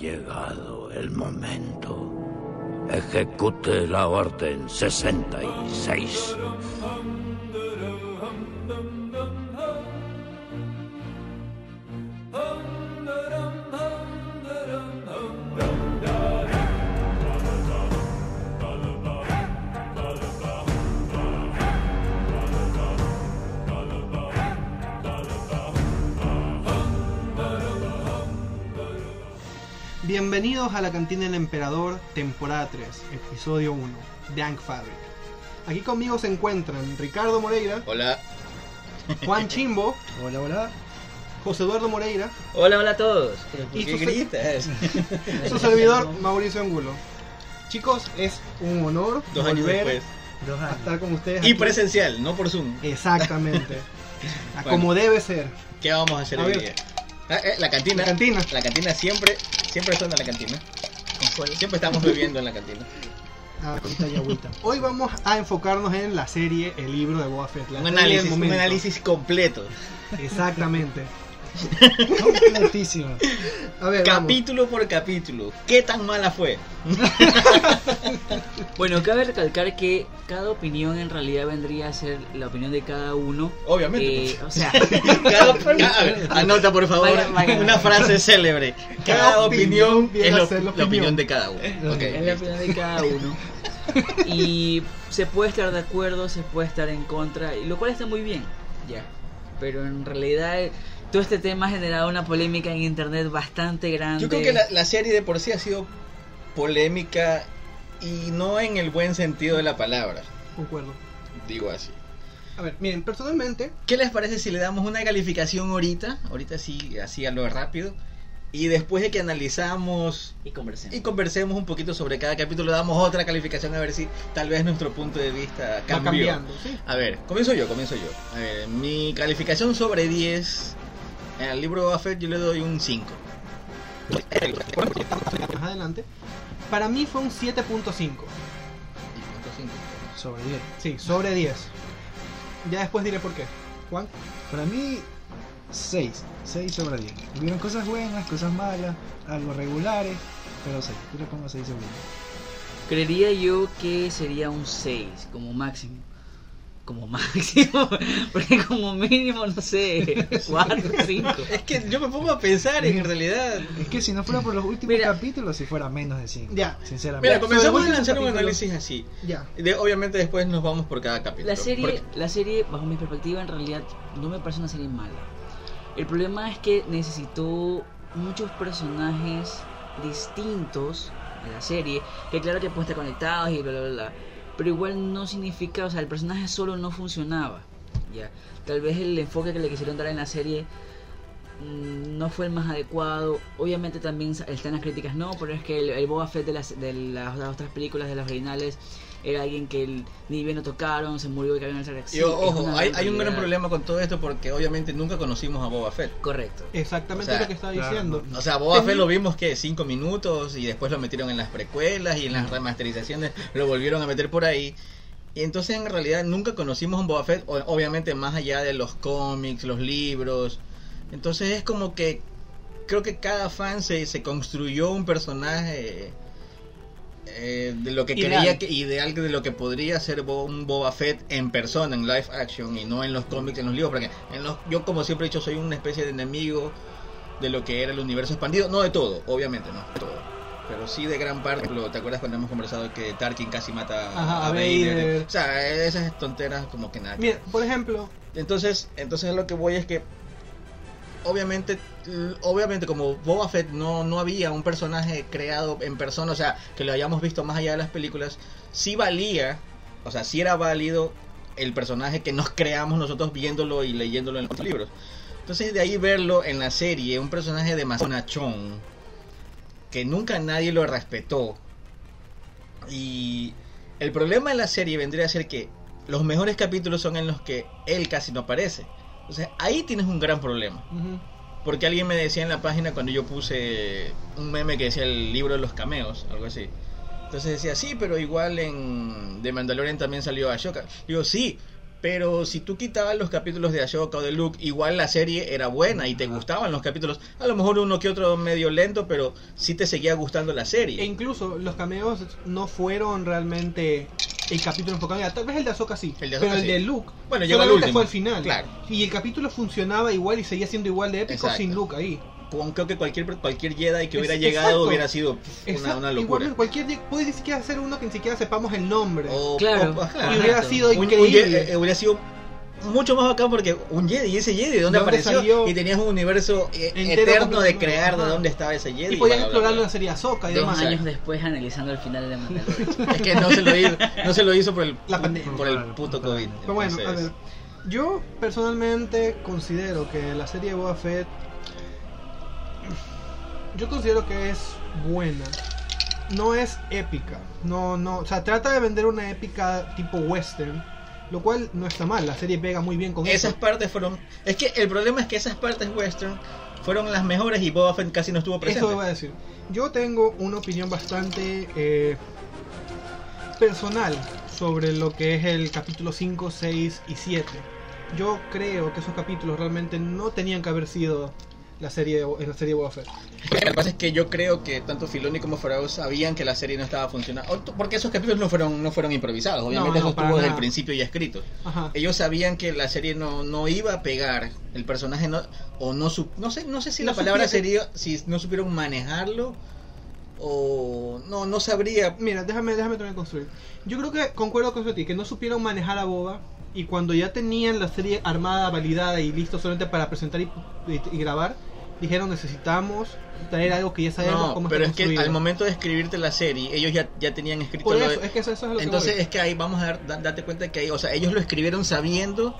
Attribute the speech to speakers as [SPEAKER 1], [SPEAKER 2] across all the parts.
[SPEAKER 1] llegado el momento. Ejecute la orden 66.
[SPEAKER 2] Bienvenidos a la Cantina del Emperador, temporada 3, episodio 1, Dank Fabric. Aquí conmigo se encuentran Ricardo Moreira,
[SPEAKER 3] Hola.
[SPEAKER 2] Juan Chimbo,
[SPEAKER 4] Hola, hola.
[SPEAKER 2] José Eduardo Moreira,
[SPEAKER 5] Hola, hola a todos.
[SPEAKER 2] Y
[SPEAKER 3] ¿Y
[SPEAKER 2] su
[SPEAKER 3] qué
[SPEAKER 2] se-
[SPEAKER 3] gritas?
[SPEAKER 2] su servidor Mauricio Angulo. Chicos, es un honor
[SPEAKER 3] Dos años
[SPEAKER 2] volver
[SPEAKER 3] después.
[SPEAKER 4] Dos
[SPEAKER 2] a
[SPEAKER 4] años.
[SPEAKER 2] estar con ustedes.
[SPEAKER 3] Y
[SPEAKER 2] aquí.
[SPEAKER 3] presencial, no por Zoom.
[SPEAKER 2] Exactamente. A Como debe ser.
[SPEAKER 3] ¿Qué vamos a hacer
[SPEAKER 2] A
[SPEAKER 3] hoy
[SPEAKER 2] ver.
[SPEAKER 3] día? Ah, eh, la cantina.
[SPEAKER 2] La cantina.
[SPEAKER 3] La cantina siempre, siempre suena la cantina. Siempre estamos bebiendo en la cantina.
[SPEAKER 2] Ah,
[SPEAKER 4] Agüita y agüita.
[SPEAKER 2] Hoy vamos a enfocarnos en la serie El libro de Boba Fett. la
[SPEAKER 3] Un
[SPEAKER 2] serie del
[SPEAKER 3] análisis, un
[SPEAKER 2] momento.
[SPEAKER 3] análisis completo.
[SPEAKER 2] Exactamente.
[SPEAKER 4] Completísimo.
[SPEAKER 2] A ver, vamos.
[SPEAKER 3] Capítulo por capítulo. ¿Qué tan mala fue?
[SPEAKER 5] Bueno, cabe recalcar que cada opinión en realidad vendría a ser la opinión de cada uno.
[SPEAKER 3] Obviamente.
[SPEAKER 5] Eh, o sea,
[SPEAKER 3] Cada- a ver, anota por favor
[SPEAKER 5] Vaya, vaya.
[SPEAKER 3] una frase célebre.
[SPEAKER 2] Cada
[SPEAKER 3] Cada opinión
[SPEAKER 2] opinión viene
[SPEAKER 3] es
[SPEAKER 2] a
[SPEAKER 3] lo-
[SPEAKER 2] ser la opinión
[SPEAKER 3] la
[SPEAKER 2] Eh,
[SPEAKER 3] opinión de cada uno. Ok,
[SPEAKER 5] es la
[SPEAKER 3] listo.
[SPEAKER 5] opinión de cada uno. Y se puede estar de acuerdo, se puede estar en contra, y lo cual está muy bien, ya. Pero en realidad eh, todo este tema ha generado una polémica en internet bastante grande.
[SPEAKER 3] Yo creo que la, la serie de por sí ha sido polémica y no en el buen sentido de la palabra,
[SPEAKER 2] Concuerdo.
[SPEAKER 3] digo así.
[SPEAKER 2] A ver, miren, personalmente,
[SPEAKER 3] ¿Qué les parece si le damos una calificación ahorita? Ahorita sí, así a lo rápido. Y después de que analizamos
[SPEAKER 5] Y conversemos.
[SPEAKER 3] y conversemos un poquito sobre cada capítulo, le damos otra calificación a ver si tal vez nuestro punto de vista
[SPEAKER 2] va
[SPEAKER 3] cambió.
[SPEAKER 2] cambiando. ¿sí?
[SPEAKER 3] A ver, comienzo yo, comienzo yo. A ver, mi calificación sobre 10, al libro de Buffett yo le doy un 5.
[SPEAKER 2] Más adelante. Para mí fue un 7.5.
[SPEAKER 4] Sobre 10.
[SPEAKER 2] Sí, sobre 10. Ya después diré por qué. Juan,
[SPEAKER 4] Para mí, 6. 6 sobre 10. Hubieron cosas buenas, cosas malas, algo regulares, pero 6. Yo le pongo 6 sobre 10.
[SPEAKER 5] Creería yo que sería un 6 como máximo. Como máximo, porque como mínimo, no sé, 4, 5.
[SPEAKER 3] Es que yo me pongo a pensar en realidad.
[SPEAKER 4] Es que si no fuera por los últimos
[SPEAKER 5] Mira.
[SPEAKER 4] capítulos, si fuera menos de 5.
[SPEAKER 2] Ya.
[SPEAKER 4] Sinceramente.
[SPEAKER 3] Mira, comenzamos a
[SPEAKER 2] sobre
[SPEAKER 3] lanzar un
[SPEAKER 2] capítulo.
[SPEAKER 3] análisis así.
[SPEAKER 2] ya.
[SPEAKER 3] De- obviamente después nos vamos por cada capítulo.
[SPEAKER 5] La serie,
[SPEAKER 3] porque-
[SPEAKER 5] la serie, bajo mi perspectiva, en realidad no me parece una serie mala. El problema es que necesitó muchos personajes distintos en la serie, que claro que pueden estar conectados y bla, bla, bla, bla, pero igual no significa, o sea, el personaje solo no funcionaba. Ya, tal vez el enfoque que le quisieron dar en la serie mm, no fue el más adecuado. Obviamente también sa- están las críticas, no, pero es que el, el Boba Fett de las, de las, las otras películas, de las originales, era alguien que el- ni bien lo tocaron, se murió y cayó en el sarcasmo.
[SPEAKER 3] Y, ojo, hay, hay un gran problema con todo esto porque obviamente nunca conocimos a Boba Fett.
[SPEAKER 5] Correcto.
[SPEAKER 2] Exactamente
[SPEAKER 3] O sea,
[SPEAKER 2] lo que estaba
[SPEAKER 4] claro,
[SPEAKER 2] diciendo.
[SPEAKER 3] O sea, Boba
[SPEAKER 2] Sí.
[SPEAKER 3] Fett lo vimos que cinco minutos y después lo metieron en las precuelas y en las remasterizaciones lo volvieron a meter por ahí. Y entonces en realidad nunca conocimos a un Boba Fett, o- obviamente más allá de los cómics, los libros. Entonces es como que creo que cada fan se, se construyó un personaje eh, de lo que
[SPEAKER 2] Ideal.
[SPEAKER 3] creía que ideal de lo que podría ser Bo- un Boba Fett en persona, en live action y no en los cómics, en los libros. Porque en los, yo como siempre he dicho soy una especie de enemigo de lo que era el universo expandido. No de todo, obviamente, no de todo. Pero sí de gran parte. Lo- ¿Te acuerdas cuando hemos conversado que Tarkin casi mata
[SPEAKER 2] Ajá,
[SPEAKER 3] a
[SPEAKER 2] a
[SPEAKER 3] Vader?
[SPEAKER 2] Vader.
[SPEAKER 3] O sea, esas tonteras como que nada. que
[SPEAKER 2] Mira, por ejemplo,
[SPEAKER 3] entonces, entonces lo que voy es que obviamente l- obviamente como Boba Fett no, no había un personaje creado en persona, o sea, que lo hayamos visto más allá de las películas, sí valía, o sea, sí era válido el personaje que nos creamos nosotros viéndolo y leyéndolo en los libros. Entonces de ahí verlo en la serie, un personaje de mazonachón, que nunca nadie lo respetó. Y el problema de la serie vendría a ser que los mejores capítulos son en los que él casi no aparece. Entonces ahí tienes un gran problema.
[SPEAKER 2] ujú,
[SPEAKER 3] Porque alguien me decía en la página cuando yo puse un meme que decía el libro de los cameos, algo así. Entonces decía, sí, pero igual en The Mandalorian también salió Ashoka. Digo, sí, Pero si tú quitabas los capítulos de Ashoka o de Luke, igual la serie era buena y te gustaban los capítulos. A lo mejor uno que otro medio lento, pero sí te seguía gustando la
[SPEAKER 2] E
[SPEAKER 3] serie.
[SPEAKER 2] incluso los cameos no fueron realmente el capítulo enfocado. Mira, Tal vez el de Ahsoka sí,
[SPEAKER 3] El de
[SPEAKER 2] pero
[SPEAKER 3] Ahsoka
[SPEAKER 2] el
[SPEAKER 3] sí.
[SPEAKER 2] de Luke
[SPEAKER 3] Bueno, llegó al
[SPEAKER 2] solamente
[SPEAKER 3] último.
[SPEAKER 2] fue al final.
[SPEAKER 3] Claro.
[SPEAKER 2] Y el capítulo funcionaba igual y seguía siendo igual de épico
[SPEAKER 3] Exacto.
[SPEAKER 2] sin Luke ahí.
[SPEAKER 3] Con- Creo que cualquier, cualquier Jedi que
[SPEAKER 2] Es-
[SPEAKER 3] hubiera llegado
[SPEAKER 2] exacto.
[SPEAKER 3] hubiera sido pf, una,
[SPEAKER 2] Exacto,
[SPEAKER 3] una
[SPEAKER 2] Igual,
[SPEAKER 3] locura.
[SPEAKER 2] cualquier día puede ni siquiera hacer uno que ni siquiera sepamos el nombre.
[SPEAKER 3] O-
[SPEAKER 5] Claro.
[SPEAKER 3] o- ajá.
[SPEAKER 2] y hubiera
[SPEAKER 5] Exacto.
[SPEAKER 2] sido
[SPEAKER 3] Oh, Un- un
[SPEAKER 2] increíble.
[SPEAKER 3] Jedi- eh, hubiera sido mucho más bacán porque un Jedi, ¿y ese Jedi de
[SPEAKER 2] ¿Dónde
[SPEAKER 3] dónde, apareció?
[SPEAKER 2] salió?
[SPEAKER 3] Y tenías un universo eh,
[SPEAKER 2] Entero
[SPEAKER 3] eterno de
[SPEAKER 2] completamente.
[SPEAKER 3] crear de
[SPEAKER 2] Ajá.
[SPEAKER 3] dónde estaba ese Jedi.
[SPEAKER 2] y podías
[SPEAKER 3] bla, bla,
[SPEAKER 2] explorarlo en
[SPEAKER 3] bla.
[SPEAKER 2] la serie Ahsoka y
[SPEAKER 5] Dos
[SPEAKER 2] demás.
[SPEAKER 3] Exacto.
[SPEAKER 5] años después analizando el final de Mandalorian.
[SPEAKER 3] Es que no se lo hizo, no se lo hizo por, el,
[SPEAKER 2] La pandemia.
[SPEAKER 3] por el puto COVID.
[SPEAKER 2] Pero bueno, a
[SPEAKER 3] Entonces,
[SPEAKER 2] ver. Yo personalmente considero que la serie de Boba Fett. Yo considero que es buena. No es épica. No, no. O sea, trata de vender una épica tipo western. Lo cual no está mal. La serie pega muy bien con
[SPEAKER 3] Esas
[SPEAKER 2] eso.
[SPEAKER 3] partes fueron. Es que el problema es que esas partes western fueron las mejores y Boba Fett casi no estuvo presente.
[SPEAKER 2] Eso iba a decir. Yo tengo una opinión bastante eh, personal sobre lo que es el capítulo 5, 6 y 7. Yo creo que esos capítulos realmente no tenían que haber sido la serie de, en la serie de Boba Fett.
[SPEAKER 3] Lo que pasa es que yo creo que tanto Filoni como Farao sabían que la serie no estaba funcionando. O- Porque esos capítulos no fueron, no fueron improvisados, obviamente
[SPEAKER 2] no,
[SPEAKER 3] eso
[SPEAKER 2] para
[SPEAKER 3] estuvo desde el
[SPEAKER 2] nada.
[SPEAKER 3] principio ya escrito.
[SPEAKER 2] Ajá.
[SPEAKER 3] Ellos sabían que la serie no, no iba a pegar, el personaje no, o no su- no sé, no sé si
[SPEAKER 2] No
[SPEAKER 3] la palabra
[SPEAKER 2] supieron.
[SPEAKER 3] sería, si no supieron manejarlo, o no, no sabría.
[SPEAKER 2] Mira, déjame, déjame terminar de construir. Yo creo que concuerdo con eso de ti, que no supieron manejar a Boba y cuando ya tenían la serie armada, validada y listo solamente para presentar y, y- y grabar, dijeron necesitamos traer algo que ya sabemos
[SPEAKER 3] No,
[SPEAKER 2] cómo
[SPEAKER 3] pero es
[SPEAKER 2] está
[SPEAKER 3] que al
[SPEAKER 2] construido".
[SPEAKER 3] momento de escribirte la serie, ellos ya, ya tenían escrito
[SPEAKER 2] Por
[SPEAKER 3] lo de-
[SPEAKER 2] eso, es que eso, eso es lo que
[SPEAKER 3] Entonces
[SPEAKER 2] voy.
[SPEAKER 3] es que ahí vamos a dar- da- date cuenta que ahí, o sea, ellos lo escribieron sabiendo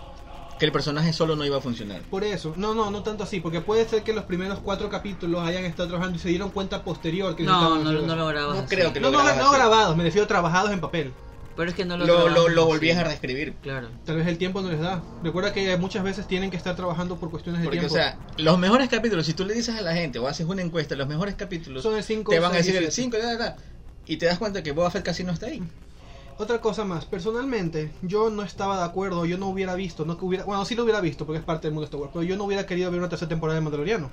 [SPEAKER 3] que el personaje solo no iba a funcionar.
[SPEAKER 2] Por eso, no, no, no tanto así, porque puede ser que los primeros cuatro capítulos hayan estado trabajando y se dieron cuenta posterior que
[SPEAKER 5] No,
[SPEAKER 2] necesitaban
[SPEAKER 5] no,
[SPEAKER 2] hacer
[SPEAKER 5] no lo
[SPEAKER 2] eso.
[SPEAKER 5] grabas.
[SPEAKER 3] No
[SPEAKER 5] así.
[SPEAKER 3] creo que
[SPEAKER 2] no,
[SPEAKER 3] lo
[SPEAKER 2] no,
[SPEAKER 3] grabas
[SPEAKER 2] no
[SPEAKER 3] así.
[SPEAKER 2] grabados, me refiero trabajados en papel.
[SPEAKER 5] Pero es que no lo
[SPEAKER 3] Lo, lo,
[SPEAKER 5] grabas
[SPEAKER 3] lo
[SPEAKER 5] así.
[SPEAKER 3] volvías a reescribir.
[SPEAKER 5] Claro.
[SPEAKER 2] Tal vez el tiempo no les da. Recuerda que muchas veces tienen que estar trabajando por cuestiones de
[SPEAKER 3] Porque, o
[SPEAKER 2] tiempo.
[SPEAKER 3] sea, los mejores capítulos, si tú le dices a la gente o haces una encuesta, los mejores capítulos
[SPEAKER 2] Son el 5,
[SPEAKER 3] te van a decir el 5, y te das cuenta que Boba Fett casi no está ahí.
[SPEAKER 2] Otra cosa más, personalmente, yo no estaba de acuerdo, yo no hubiera visto, no que hubiera, bueno, sí lo hubiera visto porque es parte del mundo de Star Wars, pero yo no hubiera querido ver una tercera temporada de Mandaloriano.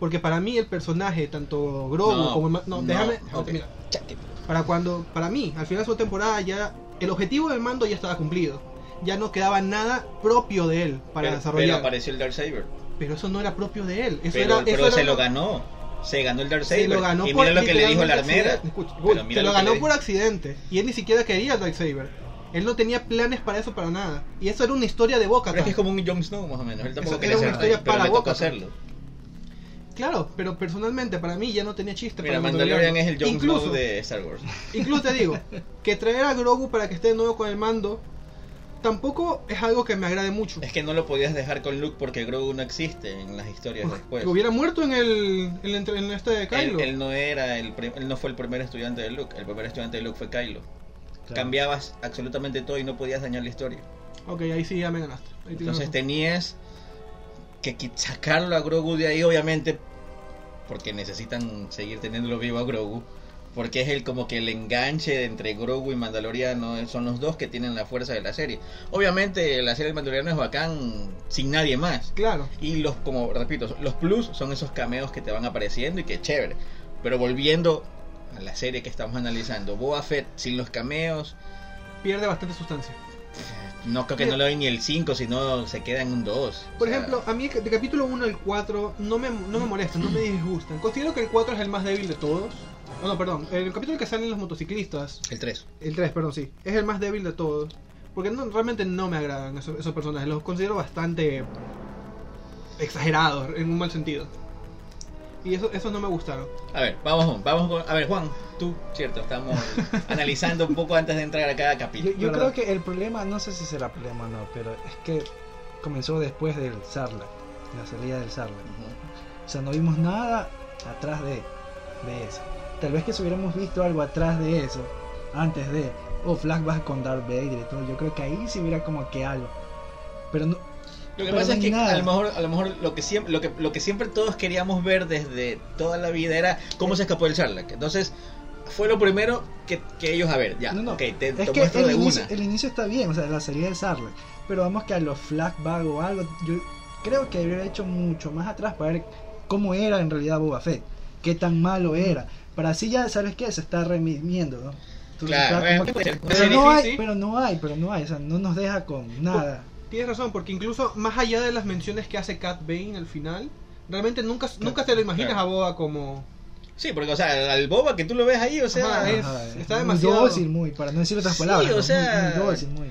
[SPEAKER 2] Porque para mí el personaje, tanto Grogu como... el ma- No, déjame... déjame
[SPEAKER 3] ok.
[SPEAKER 2] terminar.
[SPEAKER 3] Cháquete.
[SPEAKER 2] Para cuando, para mí, al final de su temporada ya el objetivo del mando ya estaba cumplido. Ya no quedaba nada propio de él para
[SPEAKER 3] pero, pero
[SPEAKER 2] desarrollar. Pero,
[SPEAKER 3] apareció el Darksaber.
[SPEAKER 2] eso no era propio de él. Eso
[SPEAKER 3] Pero,
[SPEAKER 2] era,
[SPEAKER 3] pero
[SPEAKER 2] eso
[SPEAKER 3] se
[SPEAKER 2] era-
[SPEAKER 3] lo ganó. Se ganó el
[SPEAKER 2] se
[SPEAKER 3] Darksaber.
[SPEAKER 2] lo ganó
[SPEAKER 3] y
[SPEAKER 2] por
[SPEAKER 3] mira lo que le dijo la
[SPEAKER 2] literalmente
[SPEAKER 3] armera.
[SPEAKER 2] accidente. Escucha,
[SPEAKER 3] Pero
[SPEAKER 2] Gul,
[SPEAKER 3] mira
[SPEAKER 2] se lo
[SPEAKER 3] lo que
[SPEAKER 2] ganó
[SPEAKER 3] le
[SPEAKER 2] por
[SPEAKER 3] dijo.
[SPEAKER 2] accidente. Y él ni siquiera quería el Darksaber. Él no tenía planes para eso para nada. Y eso era una historia de boca.
[SPEAKER 3] Pero es que es como un Jon Snow, más o menos. Él tampoco
[SPEAKER 2] Eso
[SPEAKER 3] quería
[SPEAKER 2] era una
[SPEAKER 3] ser rey,
[SPEAKER 2] historia
[SPEAKER 3] pero
[SPEAKER 2] para
[SPEAKER 3] le tocó
[SPEAKER 2] Boca Tan.
[SPEAKER 3] hacerlo.
[SPEAKER 2] Claro, pero personalmente para mí ya no tenía chiste.
[SPEAKER 3] Mira,
[SPEAKER 2] para
[SPEAKER 3] Mandalorian es el Jon
[SPEAKER 2] Incluso-
[SPEAKER 3] Snow de Star Wars.
[SPEAKER 2] Incluso te digo, que traer a Grogu para que esté de nuevo con el mando, tampoco es algo que me agrade mucho.
[SPEAKER 3] Es que no lo podías dejar con Luke porque Grogu no existe en las historias después.
[SPEAKER 2] Que hubiera muerto en el, en el entre- en este de Kylo.
[SPEAKER 3] Él, él no era pues. el prim- él no fue el primer estudiante de Luke, el primer estudiante de Luke fue Kylo.
[SPEAKER 4] Claro.
[SPEAKER 3] Cambiabas absolutamente todo y no podías dañar la historia.
[SPEAKER 2] Ok, ahí sí ya me ganaste. Ahí tienes
[SPEAKER 3] Entonces
[SPEAKER 2] razón.
[SPEAKER 3] tenías que qui- sacarlo a Grogu de ahí, obviamente, porque necesitan seguir teniéndolo vivo a Grogu. Porque es el como que el enganche entre Grogu y Mandaloriano, eh, son los dos que tienen la fuerza de la serie. Obviamente la serie del Mandaloriano es bacán sin nadie más.
[SPEAKER 2] Claro.
[SPEAKER 3] Y los, como repito, los plus son esos cameos que te van apareciendo y que chévere. Pero volviendo a la serie que estamos analizando, Boba Fett sin los cameos,
[SPEAKER 2] Pierde bastante sustancia.
[SPEAKER 3] no creo que no le doy ni el 5, sino se queda en un 2.
[SPEAKER 2] Por ejemplo, a mí de capítulo 1 al 4 no me, no me molestan, no me disgustan. Considero que el 4 es el más débil de todos. Oh, no, perdón. El capítulo que salen los motociclistas,
[SPEAKER 3] el 3.
[SPEAKER 2] el 3, perdón, sí. Es el más débil de todos. Porque no, realmente no me agradan esos, esos personajes. Los considero bastante exagerados, en un mal sentido. Y eso, esos no me gustaron.
[SPEAKER 3] A ver, vamos, vamos con... A ver, Juan, tú, cierto, estamos analizando un poco antes de entrar a cada
[SPEAKER 4] Yo,
[SPEAKER 3] capítulo.
[SPEAKER 4] yo
[SPEAKER 2] ¿Verdad?
[SPEAKER 4] creo que el problema, no sé si será problema o no, pero es que comenzó después del Sarlacc, la salida del Sarlacc. O sea, no vimos nada atrás de, de eso. Tal vez que si hubiéramos visto algo atrás de eso, antes de, o flashbacks con Darth Vader y todo, yo creo que ahí sí hubiera como que algo. Pero no,
[SPEAKER 3] Lo que
[SPEAKER 4] Pero
[SPEAKER 3] pasa
[SPEAKER 4] no
[SPEAKER 3] es
[SPEAKER 4] hay
[SPEAKER 3] que
[SPEAKER 4] nada.
[SPEAKER 3] a lo mejor, a lo mejor lo que siempre, lo que, lo que siempre todos queríamos ver desde toda la vida era cómo se escapó el Sarlacc. Entonces, fue lo primero que, que ellos, a ver, ya,
[SPEAKER 4] No, no.
[SPEAKER 3] ok, te,
[SPEAKER 4] es
[SPEAKER 3] te
[SPEAKER 4] que
[SPEAKER 3] muestro
[SPEAKER 4] el
[SPEAKER 3] de
[SPEAKER 4] inicio,
[SPEAKER 3] una.
[SPEAKER 4] el inicio está bien, o sea, la salida del Sarlacc. Pero vamos que a los flashbacks o algo, yo creo que habría hecho mucho más atrás para ver cómo era en realidad Boba Fett, qué tan malo era. Para así ya, ¿sabes qué? Se está remimiendo, ¿no? Entonces,
[SPEAKER 3] Claro,
[SPEAKER 4] está como
[SPEAKER 3] bueno,
[SPEAKER 4] que-
[SPEAKER 3] puede ser, puede
[SPEAKER 4] pero,
[SPEAKER 2] ser,
[SPEAKER 4] no
[SPEAKER 2] sí,
[SPEAKER 4] hay,
[SPEAKER 2] sí.
[SPEAKER 4] pero no hay, pero no hay, o sea, no nos deja con nada.
[SPEAKER 2] Tienes razón, porque incluso más allá de las menciones que hace Cat Bane al final, realmente nunca, nunca te lo imaginas
[SPEAKER 3] claro.
[SPEAKER 2] a Boba como.
[SPEAKER 3] Sí, porque, o sea, al boba que tú lo ves ahí, o sea,
[SPEAKER 2] Ajá, Ah, es- está demasiado-
[SPEAKER 4] Muy dócil, muy, para no decir otras
[SPEAKER 3] Sí,
[SPEAKER 4] palabras.
[SPEAKER 3] o
[SPEAKER 4] ¿no? Muy-
[SPEAKER 3] sea-
[SPEAKER 4] muy dócil, muy.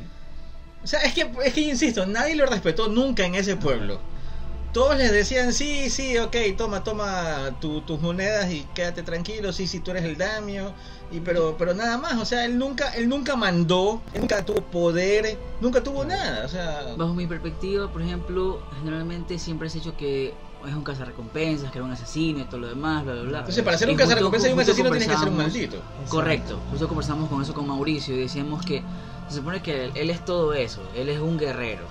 [SPEAKER 3] O sea, es que, es que insisto, nadie lo respetó nunca en ese pueblo. Todos les decían, sí, sí, ok, toma, toma tu- tus monedas y quédate tranquilo, sí, sí, tú eres el damio, y pero, pero nada más, o sea, él nunca, él nunca mandó, él nunca tuvo poder, nunca tuvo nada, o sea,
[SPEAKER 5] Bajo mi perspectiva, por ejemplo, generalmente siempre se ha hecho que es un cazarrecompensas, que era un asesino y todo lo demás, bla, bla, bla.
[SPEAKER 3] entonces para ser un
[SPEAKER 5] Y justo-
[SPEAKER 3] cazarrecompensa y un
[SPEAKER 5] justo
[SPEAKER 3] asesino tienes que ser un
[SPEAKER 5] conversamos-
[SPEAKER 3] maldito.
[SPEAKER 5] Correcto, justo conversamos con eso con Mauricio y decíamos que se supone que él, él es todo eso, él es un guerrero.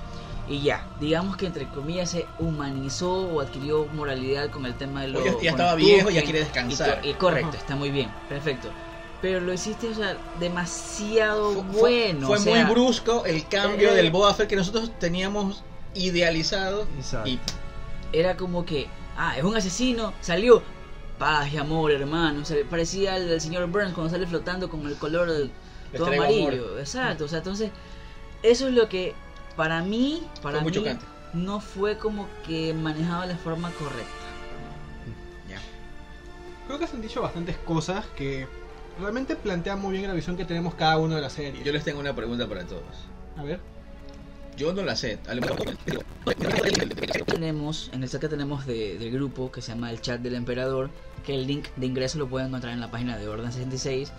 [SPEAKER 5] Y ya, digamos que entre comillas se humanizó o adquirió moralidad con el tema de los.
[SPEAKER 3] O ya- ya
[SPEAKER 5] con
[SPEAKER 3] estaba
[SPEAKER 5] los
[SPEAKER 3] viejo, ya
[SPEAKER 5] Tusken
[SPEAKER 3] quiere
[SPEAKER 5] y
[SPEAKER 3] descansar.
[SPEAKER 5] co- Y, correcto,
[SPEAKER 2] Ajá.
[SPEAKER 5] está muy bien, perfecto. Pero lo hiciste, o sea, demasiado
[SPEAKER 3] Fue- fue-
[SPEAKER 5] bueno.
[SPEAKER 3] Fue
[SPEAKER 5] o sea,
[SPEAKER 3] muy brusco el cambio
[SPEAKER 5] eh,
[SPEAKER 3] del Boba Fett que nosotros teníamos idealizado
[SPEAKER 4] Exacto.
[SPEAKER 3] y
[SPEAKER 5] era como que, ah, es un asesino, salió. Paz y amor, hermano. O sea, parecía al del señor Burns cuando sale flotando con el color del-
[SPEAKER 3] Les
[SPEAKER 5] todo
[SPEAKER 3] traigo
[SPEAKER 5] amarillo. Exacto. O sea, entonces, eso es lo que para mí, para
[SPEAKER 3] fue muy
[SPEAKER 5] mí,
[SPEAKER 3] chocante.
[SPEAKER 5] no fue como que manejado de la forma correcta.
[SPEAKER 3] Ya.
[SPEAKER 2] Creo que se han dicho bastantes cosas que realmente plantean muy bien la visión que tenemos cada uno de la serie.
[SPEAKER 3] Yo les tengo una pregunta para todos.
[SPEAKER 2] A ver.
[SPEAKER 3] Yo no la sé. A lo mejor-
[SPEAKER 5] Tenemos, en el chat que tenemos de- del grupo, que se llama el chat del emperador, que el link de ingreso lo pueden encontrar en la página de Orden 66.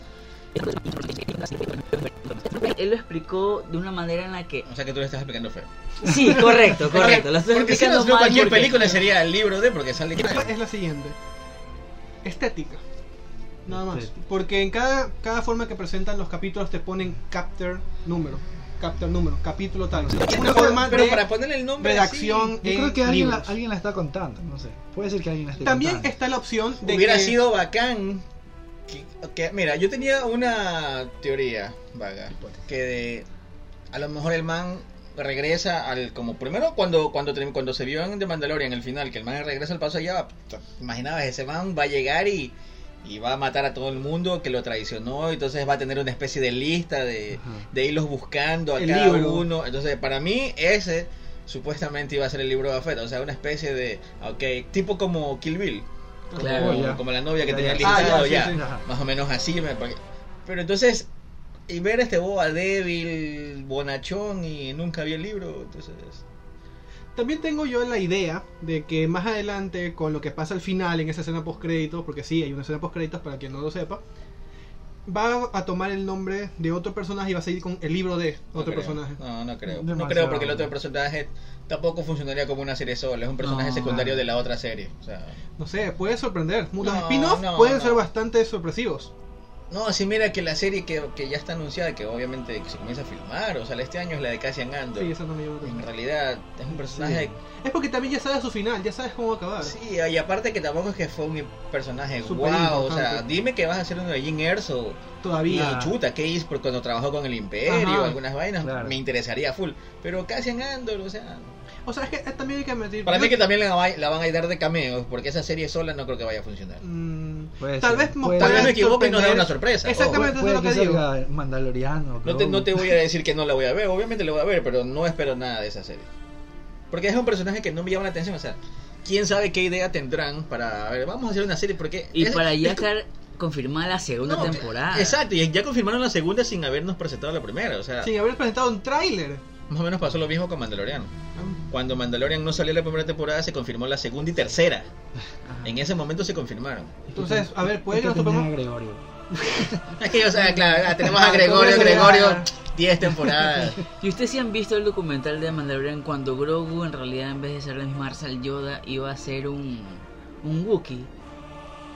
[SPEAKER 5] Él lo explicó de una manera en la que...
[SPEAKER 3] O sea que tú le estás explicando feo.
[SPEAKER 5] Sí, correcto, correcto. Lo estoy
[SPEAKER 3] Porque si
[SPEAKER 5] explicando
[SPEAKER 3] no, no,
[SPEAKER 5] mal
[SPEAKER 3] cualquier
[SPEAKER 5] porque-
[SPEAKER 3] película sería el libro de porque sale.
[SPEAKER 2] Es la siguiente. Estética. Nada más.
[SPEAKER 4] Estética.
[SPEAKER 2] Porque en cada, cada forma que presentan los capítulos te ponen capture número. Capture número, capítulo tal. Una forma
[SPEAKER 3] Pero
[SPEAKER 2] de
[SPEAKER 3] para ponerle el nombre.
[SPEAKER 2] redacción
[SPEAKER 4] Yo
[SPEAKER 2] en
[SPEAKER 4] creo que alguien la,
[SPEAKER 2] libros.
[SPEAKER 4] alguien la está contando, no sé. Puede ser que alguien la esté
[SPEAKER 2] También
[SPEAKER 4] contando.
[SPEAKER 2] está la opción
[SPEAKER 3] así,
[SPEAKER 2] de
[SPEAKER 3] hubiera
[SPEAKER 2] que-
[SPEAKER 3] sido bacán. que- que- mira, yo tenía una teoría vaga. Que de. A lo mejor el man regresa al. Como primero, cuando cuando, termi- cuando se vio en The Mandalorian, el final, que el man regresa al paso allá. t- Imaginabas, ese man va a llegar y. Y va a matar a todo el mundo que lo traicionó. Entonces va a tener una especie de lista de.
[SPEAKER 4] Ajá.
[SPEAKER 3] de irlos buscando a
[SPEAKER 2] El
[SPEAKER 3] cada
[SPEAKER 2] libro.
[SPEAKER 3] uno. Entonces, para mí, ese supuestamente iba a ser el libro de Buffett. O sea, una especie de, ok, tipo como Kill Bill. Como,
[SPEAKER 5] Claro.
[SPEAKER 4] Oh, ya.
[SPEAKER 3] como la novia que
[SPEAKER 4] Ya,
[SPEAKER 3] tenía
[SPEAKER 4] ya.
[SPEAKER 3] listado,
[SPEAKER 2] Ah, ya,
[SPEAKER 3] ya.
[SPEAKER 2] sí, sí.
[SPEAKER 4] Ajá.
[SPEAKER 3] Más o menos así. me pare- Pero entonces, y ver a este boba débil, bonachón, y nunca vi el libro, entonces...
[SPEAKER 2] También tengo yo la idea de que más adelante, con lo que pasa al final en esa escena post créditos, porque sí, hay una escena post créditos para quien no lo sepa, va a tomar el nombre de otro personaje y va a seguir con el libro de
[SPEAKER 3] no
[SPEAKER 2] otro
[SPEAKER 3] creo.
[SPEAKER 2] personaje.
[SPEAKER 3] No, no creo. No
[SPEAKER 4] Demasiado.
[SPEAKER 3] creo porque el otro personaje tampoco funcionaría como una serie sola. Es un personaje
[SPEAKER 5] No.
[SPEAKER 3] secundario de la otra serie. O sea...
[SPEAKER 2] No sé, puede sorprender. Los
[SPEAKER 3] No,
[SPEAKER 2] spin-offs
[SPEAKER 3] no,
[SPEAKER 2] pueden
[SPEAKER 3] no.
[SPEAKER 2] ser bastante sorpresivos.
[SPEAKER 3] No, sí, mira que la serie que, que ya está anunciada, que obviamente se comienza a filmar, o sea, este año es la de Cassian Andor.
[SPEAKER 2] Sí, eso no me llama
[SPEAKER 3] En
[SPEAKER 2] tanto.
[SPEAKER 3] realidad es un personaje.
[SPEAKER 2] Es porque también ya sabes su final, ya sabes cómo va a acabar.
[SPEAKER 3] Sí, y aparte que tampoco es que fue un personaje
[SPEAKER 2] Súper
[SPEAKER 3] guau, o sea,
[SPEAKER 2] importante.
[SPEAKER 3] dime que vas a hacer uno de Jim Erso. Y
[SPEAKER 2] Todavía.
[SPEAKER 3] chuta, ¿qué hizo por cuando trabajó con el Imperio?
[SPEAKER 2] Ajá.
[SPEAKER 3] algunas vainas,
[SPEAKER 4] Claro.
[SPEAKER 3] me interesaría full. Pero Cassian Andor, o sea.
[SPEAKER 2] O sea, es que eh, también hay que admitir.
[SPEAKER 3] Para
[SPEAKER 2] yo-
[SPEAKER 3] mí que también la, va- la van a dar de cameos, porque esa serie sola no creo que vaya a funcionar.
[SPEAKER 2] Mm,
[SPEAKER 4] Puede
[SPEAKER 2] tal
[SPEAKER 4] ser,
[SPEAKER 2] vez nos
[SPEAKER 4] puede
[SPEAKER 3] Tal
[SPEAKER 4] ser.
[SPEAKER 2] puedan
[SPEAKER 3] vez me equivoque y nos da
[SPEAKER 2] sorprender.
[SPEAKER 3] una sorpresa.
[SPEAKER 2] Exactamente.
[SPEAKER 3] ojo.
[SPEAKER 2] Entonces, lo
[SPEAKER 4] Puede que
[SPEAKER 2] que digo.
[SPEAKER 4] salga Mandaloriano.
[SPEAKER 3] No te,
[SPEAKER 4] Grogu.
[SPEAKER 3] no te voy a decir que no la voy a ver, obviamente la voy a ver, pero no espero nada de esa serie. Porque es un personaje que no me llama la atención, o sea, quién sabe qué idea tendrán para, a ver, vamos a hacer una serie porque...
[SPEAKER 5] Y
[SPEAKER 3] es-
[SPEAKER 5] para ya
[SPEAKER 3] es-
[SPEAKER 5] estar confirmada la segunda
[SPEAKER 3] no,
[SPEAKER 5] temporada.
[SPEAKER 3] Exacto, y ya confirmaron la segunda sin habernos presentado la primera, o sea,
[SPEAKER 2] Sin haber presentado un tráiler.
[SPEAKER 3] más o menos pasó lo mismo con Mandalorian. Cuando Mandalorian no salió la primera temporada, se confirmó la segunda y tercera.
[SPEAKER 5] Ajá.
[SPEAKER 3] En ese momento se confirmaron.
[SPEAKER 2] Entonces, a ver, puede
[SPEAKER 4] Puede
[SPEAKER 2] que nos
[SPEAKER 4] a
[SPEAKER 2] topemos.
[SPEAKER 4] Este Gregorio.
[SPEAKER 3] Es que, o sea, claro, ah, tenemos
[SPEAKER 2] Ah,
[SPEAKER 3] a Gregorio,
[SPEAKER 2] ¿cómo se
[SPEAKER 3] Gregorio,
[SPEAKER 2] llama?
[SPEAKER 3] 10 temporadas.
[SPEAKER 5] Y ustedes sí han visto el documental de Mandalorian cuando Grogu en realidad en vez de ser la misma Arsal Yoda iba a ser un, un Wookiee.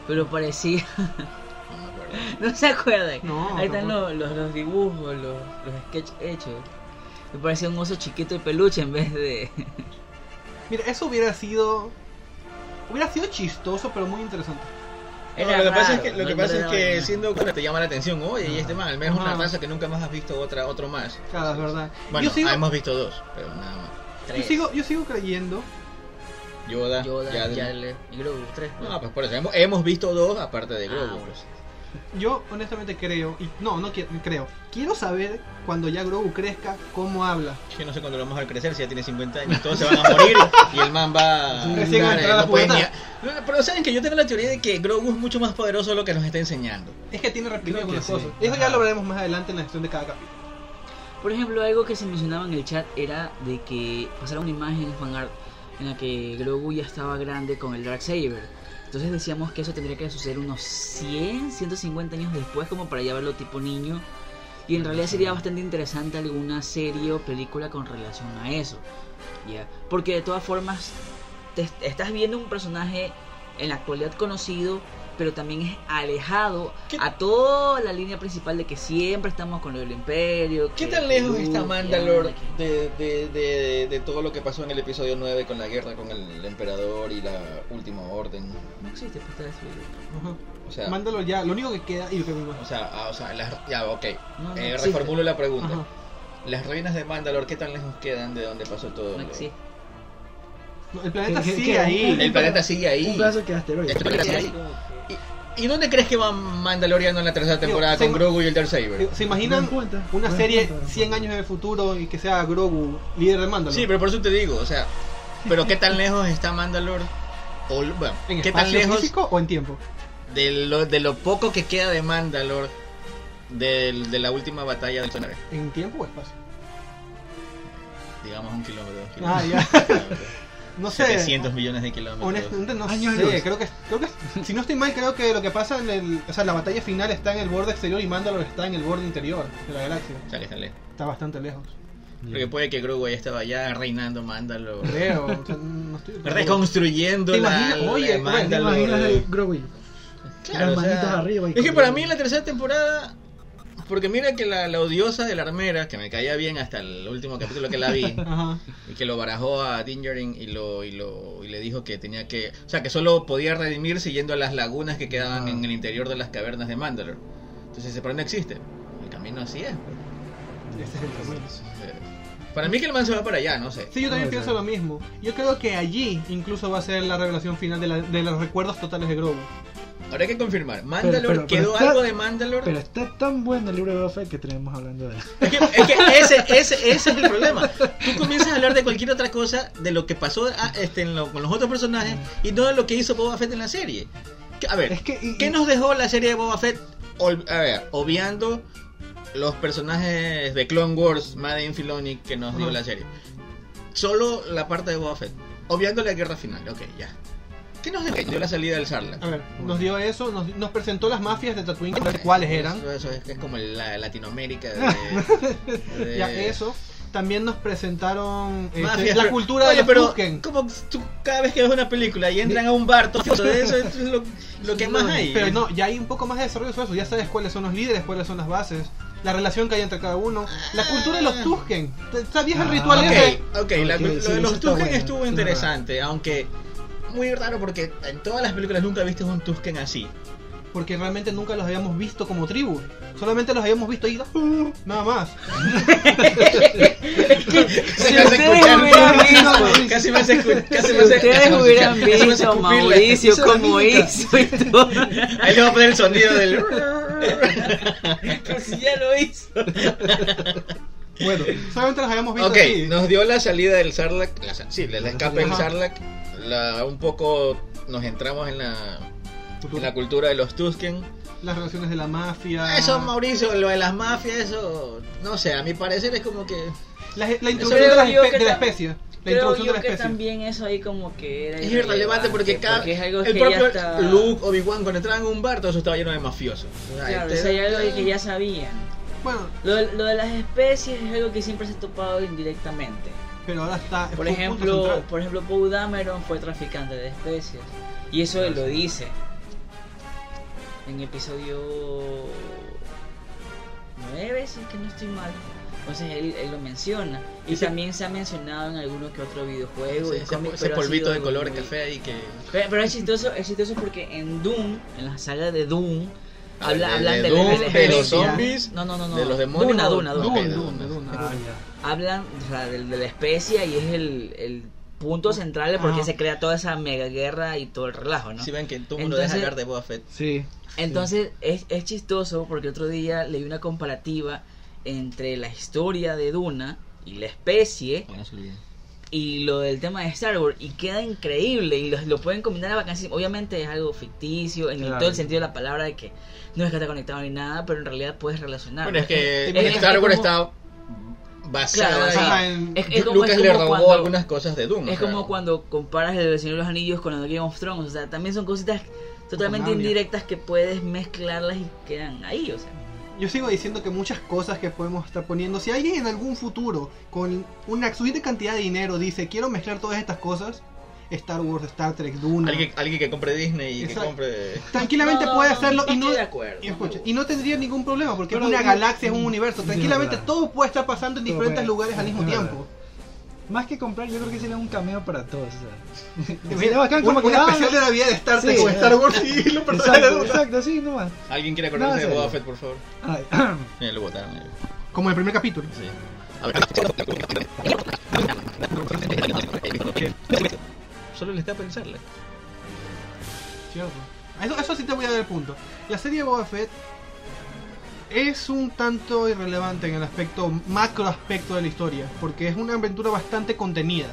[SPEAKER 5] Pero parecía,
[SPEAKER 3] No me acuerdo.
[SPEAKER 5] no se acuerdan.
[SPEAKER 2] No,
[SPEAKER 5] Ahí están
[SPEAKER 2] tampoco.
[SPEAKER 5] los, los, los dibujos, los, los sketches hechos. Me parecía un oso chiquito de peluche en vez de...
[SPEAKER 2] Mira, eso hubiera sido. Hubiera sido chistoso, pero muy interesante.
[SPEAKER 5] Era
[SPEAKER 3] lo que pasa es
[SPEAKER 5] raro,
[SPEAKER 3] que, lo
[SPEAKER 5] no-
[SPEAKER 3] que,
[SPEAKER 5] no
[SPEAKER 3] pasa
[SPEAKER 5] le
[SPEAKER 3] es
[SPEAKER 5] daba
[SPEAKER 3] que
[SPEAKER 5] nada.
[SPEAKER 3] siendo Okura te llama la atención, oye, y este man, al menos
[SPEAKER 2] Ajá.
[SPEAKER 3] una raza que nunca más has visto otra, otro más.
[SPEAKER 2] Claro, es verdad.
[SPEAKER 3] Bueno,
[SPEAKER 2] yo, sigo,
[SPEAKER 3] hemos visto dos, pero nada más.
[SPEAKER 2] yo,
[SPEAKER 5] Tres.
[SPEAKER 2] sigo, yo sigo creyendo.
[SPEAKER 3] Yoda,
[SPEAKER 5] Yoda,
[SPEAKER 3] Yadri.
[SPEAKER 5] Yadle y Grogu, tres. pues.
[SPEAKER 3] No, pues por eso, hemos, hemos visto dos aparte de
[SPEAKER 5] Ah,
[SPEAKER 3] Grogu.
[SPEAKER 5] bueno.
[SPEAKER 3] pues.
[SPEAKER 2] Yo honestamente creo, y no, no quiero, creo. Quiero saber cuando ya Grogu crezca cómo habla.
[SPEAKER 3] Yo no sé cuándo lo vamos a crecer, si ya tiene 50 años, todos se van a morir y el man va
[SPEAKER 2] Recién
[SPEAKER 3] no,
[SPEAKER 2] va a entrar a la
[SPEAKER 3] no puede ni
[SPEAKER 2] pubertad.
[SPEAKER 3] a- Pero saben que yo tengo la teoría de que Grogu es mucho más poderoso de lo que nos está enseñando.
[SPEAKER 2] Es que tiene repetido
[SPEAKER 4] Creo que
[SPEAKER 2] algunas
[SPEAKER 4] sí.
[SPEAKER 2] cosas. Eso ya
[SPEAKER 3] Ajá.
[SPEAKER 2] lo veremos más adelante en la gestión de cada capítulo.
[SPEAKER 5] Por ejemplo, algo que se mencionaba en el chat era de que pasaron una imagen en fanart en la que Grogu ya estaba grande con el Darksaber. Entonces decíamos que eso tendría que suceder unos 100, 150 años después, como para ya verlo tipo niño. Y en realidad sería bastante interesante alguna serie o película con relación a eso. ¿ya? Porque de todas formas, te est- estás viendo un personaje en la actualidad conocido, pero también es alejado
[SPEAKER 3] ¿Qué-
[SPEAKER 5] a toda la línea principal de que siempre estamos con lo del imperio.
[SPEAKER 3] ¿Qué
[SPEAKER 5] que
[SPEAKER 3] tan lejos
[SPEAKER 5] Luke,
[SPEAKER 3] está
[SPEAKER 5] que
[SPEAKER 3] Mandalore
[SPEAKER 5] Anakin.
[SPEAKER 3] de, de, de, de todo lo que pasó en el episodio 9 con la guerra con el emperador y la última orden?
[SPEAKER 5] No existe pues, está destruido.
[SPEAKER 2] Ajá.
[SPEAKER 3] O sea,
[SPEAKER 2] Mándalo ya, lo único que queda y lo que me
[SPEAKER 3] o sea, ah, o sea las- ya, ok.
[SPEAKER 5] No, no
[SPEAKER 3] Eh,
[SPEAKER 5] existe.
[SPEAKER 3] reformulo la pregunta.
[SPEAKER 2] Ajá.
[SPEAKER 3] Las ruinas de Mandalore, ¿qué tan lejos quedan de donde pasó todo?
[SPEAKER 5] No
[SPEAKER 3] lo-
[SPEAKER 5] existe.
[SPEAKER 2] No, El planeta
[SPEAKER 4] ¿Qué- qué-
[SPEAKER 2] sigue
[SPEAKER 4] qué?
[SPEAKER 2] ahí.
[SPEAKER 3] El planeta sigue ahí.
[SPEAKER 4] Un pedazo que asteroide.
[SPEAKER 3] Esto- ¿Y dónde crees que va Mandaloriano en la tercera temporada
[SPEAKER 2] Digo,
[SPEAKER 3] con
[SPEAKER 2] se-
[SPEAKER 3] Grogu y el Darksaber?
[SPEAKER 2] ¿Se imaginan
[SPEAKER 4] Buen punto,
[SPEAKER 2] una
[SPEAKER 4] buen
[SPEAKER 2] serie
[SPEAKER 4] punto, buen
[SPEAKER 2] 100
[SPEAKER 4] punto.
[SPEAKER 2] años en el futuro y que sea Grogu líder de Mandalore?
[SPEAKER 3] Sí, pero por eso te digo, o sea, pero qué tan lejos está Mandalore o bueno,
[SPEAKER 2] ¿En
[SPEAKER 3] qué tan
[SPEAKER 2] espacio
[SPEAKER 3] lejos
[SPEAKER 2] físico o en tiempo?
[SPEAKER 3] de lo de lo poco que queda de Mandalore del- de la última batalla del Sonar,
[SPEAKER 2] ¿En tiempo o espacio?
[SPEAKER 3] digamos un kilómetro, dos
[SPEAKER 2] Ah,
[SPEAKER 3] kilómetros.
[SPEAKER 2] No sé.
[SPEAKER 3] 700 millones de kilómetros.
[SPEAKER 2] Honestamente no
[SPEAKER 4] Años
[SPEAKER 2] sé,
[SPEAKER 4] luz.
[SPEAKER 2] creo que, creo que si no estoy mal creo que lo que pasa en el, o sea, la batalla final está en el borde exterior y Mandalore está en el borde interior de la galaxia.
[SPEAKER 3] O sea, que están lejos.
[SPEAKER 2] Está bastante lejos.
[SPEAKER 3] Porque puede que Grogu ya estaba ya reinando Mandalore,
[SPEAKER 2] Creo, o sea, no estoy
[SPEAKER 3] reconstruyendo
[SPEAKER 2] ¿Te
[SPEAKER 3] la,
[SPEAKER 2] imaginas? Oye,
[SPEAKER 3] la
[SPEAKER 2] bueno,
[SPEAKER 4] ¿Te imaginas
[SPEAKER 3] Mandalore.
[SPEAKER 4] el Grogu?
[SPEAKER 3] Claro,
[SPEAKER 4] Las
[SPEAKER 3] o sea,
[SPEAKER 4] manitas arriba y
[SPEAKER 3] es que
[SPEAKER 4] con-
[SPEAKER 3] para mí en la tercera temporada, porque mira que la, la odiosa de la armera, que me caía bien hasta el último capítulo que la vi,
[SPEAKER 2] Ajá.
[SPEAKER 3] y que lo barajó a Dingering y lo, y lo y le dijo que tenía que, o sea, que solo podía redimirse yendo a las lagunas que quedaban
[SPEAKER 4] Ah.
[SPEAKER 3] en el interior de las cavernas de Mandalore. Entonces ese plan no existe. El camino así es. pues.
[SPEAKER 2] Este es el camino.
[SPEAKER 3] Eh, Para mí que el man se va para allá, no sé.
[SPEAKER 2] Sí, yo también
[SPEAKER 4] Puede
[SPEAKER 2] pienso
[SPEAKER 4] ser.
[SPEAKER 2] lo mismo. Yo creo que allí incluso va a ser la revelación final de, la- de los recuerdos totales de Grogu.
[SPEAKER 3] Habrá que confirmar. Mandalore
[SPEAKER 4] pero- pero
[SPEAKER 3] quedó
[SPEAKER 4] está-
[SPEAKER 3] algo de Mandalore.
[SPEAKER 4] Pero está tan bueno el libro de Boba Fett que tenemos hablando de él.
[SPEAKER 3] Es que, es que ese, ese, ese es el problema. Tú comienzas a hablar de cualquier otra cosa, de lo que pasó ah, este, en lo- con los otros personajes y no de lo que hizo Boba Fett en la serie. Que- A ver,
[SPEAKER 4] Es que, y-
[SPEAKER 3] ¿qué nos dejó la serie de Boba Fett? Ol- a ver, obviando los personajes de Clone Wars, Madden Filoni, que nos dio
[SPEAKER 2] Ajá.
[SPEAKER 3] la serie. Solo la parte de Boba Fett. Obviando la guerra final, ok, ya. ¿Qué nos dejó la salida del Sarlacc?
[SPEAKER 2] A ver, nos dio eso, nos, nos presentó las mafias de Tatooine,
[SPEAKER 3] Eh,
[SPEAKER 2] cuáles eran.
[SPEAKER 3] Eso, eso es, es como la Latinoamérica de, de-
[SPEAKER 2] Ya eso. También nos presentaron este,
[SPEAKER 3] Mafias,
[SPEAKER 2] la
[SPEAKER 3] pero-
[SPEAKER 2] cultura
[SPEAKER 3] Oye,
[SPEAKER 2] de los
[SPEAKER 3] pero
[SPEAKER 2] Tusken.
[SPEAKER 3] como tú cada vez que ves una película y entran a un bar todo de eso es lo, lo que más hay
[SPEAKER 2] Pero no, ya hay un poco más de desarrollo sobre eso. Ya sabes cuáles son los líderes, cuáles son las bases, la relación que hay entre cada uno, la cultura de los Tusken. ¿Sabías el
[SPEAKER 4] Ah,
[SPEAKER 2] ritual
[SPEAKER 3] Ah. ok,
[SPEAKER 2] ese?
[SPEAKER 3] ok, la-
[SPEAKER 4] Ok,
[SPEAKER 3] lo
[SPEAKER 4] sí,
[SPEAKER 3] de
[SPEAKER 4] eso
[SPEAKER 3] los
[SPEAKER 4] está
[SPEAKER 3] Tusken
[SPEAKER 4] bueno,
[SPEAKER 3] estuvo
[SPEAKER 4] eso es
[SPEAKER 3] interesante aunque muy raro porque en todas las películas nunca viste un Tusken así
[SPEAKER 2] Porque realmente nunca los habíamos visto como tribu. Solamente los habíamos visto ahí, "Uh", nada más.
[SPEAKER 3] Casi me hace
[SPEAKER 5] ustedes
[SPEAKER 3] escuchar-
[SPEAKER 5] hubieran visto-
[SPEAKER 3] casi me hace escu- casi
[SPEAKER 5] Si
[SPEAKER 3] me hace-
[SPEAKER 5] ustedes
[SPEAKER 3] casi me hace-
[SPEAKER 5] hubieran
[SPEAKER 3] casi me hace
[SPEAKER 5] visto a
[SPEAKER 3] pupila.
[SPEAKER 5] Mauricio
[SPEAKER 4] Hizo la
[SPEAKER 5] como
[SPEAKER 4] mímica.
[SPEAKER 5] hizo y todo.
[SPEAKER 3] ahí le voy a poner el sonido del
[SPEAKER 5] Pero si ya lo hizo.
[SPEAKER 2] Bueno, solamente los habíamos visto
[SPEAKER 3] Ok,
[SPEAKER 2] así.
[SPEAKER 3] nos dio la salida del Sarlacc, la sa- sí, el escape del
[SPEAKER 2] Ajá.
[SPEAKER 3] Sarlacc, la, un poco nos entramos en la, en la cultura de los Tusken.
[SPEAKER 2] Las relaciones de la mafia.
[SPEAKER 3] Ah, Eso, Mauricio, lo de las mafias, eso, no sé, a mi parecer es como que...
[SPEAKER 2] La, la introducción
[SPEAKER 5] Creo
[SPEAKER 2] de la,
[SPEAKER 5] yo
[SPEAKER 2] espe-
[SPEAKER 5] que
[SPEAKER 2] de la
[SPEAKER 5] tam-
[SPEAKER 2] especie. La
[SPEAKER 5] Creo
[SPEAKER 2] introducción de
[SPEAKER 5] yo
[SPEAKER 2] la
[SPEAKER 5] que
[SPEAKER 2] especie.
[SPEAKER 5] también eso ahí como que era
[SPEAKER 3] Es irrelevante porque cada...
[SPEAKER 5] es algo
[SPEAKER 3] el
[SPEAKER 5] que
[SPEAKER 3] propio
[SPEAKER 5] ya está...
[SPEAKER 3] Luke, Obi-Wan, cuando entraban a un bar, todo eso estaba lleno de mafiosos. O sea,
[SPEAKER 5] Claro, o
[SPEAKER 3] este-
[SPEAKER 5] sea, hay algo que ya sabían.
[SPEAKER 2] Bueno,
[SPEAKER 5] Lo de, lo de las especies es algo que siempre se ha topado indirectamente.
[SPEAKER 2] pero ahora está. es
[SPEAKER 5] Por
[SPEAKER 2] un punto
[SPEAKER 5] ejemplo,
[SPEAKER 2] central.
[SPEAKER 5] por ejemplo, Paul Dameron fue traficante de especies. Y eso él lo dice. En episodio 9, si es que no estoy mal. Entonces él, él lo menciona. Y
[SPEAKER 3] Ese-
[SPEAKER 5] también se ha mencionado en alguno que otro videojuego. y
[SPEAKER 3] Ese,
[SPEAKER 5] cómic,
[SPEAKER 3] ese
[SPEAKER 5] pero ha
[SPEAKER 3] polvito
[SPEAKER 5] sido
[SPEAKER 3] de color
[SPEAKER 5] muy-
[SPEAKER 3] café y que.
[SPEAKER 5] Pero, pero es chistoso, es chistoso porque en Doom, en la saga de Doom,
[SPEAKER 3] Ah,
[SPEAKER 5] habla-
[SPEAKER 3] de-
[SPEAKER 5] hablan
[SPEAKER 3] de
[SPEAKER 5] de, la
[SPEAKER 3] Doom,
[SPEAKER 5] inteligencia.
[SPEAKER 3] de los zombies,
[SPEAKER 5] no, no, no, no.
[SPEAKER 3] de los demonios,
[SPEAKER 5] Duna,
[SPEAKER 3] o-
[SPEAKER 5] Duna, Duna.
[SPEAKER 3] Duna.
[SPEAKER 2] Dune, Dune, Dune.
[SPEAKER 4] Ah, ya.
[SPEAKER 5] Hablan o sea, de, de la especie y es el, el punto central de por qué
[SPEAKER 2] Ah.
[SPEAKER 5] se crea toda esa mega guerra y todo el relajo, ¿no?
[SPEAKER 3] Si ven que tú no
[SPEAKER 5] Entonces-
[SPEAKER 3] dejas hablar de Boba Fett.
[SPEAKER 4] Sí.
[SPEAKER 5] Entonces es, es chistoso porque otro día leí una comparativa entre la historia de Duna y la especie
[SPEAKER 3] Bueno, eso lo vi.
[SPEAKER 5] y lo del tema de Star Wars y queda increíble y los- lo, pueden combinar a vacaciones. Obviamente es algo ficticio en
[SPEAKER 4] Claro.
[SPEAKER 5] todo el sentido de la palabra de que no es que está conectado ni nada, pero en realidad puedes relacionar.
[SPEAKER 3] Bueno, es que
[SPEAKER 5] Es-
[SPEAKER 3] en
[SPEAKER 5] es-
[SPEAKER 3] Star
[SPEAKER 5] es
[SPEAKER 3] Wars
[SPEAKER 5] como-
[SPEAKER 3] está basada
[SPEAKER 5] Claro,
[SPEAKER 3] en-
[SPEAKER 5] basada.
[SPEAKER 2] Ajá, en-
[SPEAKER 5] Es- es como-
[SPEAKER 3] Lucas
[SPEAKER 5] es
[SPEAKER 3] le
[SPEAKER 5] como
[SPEAKER 3] robó
[SPEAKER 5] cuando-
[SPEAKER 3] algunas cosas de Doom. o
[SPEAKER 5] Es
[SPEAKER 3] sea.
[SPEAKER 5] como cuando comparas el Señor de los Anillos con el Game of Thrones, o sea, también son cositas totalmente
[SPEAKER 2] Narnia.
[SPEAKER 5] indirectas que puedes mezclarlas y quedan ahí, o sea.
[SPEAKER 2] Yo sigo diciendo que muchas cosas que podemos estar poniendo, si alguien en algún futuro con una suficiente cantidad de dinero dice quiero mezclar todas estas cosas, Star Wars, Star Trek, Duna,
[SPEAKER 3] Alguien, alguien que compre Disney y que
[SPEAKER 2] Exacto.
[SPEAKER 3] compre.
[SPEAKER 2] tranquilamente
[SPEAKER 5] No,
[SPEAKER 2] puede hacerlo y no,
[SPEAKER 5] estoy de acuerdo.
[SPEAKER 2] y, escucha, y no tendría ningún problema porque
[SPEAKER 4] Pero
[SPEAKER 2] es una
[SPEAKER 4] digo-
[SPEAKER 2] galaxia, es un universo,
[SPEAKER 4] Sí,
[SPEAKER 2] tranquilamente
[SPEAKER 4] verdad.
[SPEAKER 2] todo puede estar pasando en
[SPEAKER 4] Todo
[SPEAKER 2] diferentes
[SPEAKER 4] puede-
[SPEAKER 2] lugares al mismo
[SPEAKER 4] es verdad.
[SPEAKER 2] tiempo.
[SPEAKER 4] Más que comprar, yo creo que sería un cameo para todos. o sea.
[SPEAKER 2] Un,
[SPEAKER 4] Sería bacán como
[SPEAKER 2] un
[SPEAKER 4] que, ah,
[SPEAKER 2] especial de la vida de Star Trek
[SPEAKER 4] Sí,
[SPEAKER 2] o Star Wars y los personajes de
[SPEAKER 4] Exacto,
[SPEAKER 2] Duna.
[SPEAKER 4] exacto, sí, nomás.
[SPEAKER 3] Alguien quiere
[SPEAKER 4] No,
[SPEAKER 3] acordarse
[SPEAKER 4] en
[SPEAKER 3] de Boba
[SPEAKER 4] serio.
[SPEAKER 3] Fett, por favor.
[SPEAKER 4] Ay,
[SPEAKER 3] Mira, lo botaron. mira.
[SPEAKER 2] Como el primer capítulo.
[SPEAKER 3] Sí. A ver. Solo le está a pensarle.
[SPEAKER 2] Cierto. Eso, eso sí te voy a dar el punto. La serie de Boba Fett es un tanto irrelevante en el aspecto, macro aspecto de la historia, porque es una aventura bastante contenida.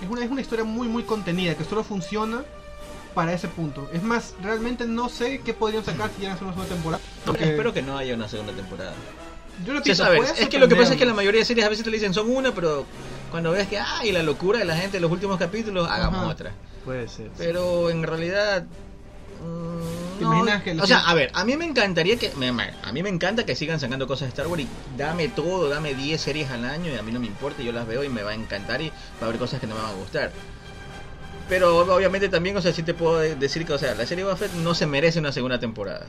[SPEAKER 2] Es una, es una historia muy, muy contenida, que solo funciona para ese punto. Es más, realmente no sé qué podrían sacar si ya hacer una segunda temporada. Porque
[SPEAKER 3] Espero que no haya una segunda temporada.
[SPEAKER 2] yo
[SPEAKER 3] Sí,
[SPEAKER 2] repito,
[SPEAKER 3] eso, a ver,
[SPEAKER 2] puede
[SPEAKER 3] es que lo que pasa es que la
[SPEAKER 2] sorprenderme.
[SPEAKER 3] mayoría de series a veces te dicen son una, pero cuando ves que ay la locura de la gente en los últimos capítulos, hagamos
[SPEAKER 2] Ajá.
[SPEAKER 3] otra.
[SPEAKER 4] puede ser.
[SPEAKER 3] Pero en realidad mm,
[SPEAKER 2] ¿Te
[SPEAKER 3] no.
[SPEAKER 2] imaginas que la
[SPEAKER 3] o sea,
[SPEAKER 2] gente-
[SPEAKER 3] a ver, a mí me encantaría que me- me- a mí me encanta que sigan sacando cosas de Star Wars y dame todo, dame 10 series al año y a mí no me importa, yo las veo y me va a encantar y va a haber cosas que no me van a gustar. Pero obviamente también, o sea, sí te puedo de- decir que, o sea, la serie Buffett no se merece una segunda temporada.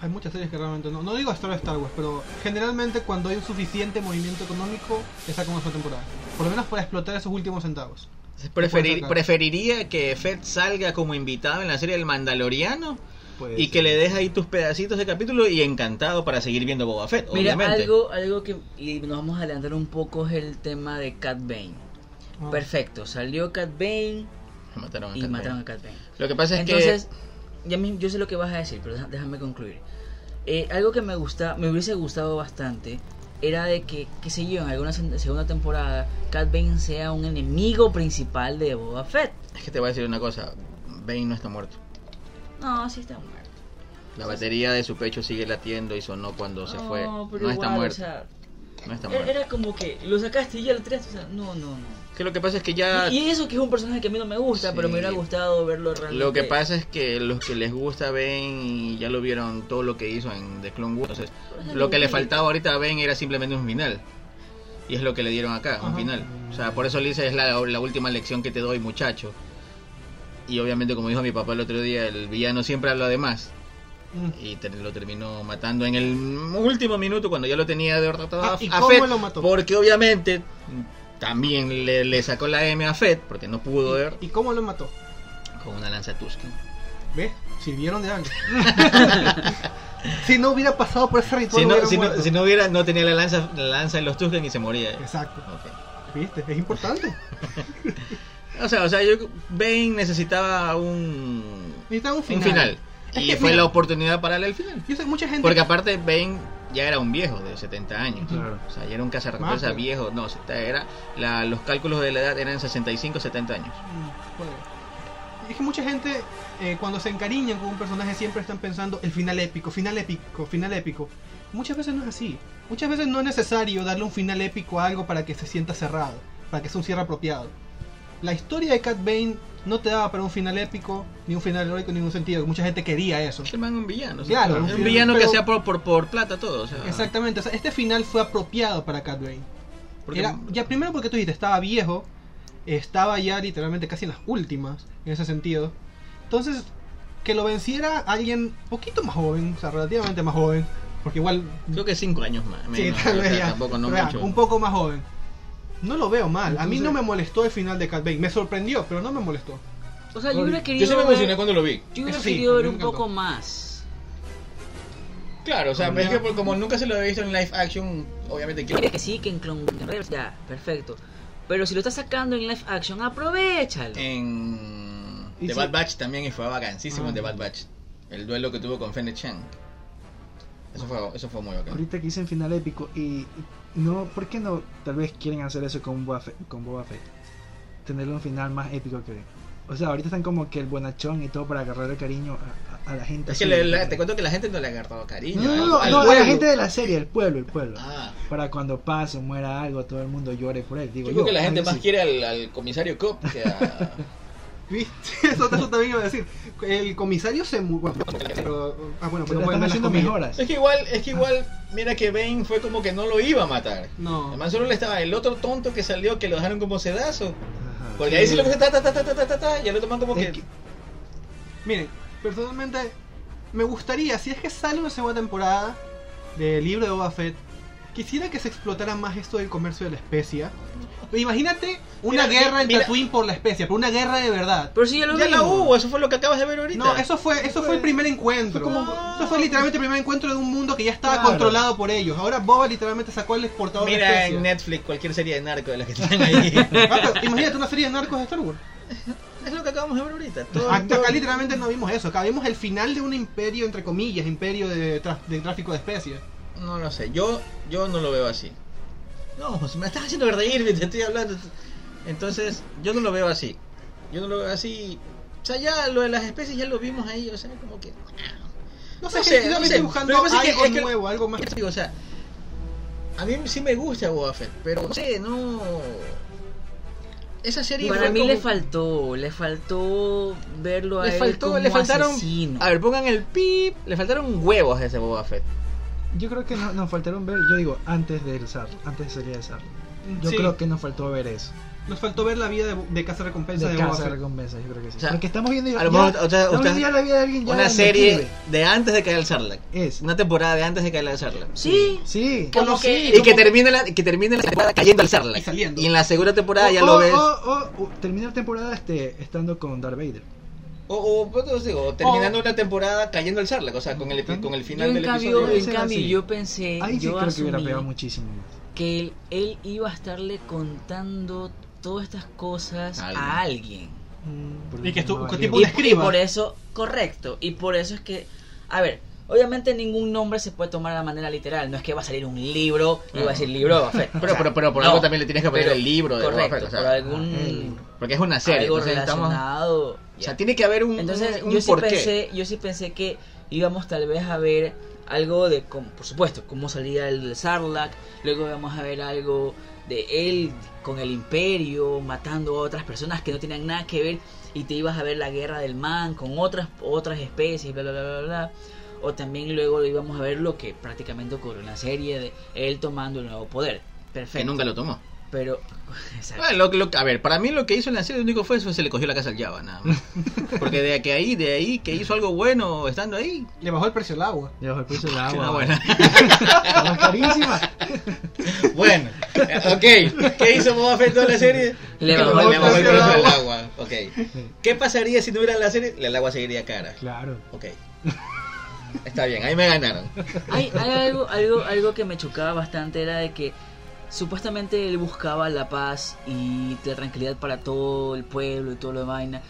[SPEAKER 2] Hay muchas series que realmente no. No digo Star Wars, Star Wars, pero generalmente cuando hay un suficiente movimiento económico, le sacan una sola temporada. Por lo menos para explotar esos últimos centavos.
[SPEAKER 3] Preferi-
[SPEAKER 2] sacar.
[SPEAKER 3] preferiría que Fett salga como invitado en la serie del Mandaloriano
[SPEAKER 4] puede
[SPEAKER 3] y
[SPEAKER 4] ser.
[SPEAKER 3] que le des ahí tus pedacitos de capítulo y encantado para seguir viendo Boba Fett,
[SPEAKER 5] Mira,
[SPEAKER 3] obviamente.
[SPEAKER 5] algo, algo que y nos vamos a adelantar un poco es el tema de Cat Bane.
[SPEAKER 2] Ah.
[SPEAKER 5] Perfecto, salió Cat Bane
[SPEAKER 3] Mataron a
[SPEAKER 5] y
[SPEAKER 3] Ah, Cat
[SPEAKER 5] mataron
[SPEAKER 3] Bane.
[SPEAKER 5] a Cat Bane.
[SPEAKER 3] Lo que pasa es
[SPEAKER 5] Entonces, ya mismo- yo sé lo que vas a decir, pero deja- déjame concluir. Eh, algo que me gusta, me hubiese gustado bastante era de que, qué sé yo, en alguna sen- segunda temporada, Cat Bane sea un enemigo principal de Boba Fett.
[SPEAKER 3] que es que te voy a decir una cosa, Bane no está muerto.
[SPEAKER 5] No, sí está muerto.
[SPEAKER 3] La batería de su pecho sigue latiendo y sonó cuando se fue. No
[SPEAKER 5] pero
[SPEAKER 3] está
[SPEAKER 5] igual,
[SPEAKER 3] muerto.
[SPEAKER 5] o sea,
[SPEAKER 3] no está
[SPEAKER 5] era-
[SPEAKER 3] muerto.
[SPEAKER 5] era como que lo sacaste y ya lo tiraste. o sea, no, no, no.
[SPEAKER 3] Que lo que pasa es que ya
[SPEAKER 5] Y eso que es un personaje que a mí no me gusta, pero me hubiera
[SPEAKER 3] Ah. Sí.
[SPEAKER 5] gustado verlo realmente.
[SPEAKER 3] lo que pasa es que los que les gusta Bane y ya lo vieron todo lo que hizo en The Clone Wars. Entonces, lo que le faltaba ahorita a Bane era simplemente un final. Y es lo que le dieron acá, un
[SPEAKER 2] Ajá.
[SPEAKER 3] final. O sea, por eso le dice es la, la última lección que te doy, muchacho. Y obviamente, como dijo mi papá el otro día, el villano siempre habla de más.
[SPEAKER 2] Mm.
[SPEAKER 3] Y te- lo terminó matando en el último minuto cuando ya lo tenía derrotado
[SPEAKER 2] Ah,
[SPEAKER 3] a,
[SPEAKER 2] ¿y
[SPEAKER 3] a
[SPEAKER 2] cómo
[SPEAKER 3] Fett,
[SPEAKER 2] lo mató?
[SPEAKER 3] Porque obviamente también le, le sacó la M a Fed porque no pudo ver
[SPEAKER 2] ¿Y cómo lo mató?
[SPEAKER 3] con una lanza Tusken.
[SPEAKER 2] ¿Ves? Sirvieron de algo. si no hubiera pasado por ese ritual,
[SPEAKER 3] Si no,
[SPEAKER 2] hubiera
[SPEAKER 3] si, no,
[SPEAKER 2] muerto.
[SPEAKER 3] si no hubiera, no tenía la lanza, la lanza en los Tusken y se moría.
[SPEAKER 2] Exacto.
[SPEAKER 3] Ok.
[SPEAKER 2] ¿Viste? Es importante.
[SPEAKER 3] O sea, o sea, yo Bane necesitaba un
[SPEAKER 2] Necesitaba un
[SPEAKER 3] un final.
[SPEAKER 2] final. Es
[SPEAKER 3] Y
[SPEAKER 2] que,
[SPEAKER 3] fue
[SPEAKER 2] mira,
[SPEAKER 3] la oportunidad para él el final.
[SPEAKER 2] Yo sé que mucha gente.
[SPEAKER 3] Porque aparte Bane ya era un viejo de 70 años.
[SPEAKER 4] Claro.
[SPEAKER 3] O sea, ya era un cazarrecompensas
[SPEAKER 2] Más, güey.
[SPEAKER 3] viejo, no, 70 era la- los cálculos de la edad eran 65, 70 años.
[SPEAKER 2] Mm, joder. Es que mucha gente, eh, cuando se encariñan con un personaje, siempre están pensando el final épico, final épico, final épico. Muchas veces no es así. Muchas veces no es necesario darle un final épico a algo para que se sienta cerrado, para que sea un cierre apropiado. La historia de Cat Bane no te daba para un final épico, ni un final heroico, ni un sentido. Mucha gente quería eso.
[SPEAKER 3] Es el man un villano. o sea,
[SPEAKER 2] Claro,
[SPEAKER 3] es
[SPEAKER 2] un
[SPEAKER 3] un
[SPEAKER 2] villano,
[SPEAKER 3] villano que
[SPEAKER 2] pero-
[SPEAKER 3] hacía por, por, por plata todo. O sea,
[SPEAKER 2] Exactamente, o sea, este final fue apropiado para Cat Bane.
[SPEAKER 3] Porque-
[SPEAKER 2] Era- ya primero porque tú dijiste, estaba viejo, estaba ya literalmente casi en las últimas, en ese sentido. Entonces, que lo venciera alguien poquito más joven, o sea, relativamente más joven, Porque igual.
[SPEAKER 3] Creo que 5 años más.
[SPEAKER 2] sí,
[SPEAKER 3] menos,
[SPEAKER 2] tal
[SPEAKER 3] o sea,
[SPEAKER 2] vez ya.
[SPEAKER 3] Tampoco, no
[SPEAKER 2] Vea,
[SPEAKER 3] mucho.
[SPEAKER 2] Un poco más joven. No lo veo mal. a mí
[SPEAKER 4] Entonces-
[SPEAKER 2] no me molestó el final de Cat Bane. Me sorprendió, pero no me molestó.
[SPEAKER 5] O sea, yo hubiera querido.
[SPEAKER 3] Yo sí me
[SPEAKER 5] ver-
[SPEAKER 3] emocioné cuando lo vi.
[SPEAKER 5] yo hubiera
[SPEAKER 2] Eso sí,
[SPEAKER 5] querido ver
[SPEAKER 2] me
[SPEAKER 5] un poco
[SPEAKER 2] encantó.
[SPEAKER 5] más.
[SPEAKER 3] Claro, o sea,
[SPEAKER 2] Hombre.
[SPEAKER 3] es que por- como nunca se lo había visto en live action, obviamente quiero.
[SPEAKER 5] Que sí, que en Clone Wars, ya, perfecto. Pero si lo estás sacando en live action, aprovechalo.
[SPEAKER 3] Eh, En
[SPEAKER 4] Y
[SPEAKER 3] The
[SPEAKER 4] sí.
[SPEAKER 3] Bad Batch también y fue vacancísimo
[SPEAKER 4] Ah.
[SPEAKER 3] en The Bad Batch. El duelo que tuvo con Fennec Chan. Eso fue, eso fue muy bacán.
[SPEAKER 4] Ahorita que dicen final épico y no, ¿por qué no? Tal vez quieren hacer eso con Boba Fett, con Boba Fett. Tener un final más épico que. O sea, ahorita están como que el bonachón y todo para agarrar el cariño a, a- a la gente.
[SPEAKER 3] Es que
[SPEAKER 4] así,
[SPEAKER 3] le- la-
[SPEAKER 4] ¿no?
[SPEAKER 3] te cuento que la gente no le ha agarrado cariño.
[SPEAKER 4] No, no,
[SPEAKER 3] al-
[SPEAKER 4] no,
[SPEAKER 3] al
[SPEAKER 4] no, a la
[SPEAKER 3] pueblo.
[SPEAKER 4] gente de la serie, el pueblo, el pueblo.
[SPEAKER 3] Ah,
[SPEAKER 4] Para cuando pase, muera algo, todo el mundo llore por él.
[SPEAKER 3] yo
[SPEAKER 4] Digo,
[SPEAKER 3] creo que la gente
[SPEAKER 4] algo
[SPEAKER 3] más
[SPEAKER 4] así.
[SPEAKER 3] quiere al, al comisario Cop que a.
[SPEAKER 2] ¿Viste? Eso, eso también iba a decir. El comisario se mu- bueno, pero- ah, bueno,
[SPEAKER 4] Pero
[SPEAKER 2] pero pueden
[SPEAKER 4] le están
[SPEAKER 2] ver las
[SPEAKER 4] haciendo
[SPEAKER 2] comillas.
[SPEAKER 4] mejoras.
[SPEAKER 3] Es que igual, es que igual, mira que Bane fue como que no lo iba a matar.
[SPEAKER 2] No.
[SPEAKER 3] Además solo le estaba el otro tonto que salió que lo dejaron como sedazo.
[SPEAKER 4] Ajá.
[SPEAKER 3] Porque ahí sí lo que ta ta ta ta ta ta, ta ta, ya lo toman como
[SPEAKER 4] Es
[SPEAKER 3] que,
[SPEAKER 4] que-
[SPEAKER 2] Miren, personalmente me gustaría, si es que sale una segunda temporada del libro de Boba Fett, quisiera que se explotara más esto del comercio de la especia. Imagínate una
[SPEAKER 3] Mira,
[SPEAKER 2] guerra en
[SPEAKER 3] mira.
[SPEAKER 2] Tatooine por la especia, pero una guerra de verdad.
[SPEAKER 5] Pero si ya lo
[SPEAKER 3] ya la
[SPEAKER 5] vimos.
[SPEAKER 3] hubo, eso fue lo que acabas de ver ahorita.
[SPEAKER 2] No, eso fue, eso fue el primer encuentro.
[SPEAKER 3] Fue como-
[SPEAKER 2] Eso fue literalmente el primer encuentro de un mundo que ya estaba
[SPEAKER 4] Claro.
[SPEAKER 2] controlado por ellos. Ahora Boba literalmente sacó el exportador de
[SPEAKER 3] Mira
[SPEAKER 2] especia.
[SPEAKER 3] en Netflix cualquier serie de narco de las que están ahí.
[SPEAKER 2] Ah, pero imagínate una serie de narcos de Star Wars.
[SPEAKER 3] es lo que acabamos de ver ahorita. Todo,
[SPEAKER 2] Acá,
[SPEAKER 3] todo-
[SPEAKER 2] acá literalmente no vimos eso. Acá vimos el final de un imperio, entre comillas, imperio de, tra- de tráfico de especies.
[SPEAKER 3] No lo sé, yo, yo no lo veo así. No, José, me estás haciendo reír, te estoy hablando. Entonces, yo no lo veo así. Yo no lo veo así. O sea, ya lo de las especies ya lo vimos ahí, o sea, como que...
[SPEAKER 2] No sé,
[SPEAKER 3] No
[SPEAKER 2] no
[SPEAKER 3] sé, no
[SPEAKER 2] yo
[SPEAKER 3] sé.
[SPEAKER 2] estoy buscando
[SPEAKER 3] Lo que pasa es que-
[SPEAKER 2] algo
[SPEAKER 3] es que-
[SPEAKER 2] nuevo, algo más.
[SPEAKER 3] Digo, o sea, a mí sí me gusta Boba Fett, pero no sé, no... Esa serie...
[SPEAKER 5] Para
[SPEAKER 3] fue
[SPEAKER 5] mí
[SPEAKER 3] como-
[SPEAKER 5] le faltó, le faltó verlo a
[SPEAKER 3] Le
[SPEAKER 5] él
[SPEAKER 3] faltó,
[SPEAKER 5] como
[SPEAKER 3] le faltaron...
[SPEAKER 5] asesino.
[SPEAKER 3] A ver, pongan el pip. Le faltaron huevos a ese Boba Fett.
[SPEAKER 4] Yo creo que no- nos faltaron ver, yo digo, antes del SAR, antes de salir del SAR. Yo
[SPEAKER 2] Sí,
[SPEAKER 4] creo que nos faltó ver eso.
[SPEAKER 2] Nos faltó ver la vida de, de Casa Recompensa de,
[SPEAKER 4] de
[SPEAKER 2] Boba
[SPEAKER 4] casa
[SPEAKER 2] Fett.
[SPEAKER 4] recompensa, yo creo que sí.
[SPEAKER 3] O sea,
[SPEAKER 4] Porque estamos viendo ya,
[SPEAKER 3] a lo mejor,
[SPEAKER 4] ya-
[SPEAKER 3] o sea,
[SPEAKER 4] estamos
[SPEAKER 3] usted-
[SPEAKER 4] viendo ya la vida de alguien ya
[SPEAKER 3] Una
[SPEAKER 4] en
[SPEAKER 3] serie
[SPEAKER 4] declive.
[SPEAKER 3] de antes de caer el Sarlacc.
[SPEAKER 4] es.
[SPEAKER 3] Una temporada de antes de caer el Sarlacc.
[SPEAKER 5] Sí,
[SPEAKER 4] Sí.
[SPEAKER 5] como
[SPEAKER 2] Conocí-
[SPEAKER 5] que-
[SPEAKER 3] Y que termine la, que termine la temporada cayendo al Sarlacc.
[SPEAKER 2] Y saliendo.
[SPEAKER 3] en la segunda temporada ya
[SPEAKER 4] O-
[SPEAKER 3] lo
[SPEAKER 4] o-
[SPEAKER 3] ves. O,
[SPEAKER 4] o- o- o termina la temporada este, estando con Darth Vader.
[SPEAKER 3] o, pues, os digo, terminando una temporada cayendo al Sarlacc. O sea, con el, con el final
[SPEAKER 5] yo en
[SPEAKER 3] del
[SPEAKER 5] cambio,
[SPEAKER 3] episodio.
[SPEAKER 5] en
[SPEAKER 4] Será
[SPEAKER 5] cambio
[SPEAKER 4] así.
[SPEAKER 5] yo pensé,
[SPEAKER 2] Eh,
[SPEAKER 4] Ahí sí
[SPEAKER 5] yo
[SPEAKER 4] creo que hubiera
[SPEAKER 5] asumí
[SPEAKER 4] pegado muchísimo más.
[SPEAKER 5] que él, él iba a estarle contando todas estas cosas a alguien.
[SPEAKER 4] Por
[SPEAKER 2] Mm. Y que estu-
[SPEAKER 4] no
[SPEAKER 2] que
[SPEAKER 4] valió.
[SPEAKER 2] tipo
[SPEAKER 5] Y,
[SPEAKER 2] un
[SPEAKER 5] y
[SPEAKER 2] escriba.
[SPEAKER 5] por eso, correcto, y por eso es que, a ver, obviamente ningún nombre se puede tomar de manera literal, no es que va a salir un libro y va a decir libro de Boba Fett.
[SPEAKER 3] Pero,
[SPEAKER 5] O sea,
[SPEAKER 3] pero, pero por
[SPEAKER 5] no,
[SPEAKER 3] algo también le tienes que poner
[SPEAKER 5] pero-
[SPEAKER 3] el libro de
[SPEAKER 5] correcto,
[SPEAKER 3] Boba Fett, o sea,
[SPEAKER 5] por algún...
[SPEAKER 4] ah,
[SPEAKER 3] porque es una serie.
[SPEAKER 5] algo
[SPEAKER 3] entonces estamos-
[SPEAKER 5] relacionado.
[SPEAKER 3] o sea, tiene que haber un,
[SPEAKER 5] Entonces,
[SPEAKER 3] un, un
[SPEAKER 5] yo, sí
[SPEAKER 3] porqué.
[SPEAKER 5] pensé, yo sí pensé que íbamos tal vez a ver algo de, cómo- por supuesto, cómo salía el Sarlacc, luego íbamos a ver algo de él con el imperio, matando a otras personas que no tenían nada que ver, y te ibas a ver la guerra del man con otras, otras especies, bla, bla, bla, bla, bla. O también luego íbamos a ver lo que prácticamente ocurrió en la serie de él tomando el nuevo poder.
[SPEAKER 3] Que
[SPEAKER 5] Perfecto.
[SPEAKER 3] nunca lo tomó.
[SPEAKER 5] Pero, exacto.
[SPEAKER 3] Ah, lo- lo- a ver, para mí lo que hizo en la serie lo único fue eso, se le cogió la casa al Java, nada más. Porque de que ahí, de ahí, que hizo algo bueno estando ahí.
[SPEAKER 2] Le bajó el precio al agua.
[SPEAKER 4] Ya bajó el precio del
[SPEAKER 3] Ah,
[SPEAKER 4] agua.
[SPEAKER 3] bueno.
[SPEAKER 4] Estaba carísima.
[SPEAKER 3] Bueno, eh, ok. ¿Qué hizo Boba Fett en toda la serie?
[SPEAKER 5] Le
[SPEAKER 3] Que
[SPEAKER 5] bajó
[SPEAKER 3] bajó-
[SPEAKER 5] el
[SPEAKER 3] le bajó el
[SPEAKER 2] precio
[SPEAKER 3] precio
[SPEAKER 2] del
[SPEAKER 3] del agua. Ok. ¿Qué pasaría si no hubiera la serie? El agua seguiría cara.
[SPEAKER 4] Claro.
[SPEAKER 3] Ok. Está bien, ahí me ganaron.
[SPEAKER 5] Hay, hay algo, algo, algo que me chocaba bastante era de que supuestamente él buscaba la paz y la tranquilidad para todo el pueblo y todo lo de vaina.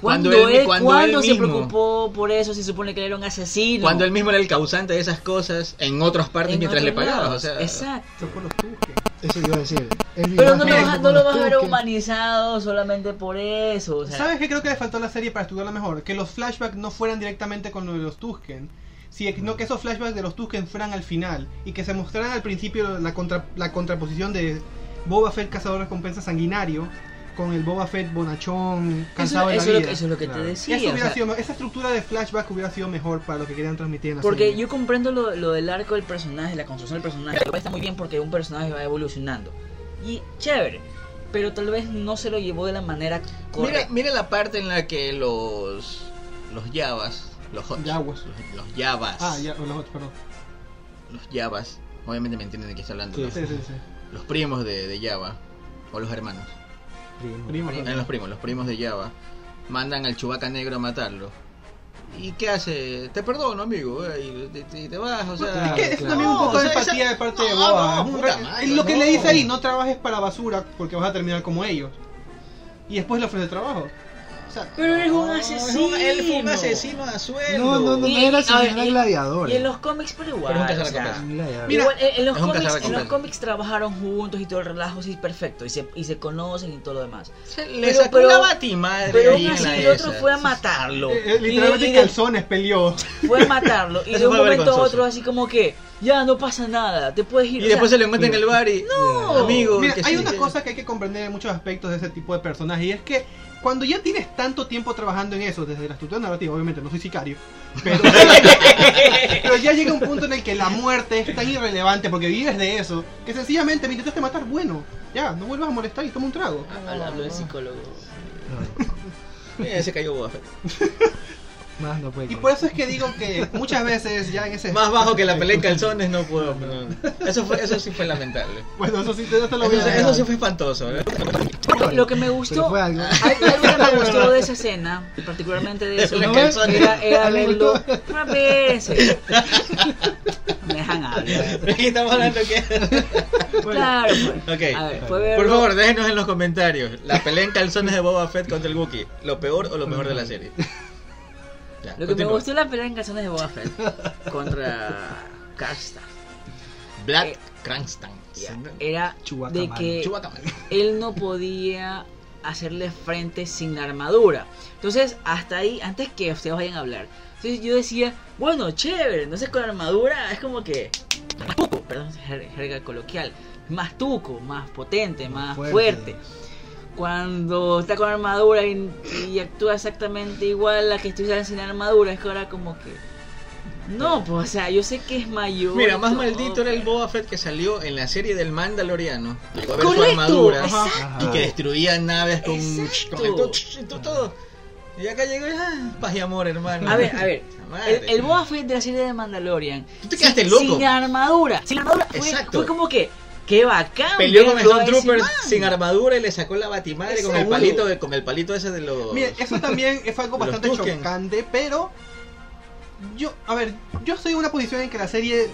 [SPEAKER 3] Cuando
[SPEAKER 5] Cuando,
[SPEAKER 3] él-
[SPEAKER 5] él,
[SPEAKER 3] cuando
[SPEAKER 5] cuándo
[SPEAKER 3] él
[SPEAKER 5] se
[SPEAKER 3] mismo.
[SPEAKER 5] preocupó por eso, se supone que él era un asesino.
[SPEAKER 3] Cuando él mismo era el causante de esas cosas en otras partes
[SPEAKER 5] En
[SPEAKER 3] mientras le
[SPEAKER 5] otros
[SPEAKER 3] pagabas. O
[SPEAKER 5] lados.
[SPEAKER 3] sea,
[SPEAKER 5] Exacto.
[SPEAKER 2] Eso por los tuques.
[SPEAKER 4] Eso iba a decir.
[SPEAKER 5] Pero no lo, vas, a- no lo vas a ver
[SPEAKER 4] humano
[SPEAKER 5] humanizado solamente por eso. o sea,
[SPEAKER 2] ¿Sabes qué creo que le faltó a la serie para estudiarla mejor? Que los flashbacks no fueran directamente con lo de los Tusken. Sino que esos flashbacks de los Tusken fueran al final. Y que se mostraran al principio la, contra- la contraposición de Boba Fett cazador de recompensa sanguinario con el Boba Fett bonachón
[SPEAKER 5] eso,
[SPEAKER 2] cansado de la
[SPEAKER 5] eso es lo
[SPEAKER 2] vida.
[SPEAKER 5] que, eso es lo que
[SPEAKER 4] Claro.
[SPEAKER 5] te
[SPEAKER 2] Y
[SPEAKER 5] decía.
[SPEAKER 2] eso
[SPEAKER 5] o
[SPEAKER 2] hubiera
[SPEAKER 5] sea,
[SPEAKER 2] sido me- esa estructura de flashback hubiera sido mejor para lo que querían transmitir en la
[SPEAKER 5] Porque
[SPEAKER 2] serie.
[SPEAKER 5] yo comprendo lo, lo del arco del personaje, la construcción del personaje, lo cual está muy bien porque un personaje va evolucionando. Y chévere, pero tal vez no se lo llevó de la manera
[SPEAKER 3] mira,
[SPEAKER 5] correcta.
[SPEAKER 3] mira la parte en la que los. Los Yavas. Los Hots.
[SPEAKER 2] Yaguas.
[SPEAKER 3] Los Yavas. Ah,
[SPEAKER 2] Ah, ya, los otros, perdón.
[SPEAKER 3] los Yavas, obviamente me entienden de qué estoy hablando,
[SPEAKER 4] Sí,
[SPEAKER 3] ¿no?
[SPEAKER 2] Sí, sí, sí.
[SPEAKER 3] los primos de, de Java, o los hermanos,
[SPEAKER 4] Primo.
[SPEAKER 2] Primo,
[SPEAKER 3] eran
[SPEAKER 2] ¿no?
[SPEAKER 3] los primos, los primos de Java, mandan al Chubaca Negro a matarlo. ¿Y qué hace? Te perdono, amigo, eh, y te, te- te vas, o sea...
[SPEAKER 2] Es que es
[SPEAKER 4] claro.
[SPEAKER 2] también un
[SPEAKER 3] Ah, No,
[SPEAKER 2] poco
[SPEAKER 3] o
[SPEAKER 2] de
[SPEAKER 3] sea, esa-
[SPEAKER 2] empatía de parte de
[SPEAKER 3] no, ah,
[SPEAKER 2] Boba.
[SPEAKER 3] no,
[SPEAKER 2] Es un
[SPEAKER 3] puta
[SPEAKER 2] re-
[SPEAKER 3] madre,
[SPEAKER 2] es lo que
[SPEAKER 3] no.
[SPEAKER 2] le dice ahí, no trabajes para basura porque vas a terminar como ellos. Y después le ofrece trabajo.
[SPEAKER 3] o sea,
[SPEAKER 5] Pero eres un
[SPEAKER 3] no, es
[SPEAKER 5] asesino.
[SPEAKER 3] él fue un asesino a sueldo.
[SPEAKER 4] No, no, no,
[SPEAKER 5] Y-
[SPEAKER 4] no era
[SPEAKER 5] y- a ver,
[SPEAKER 4] señora
[SPEAKER 5] y-
[SPEAKER 4] gladiadora.
[SPEAKER 5] Y en los cómics, pero igual.
[SPEAKER 3] Pero nunca se
[SPEAKER 5] o sea,
[SPEAKER 3] recompensa.
[SPEAKER 4] Un gladiador.
[SPEAKER 2] Mira,
[SPEAKER 5] igual, en, en los
[SPEAKER 3] es un
[SPEAKER 5] cómics, en
[SPEAKER 3] cazarrecompensa.
[SPEAKER 5] los cómics trabajaron juntos y todo el relajo, sí, perfecto. Y se, y se conocen y todo lo demás.
[SPEAKER 3] Se le
[SPEAKER 5] Pero-
[SPEAKER 3] sacó
[SPEAKER 5] pero-
[SPEAKER 3] la batimadre
[SPEAKER 5] Pero
[SPEAKER 3] ahí
[SPEAKER 5] aún
[SPEAKER 3] en
[SPEAKER 5] así,
[SPEAKER 3] la
[SPEAKER 5] el otro
[SPEAKER 3] esa.
[SPEAKER 5] fue a matarlo.
[SPEAKER 2] Eh, eh,
[SPEAKER 5] Y de-
[SPEAKER 2] literalmente
[SPEAKER 5] y de-
[SPEAKER 2] calzones peleó.
[SPEAKER 5] fue a matarlo. Y
[SPEAKER 3] Eso
[SPEAKER 5] de un
[SPEAKER 3] fue
[SPEAKER 5] momento a
[SPEAKER 3] vergonzoso.
[SPEAKER 5] otro, así como que, ya no pasa nada, te puedes ir.
[SPEAKER 3] Y
[SPEAKER 5] o sea,
[SPEAKER 3] después se lo encuentra en el bar y...
[SPEAKER 5] No.
[SPEAKER 3] Amigo,
[SPEAKER 2] Mira,
[SPEAKER 3] que
[SPEAKER 2] hay
[SPEAKER 3] sí,
[SPEAKER 2] una
[SPEAKER 3] que-
[SPEAKER 2] cosa que hay que comprender en muchos aspectos de ese tipo de personaje y es que cuando ya tienes tanto tiempo trabajando en eso, desde la estructura narrativa, obviamente no soy sicario, pero, pero ya llega un punto en el que la muerte es tan irrelevante porque vives de eso, que sencillamente me intentaste matar, bueno, ya, no vuelvas a molestar y toma un trago.
[SPEAKER 5] Hablando del psicólogo.
[SPEAKER 4] No,
[SPEAKER 3] Mira, Eh, se cayó Boba Fett.
[SPEAKER 4] más no puede
[SPEAKER 2] Y pues-
[SPEAKER 4] creer.
[SPEAKER 2] por eso es que digo que muchas veces ya en ese...
[SPEAKER 3] Más bajo que la pelea en calzones no puedo. pero- Eso, fue, eso sí fue lamentable.
[SPEAKER 2] Bueno, eso sí, eso te lo voy a
[SPEAKER 3] Eso,
[SPEAKER 2] dar.
[SPEAKER 3] eso sí fue espantoso. ¿eh? ¿verdad?
[SPEAKER 5] Lo que me
[SPEAKER 4] Pero
[SPEAKER 5] gustó.
[SPEAKER 4] fue algo.
[SPEAKER 5] Algo algo que me gustó de esa escena, particularmente de eso,
[SPEAKER 3] Una
[SPEAKER 5] era,
[SPEAKER 3] canción.
[SPEAKER 5] era
[SPEAKER 4] Algo
[SPEAKER 5] verlo
[SPEAKER 4] gustó.
[SPEAKER 5] una vez. Me dejan hablar.
[SPEAKER 3] Aquí estamos hablando que...
[SPEAKER 5] Claro, pues.
[SPEAKER 3] Ok.
[SPEAKER 5] A ver, fue verlo.
[SPEAKER 3] Por favor, déjenos en los comentarios. La pelea en calzones de Boba Fett contra el Wookiee. ¿Lo peor o lo mejor de la serie? Ya,
[SPEAKER 5] Lo que me
[SPEAKER 3] continúa.
[SPEAKER 5] gustó de la pelea en canciones de Boba Fett contra Eh, Casta
[SPEAKER 3] Black Cranston.
[SPEAKER 5] era
[SPEAKER 4] Chewbacca
[SPEAKER 5] de
[SPEAKER 4] man.
[SPEAKER 5] que
[SPEAKER 3] Chewbacca, man.
[SPEAKER 5] él no podía hacerle frente sin armadura. Entonces, hasta ahí, antes que ustedes vayan a hablar, entonces yo decía, bueno, chévere, entonces con armadura es como que más tuco, perdón, jer- jerga coloquial, más tuco, más potente, más fuerte. Cuando está con armadura y, y actúa exactamente igual a que estuviera sin armadura, es que ahora como que. No, pues, o sea, yo sé que es mayor.
[SPEAKER 3] Mira,
[SPEAKER 5] y
[SPEAKER 3] más
[SPEAKER 5] todo,
[SPEAKER 3] maldito era el Boba Fett que salió en la serie del Mandaloriano. Llegó a ver su
[SPEAKER 5] Correcto,
[SPEAKER 3] armadura.
[SPEAKER 5] exacto.
[SPEAKER 3] Y que destruía naves con,
[SPEAKER 5] Exacto.
[SPEAKER 3] con el to- y to- todo. Y acá llegó ah, paz y amor, hermano.
[SPEAKER 5] A ver, a ver.
[SPEAKER 3] Esa madre.
[SPEAKER 5] El, el Boba Fett de la serie de Mandalorian.
[SPEAKER 3] Tú te quedaste
[SPEAKER 5] sin,
[SPEAKER 3] loco.
[SPEAKER 5] Sin armadura. Sin armadura. Fue,
[SPEAKER 3] Exacto.
[SPEAKER 5] fue como que. Qué bacán.
[SPEAKER 3] Peleó con
[SPEAKER 5] verlo a ese
[SPEAKER 3] Stormtroopers
[SPEAKER 5] man.
[SPEAKER 3] sin armadura y le sacó la batimadre con el
[SPEAKER 5] Exacto.
[SPEAKER 3] palito de, con el palito ese de los.
[SPEAKER 2] Mira, eh, eso también es algo
[SPEAKER 3] Los
[SPEAKER 2] bastante
[SPEAKER 3] Tusken.
[SPEAKER 2] chocante, pero yo, a ver, yo estoy en una posición en que la serie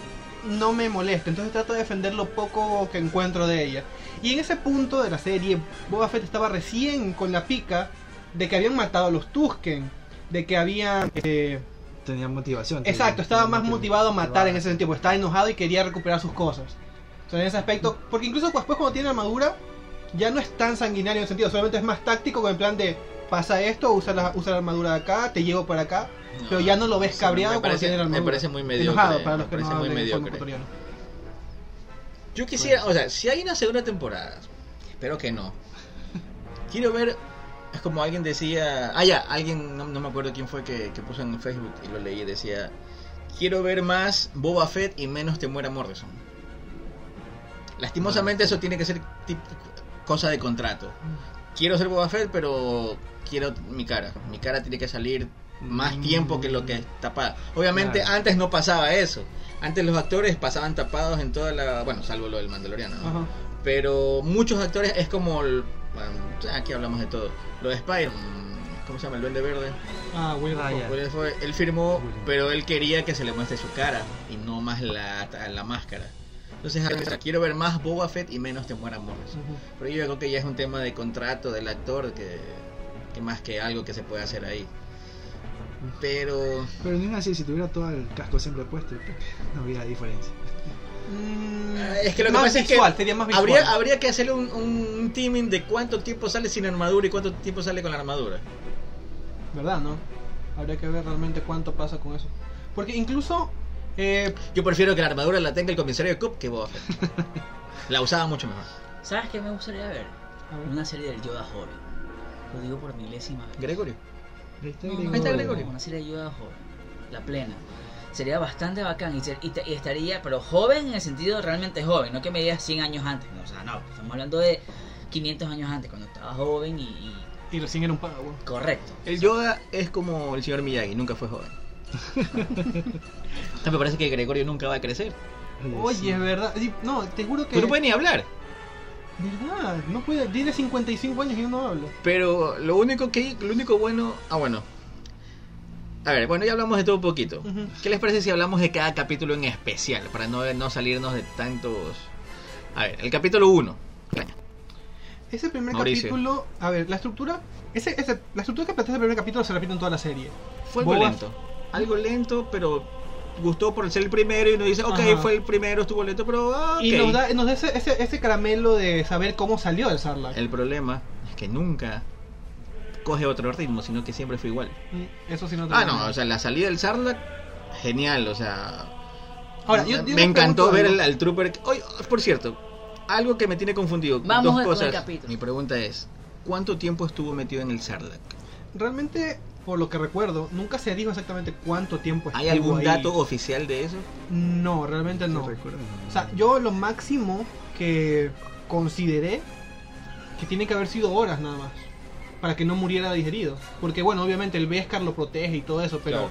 [SPEAKER 2] no me molesta, entonces trato de defender lo poco que encuentro de ella. Y en ese punto de la serie, Boba Fett estaba recién con la pica de que habían matado a los Tusken, de que habían... eh,
[SPEAKER 4] Tenía motivación. tenía-
[SPEAKER 2] exacto, estaba
[SPEAKER 4] tenía
[SPEAKER 2] más
[SPEAKER 4] motivación.
[SPEAKER 2] motivado a matar en ese sentido, porque estaba enojado y quería recuperar sus cosas. O sea, en ese aspecto, porque incluso después cuando tiene armadura, ya no es tan sanguinario en el sentido, solamente es más táctico con el plan de pasa esto, usa la, usa la armadura de acá, te llego para acá,
[SPEAKER 3] No,
[SPEAKER 2] pero ya no lo ves
[SPEAKER 3] sí,
[SPEAKER 2] cabreado
[SPEAKER 3] me
[SPEAKER 2] como
[SPEAKER 3] parece,
[SPEAKER 2] tiene la armadura.
[SPEAKER 3] me parece muy mediocre.
[SPEAKER 2] enojado para los
[SPEAKER 3] me
[SPEAKER 2] que
[SPEAKER 3] parece
[SPEAKER 2] no
[SPEAKER 3] muy
[SPEAKER 2] hablan en forma
[SPEAKER 3] mediocre.
[SPEAKER 2] ecuatoriana.
[SPEAKER 3] Yo quisiera, o sea, si hay una segunda temporada, espero que no. Quiero ver, es como alguien decía, ah, ya, alguien, no, no me acuerdo quién fue que, que puso en Facebook y lo leí, decía, quiero ver más Boba Fett y menos te muera Morrison. Lastimosamente eso tiene que ser tip- cosa de contrato. Quiero ser Boba Fett, pero quiero mi cara. Mi cara tiene que salir más
[SPEAKER 4] Mm.
[SPEAKER 3] tiempo que lo que tapada. Obviamente
[SPEAKER 4] Claro.
[SPEAKER 3] antes no pasaba eso. Antes los actores pasaban tapados en toda la... Bueno, salvo lo del Mandaloriano. ¿no?
[SPEAKER 2] Ajá.
[SPEAKER 3] Pero muchos actores es como... el- bueno, aquí hablamos de todo. Lo de Spider... ¿Cómo se llama? El Duende Verde.
[SPEAKER 2] Ah, Will
[SPEAKER 4] Ah,
[SPEAKER 2] Fogg.
[SPEAKER 4] ya.
[SPEAKER 3] Por eso él firmó,
[SPEAKER 4] William.
[SPEAKER 3] pero él quería que se le muestre su cara y no más la, la máscara. Entonces, quiero ver más Boba Fett y menos te muera Morrison.
[SPEAKER 2] Ujú.
[SPEAKER 3] Pero yo creo que ya es un tema de contrato del actor que, que más que algo que se puede hacer ahí. Pero
[SPEAKER 4] Pero ni así, si tuviera todo el casco siempre puesto, creo que no habría diferencia.
[SPEAKER 2] Mm,
[SPEAKER 3] eh, es que lo que
[SPEAKER 2] más
[SPEAKER 3] pasa
[SPEAKER 2] visual,
[SPEAKER 3] es que
[SPEAKER 2] sería más visual.
[SPEAKER 3] habría, habría que hacer un, un teaming de cuánto tiempo sale sin armadura y cuánto tiempo sale con la armadura.
[SPEAKER 2] ¿Verdad, no? Habría que ver realmente cuánto pasa con eso. Porque incluso... Eh,
[SPEAKER 3] Yo prefiero que la armadura la tenga el comisario Coop que Boba Fett. La usaba mucho mejor.
[SPEAKER 5] ¿Sabes qué me gustaría ver?
[SPEAKER 2] a ver.
[SPEAKER 5] Una serie del Yoda joven. Lo digo por milésima vez.
[SPEAKER 3] Gregorio.
[SPEAKER 4] Ahí está
[SPEAKER 5] No, no,
[SPEAKER 4] Gregorio.
[SPEAKER 5] no,
[SPEAKER 3] Ahí está
[SPEAKER 5] no,
[SPEAKER 3] Gregorio.
[SPEAKER 5] Una serie de Yoda joven. La plena. Sería bastante bacán y, ser- y te- y estaría, pero joven en el sentido realmente joven, no que me digas 100 años antes, no, o sea, no, estamos hablando de 500 años antes, cuando estaba joven y, y
[SPEAKER 2] Y recién era un pago.
[SPEAKER 5] correcto.
[SPEAKER 3] El Yoda es como el señor Miyagi, nunca fue joven. Me parece que Gregorio nunca va a crecer.
[SPEAKER 2] Oye, es verdad. Y- No, te juro que.
[SPEAKER 3] Pero no puede ni hablar.
[SPEAKER 2] ¿Verdad? No puede. Tiene 55 años y no habla.
[SPEAKER 3] Pero lo único que lo único bueno, ah bueno. A ver, bueno, ya hablamos de todo un poquito.
[SPEAKER 2] Ujú.
[SPEAKER 3] ¿Qué les parece si hablamos de cada capítulo en especial para no, no salirnos de tantos A ver, el capítulo 1.
[SPEAKER 2] Ese primer
[SPEAKER 3] Mauricio.
[SPEAKER 2] capítulo. A ver, la estructura. Ese, ese- la estructura que plantea ese primer capítulo se repite en toda la serie.
[SPEAKER 3] Fue algo
[SPEAKER 2] Boba-
[SPEAKER 3] lento. Algo lento, pero gustó por ser el primero y uno dice, ok,
[SPEAKER 2] Ajá.
[SPEAKER 3] fue el primero, estuvo lento, pero ah,
[SPEAKER 2] Y
[SPEAKER 3] ok".
[SPEAKER 2] nos da, nos da ese, ese, ese caramelo de saber cómo salió el Sarlacc.
[SPEAKER 3] El problema es que nunca coge otro ritmo, sino que siempre fue igual.
[SPEAKER 2] Mm, Eso sí no te
[SPEAKER 3] Ah,
[SPEAKER 2] lo
[SPEAKER 3] no,
[SPEAKER 2] niego.
[SPEAKER 3] o sea, la salida del Sarlacc, genial, o sea,
[SPEAKER 2] Ahora, yo- yo les
[SPEAKER 3] me
[SPEAKER 2] pregunto
[SPEAKER 3] encantó ver
[SPEAKER 2] algo.
[SPEAKER 3] al, al Trooper. Oye, por cierto, algo que me tiene confundido.
[SPEAKER 5] Vamos
[SPEAKER 3] dos
[SPEAKER 5] al- al
[SPEAKER 3] cosas.
[SPEAKER 5] capítulo.
[SPEAKER 3] Mi pregunta es: ¿cuánto tiempo estuvo metido en el Sarlacc?
[SPEAKER 2] Realmente, por lo que recuerdo, nunca se dijo exactamente cuánto tiempo
[SPEAKER 3] ¿Hay
[SPEAKER 2] estuvo
[SPEAKER 3] algún
[SPEAKER 2] ahí.
[SPEAKER 3] dato oficial de eso?
[SPEAKER 2] No, realmente no. O sea, yo lo máximo que consideré que tiene que haber sido horas nada más. Para que no muriera digerido. Porque bueno, obviamente el Beskar lo protege y todo eso, pero
[SPEAKER 3] Claro.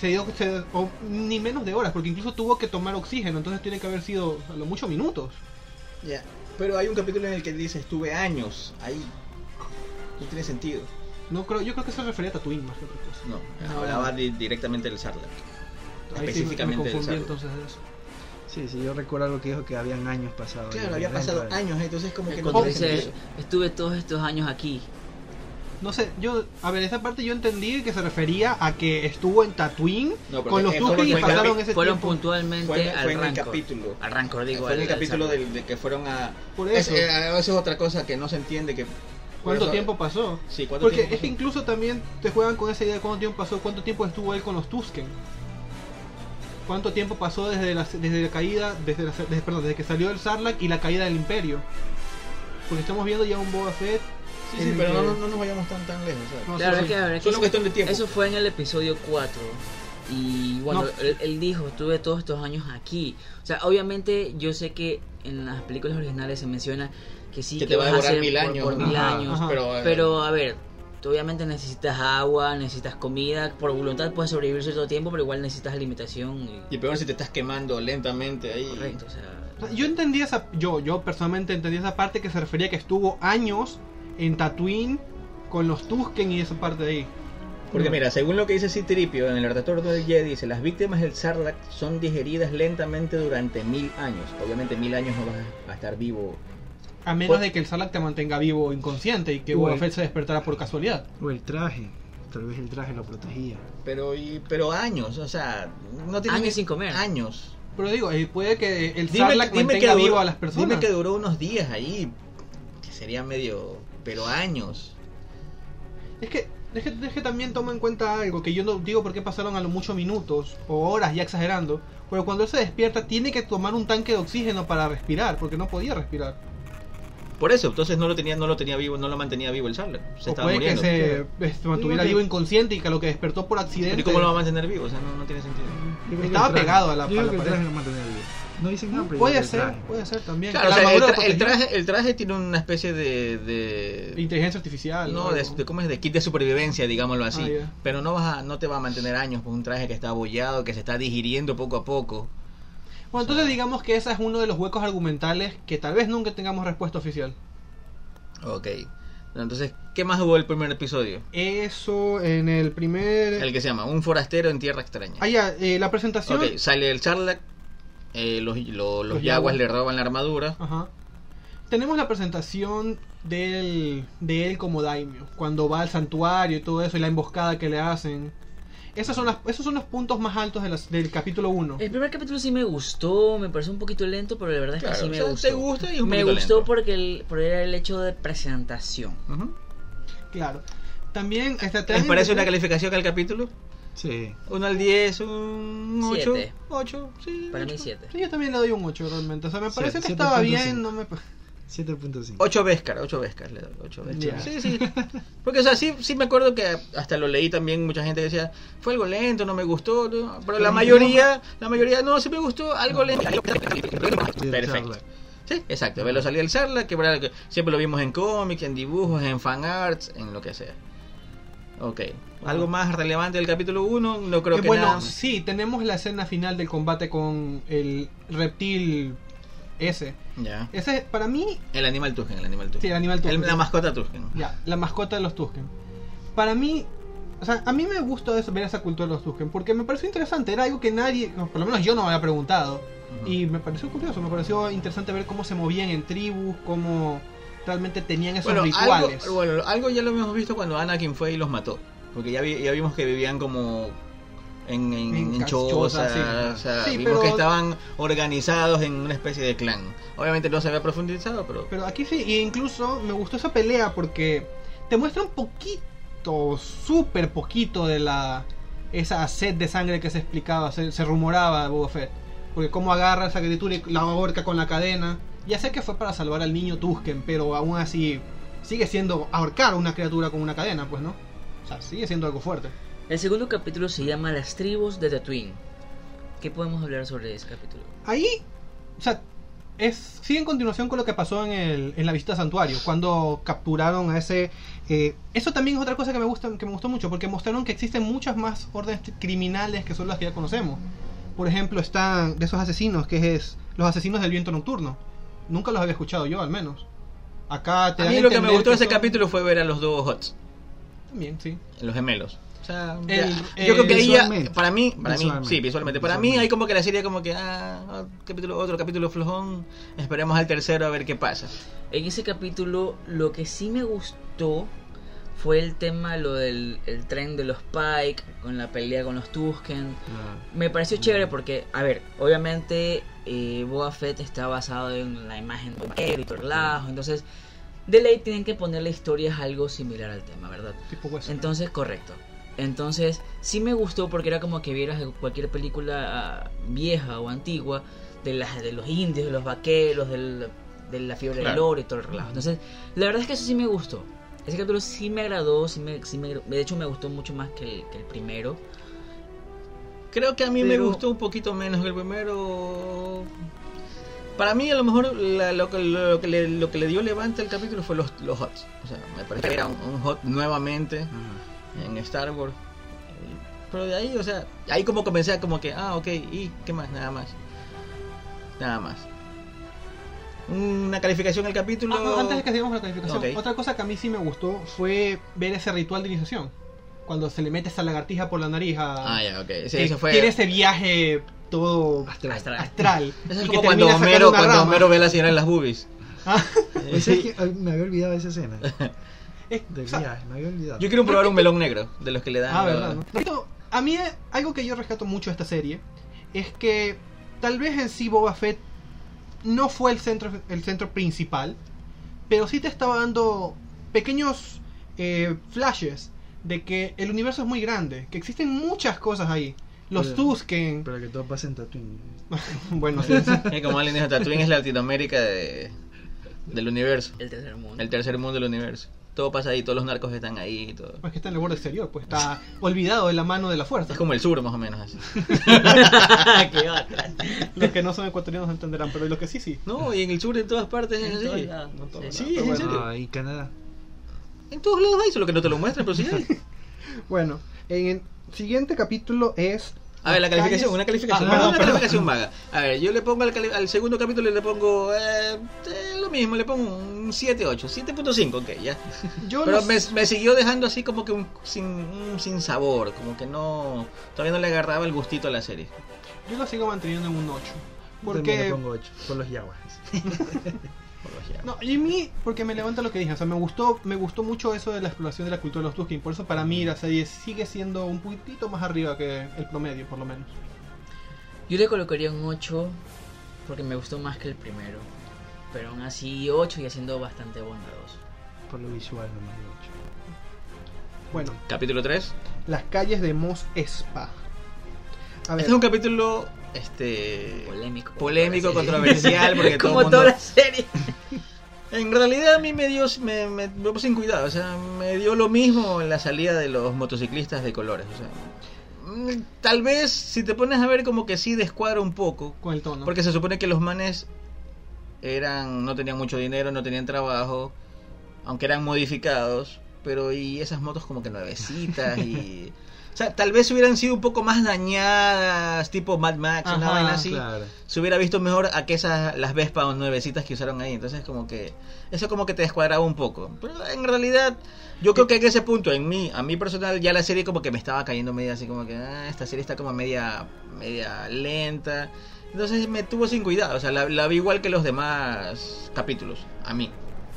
[SPEAKER 2] se dio se- o ni menos de horas, porque incluso tuvo que tomar oxígeno, entonces tiene que haber sido a lo mucho minutos.
[SPEAKER 3] Ya. Pero hay un capítulo en el que dice: Estuve años ahí. No tiene sentido.
[SPEAKER 2] No creo, yo creo que se refería a Tatooine más que otra cosa.
[SPEAKER 3] No,
[SPEAKER 2] No,
[SPEAKER 3] hablaba
[SPEAKER 2] no.
[SPEAKER 3] di- directamente del Sarlacc.
[SPEAKER 2] Ahí sí me- me
[SPEAKER 3] Específicamente del
[SPEAKER 2] confundí
[SPEAKER 3] Sarlacc.
[SPEAKER 2] entonces de eso.
[SPEAKER 4] Sí, sí, yo recuerdo algo que dijo que habían años pasados.
[SPEAKER 3] Claro,
[SPEAKER 4] Y
[SPEAKER 3] había
[SPEAKER 4] dentro
[SPEAKER 3] pasado
[SPEAKER 4] de-
[SPEAKER 3] años, entonces como que no
[SPEAKER 5] Cuando
[SPEAKER 3] tiene
[SPEAKER 5] dice,
[SPEAKER 3] sentido.
[SPEAKER 5] estuve todos estos años aquí.
[SPEAKER 2] No sé, yo, a ver, esa parte yo entendí que se refería a que estuvo en Tatooine
[SPEAKER 3] No, pero
[SPEAKER 2] con los
[SPEAKER 3] eso no
[SPEAKER 2] Tusken y
[SPEAKER 3] fue en el
[SPEAKER 2] pasaron
[SPEAKER 3] capi-
[SPEAKER 2] ese
[SPEAKER 5] Fueron
[SPEAKER 2] tiempo.
[SPEAKER 5] puntualmente
[SPEAKER 3] Fue, en-
[SPEAKER 5] al
[SPEAKER 3] fue en el
[SPEAKER 5] Rancor.
[SPEAKER 3] capítulo.
[SPEAKER 5] Al Rancor, digo.
[SPEAKER 3] Fue en
[SPEAKER 5] al-
[SPEAKER 3] el
[SPEAKER 5] al
[SPEAKER 3] capítulo
[SPEAKER 5] Sarlacc.
[SPEAKER 3] del, de que fueron a.
[SPEAKER 2] Por
[SPEAKER 3] Es-
[SPEAKER 2] eso,
[SPEAKER 3] eh, a veces otra cosa que no se entiende que.
[SPEAKER 2] ¿cuánto
[SPEAKER 3] eso-
[SPEAKER 2] tiempo pasó?
[SPEAKER 3] Sí, ¿cuánto
[SPEAKER 2] Porque
[SPEAKER 3] tiempo
[SPEAKER 2] es que
[SPEAKER 3] pasó?
[SPEAKER 2] incluso también te juegan con esa idea de cuánto tiempo pasó, cuánto tiempo estuvo él con los Tusken. Cuánto tiempo pasó desde la, desde la caída, desde, la- desde- perdón, desde que salió el Sarlacc y la caída del Imperio. Porque estamos viendo ya un Boba Fett.
[SPEAKER 3] Sí, sí,
[SPEAKER 2] en
[SPEAKER 3] pero
[SPEAKER 2] el
[SPEAKER 3] no,
[SPEAKER 2] que-
[SPEAKER 3] no- no nos vayamos tan tan lejos. ¿sabes?
[SPEAKER 2] No,
[SPEAKER 5] Claro,
[SPEAKER 2] sí,
[SPEAKER 5] es que, a ver, es que
[SPEAKER 3] Solo
[SPEAKER 5] eso-
[SPEAKER 3] cuestión de tiempo.
[SPEAKER 5] Eso fue en el episodio 4. Y bueno,
[SPEAKER 2] No.
[SPEAKER 5] él, él dijo, estuve todos estos años aquí. O sea, obviamente yo sé que en las películas originales se menciona que sí,
[SPEAKER 3] Que te va a
[SPEAKER 5] vas
[SPEAKER 3] devorar
[SPEAKER 5] hacer
[SPEAKER 3] mil
[SPEAKER 5] por-
[SPEAKER 3] años,
[SPEAKER 5] Por,
[SPEAKER 3] ¿no?
[SPEAKER 5] mil
[SPEAKER 2] Ajá,
[SPEAKER 5] años.
[SPEAKER 2] ajá.
[SPEAKER 3] Pero, eh,
[SPEAKER 5] Pero a ver, tú obviamente necesitas agua, necesitas comida, por voluntad puedes sobrevivir cierto tiempo, pero igual necesitas alimentación. y-
[SPEAKER 3] Y peor si te estás quemando lentamente ahí.
[SPEAKER 5] Correcto, o sea...
[SPEAKER 3] Ah,
[SPEAKER 2] O sea, Yo entendí esa, yo, yo personalmente entendí esa parte que se refería a que estuvo años en Tatooine con los Tusken y esa parte de ahí.
[SPEAKER 3] Porque mira, según lo que dice Citripio en el retorno del Jedi, dice, las víctimas del Sarlacc son digeridas lentamente durante mil años. Obviamente mil años no vas a- a estar vivo.
[SPEAKER 2] A
[SPEAKER 3] Pues-
[SPEAKER 2] menos de que el Sarlacc te mantenga vivo o inconsciente y que
[SPEAKER 4] Uy.
[SPEAKER 2] Boba Fett se despertara por casualidad.
[SPEAKER 4] O el traje. Tal vez el traje lo protegía.
[SPEAKER 3] Pero y, pero años, o sea, no tiene
[SPEAKER 5] Años
[SPEAKER 3] ni-
[SPEAKER 5] sin comer.
[SPEAKER 3] Años.
[SPEAKER 2] Pero digo, eh, puede que el
[SPEAKER 3] Dime,
[SPEAKER 2] Sarlacc
[SPEAKER 3] dime que
[SPEAKER 2] mantenga
[SPEAKER 3] duró-
[SPEAKER 2] vivo a las personas.
[SPEAKER 3] Dime que duró unos días ahí, que sería medio, pero años.
[SPEAKER 2] Es que, es que, es que también toma en cuenta algo, que yo no digo por qué pasaron a lo mucho minutos o horas ya exagerando, pero cuando él se despierta tiene que tomar un tanque de oxígeno para respirar, porque no podía respirar.
[SPEAKER 3] Por eso, entonces no lo tenía, no lo tenía vivo, no lo mantenía vivo el Sarlacc. Se
[SPEAKER 2] o
[SPEAKER 3] estaba
[SPEAKER 2] puede
[SPEAKER 3] muriendo.
[SPEAKER 2] que se eh, se mantuviera
[SPEAKER 4] que-
[SPEAKER 2] vivo inconsciente y que a lo que despertó por accidente.
[SPEAKER 3] ¿Y cómo lo va a mantener vivo? O sea, no, no tiene sentido.
[SPEAKER 4] Yo creo que
[SPEAKER 2] Estaba
[SPEAKER 4] el traje-
[SPEAKER 2] pegado a la-
[SPEAKER 4] yo creo
[SPEAKER 2] a la
[SPEAKER 4] que el
[SPEAKER 2] pared.
[SPEAKER 4] traje lo mantenía vivo. No dicen nada, pero yo creo
[SPEAKER 2] Puede
[SPEAKER 4] que
[SPEAKER 2] ser,
[SPEAKER 4] el traje.
[SPEAKER 2] puede ser también.
[SPEAKER 3] Claro,
[SPEAKER 2] La
[SPEAKER 3] o sea, el,
[SPEAKER 2] armadura
[SPEAKER 3] tra- el
[SPEAKER 2] protegió.
[SPEAKER 3] traje, el traje tiene una especie de. de
[SPEAKER 2] Inteligencia artificial.
[SPEAKER 3] no,
[SPEAKER 2] o
[SPEAKER 3] de, este-
[SPEAKER 2] algo.
[SPEAKER 3] de- ¿cómo es? De kit de supervivencia, digámoslo así.
[SPEAKER 2] Ah, ya.
[SPEAKER 3] Pero no, vas a, no te va a mantener años con un traje que está abollado, que se está digiriendo poco a poco.
[SPEAKER 2] Bueno, entonces digamos que ese es uno de los huecos argumentales que tal vez nunca tengamos respuesta oficial.
[SPEAKER 3] Ok. Entonces, ¿qué más hubo el primer episodio?
[SPEAKER 2] Eso en el primer...
[SPEAKER 3] El que se llama Un forastero en tierra extraña.
[SPEAKER 2] Ah, ya, eh, la presentación...
[SPEAKER 3] Ok, sale el Charlac. eh, los, lo- los
[SPEAKER 2] Los
[SPEAKER 3] yaguas
[SPEAKER 2] yaguas.
[SPEAKER 3] le roban la armadura.
[SPEAKER 2] Ajá. Tenemos la presentación del, de él como daimio, cuando va al santuario y todo eso, y la emboscada que le hacen. Esas son las, esos son los puntos más altos de las- del capítulo 1.
[SPEAKER 5] El primer capítulo sí me gustó, me pareció un poquito lento, pero la verdad es que
[SPEAKER 3] Claro,
[SPEAKER 5] sí
[SPEAKER 3] o
[SPEAKER 5] me
[SPEAKER 3] sea, te
[SPEAKER 5] gustó.
[SPEAKER 3] gusta y es un
[SPEAKER 5] me
[SPEAKER 3] poquito
[SPEAKER 5] gustó
[SPEAKER 3] lento.
[SPEAKER 5] porque el, por el hecho de presentación.
[SPEAKER 3] Ujú.
[SPEAKER 2] Claro. También... Este, te
[SPEAKER 3] ¿Les
[SPEAKER 2] dan
[SPEAKER 3] parece
[SPEAKER 2] impresión-
[SPEAKER 3] una calificación al capítulo?
[SPEAKER 4] Sí.
[SPEAKER 3] 1 al 10, un 8.
[SPEAKER 5] Siete.
[SPEAKER 3] 8, sí.
[SPEAKER 5] Para mí
[SPEAKER 3] ocho.
[SPEAKER 5] 7.
[SPEAKER 2] Sí, yo también le doy un 8 realmente. O sea, me
[SPEAKER 4] Sí,
[SPEAKER 2] parece que estaba
[SPEAKER 4] 7.5.
[SPEAKER 2] bien, no me... pa-
[SPEAKER 4] 7.5.
[SPEAKER 3] 8 Vescar, 8 Vescar le doy, 8 Vescar.
[SPEAKER 2] Ya.
[SPEAKER 3] Sí, sí. Porque, o sea, sí, sí me acuerdo que hasta lo leí también, mucha gente decía, fue algo lento, no me gustó, ¿no? pero la
[SPEAKER 2] Pero
[SPEAKER 3] mayoría, la mayoría, no, sí me gustó, algo lento.
[SPEAKER 4] Del
[SPEAKER 3] Perfecto.
[SPEAKER 4] Sarlacc.
[SPEAKER 3] Sí, exacto, verlo salir del Sarla, que era lo que siempre lo vimos en cómics, en dibujos, en fanarts, en lo que sea. Ok. ¿Algo más relevante del capítulo 1? No creo
[SPEAKER 2] Eh,
[SPEAKER 3] que
[SPEAKER 2] bueno,
[SPEAKER 3] nada.
[SPEAKER 2] sí, tenemos la escena final del combate con el reptil ese.
[SPEAKER 3] Ya.
[SPEAKER 2] Ese, para mí,
[SPEAKER 3] El animal Tusken, el animal
[SPEAKER 2] sí,
[SPEAKER 3] Tusken.
[SPEAKER 2] el animal Tusken.
[SPEAKER 3] El- la mascota Tusken.
[SPEAKER 2] Ya, la mascota de los Tusken. Para mí, o sea, a mí me gusta eso- ver esa cultura de los Tusken porque me pareció interesante. Era algo que nadie, o por lo menos yo no me había preguntado.
[SPEAKER 3] Ujú.
[SPEAKER 2] Y me pareció curioso, me pareció interesante ver cómo se movían en tribus, cómo realmente tenían esos rituales.
[SPEAKER 3] Algo, bueno, algo ya lo habíamos visto cuando Anakin fue y los mató. Porque ya, vi- ya vimos que vivían como en, en,
[SPEAKER 2] En
[SPEAKER 3] en
[SPEAKER 2] cas- chozas,
[SPEAKER 3] chozas.
[SPEAKER 2] sí.
[SPEAKER 3] o sea,
[SPEAKER 2] Sí,
[SPEAKER 3] vimos
[SPEAKER 2] pero-
[SPEAKER 3] que estaban organizados en una especie de clan. Obviamente no se había profundizado, pero.
[SPEAKER 2] Pero aquí sí, e incluso me gustó esa pelea porque te muestra un poquito, súper poquito de la esa sed de sangre que se explicaba, se, se rumoraba de Boba Fett. Porque cómo agarra esa criatura y la ahorca con la cadena. Ya sé que fue para salvar al niño Tusken, pero aún así sigue siendo ahorcar a una criatura con una cadena, pues no. O sea, sigue siendo algo fuerte.
[SPEAKER 5] El segundo capítulo se llama Las tribus de Tatooine. ¿Qué podemos hablar sobre ese capítulo?
[SPEAKER 2] Ahí, o sea, es, sigue en continuación con lo que pasó en, el, en la visita a santuario, cuando capturaron a ese... eh, eso también es otra cosa que me, gusta, que me gustó mucho, porque mostraron que existen muchas más órdenes criminales que son las que ya conocemos. Por ejemplo, están de esos asesinos, que es los asesinos del viento nocturno. Nunca los había escuchado yo, al menos. Acá te
[SPEAKER 3] A
[SPEAKER 2] dan
[SPEAKER 3] mí lo que me
[SPEAKER 2] entender
[SPEAKER 3] gustó de ese
[SPEAKER 2] son-
[SPEAKER 3] capítulo fue ver a los dos Hots,
[SPEAKER 2] También, sí.
[SPEAKER 3] los gemelos. O sea,
[SPEAKER 2] El-
[SPEAKER 3] ya-
[SPEAKER 2] el-
[SPEAKER 3] yo creo que ahí ya,
[SPEAKER 4] visualmente.
[SPEAKER 3] para mí, para mí,
[SPEAKER 4] Visualmente.
[SPEAKER 3] sí, visualmente, para mí
[SPEAKER 4] Visualmente.
[SPEAKER 3] hay como que la serie como que, ah, ah, capítulo, otro capítulo flojón, esperemos al tercero a ver qué pasa.
[SPEAKER 5] En ese capítulo lo que sí me gustó fue el tema, lo del el tren de los Pike, con la pelea con los Tusken. Me pareció chévere porque, a ver, obviamente eh, Boba Fett está basado en la imagen de vaquero y todo el relajo, entonces de ley tienen que ponerle historias algo similar al tema, ¿verdad?
[SPEAKER 2] Tipo hueso.
[SPEAKER 5] Entonces, correcto. Entonces, sí me gustó porque era como que vieras cualquier película ah, vieja o antigua de, las, de los indios, de los vaqueros, del- de la fiebre del
[SPEAKER 3] Claro.
[SPEAKER 5] oro y todo el relajo. Entonces, la verdad es que eso sí me gustó. Ese capítulo sí me agradó, sí me, sí me- de hecho me gustó mucho más que el, que el primero.
[SPEAKER 3] Creo que a mí me
[SPEAKER 5] Pero-
[SPEAKER 3] gustó un poquito menos que el primero. Para mí, a lo mejor, la- lo, que, lo, que le, lo que le dio levante al capítulo fue los, los hots. O sea, me parece que era un, un hot nuevamente en Star Wars. Pero de ahí, o sea, ahí como comencé a como que, ah, ok, ¿y qué más? Nada más. Nada más. Una calificación al capítulo.
[SPEAKER 2] Ah, no, antes de que sigamos con la calificación,
[SPEAKER 3] Ok.
[SPEAKER 2] otra cosa que a mí sí me gustó fue ver ese ritual de iniciación. Cuando se le mete esa lagartija por la nariz a.
[SPEAKER 3] Ah, ya, ok. Sí,
[SPEAKER 2] que
[SPEAKER 3] eso fue.
[SPEAKER 2] Tiene ese viaje todo
[SPEAKER 4] Astral.
[SPEAKER 5] Astral.
[SPEAKER 2] astral.
[SPEAKER 3] Eso
[SPEAKER 2] y
[SPEAKER 3] es
[SPEAKER 2] que
[SPEAKER 3] como
[SPEAKER 2] termina
[SPEAKER 3] cuando
[SPEAKER 2] sacando
[SPEAKER 3] Homero,
[SPEAKER 2] una
[SPEAKER 3] cuando
[SPEAKER 2] rama.
[SPEAKER 3] Homero ve a la señora en las boobies.
[SPEAKER 2] Ah,
[SPEAKER 4] Pues es que ay, me había olvidado esa escena
[SPEAKER 2] es-
[SPEAKER 4] del
[SPEAKER 2] o sea,
[SPEAKER 4] viaje, me había olvidado.
[SPEAKER 3] Yo quiero probar un melón negro, de los que le dan.
[SPEAKER 2] Ah,
[SPEAKER 3] los-
[SPEAKER 2] verdad. ¿no? Esto, a mí eh, algo que yo rescato mucho de esta serie es que tal vez en sí Boba Fett no fue el centro, el centro principal, pero sí te estaba dando pequeños eh, flashes de que el universo es muy grande, que existen muchas cosas ahí. Los
[SPEAKER 4] Pero-
[SPEAKER 2] Tusken,
[SPEAKER 4] Pero que todo pasa en Tatooine.
[SPEAKER 2] bueno, sí, sí.
[SPEAKER 3] Eh, como alguien dijo, Tatooine es Latinoamérica de, del universo.
[SPEAKER 5] El tercer mundo.
[SPEAKER 3] El tercer mundo del universo. Todo pasa ahí, todos los narcos están ahí y todo.
[SPEAKER 2] es que está en el borde exterior, pues está olvidado de la mano de la fuerza.
[SPEAKER 3] Es como el sur, más o menos. Así.
[SPEAKER 5] Ah, Qué bacán.
[SPEAKER 2] Los que no son ecuatorianos entenderán, pero los que sí, sí.
[SPEAKER 3] No, y en el sur, en todas partes es
[SPEAKER 5] En todos
[SPEAKER 3] así.
[SPEAKER 5] lados, en todos
[SPEAKER 3] Sí,
[SPEAKER 5] lados.
[SPEAKER 3] es en serio.
[SPEAKER 4] No, Ah, y Canadá.
[SPEAKER 3] En todos lados hay, solo que no te lo muestran, pero sí hay.
[SPEAKER 2] Bueno, en el siguiente capítulo es
[SPEAKER 3] A ver, la
[SPEAKER 2] Calles-
[SPEAKER 3] calificación, una calificación.
[SPEAKER 2] Ah, perdón,
[SPEAKER 3] una
[SPEAKER 2] perdón.
[SPEAKER 3] calificación vaga. A ver, yo le pongo al, cali- al segundo capítulo le pongo eh, eh, lo mismo, le pongo un 7.8, 7.5, ok, ya.
[SPEAKER 2] Yo
[SPEAKER 3] Pero
[SPEAKER 2] no
[SPEAKER 3] me,
[SPEAKER 2] sé-
[SPEAKER 3] me siguió dejando así como que un, sin, un sin sabor, como que no. Todavía no le agarraba el gustito a la serie.
[SPEAKER 2] yo lo sigo manteniendo en un 8.
[SPEAKER 4] También le
[SPEAKER 2] Porque.
[SPEAKER 4] pongo 8 por los yaguas.
[SPEAKER 3] Por los ya.
[SPEAKER 2] No, Jimmy, porque me levanta lo que dije. O sea, me gustó, me gustó mucho eso de la exploración de la cultura de los Tusken. Por eso para mí la serie sigue siendo un poquitito más arriba que el promedio, por lo menos.
[SPEAKER 5] Yo le colocaría un 8 porque me gustó más que el primero. Pero aún así 8 y siendo bastante bondadoso.
[SPEAKER 4] Por lo visual nomás de 8.
[SPEAKER 2] Bueno,
[SPEAKER 3] Capítulo 3.
[SPEAKER 2] las calles de Mos Espa. A ver,
[SPEAKER 3] Este es un capítulo este
[SPEAKER 5] Polémico.
[SPEAKER 3] polémico, controversial, porque todo
[SPEAKER 5] Como
[SPEAKER 3] el mundo-
[SPEAKER 5] toda la serie.
[SPEAKER 3] En realidad a mí me dio me, me, me puse sin cuidado, o sea, me dio lo mismo en la salida de los motociclistas de colores, o sea, mm, tal vez si te pones a ver como que sí descuadra un poco,
[SPEAKER 2] con el tono.
[SPEAKER 3] porque se supone que los manes eran no tenían mucho dinero, no tenían trabajo, aunque eran modificados, pero y esas motos como que nuevecitas y... O sea, tal vez hubieran sido un poco más dañadas, tipo Mad Max, una
[SPEAKER 2] Ajá,
[SPEAKER 3] vaina así.
[SPEAKER 4] Claro.
[SPEAKER 3] Se hubiera visto mejor a que esas, las Vespa o nuevecitas que usaron ahí. Entonces, como que... Eso como que te descuadraba un poco. Pero en realidad, yo creo que en ese punto, en mí, a mí personal, ya la serie como que me estaba cayendo media así como que... "Ah, esta serie está como media, media lenta. Entonces me tuvo sin cuidado. O sea, la, la vi igual que los demás capítulos. A mí.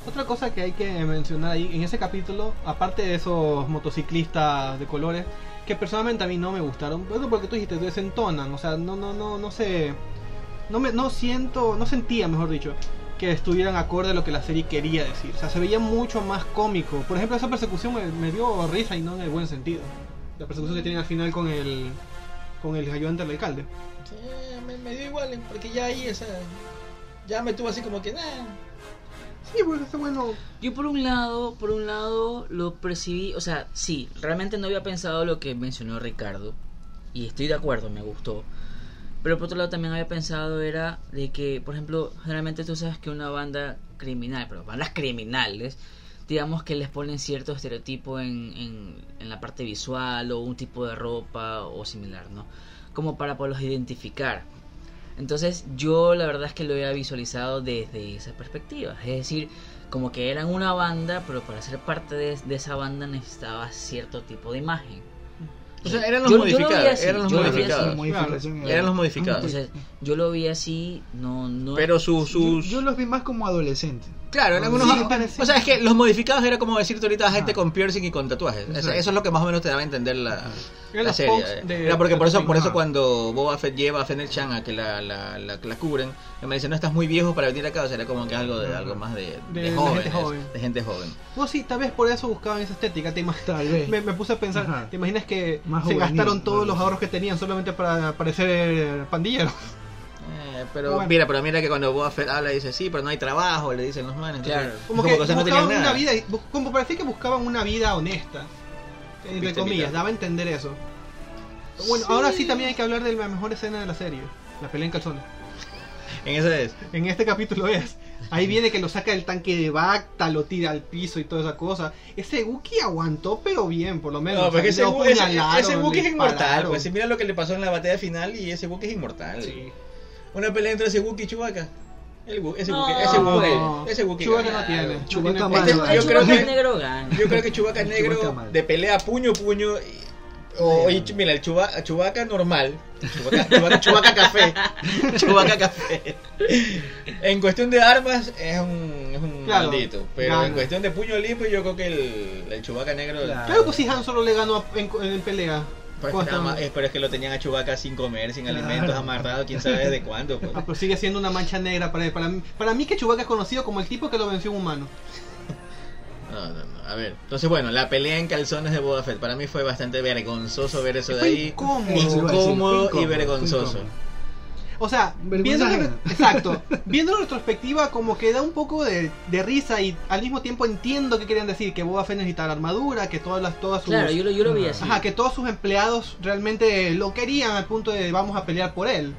[SPEAKER 2] Otra cosa que hay que mencionar ahí, en ese capítulo, aparte de esos motociclistas de colores, que personalmente a mí no me gustaron, bueno, porque tú dijiste, desentonan, o sea, no, no, no, no sé, no me, no siento, no sentía, mejor dicho, que estuvieran acorde a lo que la serie quería decir, o sea, se veía mucho más cómico, por ejemplo, esa persecución me, me dio risa y no en el buen sentido, la persecución que tienen al final con el, con el ayudante del alcalde.
[SPEAKER 3] Sí, me, me dio igual, porque ya ahí, o sea, ya me tuvo así como que nada.
[SPEAKER 2] Sí, bueno, ese bueno,
[SPEAKER 5] Yo por un lado, por un lado lo percibí, o sea, sí, realmente no había pensado lo que mencionó Ricardo y estoy de acuerdo, me gustó. Pero por otro lado también había pensado era de que, por ejemplo, generalmente tú sabes que una banda criminal, pero bandas criminales, digamos que les ponen cierto estereotipo en, en, en la parte visual o un tipo de ropa o similar, ¿no? Como para poderlos identificar. Entonces yo la verdad es que lo había visualizado desde esa perspectiva. Es decir, como que eran una banda, pero para ser parte de, de esa banda necesitaba cierto tipo de imagen.
[SPEAKER 3] O sea, eran los
[SPEAKER 5] Yo- yo lo vi
[SPEAKER 3] modificados.
[SPEAKER 5] así,
[SPEAKER 3] eran los
[SPEAKER 5] yo lo vi así,
[SPEAKER 3] modificados.
[SPEAKER 5] muy-
[SPEAKER 4] Modificación
[SPEAKER 3] Eran los modificados.
[SPEAKER 5] Entonces yo lo vi así, no... no
[SPEAKER 3] Pero sus.
[SPEAKER 4] Yo,
[SPEAKER 3] sus...
[SPEAKER 4] yo los vi más como adolescentes.
[SPEAKER 3] Claro, eran unos.
[SPEAKER 2] Sí, parecía.
[SPEAKER 3] o sea, es que los modificados era como decirte ahorita a gente
[SPEAKER 4] Ah.
[SPEAKER 3] con piercing y con tatuajes. O sea,
[SPEAKER 4] Exacto.
[SPEAKER 3] eso es lo que más o menos te daba a entender la,
[SPEAKER 2] Eran
[SPEAKER 3] la
[SPEAKER 2] los
[SPEAKER 3] serie.
[SPEAKER 2] punks
[SPEAKER 3] eh.
[SPEAKER 2] de- Ah.
[SPEAKER 3] Era porque por eso, por eso
[SPEAKER 4] Ajá.
[SPEAKER 3] cuando Boba Fett lleva a Fennel Chan a que la, la, la, la cubren, él me dice, no estás muy viejo para venir acá. O sea, era como que algo de
[SPEAKER 4] Ajá.
[SPEAKER 3] algo más de, de,
[SPEAKER 2] De la
[SPEAKER 3] jóvenes,
[SPEAKER 2] gente joven.
[SPEAKER 3] De gente joven.
[SPEAKER 2] Pues sí, tal vez por eso buscaban esa estética, te imaginas.
[SPEAKER 4] Tal vez.
[SPEAKER 2] Me, me puse a pensar,
[SPEAKER 4] Ajá.
[SPEAKER 2] ¿te imaginas que
[SPEAKER 4] Más
[SPEAKER 2] se
[SPEAKER 4] juvenil,
[SPEAKER 2] gastaron todos
[SPEAKER 4] tal
[SPEAKER 2] los
[SPEAKER 4] vez.
[SPEAKER 2] ahorros que tenían solamente para parecer pandilleros?
[SPEAKER 3] Eh, pero
[SPEAKER 2] Bueno.
[SPEAKER 3] mira, pero mira que cuando Boba Fett habla dice, sí, pero no hay trabajo, le dicen los manes. Entonces,
[SPEAKER 5] Claro.
[SPEAKER 2] Como,
[SPEAKER 3] como
[SPEAKER 2] que
[SPEAKER 3] o sea, no tenían
[SPEAKER 2] buscaban
[SPEAKER 3] nada.
[SPEAKER 2] una vida, bu- como parecía que buscaban una vida honesta, eh, entre
[SPEAKER 3] Viste,
[SPEAKER 2] comillas,
[SPEAKER 3] mira.
[SPEAKER 2] daba a entender eso. Pero Bueno, ahora sí también hay que hablar de la mejor escena de la serie, la pelea en calzones.
[SPEAKER 3] En esa es.
[SPEAKER 2] En este capítulo es, ahí viene que lo saca del tanque de Bacta, lo tira al piso y toda esa cosa. Ese Wookiee aguantó, pero bien, por lo menos.
[SPEAKER 3] No, porque
[SPEAKER 2] O
[SPEAKER 3] ese,
[SPEAKER 2] sea, lo
[SPEAKER 3] bu- ese-
[SPEAKER 2] apuñalaron,
[SPEAKER 3] ese buque
[SPEAKER 2] le
[SPEAKER 3] es inmortal.
[SPEAKER 2] dispararon.
[SPEAKER 3] Pues si mira lo que le pasó en la batalla final y ese buque es inmortal.
[SPEAKER 2] Sí.
[SPEAKER 3] Una pelea entre ese buque y Chewbacca. El bu- ese
[SPEAKER 5] No.
[SPEAKER 3] buque, ese buque,
[SPEAKER 2] No.
[SPEAKER 3] ese buque.
[SPEAKER 2] Chewbacca
[SPEAKER 3] gana,
[SPEAKER 2] no tiene.
[SPEAKER 3] güey.
[SPEAKER 2] No tiene
[SPEAKER 4] Chewbacca
[SPEAKER 2] pelo.
[SPEAKER 4] malo.
[SPEAKER 3] Yo
[SPEAKER 5] yo
[SPEAKER 3] creo que-
[SPEAKER 5] negro gana.
[SPEAKER 3] Yo creo que Chewbacca
[SPEAKER 4] El
[SPEAKER 3] negro
[SPEAKER 4] Chewbacca mal.
[SPEAKER 3] de pelea puño puño. y- o, y ch- mira, el Chewba- Chewbacca normal. Chewbacca, Chewbacca- Chewbacca café. Chewbacca café. En cuestión de armas es un, es un
[SPEAKER 2] Claro,
[SPEAKER 3] maldito. Pero en
[SPEAKER 2] gana.
[SPEAKER 3] cuestión de puño limpio yo creo que el, el Chewbacca negro...
[SPEAKER 4] Claro.
[SPEAKER 2] Claro que si Han solo le ganó a- en, en pelea.
[SPEAKER 3] Pues
[SPEAKER 2] Cuando
[SPEAKER 3] nada
[SPEAKER 2] estaban-
[SPEAKER 3] más, eh, pero es que lo tenían a Chewbacca sin comer, sin
[SPEAKER 4] Claro.
[SPEAKER 3] alimentos, amarrado, quién sabe desde cuándo. pues.
[SPEAKER 2] Ah, pero sigue siendo una mancha negra para él. Para mí, para mí que Chewbacca es conocido como el tipo que lo venció un humano.
[SPEAKER 3] No, no, no. A ver, entonces bueno, la pelea en calzones de Boba Fett para mí fue bastante vergonzoso ver eso de
[SPEAKER 2] Fue
[SPEAKER 3] ahí.
[SPEAKER 2] incómodo.
[SPEAKER 4] Eso iba a decir,
[SPEAKER 3] Incómodo
[SPEAKER 4] fue
[SPEAKER 3] y vergonzoso.
[SPEAKER 4] fue incómodo.
[SPEAKER 2] O sea,
[SPEAKER 4] Vergüenza
[SPEAKER 2] viendo,
[SPEAKER 4] ajena.
[SPEAKER 2] exacto, viendo en retrospectiva como que da un poco de, de risa y al mismo tiempo entiendo que querían decir que Boba Fett necesitaba la armadura, que todas las todas sus
[SPEAKER 5] Claro, yo lo, yo lo vi así.
[SPEAKER 2] ajá, que todos sus empleados realmente lo querían al punto de vamos a pelear por él.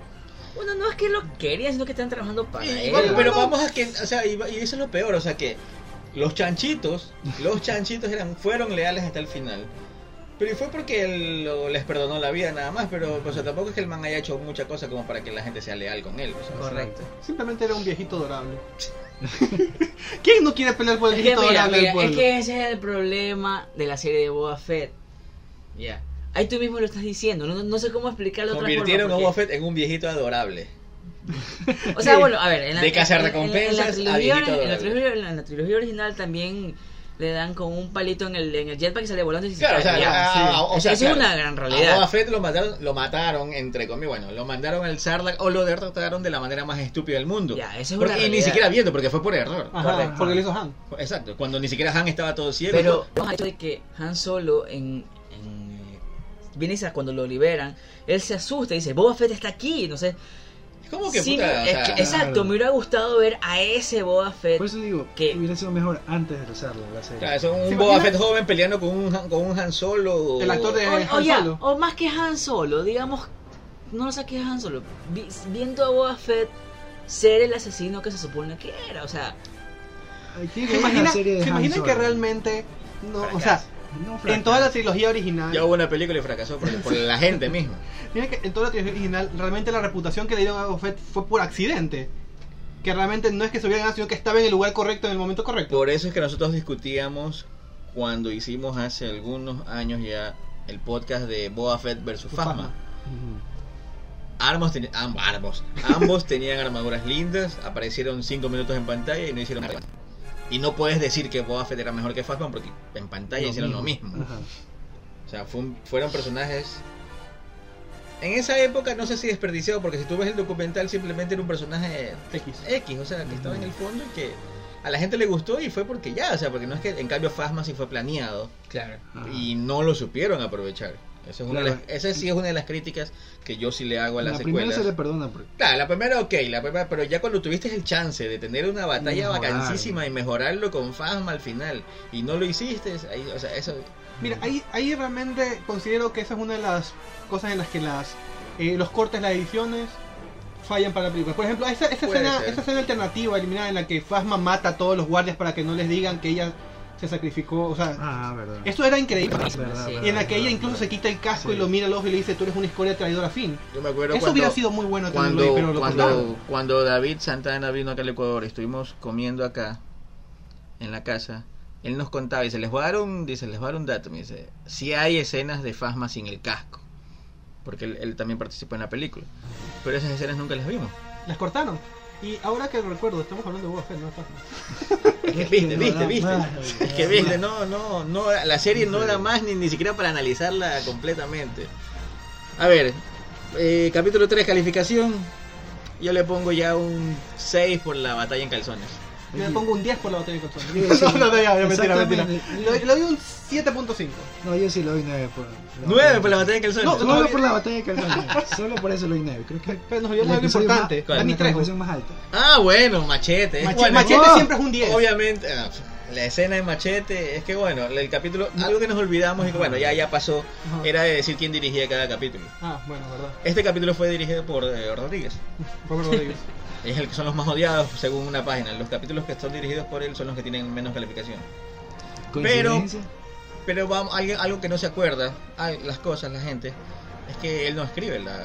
[SPEAKER 5] Bueno, no es que lo quería, sino que están trabajando para
[SPEAKER 3] Y- y
[SPEAKER 5] él.
[SPEAKER 3] vamos- pero vamos a que, o sea, y, y eso es lo peor, o sea que los chanchitos, los chanchitos eran, fueron leales hasta el final. Pero y fue porque él lo- les perdonó la vida nada más, pero o sea, tampoco es que el man haya hecho mucha cosa como para que la gente sea leal con él. o sea,
[SPEAKER 5] Correcto.
[SPEAKER 2] Simplemente era un viejito adorable. ¿Quién no quiere pelear por el
[SPEAKER 5] Es que,
[SPEAKER 2] viejito
[SPEAKER 5] mira,
[SPEAKER 2] adorable del
[SPEAKER 5] mira, es
[SPEAKER 2] pueblo?
[SPEAKER 5] que ese es el problema de la serie de Boba Fett. Ya. Ahí tú mismo lo estás diciendo. No, no sé cómo explicarlo. de otra
[SPEAKER 3] Convirtieron a
[SPEAKER 5] forma,
[SPEAKER 3] Boba
[SPEAKER 5] porque-
[SPEAKER 3] Fett en un viejito adorable.
[SPEAKER 5] O sea, bueno, a ver. En
[SPEAKER 3] De cazar
[SPEAKER 5] en- en-
[SPEAKER 3] recompensas
[SPEAKER 5] En la,
[SPEAKER 3] a
[SPEAKER 5] trilogía,
[SPEAKER 3] viejito
[SPEAKER 5] en la
[SPEAKER 3] adorable.
[SPEAKER 5] trilogía- en la trilogía original también le dan con un palito en el, en el jetpack y sale volando y se
[SPEAKER 3] Claro, o sea, ah,
[SPEAKER 5] cae. Ya.
[SPEAKER 3] a- a- o
[SPEAKER 5] Es-
[SPEAKER 3] sea,
[SPEAKER 5] es
[SPEAKER 3] claro,
[SPEAKER 5] una gran
[SPEAKER 3] A
[SPEAKER 5] realidad.
[SPEAKER 3] Boba Fett lo mataron, lo mataron, entre comillas, bueno, lo mandaron al Sarlacc o lo derrotaron de la manera más estúpida del mundo.
[SPEAKER 5] Ya, eso es
[SPEAKER 3] Porque-
[SPEAKER 5] una
[SPEAKER 3] y ni
[SPEAKER 5] realidad.
[SPEAKER 3] siquiera viendo, porque fue por error.
[SPEAKER 2] Ajá,
[SPEAKER 4] Correcto.
[SPEAKER 2] porque lo hizo Han.
[SPEAKER 3] Exacto, cuando ni siquiera Han estaba todo ciego.
[SPEAKER 5] Pero vamos al hecho de que Han Solo en, en viene esa- cuando lo liberan, él se asusta y dice, Boba Fett está aquí, no sé.
[SPEAKER 3] es como que
[SPEAKER 5] Sí,
[SPEAKER 3] puta,
[SPEAKER 5] me-
[SPEAKER 3] o
[SPEAKER 5] es
[SPEAKER 3] sea,
[SPEAKER 5] que- exacto,
[SPEAKER 4] claro.
[SPEAKER 5] me hubiera gustado ver a ese Boba Fett.
[SPEAKER 2] Pues,
[SPEAKER 4] Por eso digo,
[SPEAKER 5] ¿Qué?
[SPEAKER 4] que hubiera sido mejor antes de usarlo la serie.
[SPEAKER 3] claro, son
[SPEAKER 2] ¿Se
[SPEAKER 3] un Boba
[SPEAKER 2] imagina?
[SPEAKER 3] Fett joven peleando con un, Han- con un Han Solo. o-
[SPEAKER 2] El actor de
[SPEAKER 5] o, o
[SPEAKER 2] eh, Han
[SPEAKER 5] ya,
[SPEAKER 2] Solo.
[SPEAKER 5] o más que Han Solo, digamos, no lo saques Han Solo, vi- viendo a Boba Fett ser el asesino que se supone que era, o sea,
[SPEAKER 4] Aquí
[SPEAKER 2] ¿Se
[SPEAKER 4] es una
[SPEAKER 2] imagina-
[SPEAKER 4] serie de
[SPEAKER 2] se
[SPEAKER 4] Han
[SPEAKER 2] imaginan
[SPEAKER 4] Solo.
[SPEAKER 2] que realmente No, o sea,
[SPEAKER 3] Fracasa.
[SPEAKER 4] No, Frank,
[SPEAKER 2] en toda la trilogía original.
[SPEAKER 3] Ya hubo una película y fracasó por, por la gente misma.
[SPEAKER 2] Mira que en toda la trilogía original, realmente la reputación que le dieron a Boba Fett fue por accidente. Que realmente no es que se hubiera ganado, sino que estaba en el lugar correcto en el momento correcto.
[SPEAKER 3] Por eso es que nosotros discutíamos cuando hicimos hace algunos años ya el podcast de Boba Fett versus Fasma.
[SPEAKER 2] Fasma.
[SPEAKER 4] Ujú.
[SPEAKER 3] Armos teni- am- armos. Ambos tenían armaduras lindas, aparecieron 5 minutos en pantalla y no hicieron nada. Y no puedes decir que Boba Fett era mejor que Fasma porque en pantalla
[SPEAKER 4] Lo
[SPEAKER 3] hicieron
[SPEAKER 4] mismo.
[SPEAKER 3] lo mismo.
[SPEAKER 4] Ajá.
[SPEAKER 3] O sea, fue un- fueron personajes. En esa época no sé si desperdiciado, porque si tú ves el documental simplemente era un personaje
[SPEAKER 2] X.
[SPEAKER 3] X, o sea, que estaba en el fondo y que a la gente le gustó y fue porque ya, o sea, porque no es que en cambio Fasma sí fue planeado
[SPEAKER 5] Claro.
[SPEAKER 4] Ajá.
[SPEAKER 3] y no lo supieron aprovechar. Esa, es una de
[SPEAKER 4] Claro.
[SPEAKER 3] las- esa sí es una de las críticas que yo sí le hago a
[SPEAKER 4] la
[SPEAKER 3] las
[SPEAKER 4] primera
[SPEAKER 3] secuelas.
[SPEAKER 4] se le perdona porque
[SPEAKER 3] Claro, la primera ok, la primera, pero ya cuando tuviste el chance de tener una batalla
[SPEAKER 4] Mejorar.
[SPEAKER 3] vacancísima y mejorarlo con Fasma al final y no lo hiciste, ahí, o sea, eso
[SPEAKER 2] Mira, ahí, ahí realmente considero que esa es una de las cosas en las que las eh, los cortes, las ediciones fallan para la película. Por ejemplo, esa, esa
[SPEAKER 3] Puede
[SPEAKER 2] escena,
[SPEAKER 3] ser.
[SPEAKER 2] esa escena alternativa eliminada en la que Fasma mata a todos los guardias para que no les digan que ella se sacrificó. O sea,
[SPEAKER 4] Ah, verdad.
[SPEAKER 2] esto era increíble.
[SPEAKER 4] Verdad,
[SPEAKER 5] Sí.
[SPEAKER 4] verdad,
[SPEAKER 2] Y en la que ella
[SPEAKER 4] verdad,
[SPEAKER 2] incluso
[SPEAKER 4] verdad.
[SPEAKER 2] se quita el casco
[SPEAKER 4] Sí.
[SPEAKER 2] y lo mira al ojo y le dice, tú eres una escoria traidora fin.
[SPEAKER 3] yo me acuerdo
[SPEAKER 2] Eso
[SPEAKER 3] cuando
[SPEAKER 2] hubiera sido muy bueno tenerlo
[SPEAKER 3] cuando,
[SPEAKER 2] ahí, pero lo cortaron.
[SPEAKER 3] cuando, cuando David Santana vino acá al Ecuador, estuvimos comiendo acá en la casa. Él nos contaba, dice, les voy a dar un, dice, les voy a dar un dato, me dice, si hay escenas de Fasma sin el casco, porque él, él también participó en la película, pero esas escenas nunca las vimos.
[SPEAKER 2] Las cortaron. Y ahora que lo recuerdo, estamos hablando de Boba Fett, no de Fasma.
[SPEAKER 3] Es que
[SPEAKER 4] Es
[SPEAKER 3] viste,
[SPEAKER 4] que
[SPEAKER 3] viste,
[SPEAKER 4] no
[SPEAKER 3] viste.
[SPEAKER 4] da más,
[SPEAKER 3] Es que
[SPEAKER 4] no da
[SPEAKER 3] viste, no, no, no, la serie no da más ni, ni siquiera para analizarla completamente. A ver, eh, capítulo 3, calificación. Yo le pongo ya un 6 por la batalla en calzones.
[SPEAKER 2] Yo le
[SPEAKER 4] Oye.
[SPEAKER 2] pongo un 10 por la batalla de consola.
[SPEAKER 4] Sí, sí.
[SPEAKER 2] No, no, no, ya, ya, mentira, mentira.
[SPEAKER 4] Exactamente.
[SPEAKER 2] Le, le doy un 7.5.
[SPEAKER 4] No, yo sí le doy 9 por.
[SPEAKER 3] 9 por la batalla en calzones.
[SPEAKER 2] No,
[SPEAKER 4] pues. Solo
[SPEAKER 2] Todavía-
[SPEAKER 4] por la batalla de Calzón. Solo por eso le doy 9. Creo que.
[SPEAKER 2] Pero nos olvidamos de algo
[SPEAKER 4] Yo soy
[SPEAKER 2] importante.
[SPEAKER 4] más-
[SPEAKER 3] ¿Cuál?
[SPEAKER 2] Dani
[SPEAKER 4] Una
[SPEAKER 2] Trejo.
[SPEAKER 4] calificación más alta.
[SPEAKER 3] Ah, bueno, machete.
[SPEAKER 2] Mache-
[SPEAKER 3] Bueno,
[SPEAKER 2] machete
[SPEAKER 4] no.
[SPEAKER 2] siempre es un 10.
[SPEAKER 3] Obviamente, ah, la escena de machete, es que bueno, el capítulo, algo que nos olvidamos y que bueno, ya, ya pasó,
[SPEAKER 2] Ah. Ajá.
[SPEAKER 3] era de decir quién dirigía cada capítulo.
[SPEAKER 2] Ah, bueno, verdad.
[SPEAKER 3] Este capítulo fue dirigido por eh, Rodríguez.
[SPEAKER 2] Robert Rodríguez.
[SPEAKER 3] Es el que son los más odiados según una página. Los capítulos que están dirigidos por él son los que tienen menos calificación.
[SPEAKER 4] Coincidencia.
[SPEAKER 3] Pero vamos, alguien- algo que no se acuerda, al- las cosas, la gente, es que él no escribe. Las,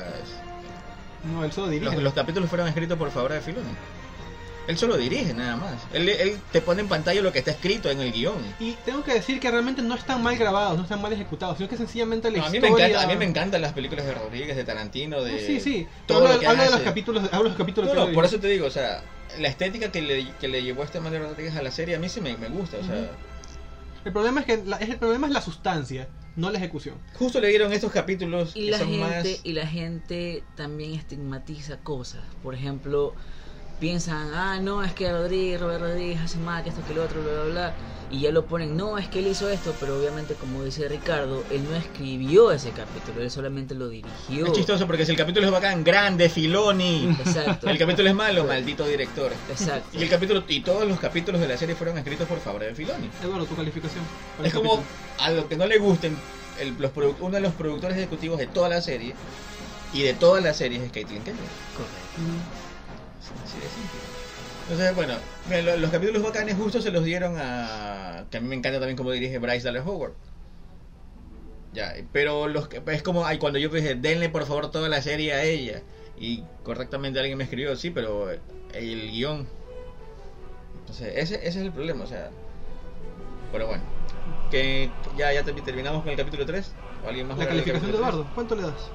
[SPEAKER 2] No, él solo dirige.
[SPEAKER 3] los, los capítulos fueron escritos por Fabra de Filoni. Él solo dirige, nada más. Él, él te pone en pantalla lo que está escrito en el guión.
[SPEAKER 2] Y tengo que decir que realmente no están mal grabados, no están mal ejecutados, sino que sencillamente la
[SPEAKER 3] No, a, mí
[SPEAKER 2] historia... Ah,
[SPEAKER 3] me encanta, a mí me encantan las películas de Rodríguez, de Tarantino, de.
[SPEAKER 2] Sí, sí.
[SPEAKER 3] todo
[SPEAKER 2] hablo
[SPEAKER 3] lo que
[SPEAKER 2] hablo de
[SPEAKER 3] hace.
[SPEAKER 2] los capítulos, hablo de los capítulos
[SPEAKER 3] No,
[SPEAKER 2] que
[SPEAKER 3] no,
[SPEAKER 2] él
[SPEAKER 3] por
[SPEAKER 2] dirige.
[SPEAKER 3] eso te digo, o sea, la estética que le, que le llevó este Manuel Rodríguez a la serie a mí sí me, me gusta, o sea.
[SPEAKER 2] Ujú. El problema es que la, es- el problema es la sustancia, no la ejecución.
[SPEAKER 3] Justo le dieron estos capítulos
[SPEAKER 5] Y
[SPEAKER 3] que
[SPEAKER 5] la,
[SPEAKER 3] son
[SPEAKER 5] gente,
[SPEAKER 3] más.
[SPEAKER 5] y la gente también estigmatiza cosas. Por ejemplo, piensan, ah, no, es que Rodríguez, Robert Rodríguez hace mal, que esto, que lo otro, bla, bla, bla. Y ya lo ponen, no, es que él hizo esto, pero obviamente, como dice Ricardo, él no escribió ese capítulo, él solamente lo dirigió.
[SPEAKER 3] Es chistoso porque si el capítulo es bacán, grande, Filoni.
[SPEAKER 5] Exacto.
[SPEAKER 3] El capítulo es malo, maldito director.
[SPEAKER 5] Exacto.
[SPEAKER 3] Y el capítulo y todos los capítulos de la serie fueron escritos por Fabre de Filoni.
[SPEAKER 2] Eduardo, tu calificación. para
[SPEAKER 3] Es
[SPEAKER 2] el
[SPEAKER 3] como
[SPEAKER 2] capítulo.
[SPEAKER 3] a lo que no le gusten el- los produ- uno de los productores ejecutivos de toda la serie y de todas las series es Caitlin Kennedy.
[SPEAKER 5] Correcto.
[SPEAKER 3] Así de simple. Entonces, bueno, mira, lo- los capítulos bacanes justo se los dieron a. que a mí me encanta también como dirige Bryce Dallas Howard. Ya, pero los que- es como ay, cuando yo dije, denle por favor toda la serie a ella. Y correctamente alguien me escribió, sí, pero el guión. Entonces, ese, ese es el problema, o sea. Pero bueno, que ya, ya te- terminamos con el capítulo 3. ¿O alguien más
[SPEAKER 2] La
[SPEAKER 3] va a hablar
[SPEAKER 2] calificación
[SPEAKER 3] del
[SPEAKER 2] de
[SPEAKER 3] capítulo
[SPEAKER 2] Eduardo, ¿cuánto le das?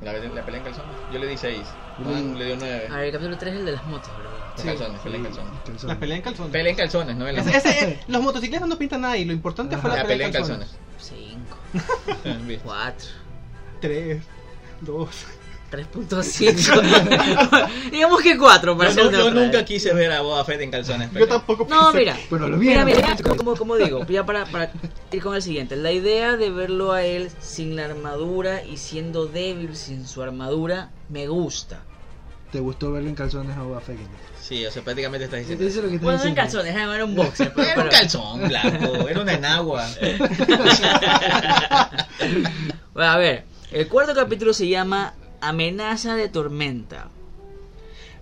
[SPEAKER 3] tres? La, la pelea en calzones. Yo le di 6.
[SPEAKER 4] Yo le di-
[SPEAKER 3] le dio 9.
[SPEAKER 5] A ver, el capítulo 3 es el de las motos, ¿verdad?
[SPEAKER 2] sí.
[SPEAKER 3] Calzones, pelea en calzones.
[SPEAKER 4] Calzón.
[SPEAKER 2] La pelea en calzones.
[SPEAKER 3] Pelea en calzones, no en la
[SPEAKER 2] Ese- ese- los motocicletas no pintan nada y lo importante fue la,
[SPEAKER 3] La pelea en calzones.
[SPEAKER 5] Cinco,
[SPEAKER 3] Bien.
[SPEAKER 5] cuatro.
[SPEAKER 2] 3, 2.
[SPEAKER 5] 3.5 Digamos que 4 para
[SPEAKER 3] Yo, no-
[SPEAKER 5] ser
[SPEAKER 3] yo
[SPEAKER 5] neutral.
[SPEAKER 3] nunca quise ver a Boba Fett en calzones.
[SPEAKER 2] Yo
[SPEAKER 3] pero-
[SPEAKER 2] tampoco
[SPEAKER 5] No,
[SPEAKER 2] pensé-
[SPEAKER 5] mira.
[SPEAKER 4] Pero lo
[SPEAKER 5] Mira,
[SPEAKER 4] vieron.
[SPEAKER 5] mira, como, como- como digo, ya para, para ir con el siguiente. La idea de verlo a él sin la armadura y siendo débil sin su armadura me gusta.
[SPEAKER 4] ¿Te gustó verlo en calzones a Boba Fett?
[SPEAKER 3] Sí, o sea, prácticamente estás
[SPEAKER 4] Eso
[SPEAKER 3] diciendo.
[SPEAKER 4] es lo que te
[SPEAKER 5] Bueno, no en calzones, eh, era un boxer. pero-
[SPEAKER 3] Era un
[SPEAKER 5] pero-
[SPEAKER 3] calzón blanco, era una enagua.
[SPEAKER 5] Bueno, a ver, el cuarto capítulo se llama Amenaza de Tormenta.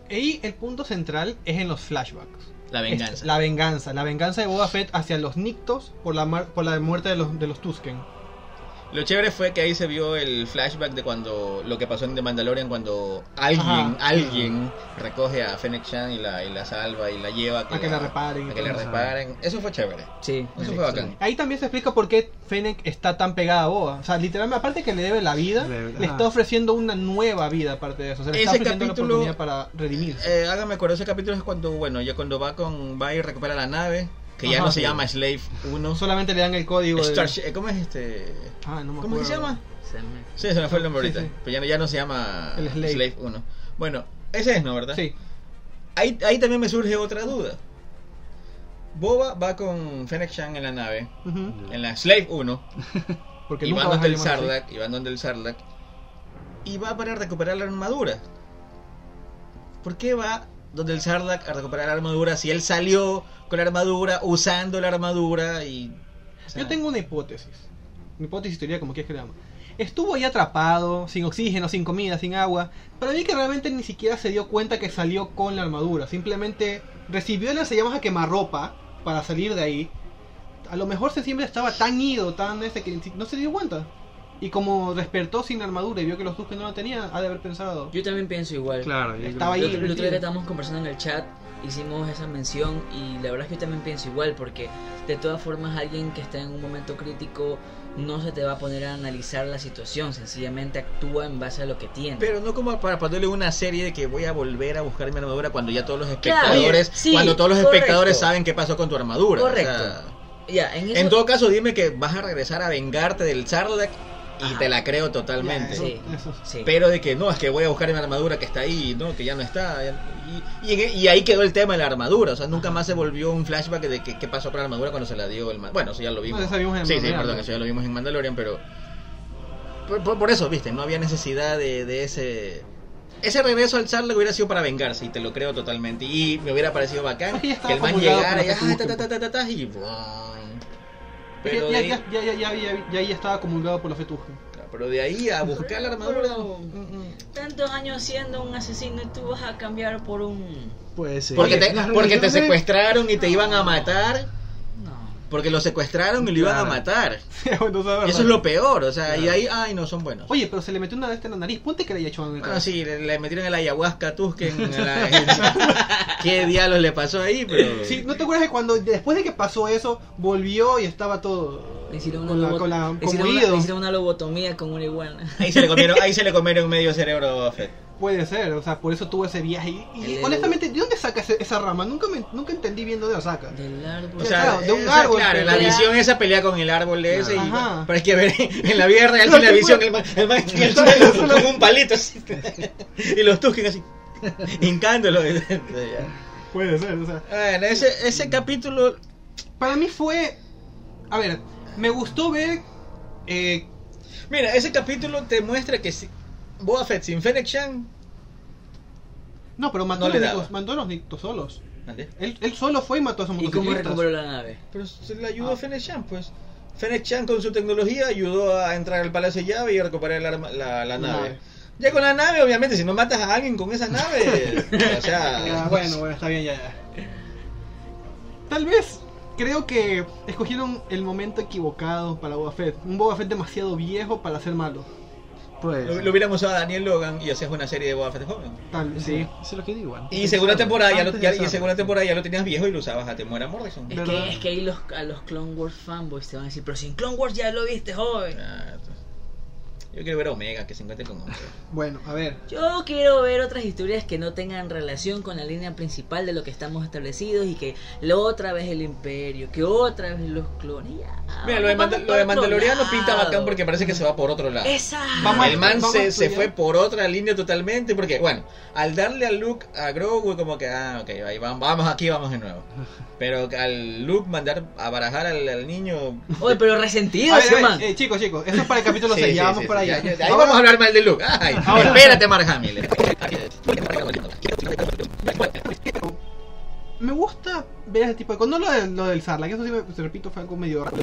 [SPEAKER 2] Y el punto central es en los flashbacks.
[SPEAKER 3] La venganza.
[SPEAKER 2] Esto, la venganza. La venganza de Boba Fett hacia los Nictos por la, mar- por la muerte de los, de los Tusken.
[SPEAKER 3] Lo chévere fue que ahí se vio el flashback de cuando lo que pasó en The Mandalorian cuando alguien,
[SPEAKER 2] Ajá.
[SPEAKER 3] alguien recoge a Fennec Shan y la, y la salva y la lleva a
[SPEAKER 2] A que la reparen y
[SPEAKER 3] a que la
[SPEAKER 4] todo.
[SPEAKER 3] reparen. Eso fue chévere.
[SPEAKER 5] Sí.
[SPEAKER 3] Eso fue bacán.
[SPEAKER 2] Ahí también se explica por qué Fennec está tan pegada a Boba. O sea, literalmente, aparte que le debe la vida,
[SPEAKER 4] Le-
[SPEAKER 2] le
[SPEAKER 4] ajá.
[SPEAKER 2] está ofreciendo una nueva vida aparte de eso. O sea, le está
[SPEAKER 3] Ese
[SPEAKER 2] ofreciendo
[SPEAKER 3] capítulo-
[SPEAKER 2] la oportunidad para redimirse.
[SPEAKER 3] Eh, hágame acuerdo, ese capítulo es cuando, bueno, ya cuando va con va y recupera la nave, que ya
[SPEAKER 2] Ajá,
[SPEAKER 3] no
[SPEAKER 2] sí.
[SPEAKER 3] se llama Slave 1.
[SPEAKER 2] No solamente le dan el código de...
[SPEAKER 3] Starship- eh, ¿Cómo es este?
[SPEAKER 2] Ah, no me
[SPEAKER 3] ¿Cómo que se
[SPEAKER 2] acuerdo.
[SPEAKER 3] llama?
[SPEAKER 5] Se me-
[SPEAKER 3] Sí, se me fue el nombre
[SPEAKER 2] Sí,
[SPEAKER 3] ahorita.
[SPEAKER 2] sí.
[SPEAKER 3] Pero ya no, ya no se llama
[SPEAKER 2] El Slave.
[SPEAKER 3] Slave. 1. Bueno, ese es, ¿no? ¿Verdad?
[SPEAKER 2] Sí.
[SPEAKER 3] Ahí, ahí también me surge otra duda. Boba va con Fennec Shan en la nave,
[SPEAKER 2] Ujú.
[SPEAKER 3] en la Slave 1,
[SPEAKER 2] Porque
[SPEAKER 3] y
[SPEAKER 2] nunca
[SPEAKER 3] van
[SPEAKER 2] vas a
[SPEAKER 3] donde el
[SPEAKER 2] llamar así.
[SPEAKER 3] Sarlacc, y van donde el Sarlacc, y va para recuperar la armadura. ¿Por qué va donde el Sarlacc a recuperar la armadura si él salió con la armadura, usando la armadura y... o sea,
[SPEAKER 2] Yo tengo una hipótesis. Una hipótesis, teoría, como quieras que le llame. Estuvo ahí atrapado, sin oxígeno, sin comida, sin agua. Para mí que realmente ni siquiera se dio cuenta que salió con la armadura. Simplemente recibió las llamas a quemarropa para salir de ahí. A lo mejor se siempre estaba tan ido, tan ese que ni- no se dio cuenta. Y como despertó sin armadura y vio que los Tusken no la tenían, ha de haber pensado.
[SPEAKER 5] Yo también pienso igual.
[SPEAKER 4] Claro, yo
[SPEAKER 2] Estaba
[SPEAKER 4] creo
[SPEAKER 2] ahí.
[SPEAKER 4] que-
[SPEAKER 5] El otro día que estábamos conversando en el chat, hicimos esa mención y la verdad es que yo también pienso igual, porque de todas formas alguien que está en un momento crítico no se te va a poner a analizar la situación, sencillamente actúa en base a lo que tiene.
[SPEAKER 3] Pero no como para ponerle una serie de que voy a volver a buscar mi armadura cuando ya todos los
[SPEAKER 5] Claro,
[SPEAKER 3] espectadores,
[SPEAKER 5] sí,
[SPEAKER 3] cuando todos los
[SPEAKER 5] correcto.
[SPEAKER 3] espectadores saben qué pasó con tu armadura. o sea,
[SPEAKER 5] Correcto. ya, en eso...
[SPEAKER 3] En todo caso, dime que vas a regresar a vengarte del Sarlacc y
[SPEAKER 5] Ajá.
[SPEAKER 3] te la creo
[SPEAKER 2] Ya,
[SPEAKER 3] totalmente.
[SPEAKER 2] eso-
[SPEAKER 5] Sí.
[SPEAKER 2] eso-
[SPEAKER 5] Sí.
[SPEAKER 3] Pero de que no, es que voy a buscar mi armadura que está ahí, no, que ya no está. ya- Y, y- y ahí quedó el tema de la armadura. O sea, nunca más se volvió un flashback de que- qué pasó con la armadura cuando se la dio el. ma- Bueno, eso ya lo vimos.
[SPEAKER 2] No, eso vimos en
[SPEAKER 3] sí, sí,
[SPEAKER 2] Mandalorian.
[SPEAKER 3] perdón, eso ya lo vimos en Mandalorian, pero. Por, por- por eso, viste, no había necesidad de, de ese. Ese regreso al Sarlacc hubiera sido para vengarse, y te lo creo totalmente. Y me hubiera parecido bacán
[SPEAKER 2] Es que ya estaba
[SPEAKER 3] que el man
[SPEAKER 2] formulado
[SPEAKER 3] llegara
[SPEAKER 2] para
[SPEAKER 3] y.
[SPEAKER 2] que
[SPEAKER 3] ah,
[SPEAKER 2] te
[SPEAKER 3] ta, ta, ta, ta, ta, y buah. Pero
[SPEAKER 2] Ya,
[SPEAKER 3] de
[SPEAKER 2] ya,
[SPEAKER 3] ahí-
[SPEAKER 2] ya, ya, ya, ya- ya- ya estaba comulgado por los fe Tusken.
[SPEAKER 3] pero de ahí a buscar la armadura. mm.
[SPEAKER 5] Tantos años siendo un asesino y tú vas a cambiar por un...
[SPEAKER 4] Pues sí.
[SPEAKER 3] Porque te,
[SPEAKER 4] Las
[SPEAKER 3] porque te
[SPEAKER 4] religiones-
[SPEAKER 3] secuestraron y te iban a matar.
[SPEAKER 5] No.
[SPEAKER 3] Porque lo secuestraron y lo iban a
[SPEAKER 4] Claro.
[SPEAKER 3] matar.
[SPEAKER 2] Bueno, eso
[SPEAKER 3] Y
[SPEAKER 2] verdad.
[SPEAKER 3] eso es lo peor. O sea, y ahí, ay, no son buenos.
[SPEAKER 2] Oye, pero se le metió una de este en la nariz. Ponte que le haya hecho algo en el
[SPEAKER 3] Bueno,
[SPEAKER 2] cabeza.
[SPEAKER 3] Ah, sí, le, le metieron el ayahuasca a Tusken. a la- ¿Qué diablos le pasó ahí? Pero...
[SPEAKER 2] Sí, ¿no te acuerdas que cuando después de que pasó eso, volvió y estaba todo
[SPEAKER 5] Le hicieron una,
[SPEAKER 2] con la,
[SPEAKER 5] lobo-
[SPEAKER 2] con la-
[SPEAKER 5] le hicieron una-
[SPEAKER 2] conmovido?
[SPEAKER 5] le hicieron una lobotomía con una iguana.
[SPEAKER 3] Ahí se le comieron, ahí se le comieron medio cerebro a Boba Fett.
[SPEAKER 2] Puede ser, o sea, por eso tuvo ese viaje. Y, y
[SPEAKER 5] El- el-
[SPEAKER 2] honestamente, ¿de dónde saca ese- esa rama? Nunca me, nunca entendí bien dónde la saca.
[SPEAKER 5] Del árbol.
[SPEAKER 3] O sea,
[SPEAKER 2] Claro, de un
[SPEAKER 3] esa-
[SPEAKER 2] árbol,
[SPEAKER 3] claro,
[SPEAKER 2] pero-
[SPEAKER 3] la visión esa pelea con el árbol ese. y-
[SPEAKER 2] Ajá.
[SPEAKER 3] pero es que a ver, en la vida real,
[SPEAKER 2] No,
[SPEAKER 3] sin la
[SPEAKER 2] que
[SPEAKER 3] visión,
[SPEAKER 2] fue-
[SPEAKER 3] el man, el man en el suelo con un palito así. y los Tusken así, hincándolo.
[SPEAKER 2] Puede ser, o sea.
[SPEAKER 3] Bueno, ese, ese capítulo.
[SPEAKER 2] Para mí fue. A ver, me gustó ver. eh,
[SPEAKER 3] Mira, ese capítulo te muestra que si, Boba Fett sin Fennec Shan.
[SPEAKER 2] no, pero mató,
[SPEAKER 3] No
[SPEAKER 2] a
[SPEAKER 3] le
[SPEAKER 2] los
[SPEAKER 3] daba.
[SPEAKER 2] nictos, mató a los nictos solos. Él, él solo fue y mató a esos
[SPEAKER 5] ¿Y cómo
[SPEAKER 2] motociclistas.
[SPEAKER 5] recuperó la nave?
[SPEAKER 3] Pero se le ayudó a Fennec Shan, pues. Fennec Shan con su tecnología ayudó a entrar al Palacio de Llave y a recuperar el arma- la, la nave.
[SPEAKER 2] Nave.
[SPEAKER 3] Ya con la nave, obviamente, si no matas a alguien con esa nave, o sea,
[SPEAKER 4] Ah,
[SPEAKER 2] Ya, Ah, bueno, bueno, está bien, ya, ya. Tal vez, creo que escogieron el momento equivocado para Boba Fett. Un Boba Fett demasiado viejo para ser malo.
[SPEAKER 4] Pues.
[SPEAKER 3] Lo, lo hubiéramos usado a Daniel Logan y hacías una serie de Boba Fett joven.
[SPEAKER 2] Tal vez, sí.
[SPEAKER 4] Eso es lo que digo. antes
[SPEAKER 3] Y
[SPEAKER 4] de
[SPEAKER 3] segunda
[SPEAKER 4] Sarlacc,
[SPEAKER 3] temporada ya lo,
[SPEAKER 4] antes
[SPEAKER 3] ya-
[SPEAKER 4] de
[SPEAKER 3] y segunda
[SPEAKER 4] Sarlacc.
[SPEAKER 3] temporada ya lo tenías viejo y lo usabas a Temuera Morrison.
[SPEAKER 5] Es
[SPEAKER 2] ¿Verdad?
[SPEAKER 5] que, es que ahí los, a los Clone Wars fanboys te van a decir, pero sin Clone Wars ya lo viste, joven.
[SPEAKER 3] Ah, entonces, Yo quiero ver a Omega que se encuentre con Omega.
[SPEAKER 2] Bueno, a ver.
[SPEAKER 5] Yo quiero ver otras historias que no tengan relación con la línea principal de lo que estamos establecidos y que la otra vez el imperio, que otra vez los clones. ya,
[SPEAKER 3] Mira, lo de,
[SPEAKER 5] vamos
[SPEAKER 3] Manda-
[SPEAKER 5] por
[SPEAKER 3] lo de
[SPEAKER 5] otro
[SPEAKER 3] Mandaloriano
[SPEAKER 5] lado.
[SPEAKER 3] pinta bacán porque parece que se va por otro lado.
[SPEAKER 5] Exacto.
[SPEAKER 2] Vamos a-
[SPEAKER 3] el man
[SPEAKER 2] vamos a
[SPEAKER 3] se, se
[SPEAKER 2] estudiar.
[SPEAKER 3] fue por otra línea totalmente porque, bueno, al darle a Luke a Grogu como que, ah, ok, ahí vamos, vamos aquí, vamos de nuevo. Pero al Luke mandar a barajar al, al niño
[SPEAKER 5] Oye, pero resentido
[SPEAKER 2] A ver,
[SPEAKER 5] ese
[SPEAKER 2] a ver,
[SPEAKER 5] man.
[SPEAKER 2] eh, chicos, chicos, eso es para el capítulo 6,
[SPEAKER 3] Sí,
[SPEAKER 2] ya
[SPEAKER 3] sí,
[SPEAKER 2] vamos
[SPEAKER 3] sí,
[SPEAKER 2] para
[SPEAKER 3] sí,
[SPEAKER 2] allá.
[SPEAKER 3] ya, ya, de ahí
[SPEAKER 2] Ahora-
[SPEAKER 3] vamos a hablar mal de Luke. Ay,
[SPEAKER 2] Ahora-
[SPEAKER 3] espérate, Mark Hamill.
[SPEAKER 2] Me gusta ver ese tipo de cosas. No lo, de- lo del Sarla, que eso sí, me, te repito, fue algo medio raro.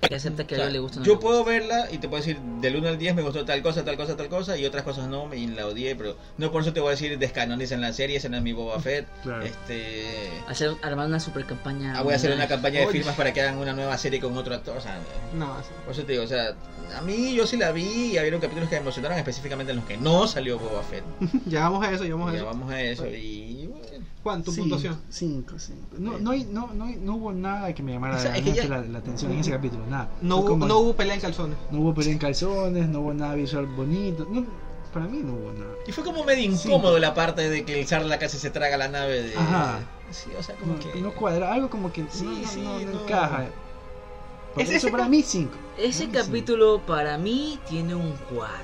[SPEAKER 5] Que acepta que a él le gusta. o no le
[SPEAKER 3] Yo
[SPEAKER 5] gusta.
[SPEAKER 3] puedo verla y te puedo decir, del 1 al 10 me gustó tal cosa, tal cosa, tal cosa, y otras cosas no, y la odié, pero no por eso te voy a decir descanonicen la serie, ese no es mi Boba Fett.
[SPEAKER 4] Claro.
[SPEAKER 3] Este,
[SPEAKER 5] Hacer, armar una super campaña.
[SPEAKER 3] ah, voy a hacer una campaña de
[SPEAKER 2] Oye.
[SPEAKER 3] firmas para que hagan una nueva serie con otro actor. O sea,
[SPEAKER 2] No, eso-
[SPEAKER 3] por eso te digo, o sea, a mí yo sí la vi y había capítulos que me emocionaron, específicamente en los que no salió Boba Fett.
[SPEAKER 2] ya vamos a eso, ya vamos a
[SPEAKER 3] Ya
[SPEAKER 2] eso.
[SPEAKER 3] vamos a eso, y bueno.
[SPEAKER 2] Juan, tu
[SPEAKER 4] Sí,
[SPEAKER 2] puntuación.
[SPEAKER 4] Cinco, cinco. No, no, hay- no, no, hay- no hubo nada que me llamara
[SPEAKER 3] O sea, es que ya-
[SPEAKER 4] realmente la, la atención en ese capítulo, nada.
[SPEAKER 2] No
[SPEAKER 4] Fue
[SPEAKER 2] hubo,
[SPEAKER 4] como-
[SPEAKER 2] no hubo pelea en calzones.
[SPEAKER 4] no hubo pelea en calzones, no hubo nada visual bonito. no, para mí no hubo nada.
[SPEAKER 3] Y fue como medio
[SPEAKER 4] Sí.
[SPEAKER 3] incómodo la parte de que el Sarla casi se traga la nave de...
[SPEAKER 4] Ajá.
[SPEAKER 3] Sí, o sea, como
[SPEAKER 4] No,
[SPEAKER 3] que...
[SPEAKER 4] no cuadra, algo como que
[SPEAKER 3] Sí,
[SPEAKER 4] no, no,
[SPEAKER 3] sí,
[SPEAKER 4] no, no
[SPEAKER 3] no.
[SPEAKER 4] encaja. Por
[SPEAKER 2] Es-
[SPEAKER 4] eso
[SPEAKER 2] ese
[SPEAKER 4] para
[SPEAKER 2] cap-
[SPEAKER 4] mí cinco.
[SPEAKER 5] Ese
[SPEAKER 4] Para mí, cinco.
[SPEAKER 5] capítulo para mí tiene un 4.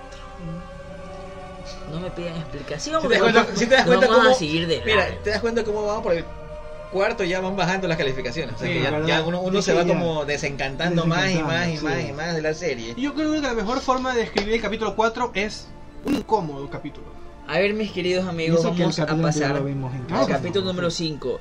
[SPEAKER 5] No me pidan explicación.
[SPEAKER 3] Si te das
[SPEAKER 5] porque
[SPEAKER 3] cuenta-
[SPEAKER 5] no-
[SPEAKER 3] si te das
[SPEAKER 5] no
[SPEAKER 3] cuenta
[SPEAKER 5] vamos
[SPEAKER 3] cómo-
[SPEAKER 5] a seguir de
[SPEAKER 3] Mira,
[SPEAKER 5] largo.
[SPEAKER 3] te das cuenta cómo vamos por el cuarto ya van bajando las calificaciones. O sea,
[SPEAKER 2] Sí,
[SPEAKER 3] que ya,
[SPEAKER 4] ¿verdad?
[SPEAKER 3] ya uno, uno
[SPEAKER 4] Es
[SPEAKER 3] se
[SPEAKER 4] que
[SPEAKER 3] va
[SPEAKER 4] ya-
[SPEAKER 3] como desencantando, más y más y
[SPEAKER 4] Desencantando,
[SPEAKER 3] más
[SPEAKER 4] sí.
[SPEAKER 3] y más de la serie.
[SPEAKER 2] Yo creo que la mejor forma de describir el capítulo 4 es un incómodo capítulo.
[SPEAKER 5] A ver, mis queridos
[SPEAKER 4] Y
[SPEAKER 5] amigos,
[SPEAKER 4] eso que el
[SPEAKER 5] vamos a
[SPEAKER 4] capítulo anterior
[SPEAKER 5] pasar
[SPEAKER 4] lo vimos Ah, en
[SPEAKER 5] al
[SPEAKER 4] calzones.
[SPEAKER 5] capítulo número 5.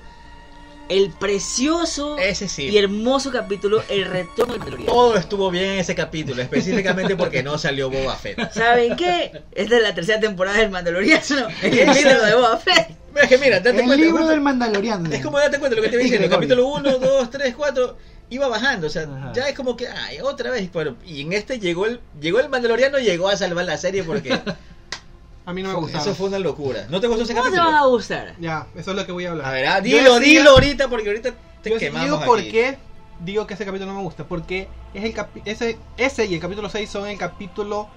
[SPEAKER 5] El precioso
[SPEAKER 3] Ese
[SPEAKER 5] y
[SPEAKER 3] sí.
[SPEAKER 5] hermoso capítulo, El Retorno del Mandaloriano.
[SPEAKER 3] Todo estuvo bien en ese capítulo, específicamente porque no salió Boba Fett.
[SPEAKER 5] ¿Saben qué? Esta es la tercera temporada del Mandaloriano. El capítulo de Boba Fett.
[SPEAKER 3] Pero es que mira, date
[SPEAKER 4] El
[SPEAKER 3] cuenta.
[SPEAKER 4] libro
[SPEAKER 3] justo-
[SPEAKER 4] del Mandaloriano.
[SPEAKER 3] Es como date cuenta lo que te voy diciendo.
[SPEAKER 4] Gregorio.
[SPEAKER 3] capítulo 1, 2, 3, 4 iba bajando. O sea,
[SPEAKER 4] Ajá.
[SPEAKER 3] ya es como que, ay, otra vez. Pero, y en este llegó el, llegó el Mandaloriano, llegó a salvar la serie porque
[SPEAKER 2] A mí no me gustaba.
[SPEAKER 3] eso fue una locura. ¿No te gustó ese
[SPEAKER 5] ¿Cómo te
[SPEAKER 3] capítulo?
[SPEAKER 5] van a gustar?
[SPEAKER 2] Ya, eso es lo que voy a hablar.
[SPEAKER 3] A ver, ah,
[SPEAKER 2] Yo decía-
[SPEAKER 3] dilo, dilo ahorita porque ahorita te
[SPEAKER 2] Yo sí
[SPEAKER 3] quemamos.
[SPEAKER 2] digo por
[SPEAKER 3] aquí.
[SPEAKER 2] qué digo que ese capítulo no me gusta. Porque es el capi- ese, ese y el capítulo 6 son el capítulo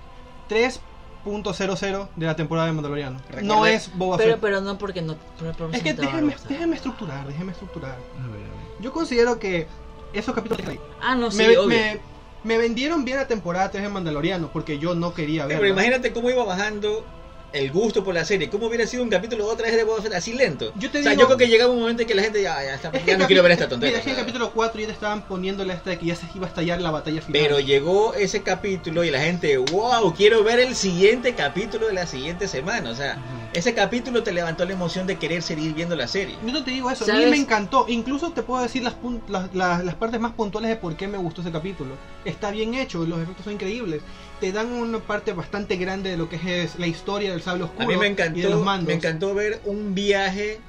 [SPEAKER 2] 3.00 de la temporada de Mandaloriano.
[SPEAKER 3] Recuerde-
[SPEAKER 2] No es Boba
[SPEAKER 5] Pero,
[SPEAKER 2] Fett.
[SPEAKER 5] pero no porque no. pero- pero
[SPEAKER 2] es
[SPEAKER 5] sí
[SPEAKER 2] que
[SPEAKER 5] te va a
[SPEAKER 2] déjeme,
[SPEAKER 5] gustar.
[SPEAKER 2] déjeme estructurar, déjeme estructurar.
[SPEAKER 4] A ver, a ver.
[SPEAKER 2] Yo considero que esos capítulos
[SPEAKER 5] Ah, no, sí,
[SPEAKER 2] me,
[SPEAKER 5] obvio.
[SPEAKER 2] me- me vendieron bien la temporada 3 de Mandaloriano porque yo no quería
[SPEAKER 3] Sí,
[SPEAKER 2] verla.
[SPEAKER 3] Eh, pero imagínate cómo iba bajando el gusto por la serie. ¿Cómo hubiera sido un capítulo otra vez de Boba Fett así lento?
[SPEAKER 2] Yo te
[SPEAKER 3] o sea,
[SPEAKER 2] digo-
[SPEAKER 3] yo creo que llegaba un momento en que la gente ya, ya, está-
[SPEAKER 2] Es que
[SPEAKER 3] ya
[SPEAKER 2] el
[SPEAKER 3] no
[SPEAKER 2] capi-
[SPEAKER 3] quiero ver esta tontería.
[SPEAKER 2] Mira, es que el capítulo 4 ya te estaban poniéndole esta de que ya se iba a estallar la batalla final.
[SPEAKER 3] Pero llegó ese capítulo y la gente, wow, quiero ver el siguiente capítulo de la siguiente semana. O sea,
[SPEAKER 4] Ajá.
[SPEAKER 3] ese capítulo te levantó la emoción de querer seguir viendo la serie.
[SPEAKER 2] Yo no te digo eso, a mí
[SPEAKER 5] ¿Sabes?
[SPEAKER 2] me encantó. Incluso te puedo decir las, pun- las, las- las partes más puntuales de por qué me gustó ese capítulo. Está bien hecho, los efectos son increíbles. Te dan una parte bastante grande de lo que es la historia del sable oscuro
[SPEAKER 3] A mí me
[SPEAKER 2] y de los
[SPEAKER 3] encantó,
[SPEAKER 2] mandos.
[SPEAKER 3] me encantó ver un viaje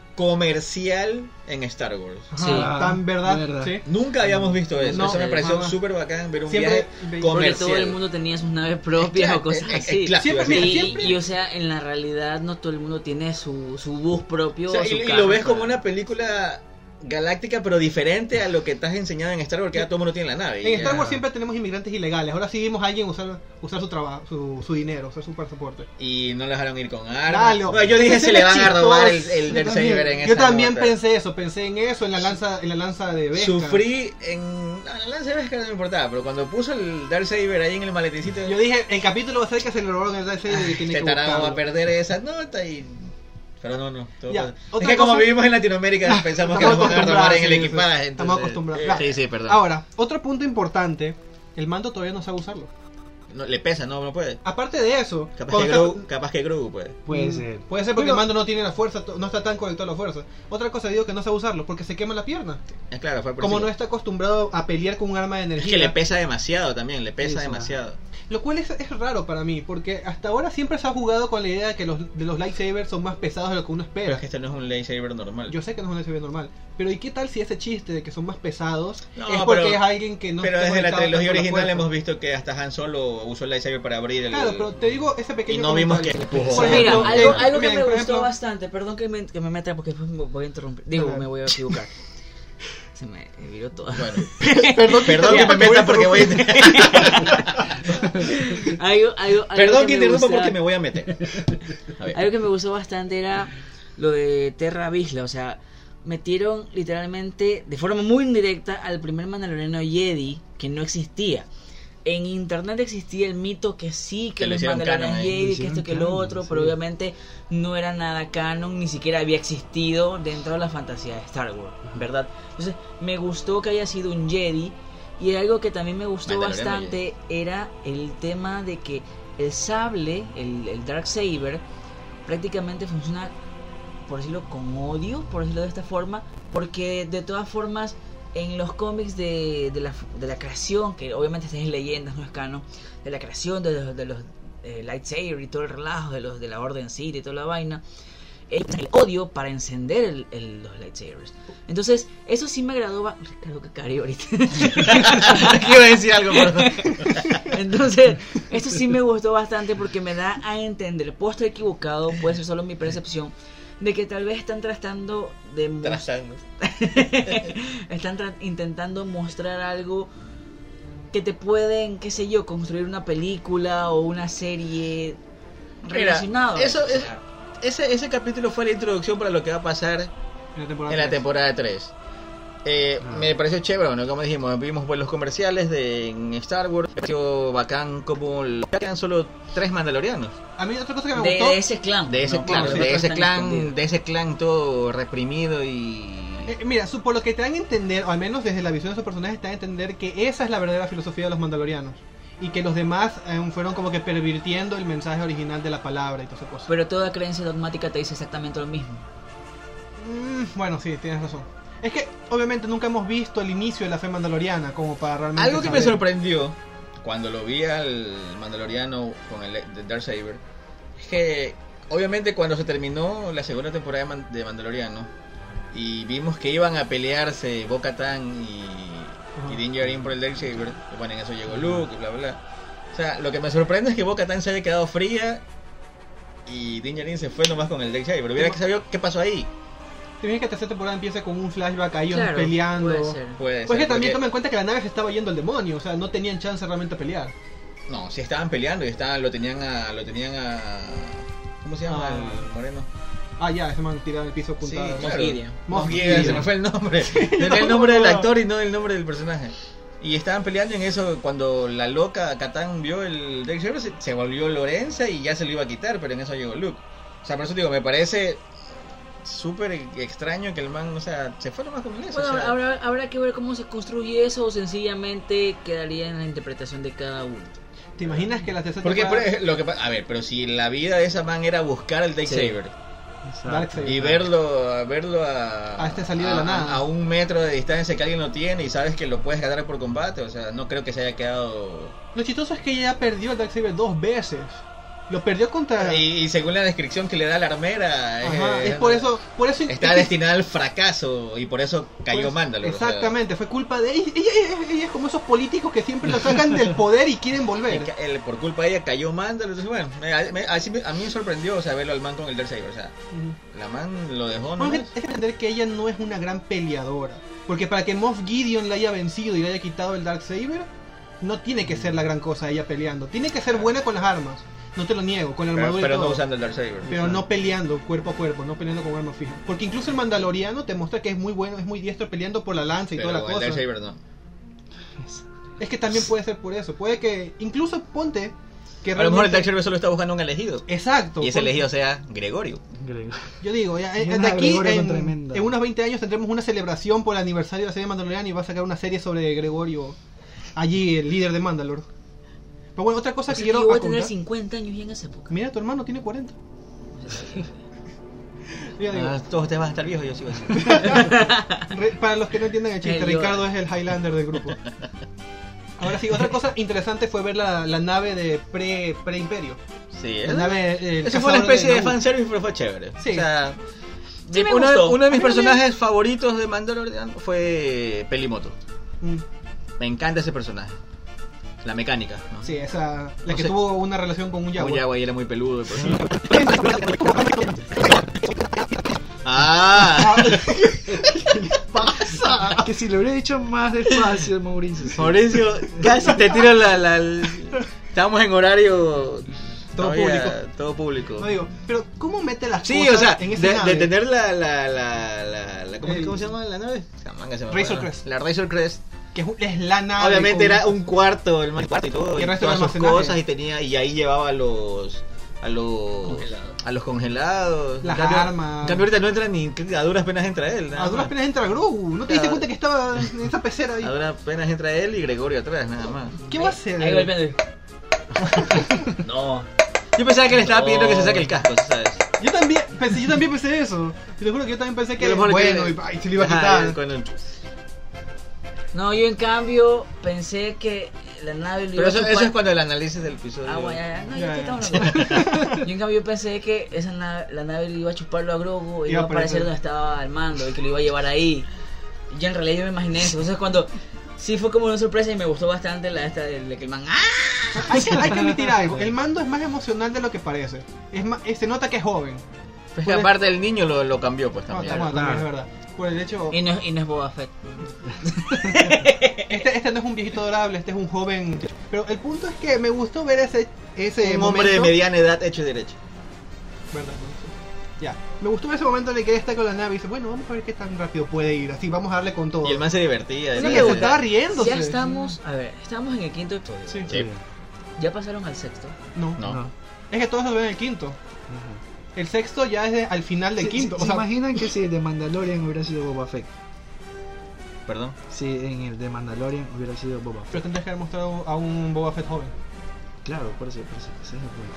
[SPEAKER 3] comercial en Star Wars.
[SPEAKER 2] Ajá,
[SPEAKER 5] Sí.
[SPEAKER 2] tan verdad.
[SPEAKER 4] Verdad.
[SPEAKER 2] sí.
[SPEAKER 3] Nunca habíamos visto eso.
[SPEAKER 2] No,
[SPEAKER 3] eso me pareció
[SPEAKER 2] jamás.
[SPEAKER 3] súper bacán ver un
[SPEAKER 2] Siempre
[SPEAKER 3] viaje
[SPEAKER 2] ve-
[SPEAKER 3] con-
[SPEAKER 5] Porque
[SPEAKER 3] comercial.
[SPEAKER 5] todo el mundo tenía sus naves propias
[SPEAKER 3] Claro,
[SPEAKER 5] o cosas
[SPEAKER 3] eh, eh,
[SPEAKER 5] así.
[SPEAKER 3] claro,
[SPEAKER 2] Siempre,
[SPEAKER 3] iba a
[SPEAKER 2] mira,
[SPEAKER 3] decir.
[SPEAKER 5] Y,
[SPEAKER 2] siempre-
[SPEAKER 5] y, o sea, en la realidad no todo el mundo tiene su, su bus propio.
[SPEAKER 3] O sea,
[SPEAKER 5] o su
[SPEAKER 3] y, y
[SPEAKER 5] carro
[SPEAKER 3] lo ves
[SPEAKER 5] para-
[SPEAKER 3] como una película galáctica, pero diferente a lo que estás enseñado en Star Wars, que ya todo el mundo tiene la nave. y
[SPEAKER 2] En Star
[SPEAKER 3] ya-
[SPEAKER 2] Wars siempre tenemos inmigrantes ilegales. Ahora sí vimos a alguien usar, usar su trabajo, su, su dinero, usar su pasaporte.
[SPEAKER 3] Y no la dejaron ir con armas.
[SPEAKER 2] Dale.
[SPEAKER 3] Bueno, yo dije
[SPEAKER 2] Ese
[SPEAKER 3] si le van a
[SPEAKER 2] chistoso.
[SPEAKER 3] robar el, el
[SPEAKER 4] Yo
[SPEAKER 3] Berserker
[SPEAKER 4] también-
[SPEAKER 3] en esa
[SPEAKER 2] Yo también
[SPEAKER 3] nota.
[SPEAKER 2] pensé eso, pensé en eso, en la lanza, en la lanza de Vesca.
[SPEAKER 3] Sufrí en. No, la lanza de Beskar no me importaba, pero cuando puso el Darksaber ahí en el maletincito.
[SPEAKER 2] Yo dije, el capítulo va a ser que se lo robaron el DLC y tiene
[SPEAKER 3] Este
[SPEAKER 2] que
[SPEAKER 3] tarado va a
[SPEAKER 2] buscarlo.
[SPEAKER 3] perder esa nota y. Pero no, no. todo
[SPEAKER 2] Ya,
[SPEAKER 3] pasa. Es
[SPEAKER 2] otra
[SPEAKER 3] que como
[SPEAKER 2] cosa-
[SPEAKER 3] vivimos en Latinoamérica pensamos que nos
[SPEAKER 2] Estamos
[SPEAKER 3] van a robar en
[SPEAKER 2] acostumbrados, sí,
[SPEAKER 3] el
[SPEAKER 2] sí.
[SPEAKER 3] equipaje.
[SPEAKER 2] Estamos
[SPEAKER 3] entonces- eh,
[SPEAKER 2] acostumbrados.
[SPEAKER 3] Sí, sí, perdón.
[SPEAKER 2] Ahora, otro punto importante, el mando todavía no sabe usarlo.
[SPEAKER 3] No, le pesa, no, no puede.
[SPEAKER 2] Aparte de eso,
[SPEAKER 3] Capaz que,
[SPEAKER 2] cuando está-
[SPEAKER 3] Grogu, capaz que pues. Grogu puede.
[SPEAKER 4] Puede
[SPEAKER 2] Mm,
[SPEAKER 4] ser.
[SPEAKER 2] Puede ser porque
[SPEAKER 4] Pero-
[SPEAKER 2] el mando no tiene la fuerza, to- no está tan conectado a la fuerza. Otra cosa digo que no sabe usarlo porque se quema la pierna.
[SPEAKER 3] Eh, Claro, fue por
[SPEAKER 2] Como
[SPEAKER 3] eso.
[SPEAKER 2] no está acostumbrado a pelear con un arma de
[SPEAKER 3] Es
[SPEAKER 2] energía.
[SPEAKER 3] que le pesa demasiado también, le pesa
[SPEAKER 4] Sí, sí.
[SPEAKER 3] demasiado.
[SPEAKER 2] Lo cual es, es raro para mí, porque hasta ahora siempre se ha jugado con la idea de que los, de los lightsabers son más pesados de lo que uno
[SPEAKER 3] Pero
[SPEAKER 2] espera.
[SPEAKER 3] es que este no es un lightsaber normal.
[SPEAKER 2] Yo sé que no es un lightsaber normal, pero ¿y qué tal si ese chiste de que son más pesados
[SPEAKER 3] No,
[SPEAKER 2] es porque
[SPEAKER 3] pero-
[SPEAKER 2] es alguien que no
[SPEAKER 3] pero
[SPEAKER 2] está
[SPEAKER 3] desde la
[SPEAKER 2] conectado tanto a
[SPEAKER 3] trilogía
[SPEAKER 2] la
[SPEAKER 3] original
[SPEAKER 2] fuerza?
[SPEAKER 3] hemos visto que hasta Han Solo usó el lightsaber para abrir el.
[SPEAKER 2] Claro, pero te digo ese
[SPEAKER 3] y
[SPEAKER 2] pequeño
[SPEAKER 3] no vimos que
[SPEAKER 2] comentario.
[SPEAKER 3] empujó.
[SPEAKER 2] Por
[SPEAKER 5] Mira,
[SPEAKER 2] ejemplo,
[SPEAKER 5] algo,
[SPEAKER 2] eh,
[SPEAKER 5] algo que
[SPEAKER 2] miren,
[SPEAKER 5] me
[SPEAKER 2] por
[SPEAKER 5] gustó
[SPEAKER 2] ejemplo-
[SPEAKER 5] bastante, perdón que me, que me meta porque después me voy a interrumpir. Digo,
[SPEAKER 2] Ajá.
[SPEAKER 5] me voy a equivocar. Se me viró todo.
[SPEAKER 3] Bueno,
[SPEAKER 2] Perdón,
[SPEAKER 3] perdón que me meta porque voy a...
[SPEAKER 5] Algo- algo- algo
[SPEAKER 3] Perdón que
[SPEAKER 5] me
[SPEAKER 3] interrumpa
[SPEAKER 5] gusta-
[SPEAKER 3] porque me voy a meter. A ver.
[SPEAKER 5] Algo que me gustó bastante era lo de Terra Visla, o sea, metieron literalmente de forma muy indirecta al primer mandaloriano Jedi que no existía. En internet existía el mito que sí,
[SPEAKER 3] Que
[SPEAKER 5] que
[SPEAKER 3] lo
[SPEAKER 5] los
[SPEAKER 3] hicieron
[SPEAKER 5] mandalorianos
[SPEAKER 3] canon, ¿eh?
[SPEAKER 4] Lo
[SPEAKER 5] Jedi, que
[SPEAKER 4] hicieron
[SPEAKER 5] esto, que lo
[SPEAKER 4] canon,
[SPEAKER 5] otro,
[SPEAKER 4] sí.
[SPEAKER 5] pero obviamente no era nada canon, ni siquiera había existido dentro de la fantasía de Star Wars, ¿verdad? Entonces, me gustó que haya sido un Jedi y algo que también me gustó
[SPEAKER 3] Mandaloriano
[SPEAKER 5] bastante era el tema de que el sable, el, el Dark Saber, prácticamente funciona, por decirlo, con odio, por decirlo de esta forma, porque de todas formas en los cómics de, de la, de la creación, que obviamente este es leyendas, no es canon, de la creación de los, de los eh, lightsaber y todo el relajo de los de la Orden City y toda la vaina, ellos usan el odio para encender el- el- los lightsabers. Entonces, eso sí me agradó. ba- Ricardo Cacari ahorita.
[SPEAKER 3] Iba a decir algo, perdón.
[SPEAKER 5] Entonces, esto sí me gustó bastante porque me da a entender, puedo estar equivocado, puede ser solo mi percepción, de que tal vez están tratando de mos-
[SPEAKER 3] Trastando.
[SPEAKER 5] están tra- intentando mostrar algo que te pueden, qué sé yo, construir una película o una serie
[SPEAKER 3] Mira,
[SPEAKER 5] relacionado.
[SPEAKER 3] eso
[SPEAKER 5] O sea,
[SPEAKER 3] es- Ese, ese capítulo fue la introducción para lo que va a pasar
[SPEAKER 2] En la temporada.
[SPEAKER 3] en la
[SPEAKER 2] tres.
[SPEAKER 3] temporada 3.
[SPEAKER 4] Ah.
[SPEAKER 3] Me pareció chévere, bueno, como dijimos, vimos pues, los comerciales de en Star Wars. Me pareció bacán como lo- quedan solo tres mandalorianos.
[SPEAKER 2] A mí otra cosa que me
[SPEAKER 5] de,
[SPEAKER 2] gustó. eh,
[SPEAKER 5] de ese clan.
[SPEAKER 3] De ese
[SPEAKER 5] No,
[SPEAKER 3] clan, de
[SPEAKER 5] claro,
[SPEAKER 3] ese
[SPEAKER 5] no están
[SPEAKER 3] clan,
[SPEAKER 5] escondidos.
[SPEAKER 3] de ese clan todo reprimido y...
[SPEAKER 2] Eh, eh, mira, su- por lo que te dan a entender, o al menos desde la visión de sus personajes, te dan a entender que esa es la verdadera filosofía de los mandalorianos. Y que los demás eh, fueron como que pervirtiendo el mensaje original de la palabra y todas esas cosas.
[SPEAKER 5] Pero toda creencia dogmática te dice exactamente lo mismo.
[SPEAKER 2] Mm, bueno, sí, tienes razón. Es que obviamente nunca hemos visto el inicio de la fe mandaloriana como para realmente.
[SPEAKER 3] Algo que me
[SPEAKER 2] saber.
[SPEAKER 3] sorprendió cuando lo vi al Mandaloriano con el de Darksaber es que obviamente cuando se terminó la segunda temporada de Man- de Mandaloriano y vimos que iban a pelearse Boca Tan y, y Din Djarin por el Darksaber, y bueno, en eso llegó Luke y bla bla. bla. O sea, lo que me sorprende es que Boca Tan se haya quedado fría y Din Djarin se fue nomás con el Darksaber. Hubiera que saber qué pasó ahí.
[SPEAKER 2] Te imaginas que la tercera temporada empieza con un flashback ahí ellos
[SPEAKER 5] Claro,
[SPEAKER 2] peleando.
[SPEAKER 5] puede ser.
[SPEAKER 3] Puede
[SPEAKER 2] Pues que también
[SPEAKER 3] ser, porque-
[SPEAKER 2] tomen en cuenta que la nave se estaba yendo al demonio, o sea, no tenían chance realmente de pelear.
[SPEAKER 3] No, sí estaban peleando y estaban, lo tenían a. lo tenían a. ¿Cómo se llama?
[SPEAKER 2] Ah.
[SPEAKER 3] el moreno.
[SPEAKER 2] Ah, ya, ese man tirado en el piso
[SPEAKER 3] Sí,
[SPEAKER 2] apuntado.
[SPEAKER 3] claro.
[SPEAKER 5] Gideon.
[SPEAKER 3] Moff
[SPEAKER 2] Moff
[SPEAKER 3] Gideon, se
[SPEAKER 2] Gideon.
[SPEAKER 3] me fue el nombre. Tenía el nombre del actor y no el nombre del personaje. Y estaban peleando en eso cuando la loca Katán vio el Dark Saber, se, se volvió Lorenza y ya se lo iba a quitar, pero en eso llegó Luke. O sea, por eso digo, me parece súper extraño que el man, o sea, se fue nomás con eso. o
[SPEAKER 5] Bueno,
[SPEAKER 3] sea,
[SPEAKER 5] habrá, habrá que ver cómo se construye eso o sencillamente quedaría en la interpretación de cada uno.
[SPEAKER 2] ¿Te imaginas que la tercera
[SPEAKER 3] Porque por
[SPEAKER 2] temporada.
[SPEAKER 3] ej- lo que pa- a ver, pero si la vida de esa man era buscar el Dark
[SPEAKER 5] Sí.
[SPEAKER 3] Saber
[SPEAKER 2] Darkseid.
[SPEAKER 3] Y verlo, verlo a,
[SPEAKER 2] A este salido de la
[SPEAKER 3] a-
[SPEAKER 2] nada.
[SPEAKER 3] a un metro de distancia que alguien lo tiene y sabes que lo puedes ganar por combate. O sea, no creo que se haya quedado.
[SPEAKER 2] Lo chistoso es que ella perdió el Darksaber dos veces. Lo perdió contra.
[SPEAKER 3] Y, y según la descripción que le da la armera,
[SPEAKER 2] Ajá,
[SPEAKER 3] eh,
[SPEAKER 2] es por eso. Por eso
[SPEAKER 3] Está
[SPEAKER 2] es-
[SPEAKER 3] destinada al fracaso y por eso cayó
[SPEAKER 2] Pues,
[SPEAKER 3] Mandalor. o sea,
[SPEAKER 2] Exactamente, fue culpa de ella. Ella, ella- ella es como esos políticos que siempre lo sacan del poder y quieren
[SPEAKER 3] el-
[SPEAKER 2] volver.
[SPEAKER 3] el- por culpa de ella cayó Mandalor. Entonces, bueno, me- me- así me- a mí me sorprendió o sea, verlo al man con el Darksaber. O sea, la man lo dejó.
[SPEAKER 2] Bueno,
[SPEAKER 3] ¿no?
[SPEAKER 2] es que hay que entender que ella no es una gran peleadora. Porque para que Moff Gideon la haya vencido y le haya quitado el Darksaber, no tiene que ser la gran cosa ella peleando. Tiene que ser buena con las armas. No te lo niego, con la
[SPEAKER 3] Pero,
[SPEAKER 2] armadura
[SPEAKER 3] pero
[SPEAKER 2] y
[SPEAKER 3] no
[SPEAKER 2] todo.
[SPEAKER 3] usando el Darksaber.
[SPEAKER 2] pero no peleando cuerpo a cuerpo, no peleando con armas fijas. Porque incluso el Mandaloriano te muestra que es muy bueno, es muy diestro peleando por la lanza y
[SPEAKER 3] Pero
[SPEAKER 2] toda la
[SPEAKER 3] el
[SPEAKER 2] cosa.
[SPEAKER 3] Darksaber no.
[SPEAKER 2] Es que también puede ser por eso. Puede que, incluso ponte que
[SPEAKER 3] A lo mejor el
[SPEAKER 2] realmente-
[SPEAKER 3] Darksaber solo está buscando un elegido.
[SPEAKER 2] Exacto.
[SPEAKER 3] Y ese
[SPEAKER 2] ponte-
[SPEAKER 3] elegido sea Gregorio.
[SPEAKER 4] Griego.
[SPEAKER 2] Yo digo, ya, eh,
[SPEAKER 4] Y
[SPEAKER 2] de
[SPEAKER 4] una
[SPEAKER 2] aquí
[SPEAKER 4] Gregorio son
[SPEAKER 2] en,
[SPEAKER 4] tremendas.
[SPEAKER 2] en unos 20 años tendremos una celebración por el aniversario de la serie de Mandalorian y va a sacar una serie sobre Gregorio, allí el líder de Mandalor. Pero bueno, otra cosa
[SPEAKER 5] O sea,
[SPEAKER 2] que
[SPEAKER 5] que
[SPEAKER 2] quiero
[SPEAKER 5] yo voy a tener
[SPEAKER 2] apuntar-
[SPEAKER 5] 50 años ya en esa época.
[SPEAKER 2] Mira, tu hermano tiene 40. Yo digo,
[SPEAKER 3] Ah, todos ustedes van a estar viejos, yo sigo así. Ah.
[SPEAKER 2] re- para los que no entiendan el chiste,
[SPEAKER 5] El Yoda.
[SPEAKER 2] Ricardo es el Highlander del grupo. Ahora sí, otra cosa interesante fue ver la, la nave de pre- pre-imperio.
[SPEAKER 3] Sí,
[SPEAKER 2] la nave. eh, el
[SPEAKER 3] Eso fue una
[SPEAKER 2] cazador
[SPEAKER 3] especie de,
[SPEAKER 2] Naboo.
[SPEAKER 3] fanservice, pero fue chévere.
[SPEAKER 2] Sí.
[SPEAKER 3] O sea,
[SPEAKER 5] Sí me
[SPEAKER 3] uno, de-
[SPEAKER 5] gustó.
[SPEAKER 3] uno de mis
[SPEAKER 5] A mí también.
[SPEAKER 3] personajes favoritos de Mandalorian fue Pelimoto.
[SPEAKER 2] Mm,
[SPEAKER 3] Me encanta ese personaje. La mecánica, ¿no?
[SPEAKER 2] Sí, esa. La
[SPEAKER 3] O
[SPEAKER 2] que
[SPEAKER 3] sea,
[SPEAKER 2] tuvo una relación con un
[SPEAKER 3] Muy
[SPEAKER 2] jaguar.
[SPEAKER 3] yagua y era muy peludo. y por eso- ah,
[SPEAKER 4] Ah, Que si lo hubiera dicho más despacio, Mauricio. sí.
[SPEAKER 3] Mauricio, casi te tiro la. la- la- Estamos en horario.
[SPEAKER 2] Todo
[SPEAKER 3] todavía-
[SPEAKER 2] público.
[SPEAKER 3] Todo público.
[SPEAKER 2] No digo, pero ¿cómo mete las
[SPEAKER 3] Sí, o
[SPEAKER 2] cosas
[SPEAKER 3] sea,
[SPEAKER 2] en
[SPEAKER 3] de,
[SPEAKER 2] esa nave?
[SPEAKER 3] de tener la, la, la, la, la- ¿cómo,
[SPEAKER 2] El-
[SPEAKER 3] cómo se llama la nave? La manga se me
[SPEAKER 2] Razor
[SPEAKER 3] fue, ¿no?
[SPEAKER 2] Crest.
[SPEAKER 3] La Razor Crest.
[SPEAKER 2] Que es, un- es la nave.
[SPEAKER 3] Obviamente
[SPEAKER 2] con-
[SPEAKER 3] era un cuarto, el más cuarto y todo.
[SPEAKER 2] Y
[SPEAKER 3] Y
[SPEAKER 2] el resto
[SPEAKER 3] todas
[SPEAKER 2] era
[SPEAKER 3] sus
[SPEAKER 2] almacenaje.
[SPEAKER 3] cosas y tenía y ahí llevaba a los a los a los congelados.
[SPEAKER 2] Las
[SPEAKER 3] En cambio-
[SPEAKER 2] armas.
[SPEAKER 3] En cambio ahorita no entra ni a duras penas entra él. nada
[SPEAKER 2] A duras
[SPEAKER 3] más.
[SPEAKER 2] penas entra Grogu. ¿No te diste
[SPEAKER 3] Ah.
[SPEAKER 2] cuenta que estaba en esa pecera ahí?
[SPEAKER 3] A duras penas entra él y Gregorio atrás, nada más.
[SPEAKER 2] ¿Qué va a
[SPEAKER 5] Ahí va el
[SPEAKER 2] hacer?
[SPEAKER 5] pendejo. No.
[SPEAKER 3] Yo pensaba que le estaba pidiendo que se saque el casco, ¿sabes?
[SPEAKER 2] Yo también pensé, yo también pensé eso. Te lo juro que yo también pensé que
[SPEAKER 3] Y a lo mejor
[SPEAKER 2] bueno
[SPEAKER 3] que-
[SPEAKER 2] y, ay, se lo iba a
[SPEAKER 3] Ajá,
[SPEAKER 2] quitar.
[SPEAKER 3] con el-
[SPEAKER 5] No, yo en cambio pensé que la nave lo iba
[SPEAKER 3] Pero eso,
[SPEAKER 5] a
[SPEAKER 3] eso
[SPEAKER 5] chupar-
[SPEAKER 3] es cuando el análisis del episodio.
[SPEAKER 5] Ah, bueno, ya, ya, no,
[SPEAKER 2] Ya,
[SPEAKER 5] ya,
[SPEAKER 2] ya.
[SPEAKER 5] te estamos hablando. Yo en cambio yo pensé que esa na- la nave le iba a chuparlo a Grogu y
[SPEAKER 2] Iba
[SPEAKER 5] iba
[SPEAKER 2] a
[SPEAKER 5] a
[SPEAKER 2] aparecer.
[SPEAKER 5] aparecer donde estaba Armando y que lo iba a llevar ahí. Yo en realidad yo me imaginé eso. Entonces cuando sí fue como una sorpresa y me gustó bastante la esta de, de que el man ¡Ah!
[SPEAKER 2] Hay que, hay que admitir algo, el mando es más emocional de lo que parece. Es más, eh, se nota que es joven.
[SPEAKER 3] Pues que aparte el niño lo, lo cambió, pues
[SPEAKER 2] No,
[SPEAKER 3] también.
[SPEAKER 2] está bueno, también es
[SPEAKER 4] Claro.
[SPEAKER 2] verdad. Por el hecho,
[SPEAKER 5] Y no, es- y no es Boba Fett.
[SPEAKER 2] este, este no es un viejito adorable, este es un joven. Pero el punto es que me gustó ver ese, ese
[SPEAKER 3] un hombre de
[SPEAKER 2] momento-
[SPEAKER 3] mediana edad hecho y derecho.
[SPEAKER 2] Verdad, no sé. Ya, me gustó ver ese momento en el que él está con la nave y dice, bueno, vamos a ver qué tan rápido puede ir. Así, vamos a darle con todo.
[SPEAKER 3] Y el man se divertía.
[SPEAKER 2] Sí,
[SPEAKER 5] Una
[SPEAKER 2] se
[SPEAKER 3] ¿no?
[SPEAKER 5] pregunta.
[SPEAKER 2] estaba riendo.
[SPEAKER 5] Ya estamos, a ver, estamos en el quinto episodio.
[SPEAKER 2] Sí.
[SPEAKER 3] Sí.
[SPEAKER 5] Ya pasaron al sexto.
[SPEAKER 2] No.
[SPEAKER 3] No.
[SPEAKER 4] No.
[SPEAKER 2] Es que todo eso se ve en el quinto.
[SPEAKER 4] Ajá.
[SPEAKER 2] El sexto ya es de- al final del
[SPEAKER 4] ¿Se-
[SPEAKER 2] quinto.
[SPEAKER 4] ¿Se,
[SPEAKER 2] o sea,
[SPEAKER 4] imaginan que si el de Mandalorian hubiera sido Boba Fett?
[SPEAKER 3] Perdón.
[SPEAKER 4] Si en el de Mandalorian hubiera sido Boba Fett.
[SPEAKER 2] pero tendrías que haber mostrado a un Boba Fett joven.
[SPEAKER 4] Claro, por eso, por eso. Ese es el punto.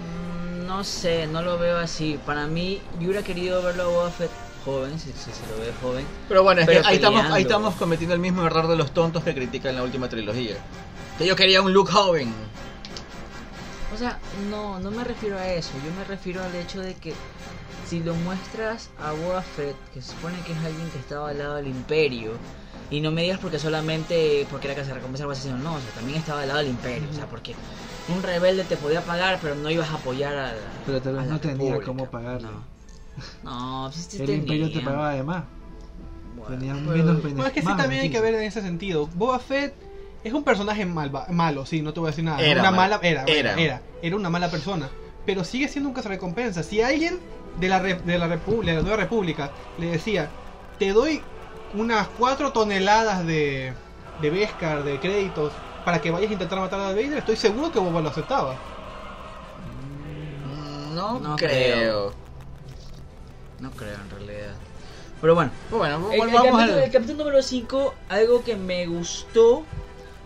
[SPEAKER 5] Mm, No sé, no lo veo así. Para mí, yo hubiera querido verlo a Boba Fett joven, si, si se lo ve joven.
[SPEAKER 3] Pero bueno, es
[SPEAKER 5] Pero
[SPEAKER 3] que ahí estamos, ahí
[SPEAKER 5] peleando.
[SPEAKER 3] estamos cometiendo el mismo error de los tontos que critican la última trilogía. Que yo quería un look joven.
[SPEAKER 5] O sea, no, no me refiero a eso. Yo me refiero al hecho de que si lo muestras a Boba Fett, que se supone que es alguien que estaba al lado del Imperio, y no me digas porque solamente porque era casa recompensa o algo así, no, o sea, también estaba al lado del Imperio, o sea, porque un rebelde te podía pagar, pero no ibas a apoyar a. la-
[SPEAKER 4] Pero tal vez
[SPEAKER 5] a la
[SPEAKER 4] no tenía
[SPEAKER 5] República.
[SPEAKER 4] cómo pagarle.
[SPEAKER 5] No. No, pues sí, sí
[SPEAKER 4] El
[SPEAKER 5] tenía.
[SPEAKER 4] Imperio te pagaba de más.
[SPEAKER 5] Bueno,
[SPEAKER 4] Tenía
[SPEAKER 5] pero-
[SPEAKER 4] menos beneficios.
[SPEAKER 2] Bueno, Pues es que sí también hay que ver en ese sentido. Boba Fett es un personaje malva- malo, sí, no te voy a decir nada.
[SPEAKER 3] Era
[SPEAKER 2] una
[SPEAKER 3] malo.
[SPEAKER 2] mala, era,
[SPEAKER 3] Era.
[SPEAKER 2] era, era, una mala persona. Pero sigue siendo un caso recompensa. Si alguien de la, re- de la, repu- de la Nueva República le decía, te doy unas 4 toneladas de, de Beskar, de créditos, para que vayas a intentar matar a Darth Vader, estoy seguro que Boba lo aceptaba.
[SPEAKER 3] Mm, No,
[SPEAKER 5] No
[SPEAKER 3] creo.
[SPEAKER 5] creo. No creo en realidad. Pero bueno,
[SPEAKER 3] Bueno,
[SPEAKER 5] el, el
[SPEAKER 3] volvamos
[SPEAKER 5] capítulo, el
[SPEAKER 3] al...
[SPEAKER 5] capítulo número 5, algo que me gustó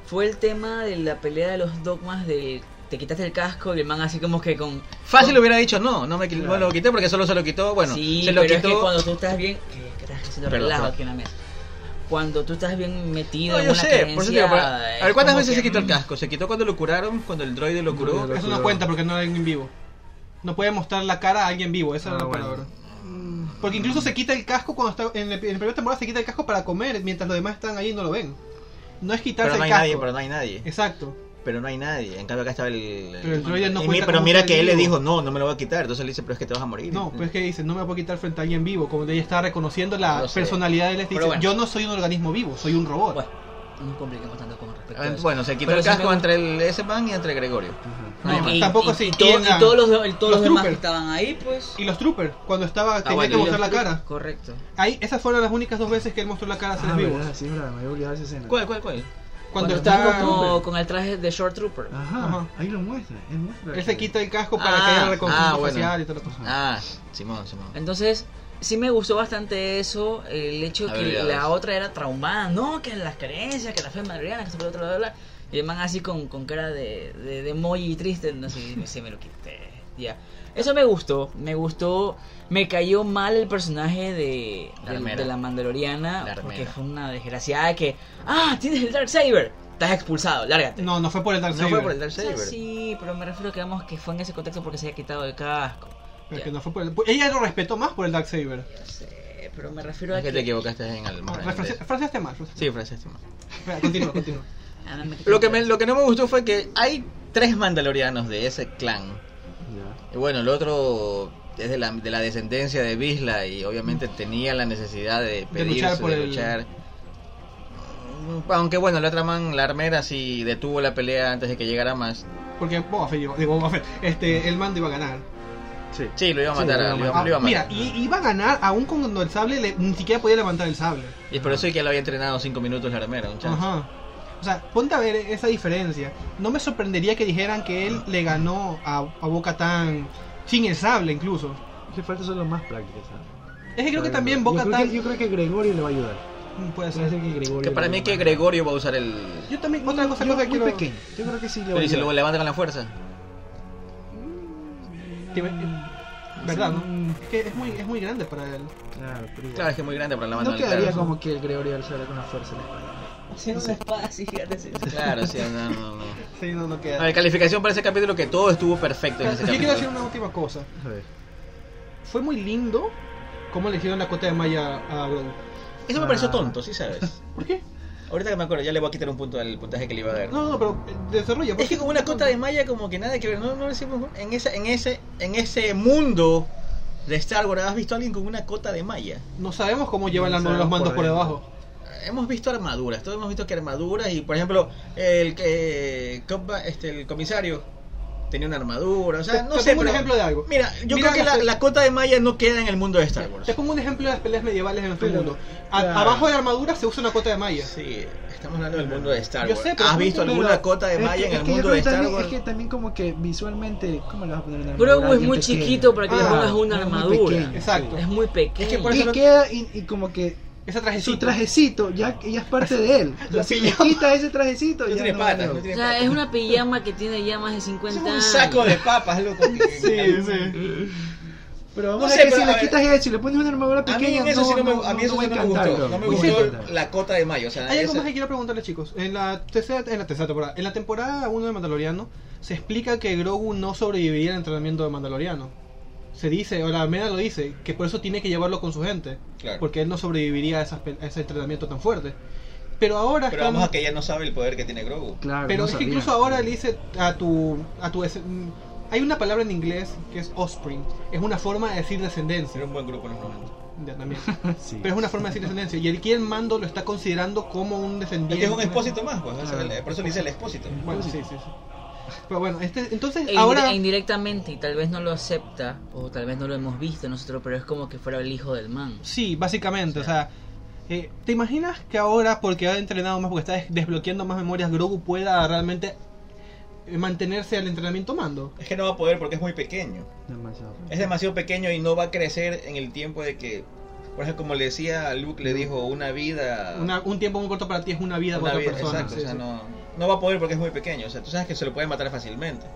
[SPEAKER 5] fue el tema de la pelea de los dogmas del te quitaste el casco y el man así como que con
[SPEAKER 3] Fácil hubiera dicho, no, no me, qui- no lo quité porque solo se lo quitó. Bueno,
[SPEAKER 5] sí,
[SPEAKER 3] se lo
[SPEAKER 5] pero es que
[SPEAKER 3] quitó.
[SPEAKER 5] cuando tú estás bien, que, que estás haciendo
[SPEAKER 3] Perdón,
[SPEAKER 5] relajo
[SPEAKER 3] perdón.
[SPEAKER 5] aquí en la mesa. Cuando tú estás bien metido
[SPEAKER 3] No,
[SPEAKER 5] en
[SPEAKER 3] yo
[SPEAKER 5] una
[SPEAKER 3] sé, por eso te digo,
[SPEAKER 5] creencia,
[SPEAKER 3] pero- a ver,
[SPEAKER 5] es
[SPEAKER 3] ¿cuántas
[SPEAKER 5] como
[SPEAKER 3] veces
[SPEAKER 5] que,
[SPEAKER 3] se quitó el
[SPEAKER 5] mm,
[SPEAKER 3] casco? ¿Se quitó cuando lo curaron? ¿Cuando el droide lo curó?
[SPEAKER 4] Droide
[SPEAKER 2] Eso no cuenta porque no era alguien vivo. No puede mostrar la cara a alguien vivo, esa
[SPEAKER 4] Ah,
[SPEAKER 2] era la
[SPEAKER 4] bueno.
[SPEAKER 2] palabra. Porque incluso se quita el casco cuando está. En, el, en la primera temporada se quita el casco para comer, mientras los demás están ahí y no lo ven. No es quitarse
[SPEAKER 3] Pero
[SPEAKER 2] el
[SPEAKER 3] no hay
[SPEAKER 2] casco.
[SPEAKER 3] nadie, pero no hay nadie.
[SPEAKER 2] Exacto.
[SPEAKER 3] Pero no hay nadie. En cambio acá estaba el...
[SPEAKER 2] Pero el droide no
[SPEAKER 3] y mi-
[SPEAKER 2] cuenta
[SPEAKER 3] pero
[SPEAKER 2] como
[SPEAKER 3] mira
[SPEAKER 2] ser
[SPEAKER 3] que él le
[SPEAKER 2] vivo.
[SPEAKER 3] dijo, no, no me lo voy a quitar. Entonces le dice, pero es que te vas a morir.
[SPEAKER 2] No, pues. pero es que dice, no me puedo quitar frente a alguien vivo. Como ella está reconociendo la
[SPEAKER 3] No sé.
[SPEAKER 2] personalidad de él, dice,
[SPEAKER 5] Pero bueno.
[SPEAKER 2] yo no soy un organismo vivo, soy un robot.
[SPEAKER 5] Bueno, no compliquemos tanto con respecto a
[SPEAKER 3] Ah,
[SPEAKER 5] eso.
[SPEAKER 3] Bueno, se quitó
[SPEAKER 5] Pero
[SPEAKER 3] el
[SPEAKER 5] sí me
[SPEAKER 3] casco
[SPEAKER 5] gusta-
[SPEAKER 3] entre el, ese man y entre Gregorio.
[SPEAKER 4] Ajá.
[SPEAKER 2] No,
[SPEAKER 3] Nada más.
[SPEAKER 5] y,
[SPEAKER 2] tampoco
[SPEAKER 5] y-
[SPEAKER 2] así.
[SPEAKER 5] y todo-
[SPEAKER 2] Tienen a-
[SPEAKER 5] y todos los, y todos
[SPEAKER 2] los
[SPEAKER 5] los demás que
[SPEAKER 2] troopers.
[SPEAKER 5] estaban ahí, pues.
[SPEAKER 2] Y los troopers, cuando estaba, tenía
[SPEAKER 3] Ah, bueno,
[SPEAKER 2] que
[SPEAKER 3] y
[SPEAKER 2] mostrar
[SPEAKER 3] los
[SPEAKER 2] la cara.
[SPEAKER 5] Correcto.
[SPEAKER 2] Ahí, esas fueron las únicas dos veces que él mostró la cara a seres
[SPEAKER 4] Ah,
[SPEAKER 2] vivos.
[SPEAKER 4] verdad, sí, verdad, me había olvidado esa escena.
[SPEAKER 3] ¿Cuál, cuál, cuál?
[SPEAKER 2] Cuando,
[SPEAKER 5] está
[SPEAKER 2] está.
[SPEAKER 5] como con el traje de Short Trooper.
[SPEAKER 4] Ajá,
[SPEAKER 2] Ajá.
[SPEAKER 4] ahí lo muestra. Él, muestra
[SPEAKER 2] Él se
[SPEAKER 4] que-
[SPEAKER 2] quita el casco para
[SPEAKER 3] Ah,
[SPEAKER 2] que haya reconocimiento
[SPEAKER 3] ah, bueno.
[SPEAKER 2] facial y toda la cosa.
[SPEAKER 3] Ah, Simón, Simón.
[SPEAKER 5] Entonces, sí me gustó bastante eso, el hecho de
[SPEAKER 3] A ver,
[SPEAKER 5] que
[SPEAKER 3] ya
[SPEAKER 5] la
[SPEAKER 3] ves.
[SPEAKER 5] otra era traumada, no, que las creencias, que la fe madrileña, que se fue otro lado, bla, bla. y el man así con, con cara de, de, de emoji triste, no sé, sí me lo quité, ya. Eso me gustó, me gustó, me cayó mal el personaje de,
[SPEAKER 3] La
[SPEAKER 5] del-
[SPEAKER 3] armera.
[SPEAKER 5] de la mandaloriana,
[SPEAKER 3] La armera.
[SPEAKER 5] porque fue una desgraciada que, ah, tienes el Dark Saber, estás expulsado, lárgate.
[SPEAKER 2] No, no fue por el Dark
[SPEAKER 3] No fue por el
[SPEAKER 5] O sea,
[SPEAKER 3] Darksaber.
[SPEAKER 5] sí, pero me refiero que digamos que fue en ese contexto porque se había quitado el casco.
[SPEAKER 2] Pero
[SPEAKER 5] Ya.
[SPEAKER 2] que no fue por el- Ella lo respetó más por el Dark Saber. Ah,
[SPEAKER 5] No sé, pero me refiero a
[SPEAKER 3] Es
[SPEAKER 5] que...
[SPEAKER 3] que te equivocaste en el
[SPEAKER 2] Fraseaste mal. fraseaste
[SPEAKER 3] Sí, Francis, Simón.
[SPEAKER 2] mal. Espera, Continúa, continúa.
[SPEAKER 5] Ah, no, me equivoqué.
[SPEAKER 3] Lo que, me- lo que no me gustó fue que hay tres mandalorianos de ese clan.
[SPEAKER 4] Ya.
[SPEAKER 3] Y bueno, el otro es de la, de la descendencia de Bisla y obviamente tenía la necesidad de pedirse, de luchar.
[SPEAKER 2] luchar por el-
[SPEAKER 3] Mm, Aunque bueno, la otra man, la armera, sí detuvo la pelea antes de que llegara más.
[SPEAKER 2] Porque Boba Fett, llegó- digo, Boba Fett, este, el mando iba a ganar.
[SPEAKER 4] Sí.
[SPEAKER 3] Sí, lo iba a
[SPEAKER 4] Sí,
[SPEAKER 3] matar.
[SPEAKER 4] lo iba a
[SPEAKER 3] a- lo iba-
[SPEAKER 2] Ah,
[SPEAKER 4] matar.
[SPEAKER 3] lo iba
[SPEAKER 2] mira,
[SPEAKER 3] a matar.
[SPEAKER 2] y, iba a ganar aún cuando el sable le- ni siquiera podía levantar el sable.
[SPEAKER 3] Y es por eso que lo había entrenado cinco minutos la armera, un chance.
[SPEAKER 2] Ajá. O sea, ponte a ver esa diferencia. No me sorprendería que dijeran que él le ganó a, a Boca Tan sin el sable incluso.
[SPEAKER 4] Que falta son los más prácticos. ¿sabes?
[SPEAKER 2] Es que creo que
[SPEAKER 4] Para
[SPEAKER 2] también Boca
[SPEAKER 4] Gregorio. Yo creo
[SPEAKER 2] Tan
[SPEAKER 4] que- Yo creo que Gregorio le va a ayudar.
[SPEAKER 2] puede
[SPEAKER 4] Puede ser
[SPEAKER 2] ser.
[SPEAKER 4] que Gregorio.
[SPEAKER 3] Que para
[SPEAKER 4] le
[SPEAKER 3] mí es que
[SPEAKER 4] ayude.
[SPEAKER 3] Gregorio va a usar el...
[SPEAKER 2] Yo también otra cosa,
[SPEAKER 4] Yo-
[SPEAKER 2] cosa
[SPEAKER 4] muy
[SPEAKER 2] que quiero-
[SPEAKER 4] pequeño. Yo creo que sí le va a
[SPEAKER 3] Y se
[SPEAKER 4] ayudar.
[SPEAKER 3] lo levanta con la fuerza.
[SPEAKER 2] Te iba- ¿Verdad? no?
[SPEAKER 4] Mm,
[SPEAKER 2] Es que es muy, es muy grande para él.
[SPEAKER 4] claro, pero igual.
[SPEAKER 3] Claro, es que es muy grande para la banda
[SPEAKER 4] no
[SPEAKER 3] del
[SPEAKER 4] quedaría
[SPEAKER 3] Claro,
[SPEAKER 4] como que el Gregorio alzara con una fuerza en la espalda.
[SPEAKER 5] Haciendo una espada así gigante. así.
[SPEAKER 3] Claro, sí, no, no, no.
[SPEAKER 2] Sí, no, no
[SPEAKER 3] A
[SPEAKER 2] queda.
[SPEAKER 3] ver, calificación para ese capítulo que todo estuvo perfecto en ese
[SPEAKER 2] Yo quiero decir
[SPEAKER 3] capítulo.
[SPEAKER 2] una última cosa.
[SPEAKER 4] A ver.
[SPEAKER 2] Fue muy lindo cómo eligieron la cota de malla a Grogu.
[SPEAKER 3] Eso me pareció tonto, sí sabes.
[SPEAKER 2] ¿Por qué?
[SPEAKER 3] Ahorita que me acuerdo, ya le voy a quitar un punto al puntaje que le iba a dar.
[SPEAKER 2] No, no, pero eh, desarrolla.
[SPEAKER 3] Es que como una cota de malla como que nada que ver, no, no decimos en ese, en ese, en ese mundo de Star Wars has visto a alguien con una cota de malla.
[SPEAKER 2] No sabemos cómo llevan
[SPEAKER 4] No
[SPEAKER 2] las- los
[SPEAKER 4] sabemos
[SPEAKER 2] mandos
[SPEAKER 4] por
[SPEAKER 2] por
[SPEAKER 4] dentro.
[SPEAKER 2] debajo.
[SPEAKER 3] Hemos visto armaduras, todos hemos visto que armaduras y por ejemplo el que compa- este el comisario tenía una armadura, o sea,
[SPEAKER 2] Te-
[SPEAKER 3] no
[SPEAKER 2] te
[SPEAKER 3] sé,
[SPEAKER 2] pongo un
[SPEAKER 3] pero-
[SPEAKER 2] ejemplo de algo.
[SPEAKER 3] Mira, yo
[SPEAKER 2] Mira
[SPEAKER 3] creo que
[SPEAKER 2] las-
[SPEAKER 3] la, la cota de malla no queda en el mundo de Star Wars.
[SPEAKER 2] Te pongo un ejemplo de las peleas medievales en nuestro
[SPEAKER 4] Pero-
[SPEAKER 2] mundo. A-
[SPEAKER 4] claro.
[SPEAKER 2] Abajo de la armadura se usa una cota de malla.
[SPEAKER 3] Sí, estamos hablando del mundo de Star
[SPEAKER 2] Yo
[SPEAKER 3] Wars.
[SPEAKER 2] sé, pero
[SPEAKER 3] ¿Has
[SPEAKER 2] es un
[SPEAKER 3] visto
[SPEAKER 2] mundo-
[SPEAKER 3] alguna cota de
[SPEAKER 4] Es que-
[SPEAKER 3] malla en
[SPEAKER 4] es
[SPEAKER 3] el
[SPEAKER 4] que yo
[SPEAKER 3] mundo
[SPEAKER 4] creo
[SPEAKER 3] de Star
[SPEAKER 4] también-
[SPEAKER 3] Wars?
[SPEAKER 4] Es que también como que visualmente, ¿cómo le vas a poner una
[SPEAKER 5] Grogu
[SPEAKER 4] armadura a
[SPEAKER 5] es
[SPEAKER 4] alguien
[SPEAKER 5] muy
[SPEAKER 4] pequeño?
[SPEAKER 5] chiquito para que le
[SPEAKER 2] Ah,
[SPEAKER 5] pongas una
[SPEAKER 4] es muy
[SPEAKER 5] armadura.
[SPEAKER 4] pequeño.
[SPEAKER 2] Exacto.
[SPEAKER 5] Es muy pequeño.
[SPEAKER 3] Es que por
[SPEAKER 4] Y
[SPEAKER 3] eso no-
[SPEAKER 4] queda y, y como que
[SPEAKER 2] Esa trajecita.
[SPEAKER 4] su trajecito ya, ya es parte de él. O sea, si le
[SPEAKER 3] pijama.
[SPEAKER 4] quita ese trajecito
[SPEAKER 3] No
[SPEAKER 4] ya
[SPEAKER 3] tiene
[SPEAKER 4] no
[SPEAKER 3] patas,
[SPEAKER 4] vale.
[SPEAKER 3] no
[SPEAKER 5] O
[SPEAKER 3] tiene
[SPEAKER 5] sea,
[SPEAKER 3] patas.
[SPEAKER 5] es una pijama que tiene ya más de 50
[SPEAKER 3] Es un
[SPEAKER 5] años.
[SPEAKER 3] saco de papas, loco. que-
[SPEAKER 2] Sí, sí.
[SPEAKER 4] Pero vamos
[SPEAKER 3] No
[SPEAKER 4] a
[SPEAKER 3] sé,
[SPEAKER 4] ver que
[SPEAKER 3] pero
[SPEAKER 4] si
[SPEAKER 3] a
[SPEAKER 4] le
[SPEAKER 3] ver.
[SPEAKER 4] quitas eso y le pones una armadura
[SPEAKER 3] A
[SPEAKER 4] pequeña,
[SPEAKER 3] mí en eso sí no me, a mí eso
[SPEAKER 4] no
[SPEAKER 3] sí
[SPEAKER 4] va
[SPEAKER 3] no me
[SPEAKER 4] encantar,
[SPEAKER 3] gustó.
[SPEAKER 4] bro.
[SPEAKER 3] No me
[SPEAKER 4] Muy
[SPEAKER 3] gustó
[SPEAKER 4] encantar.
[SPEAKER 3] la cota de mayo. O sea,
[SPEAKER 2] Hay algo
[SPEAKER 3] esa-
[SPEAKER 2] más que quiero preguntarle, chicos. En la tercera, en la tercera temporada, en la temporada 1 de Mandaloriano, se explica que Grogu no sobreviviría al entrenamiento de Mandaloriano. Se dice, o la Meda lo dice, que por eso tiene que llevarlo con su gente.
[SPEAKER 3] Claro.
[SPEAKER 2] Porque él no sobreviviría a, esas pe- a ese entrenamiento tan fuerte. Pero ahora
[SPEAKER 3] Pero
[SPEAKER 2] están-
[SPEAKER 3] vamos a que ella no sabe el poder que tiene Grogu.
[SPEAKER 4] Claro,
[SPEAKER 2] Pero
[SPEAKER 4] no
[SPEAKER 2] es que
[SPEAKER 4] sabía.
[SPEAKER 2] incluso ahora le dice a tu. A tu es- mm, hay una palabra en inglés que es offspring. Es una forma de decir descendencia.
[SPEAKER 3] Era un buen grupo en este los 90.
[SPEAKER 2] Ya, también.
[SPEAKER 4] Sí.
[SPEAKER 2] Pero es una forma de decir descendencia. Y el quien mando lo está considerando como un
[SPEAKER 3] Es
[SPEAKER 2] descendiente.
[SPEAKER 3] que es un expósito más, pues. o sea,
[SPEAKER 4] Claro.
[SPEAKER 3] Por eso le dice el expósito.
[SPEAKER 2] Bueno, sí, sí, sí. Pero bueno, este, entonces
[SPEAKER 5] E
[SPEAKER 2] ahora.
[SPEAKER 5] indire- indirectamente, y tal vez no lo acepta, o tal vez no lo hemos visto nosotros, pero es como que fuera el hijo del man.
[SPEAKER 2] Sí, básicamente, o sea. eh, ¿Te imaginas que ahora, porque ha entrenado más, porque está des- desbloqueando más memorias, Grogu pueda realmente eh, mantenerse al entrenamiento mando?
[SPEAKER 3] Es que no va a poder porque es muy pequeño.
[SPEAKER 4] Demasiado.
[SPEAKER 3] Es demasiado pequeño y no va a crecer en el tiempo de que. Por ejemplo, como le decía Luke, le dijo una vida.
[SPEAKER 2] Una- un tiempo muy corto para ti es una vida
[SPEAKER 3] una
[SPEAKER 2] para otra
[SPEAKER 3] vida,
[SPEAKER 2] persona.
[SPEAKER 3] exacto.
[SPEAKER 2] Sí,
[SPEAKER 3] o sea,
[SPEAKER 2] sí.
[SPEAKER 3] No, no va a poder porque es muy pequeño. O sea, tú sabes que se lo puede matar fácilmente.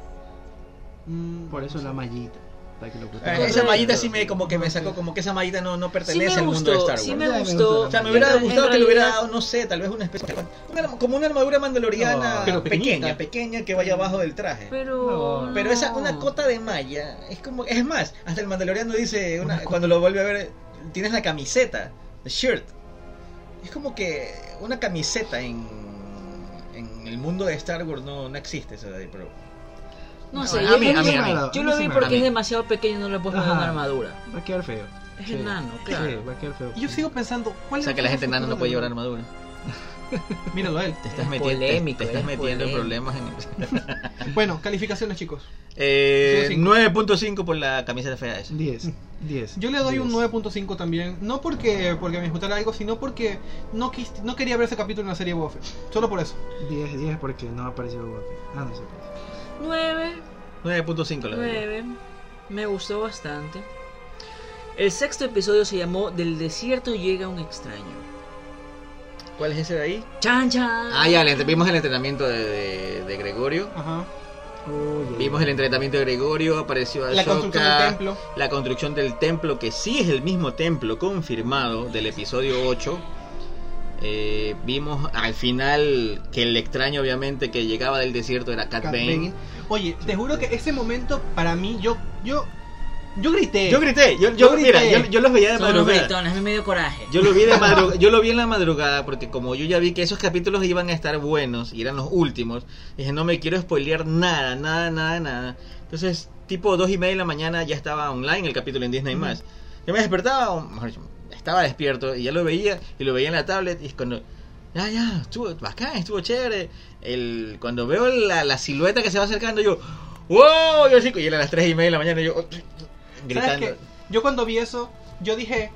[SPEAKER 2] Mm,
[SPEAKER 4] Por eso la mallita. Para que lo
[SPEAKER 3] Eh,
[SPEAKER 4] proteja.
[SPEAKER 3] esa mallita sí me como que me sacó, como que esa mallita no, no
[SPEAKER 5] Sí
[SPEAKER 3] pertenece
[SPEAKER 5] me
[SPEAKER 3] al mundo de Star
[SPEAKER 5] gustó,
[SPEAKER 3] Wars.
[SPEAKER 5] sí
[SPEAKER 4] Ya,
[SPEAKER 5] me
[SPEAKER 4] me
[SPEAKER 5] gustó.
[SPEAKER 4] gustó.
[SPEAKER 3] O sea, me
[SPEAKER 4] En
[SPEAKER 3] hubiera
[SPEAKER 5] En
[SPEAKER 3] gustado que le hubiera
[SPEAKER 5] realidad,
[SPEAKER 3] dado, no sé, tal vez una especie una arma- como una armadura mandaloriana
[SPEAKER 4] No,
[SPEAKER 2] pero
[SPEAKER 3] pequeña,
[SPEAKER 2] pequeñita.
[SPEAKER 3] pequeña que vaya abajo del traje. Pero,
[SPEAKER 5] Pero.
[SPEAKER 4] No.
[SPEAKER 3] esa una cota de malla, es como es más, hasta el mandaloriano dice una- cuando lo vuelve a ver tienes la camiseta, the shirt. Es como que una camiseta en en el mundo de Star Wars no, no existe eso de ahí, pero
[SPEAKER 5] No sé,
[SPEAKER 3] A
[SPEAKER 5] yo,
[SPEAKER 3] mí,
[SPEAKER 5] yo-
[SPEAKER 3] a mí,
[SPEAKER 5] yo-
[SPEAKER 3] a mí.
[SPEAKER 5] yo
[SPEAKER 4] A mí
[SPEAKER 5] lo
[SPEAKER 4] sí
[SPEAKER 5] vi
[SPEAKER 4] me-
[SPEAKER 5] porque
[SPEAKER 3] a mí.
[SPEAKER 5] es demasiado pequeño y no le puedo poner
[SPEAKER 4] Ajá.
[SPEAKER 5] una armadura.
[SPEAKER 4] Va a quedar feo.
[SPEAKER 5] Es
[SPEAKER 4] Sí.
[SPEAKER 5] enano, claro.
[SPEAKER 4] Sí, va a quedar feo.
[SPEAKER 2] Y yo sigo pensando, ¿cuál
[SPEAKER 3] o sea
[SPEAKER 2] es
[SPEAKER 3] que la
[SPEAKER 2] el
[SPEAKER 3] gente nana no
[SPEAKER 2] futuro
[SPEAKER 3] puede
[SPEAKER 2] de-
[SPEAKER 3] llevar armadura.
[SPEAKER 2] Míralo a él.
[SPEAKER 3] Te
[SPEAKER 5] Es
[SPEAKER 3] estás metiendo te-
[SPEAKER 5] polémico,
[SPEAKER 3] te estás
[SPEAKER 5] es
[SPEAKER 3] metiendo en
[SPEAKER 5] polémico.
[SPEAKER 3] problemas en
[SPEAKER 2] Bueno, calificaciones, chicos.
[SPEAKER 3] eh,
[SPEAKER 2] Cinco.
[SPEAKER 3] 9.5 por la camiseta fea esa.
[SPEAKER 4] 10. 10.
[SPEAKER 2] Yo le doy un
[SPEAKER 4] 9.
[SPEAKER 2] 9.5 también. No porque, porque me gustara algo, sino porque no, quis- no quería ver ese capítulo en la serie Buffett. Solo por eso.
[SPEAKER 4] 10, 10 porque no ha aparecido Boba Fett. Ah, no se aparece.
[SPEAKER 5] 9,
[SPEAKER 3] 9.5 la verdad.
[SPEAKER 5] 9. Me gustó bastante. El sexto episodio se llamó Del desierto llega un extraño.
[SPEAKER 3] ¿Cuál es ese de ahí?
[SPEAKER 5] Chan chan.
[SPEAKER 3] Ah, ya, le- vimos el entrenamiento de, de- de Gregorio.
[SPEAKER 2] Ajá.
[SPEAKER 4] Oye.
[SPEAKER 3] Vimos el entrenamiento de Gregorio, apareció Ashoka.
[SPEAKER 2] La construcción del templo.
[SPEAKER 3] La construcción del templo, que sí es el mismo templo confirmado del episodio 8. Eh, vimos al final que el extraño, obviamente, que llegaba del desierto era Cat
[SPEAKER 2] Cat
[SPEAKER 3] Bane.
[SPEAKER 2] Bane. Oye, te juro que ese momento para mí, yo, yo, yo grité.
[SPEAKER 3] Yo grité, yo, yo,
[SPEAKER 2] Yo grité.
[SPEAKER 3] mira, yo, yo los veía de
[SPEAKER 5] Son unos
[SPEAKER 3] madrugada.
[SPEAKER 5] gritones, a mí me dio coraje.
[SPEAKER 3] Yo lo, vi de madru- yo lo vi en la madrugada porque como yo ya vi que esos capítulos iban a estar buenos y eran los últimos, dije no me quiero spoilear nada, nada, nada, nada. Entonces, tipo dos y media de la mañana ya estaba online el capítulo en Disney más. Yo me despertaba, o mejor dicho, estaba despierto y ya lo veía y lo veía en la tablet y cuando ya, ya, estuvo bacán, estuvo chévere. El, cuando veo la, la silueta que se va acercando, yo, wow, yo así, y era a las tres y media de la mañana, yo oh,
[SPEAKER 2] ¿Sabes
[SPEAKER 3] gritando.
[SPEAKER 2] qué? Yo cuando vi eso, yo dije,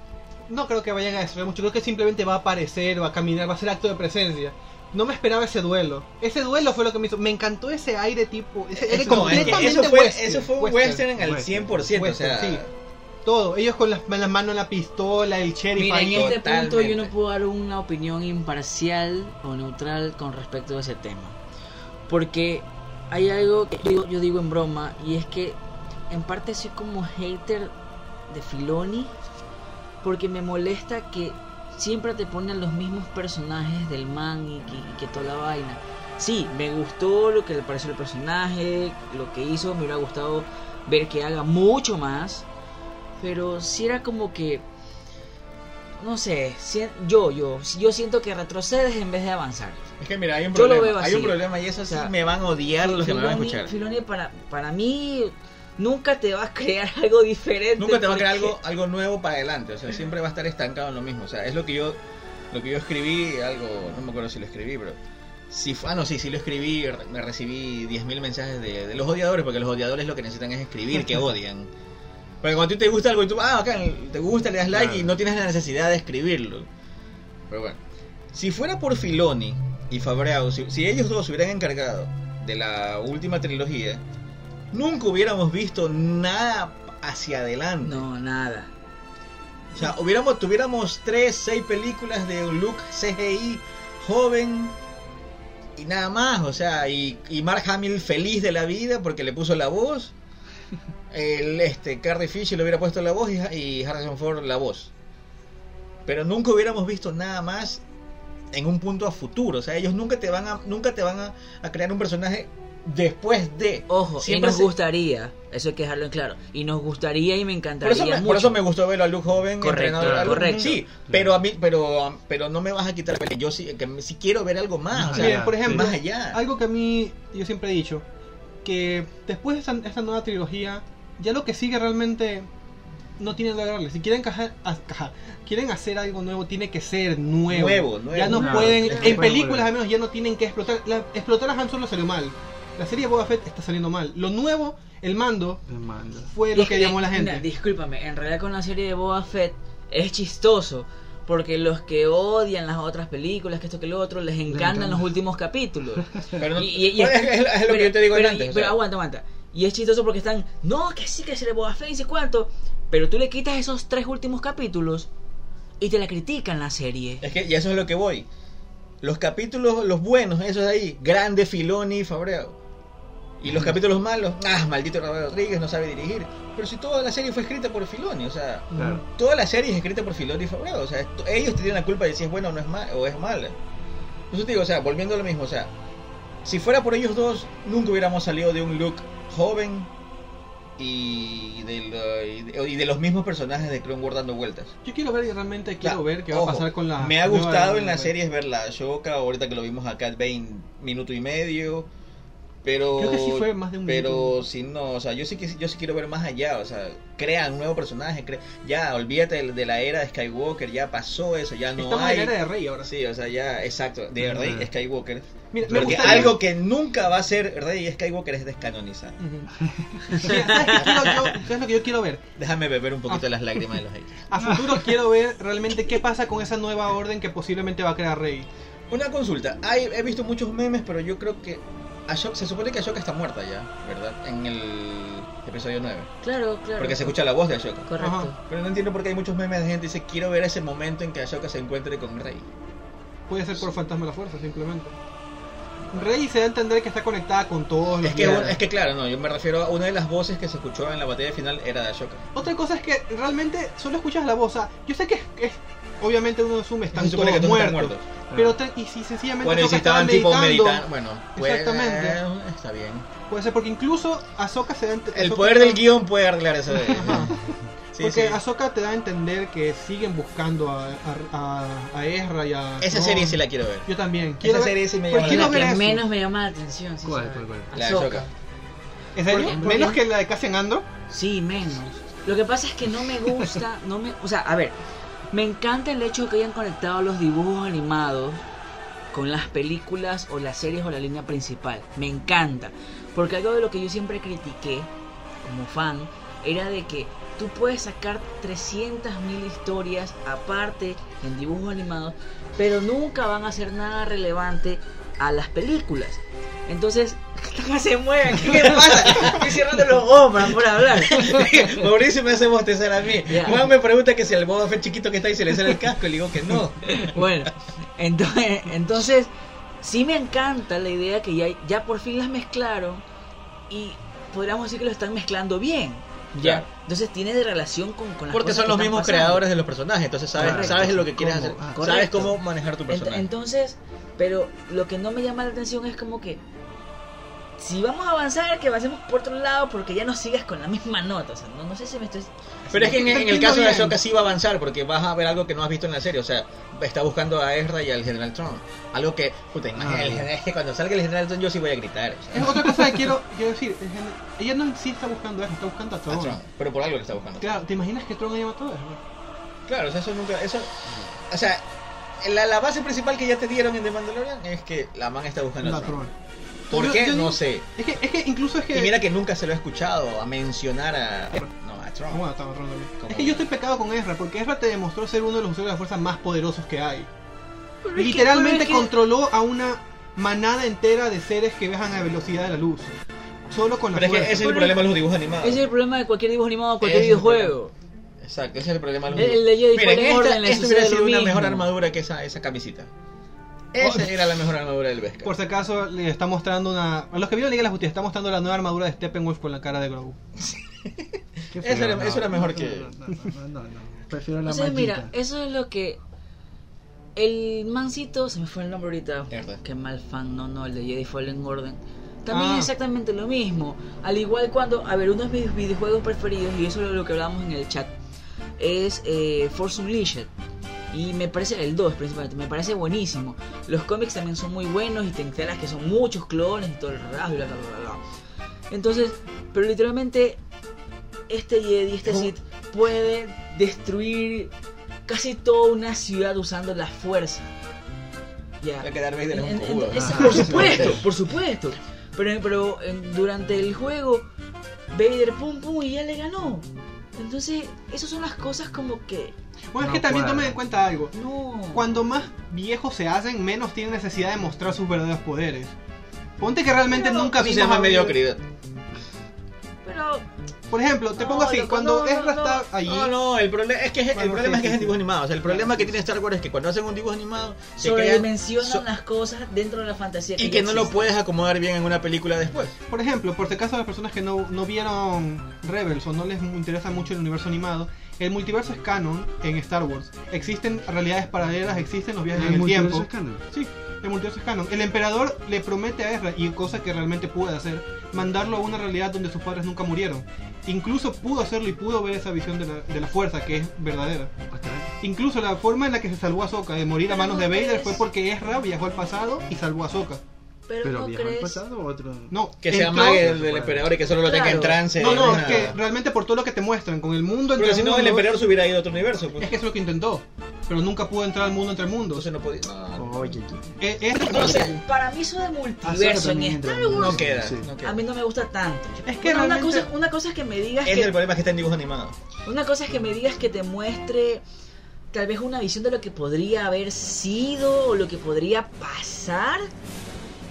[SPEAKER 2] no creo que vayan a desarrollar mucho, creo que simplemente va a aparecer, va a caminar, va a ser acto de presencia. No me esperaba ese duelo. Ese duelo fue lo que me hizo. Me encantó ese aire tipo. Ese aire
[SPEAKER 3] No, es que
[SPEAKER 2] completamente
[SPEAKER 3] eso fue,
[SPEAKER 2] western,
[SPEAKER 3] eso fue un western, al
[SPEAKER 4] western,
[SPEAKER 3] 100%, o sea,
[SPEAKER 2] western, sí. Todo. Ellos con las manos en la pistola, el sheriff
[SPEAKER 5] Mira, en
[SPEAKER 2] ahí.
[SPEAKER 5] este punto yo
[SPEAKER 3] Totalmente.
[SPEAKER 5] no puedo dar una opinión imparcial o neutral con respecto a ese tema. Porque hay algo que yo, yo digo en broma y es que en parte soy como hater de Filoni porque me molesta que siempre te ponen los mismos personajes del man y que, y que toda la vaina. Sí, me gustó lo que le pareció el personaje, lo que hizo, me hubiera gustado ver que haga mucho más, pero si era como que no sé, si- yo yo yo siento que retrocedes en vez de avanzar.
[SPEAKER 3] Es que mira, hay un
[SPEAKER 5] Yo lo
[SPEAKER 3] problema.
[SPEAKER 5] veo
[SPEAKER 3] Hay un
[SPEAKER 5] así.
[SPEAKER 3] problema y eso sí
[SPEAKER 5] O sea,
[SPEAKER 3] me van a odiar los que me van a
[SPEAKER 5] Filoni-
[SPEAKER 3] escuchar.
[SPEAKER 5] Filoni para, para mí nunca te va a crear algo diferente.
[SPEAKER 3] Nunca te va a crear
[SPEAKER 5] porque-
[SPEAKER 3] algo, algo nuevo para adelante. O sea, siempre va a estar estancado en lo mismo. O sea, es lo que yo, lo que yo escribí, algo, no me acuerdo si lo escribí, pero. Si, fu- ah, no, sí, sí lo escribí, re- me recibí 10.000 mensajes de, de los odiadores, porque los odiadores lo que necesitan es escribir que odian. Porque cuando a ti te gusta algo y tú, ah, acá te gusta, le das like y no tienes la necesidad de escribirlo. Pero bueno, si fuera por Filoni y Fabreau, si, si ellos dos se hubieran encargado de la última trilogía, nunca hubiéramos visto nada hacia adelante.
[SPEAKER 5] No, nada.
[SPEAKER 3] O sea, hubiéramos, tuviéramos tres, seis películas de un Luke CGI joven y nada más. O sea, y, y Mark Hamill feliz de la vida porque le puso la voz. El este, Carrie Fisher le hubiera puesto la voz y, y Harrison Ford la voz. Pero nunca hubiéramos visto nada más en un punto a futuro. O sea, ellos nunca te van a, nunca te van a, a crear un personaje después de.
[SPEAKER 5] Ojo,
[SPEAKER 3] Siempre
[SPEAKER 5] y nos
[SPEAKER 3] se-
[SPEAKER 5] gustaría, eso hay que dejarlo en claro, y nos gustaría y me
[SPEAKER 3] Por
[SPEAKER 5] encantaría
[SPEAKER 3] eso, me,
[SPEAKER 5] mucho.
[SPEAKER 3] por eso me gustó verlo a Luke joven,
[SPEAKER 5] Correcto,
[SPEAKER 3] entrenador a Luke.
[SPEAKER 5] correcto. Mm.
[SPEAKER 3] Sí, pero a mí, pero, pero no me vas a quitar. porque Yo sí, que sí quiero ver algo
[SPEAKER 4] Ah,
[SPEAKER 3] más, o sea,
[SPEAKER 2] Miren, por ejemplo,
[SPEAKER 3] más allá.
[SPEAKER 2] algo que a mí yo siempre he dicho, que después de esta, esta nueva trilogía, ya lo que sigue realmente no tiene nada que darle. Si quieren encajar, ah, encajar, quieren hacer algo nuevo, tiene que ser nuevo.
[SPEAKER 3] Nuevo, nuevo.
[SPEAKER 2] Ya no
[SPEAKER 4] Nuevo.
[SPEAKER 2] pueden,
[SPEAKER 3] Es que
[SPEAKER 2] en
[SPEAKER 4] pueden
[SPEAKER 2] películas
[SPEAKER 4] volver.
[SPEAKER 2] al menos ya no tienen que explotar. La- explotar a Han Solo salió mal. La serie de Boba Fett está saliendo mal. Lo nuevo, el mando,
[SPEAKER 4] Me manda.
[SPEAKER 2] fue
[SPEAKER 5] Y
[SPEAKER 2] lo
[SPEAKER 5] es
[SPEAKER 2] que llamó la
[SPEAKER 5] mira,
[SPEAKER 2] gente.
[SPEAKER 5] discúlpame, en realidad con la serie de Boba Fett es chistoso. Porque los que odian las otras películas, que esto que lo otro, les encantan
[SPEAKER 4] encanta.
[SPEAKER 5] los últimos capítulos.
[SPEAKER 3] Pero no-
[SPEAKER 5] y- y- y-
[SPEAKER 3] es, es- es lo que yo te digo
[SPEAKER 5] pero,
[SPEAKER 3] antes.
[SPEAKER 5] y-
[SPEAKER 3] o
[SPEAKER 5] pero
[SPEAKER 3] sea,
[SPEAKER 5] aguanta, aguanta. Y es chistoso porque están, no, que sí, que se le Boba Fett y sé cuánto. Pero tú le quitas esos tres últimos capítulos y te la critican la serie.
[SPEAKER 3] es que y eso es lo que voy. Los capítulos, los buenos, esos de ahí, grande Filoni y Fabreo. Y los capítulos malos, ah, maldito Robert Rodríguez no sabe dirigir. Pero si toda la serie fue escrita por Filoni, o sea,
[SPEAKER 4] Claro.
[SPEAKER 3] toda la serie es escrita por Filoni y Fabreo. O sea, esto- ellos tienen la culpa de si es buena o no es ma- o es mala. Entonces te digo, o sea, volviendo a lo mismo, o sea, si fuera por ellos dos, nunca hubiéramos salido de un look joven y de, lo- y de- y de los mismos personajes de Clone Wars dando vueltas.
[SPEAKER 2] Yo quiero ver, y realmente
[SPEAKER 3] Claro,
[SPEAKER 2] quiero ver qué va
[SPEAKER 3] ojo,
[SPEAKER 2] a pasar con la.
[SPEAKER 3] Me ha
[SPEAKER 2] nueva-
[SPEAKER 3] gustado en las series ver la Shoka, ahorita que lo vimos a Cat Bane, minuto y medio. Pero.
[SPEAKER 2] Creo que sí fue más de un
[SPEAKER 3] Pero
[SPEAKER 2] minuto.
[SPEAKER 3] si no, o sea, yo sí, que, yo sí quiero ver más allá, o sea, crea un nuevo personaje, crea- ya, olvídate de, de la era de Skywalker, ya pasó eso, ya no
[SPEAKER 2] Estamos
[SPEAKER 3] hay.
[SPEAKER 2] en la era de Rey ahora sí.
[SPEAKER 3] Sí, o sea, ya, exacto, de
[SPEAKER 4] Ajá.
[SPEAKER 3] Rey Skywalker.
[SPEAKER 2] Mira, me
[SPEAKER 3] Porque
[SPEAKER 2] gustaría-
[SPEAKER 3] algo que nunca va a ser Rey Skywalker es descanonizar.
[SPEAKER 2] Ujú. Mira, ¿sabes qué quiero yo? ¿Sabes lo que yo quiero ver?
[SPEAKER 3] Déjame beber un
[SPEAKER 2] Ah.
[SPEAKER 3] poquito las lágrimas de los haters.
[SPEAKER 2] A futuro quiero ver realmente qué pasa con esa nueva orden que posiblemente va a crear Rey.
[SPEAKER 3] Una consulta. Hay- he visto muchos memes, pero yo creo que Ashoka, se supone que Ashoka está muerta ya, ¿verdad? En el episodio 9.
[SPEAKER 5] Claro, claro.
[SPEAKER 3] Porque se escucha la voz de Ashoka.
[SPEAKER 5] Correcto.
[SPEAKER 2] Ajá.
[SPEAKER 3] Pero no entiendo por qué hay muchos memes de gente que dice, quiero ver ese momento en que Ashoka se encuentre con Rey.
[SPEAKER 2] Puede ser por fantasma de la fuerza, simplemente. Rey se da a entender que está conectada con todos los
[SPEAKER 3] Es que,
[SPEAKER 2] Jedi.
[SPEAKER 3] es que claro, no, yo me refiero a una de las voces que se escuchó en la batalla final era de Ashoka.
[SPEAKER 2] Otra cosa es que realmente solo escuchas la voz. o sea, yo sé que es, es- obviamente uno asume están
[SPEAKER 3] Se supone
[SPEAKER 2] todos
[SPEAKER 3] que todos
[SPEAKER 2] muertos.
[SPEAKER 3] están muertos.
[SPEAKER 2] Pero te- y si sencillamente
[SPEAKER 3] Bueno, y
[SPEAKER 2] Ahsoka
[SPEAKER 3] si estaban tipo
[SPEAKER 2] estaba
[SPEAKER 3] meditando, bueno, pues,
[SPEAKER 2] Exactamente.
[SPEAKER 3] está bien.
[SPEAKER 2] puede ser porque incluso Ahsoka se da a ente-
[SPEAKER 3] El
[SPEAKER 2] Ahsoka
[SPEAKER 3] poder
[SPEAKER 2] está-
[SPEAKER 3] del guión puede arreglar eso de...
[SPEAKER 2] Ajá.
[SPEAKER 3] Sí,
[SPEAKER 2] porque
[SPEAKER 3] sí.
[SPEAKER 2] Ahsoka te da a entender que siguen buscando a, a, a- a Ezra y a.
[SPEAKER 3] Esa
[SPEAKER 2] Ron.
[SPEAKER 3] serie sí la quiero ver.
[SPEAKER 2] Yo también. Quiero
[SPEAKER 3] Esa
[SPEAKER 2] ver-
[SPEAKER 3] serie sí me
[SPEAKER 2] Pues
[SPEAKER 3] llama
[SPEAKER 2] quiero
[SPEAKER 5] La
[SPEAKER 3] la
[SPEAKER 5] que
[SPEAKER 2] ver eso.
[SPEAKER 5] menos me llama la atención. sí,
[SPEAKER 4] ¿Cuál,
[SPEAKER 5] sabe.
[SPEAKER 4] cuál, cuál?
[SPEAKER 3] La de
[SPEAKER 5] Ahsoka.
[SPEAKER 3] Ahsoka.
[SPEAKER 2] ¿En serio?
[SPEAKER 5] Porque-
[SPEAKER 2] ¿Menos
[SPEAKER 5] porque-
[SPEAKER 2] que la de Cassian Andro?
[SPEAKER 5] Sí, menos. Lo que pasa es que no me gusta, no me, o sea, a ver, me encanta el hecho de que hayan conectado los dibujos animados con las películas o las series o la línea principal. Me encanta, porque algo de lo que yo siempre critiqué como fan era de que tú puedes sacar 300.000 historias aparte en dibujos animados, pero nunca van a ser nada relevante a las películas. Entonces, que se mueven, ¿qué pasa? Estoy cerrando los ojos por hablar.
[SPEAKER 3] Mauricio me hace bostezar a mí.
[SPEAKER 5] Ya.
[SPEAKER 3] Juan me pregunta que si el Boba Fett chiquito que está ahí se le sale el casco. Y le digo que no.
[SPEAKER 5] Bueno, entonces, entonces sí me encanta la idea que ya, ya por fin las mezclaron y podríamos decir que lo están mezclando bien.
[SPEAKER 3] Ya.
[SPEAKER 5] Entonces tiene de relación con, con las
[SPEAKER 3] Porque son
[SPEAKER 5] cosas que
[SPEAKER 3] los
[SPEAKER 5] están
[SPEAKER 3] mismos
[SPEAKER 5] pasando.
[SPEAKER 3] creadores de los personajes, entonces sabes,
[SPEAKER 4] Correcto.
[SPEAKER 3] sabes lo que quieres
[SPEAKER 4] ¿Cómo?
[SPEAKER 3] hacer,
[SPEAKER 4] Ah,
[SPEAKER 3] sabes
[SPEAKER 5] correcto.
[SPEAKER 3] cómo manejar tu
[SPEAKER 5] Ent-
[SPEAKER 3] personaje.
[SPEAKER 5] entonces, pero lo que no me llama la atención es como que si vamos a avanzar, que avancemos por otro lado porque ya no sigas con la misma nota. O sea, no, no sé si me estoy...
[SPEAKER 3] Pero es que en, en el caso de
[SPEAKER 2] Entiendo
[SPEAKER 3] Ahsoka sí va a avanzar porque vas a ver algo que no has visto en la serie. O sea, está buscando a Ezra y al General Tron. Algo que, puta, imagínate,
[SPEAKER 4] Ah.
[SPEAKER 3] el general- es que cuando salga el General Tron yo sí voy a gritar. o sea,
[SPEAKER 2] Es otra cosa que quiero, quiero decir. es el- ella no sí está buscando eso, está buscando a
[SPEAKER 3] a
[SPEAKER 2] Tron.
[SPEAKER 3] Tron, pero por algo lo está buscando.
[SPEAKER 2] Claro, ¿te imaginas que Tron haya matado a Ezra?
[SPEAKER 3] Claro, o sea, eso nunca. Eso, o sea, la, la base principal que ya te dieron en The Mandalorian es que la man está buscando a
[SPEAKER 2] No,
[SPEAKER 3] Tron.
[SPEAKER 2] Tron.
[SPEAKER 3] ¿Por
[SPEAKER 2] Yo-
[SPEAKER 3] qué?
[SPEAKER 2] yo
[SPEAKER 3] no
[SPEAKER 2] digo-
[SPEAKER 3] sé.
[SPEAKER 2] Es que, es que incluso es que.
[SPEAKER 3] Y mira que nunca se lo he escuchado a mencionar a. No, a Tron.
[SPEAKER 2] ¿Cómo mataba a Tron también?
[SPEAKER 3] ¿Cómo?
[SPEAKER 2] Es que yo estoy pecado con Ezra, porque Ezra te demostró ser uno de los usuarios de la fuerza más poderosos que hay.
[SPEAKER 5] Pero es que-
[SPEAKER 2] Literalmente
[SPEAKER 5] pero es que-
[SPEAKER 2] controló a una manada entera de seres que viajan a velocidad de la luz. Solo con la
[SPEAKER 3] Pero es que
[SPEAKER 2] fuerza.
[SPEAKER 3] ese es el problema de los dibujos animados.
[SPEAKER 5] Ese es el problema de cucualquier dibujo animado, cualquier
[SPEAKER 3] Ese es el
[SPEAKER 5] videojuego.
[SPEAKER 3] Exacto, ese es el problema de los
[SPEAKER 5] El-
[SPEAKER 3] dibujos.
[SPEAKER 5] el de Jedi
[SPEAKER 3] Miren,
[SPEAKER 5] Fallen
[SPEAKER 3] esta,
[SPEAKER 5] Order le
[SPEAKER 3] esta hubiera
[SPEAKER 5] sucede
[SPEAKER 3] sido
[SPEAKER 5] lo
[SPEAKER 3] una
[SPEAKER 5] mismo.
[SPEAKER 3] mejor armadura que esa, esa camisita. Esa
[SPEAKER 2] Oh.
[SPEAKER 3] era la mejor armadura del Vesca.
[SPEAKER 2] Por si acaso le está mostrando una. A los que vieron Liga de la Justicia está mostrando la nueva armadura de Steppenwolf con la cara de Grogu.
[SPEAKER 4] Qué
[SPEAKER 3] Eso era- eso era mejor que-
[SPEAKER 4] No, no, no, no, no. Prefiero la
[SPEAKER 5] Entonces, mira,
[SPEAKER 4] mallita.
[SPEAKER 5] eso es lo que... El mancito, se me fue el nombre ahorita.
[SPEAKER 3] Mierda.
[SPEAKER 5] Qué mal fan, no, no, el de Jedi Fallen Order. También
[SPEAKER 2] Ah.
[SPEAKER 5] es exactamente lo mismo. Al igual cuando, a ver, uno de mis videojuegos preferidos, y eso es lo que hablábamos en el chat, es eh, Force Unleashed. Y me parece, el 2 principalmente, me parece buenísimo. Los cómics también son muy buenos y te enteras que son muchos clones y todo el rato, y bla, bla, bla, bla, bla. Entonces, pero literalmente, este Jedi, este
[SPEAKER 3] Es un-
[SPEAKER 5] Sith, puede destruir casi toda una ciudad usando la fuerza. Ya.
[SPEAKER 3] Hay que dar Vader es un
[SPEAKER 5] En- en-
[SPEAKER 3] cojudo.
[SPEAKER 5] es-
[SPEAKER 4] Ah,
[SPEAKER 5] por
[SPEAKER 4] sí,
[SPEAKER 5] supuesto, por supuesto. Pero, pero en- durante el juego, Vader pum pum y ya le ganó. Entonces, esas son las cosas como que
[SPEAKER 2] Bueno,
[SPEAKER 4] No
[SPEAKER 2] es que también
[SPEAKER 4] cuadra.
[SPEAKER 2] tomen en cuenta algo.
[SPEAKER 5] no.
[SPEAKER 2] Cuando más viejos se hacen, menos tienen necesidad de mostrar sus verdaderos poderes. Ponte que realmente nunca
[SPEAKER 3] Eso se
[SPEAKER 2] vimos
[SPEAKER 3] llama
[SPEAKER 2] a-
[SPEAKER 3] mediocridad.
[SPEAKER 5] Pero
[SPEAKER 2] Por ejemplo, te
[SPEAKER 5] No,
[SPEAKER 2] pongo así,
[SPEAKER 5] loco,
[SPEAKER 2] cuando
[SPEAKER 5] no, no,
[SPEAKER 2] Ezra
[SPEAKER 5] no.
[SPEAKER 2] está allí,
[SPEAKER 3] No, no, el problema es que es, el
[SPEAKER 2] Bueno,
[SPEAKER 3] problema
[SPEAKER 2] sí,
[SPEAKER 3] es
[SPEAKER 2] sí,
[SPEAKER 3] que es en
[SPEAKER 2] sí.
[SPEAKER 3] dibujos animados. el problema que tiene Star Wars es que cuando hacen un dibujo animado se crean-
[SPEAKER 5] sobredimensionan
[SPEAKER 3] so-
[SPEAKER 5] las cosas dentro de la fantasía.
[SPEAKER 3] y
[SPEAKER 5] ya
[SPEAKER 3] que no lo
[SPEAKER 5] existe.
[SPEAKER 3] puedes acomodar bien en una película después.
[SPEAKER 2] por ejemplo, por si acaso las personas que no, no vieron Rebels o no les interesa mucho el universo animado, el multiverso es canon en Star Wars. Existen realidades paralelas, existen
[SPEAKER 5] eh,
[SPEAKER 2] los viajes en el
[SPEAKER 4] multiverso
[SPEAKER 2] tiempo.
[SPEAKER 4] es canon.
[SPEAKER 2] Sí, el multiverso es canon. El emperador le promete a Ezra, y cosa que realmente puede hacer, mandarlo a una realidad donde sus padres nunca murieron. Incluso pudo hacerlo y pudo ver esa visión de la, de la fuerza que es verdadera.
[SPEAKER 4] Ok.
[SPEAKER 2] Incluso la forma en la que se salvó a Ahsoka de morir a manos de
[SPEAKER 5] Pero no
[SPEAKER 2] Vader
[SPEAKER 5] es-
[SPEAKER 2] fue porque Ezra viajó al pasado y salvó a Ahsoka.
[SPEAKER 5] Pero,
[SPEAKER 4] Pero
[SPEAKER 5] no
[SPEAKER 4] viajó
[SPEAKER 5] crees.
[SPEAKER 4] al pasado o otro.
[SPEAKER 2] No,
[SPEAKER 3] Que se
[SPEAKER 2] entró-
[SPEAKER 3] amague el del emperador y que solo lo tenga en
[SPEAKER 5] Claro.
[SPEAKER 3] trance.
[SPEAKER 2] No, no,
[SPEAKER 3] en
[SPEAKER 2] es
[SPEAKER 3] una-
[SPEAKER 2] que realmente por todo lo que te muestran, con el mundo entre
[SPEAKER 3] Porque si no, el
[SPEAKER 2] mundos,
[SPEAKER 3] emperador se hubiera ido a otro universo.
[SPEAKER 2] Es
[SPEAKER 3] Pues.
[SPEAKER 2] que eso es lo que intentó, pero nunca pudo entrar al mundo entre mundos.
[SPEAKER 3] Entonces no podía. no, no,
[SPEAKER 4] Oye,
[SPEAKER 2] Eh, Ezra-
[SPEAKER 3] no sé.
[SPEAKER 5] Para mí eso de
[SPEAKER 4] Ah,
[SPEAKER 5] multiverso en
[SPEAKER 4] también entra
[SPEAKER 5] Star
[SPEAKER 4] en el
[SPEAKER 5] Wars
[SPEAKER 3] No queda.
[SPEAKER 4] Sí.
[SPEAKER 3] no queda.
[SPEAKER 5] a mí no me gusta tanto.
[SPEAKER 2] Es que
[SPEAKER 5] una, una
[SPEAKER 2] realmente-
[SPEAKER 5] cosa, una cosa es que me digas
[SPEAKER 3] Ese
[SPEAKER 5] que
[SPEAKER 3] es el problema que está en dibujos animados.
[SPEAKER 5] Una cosa es que me digas que te muestre tal vez una visión de lo que podría haber sido o lo que podría pasar.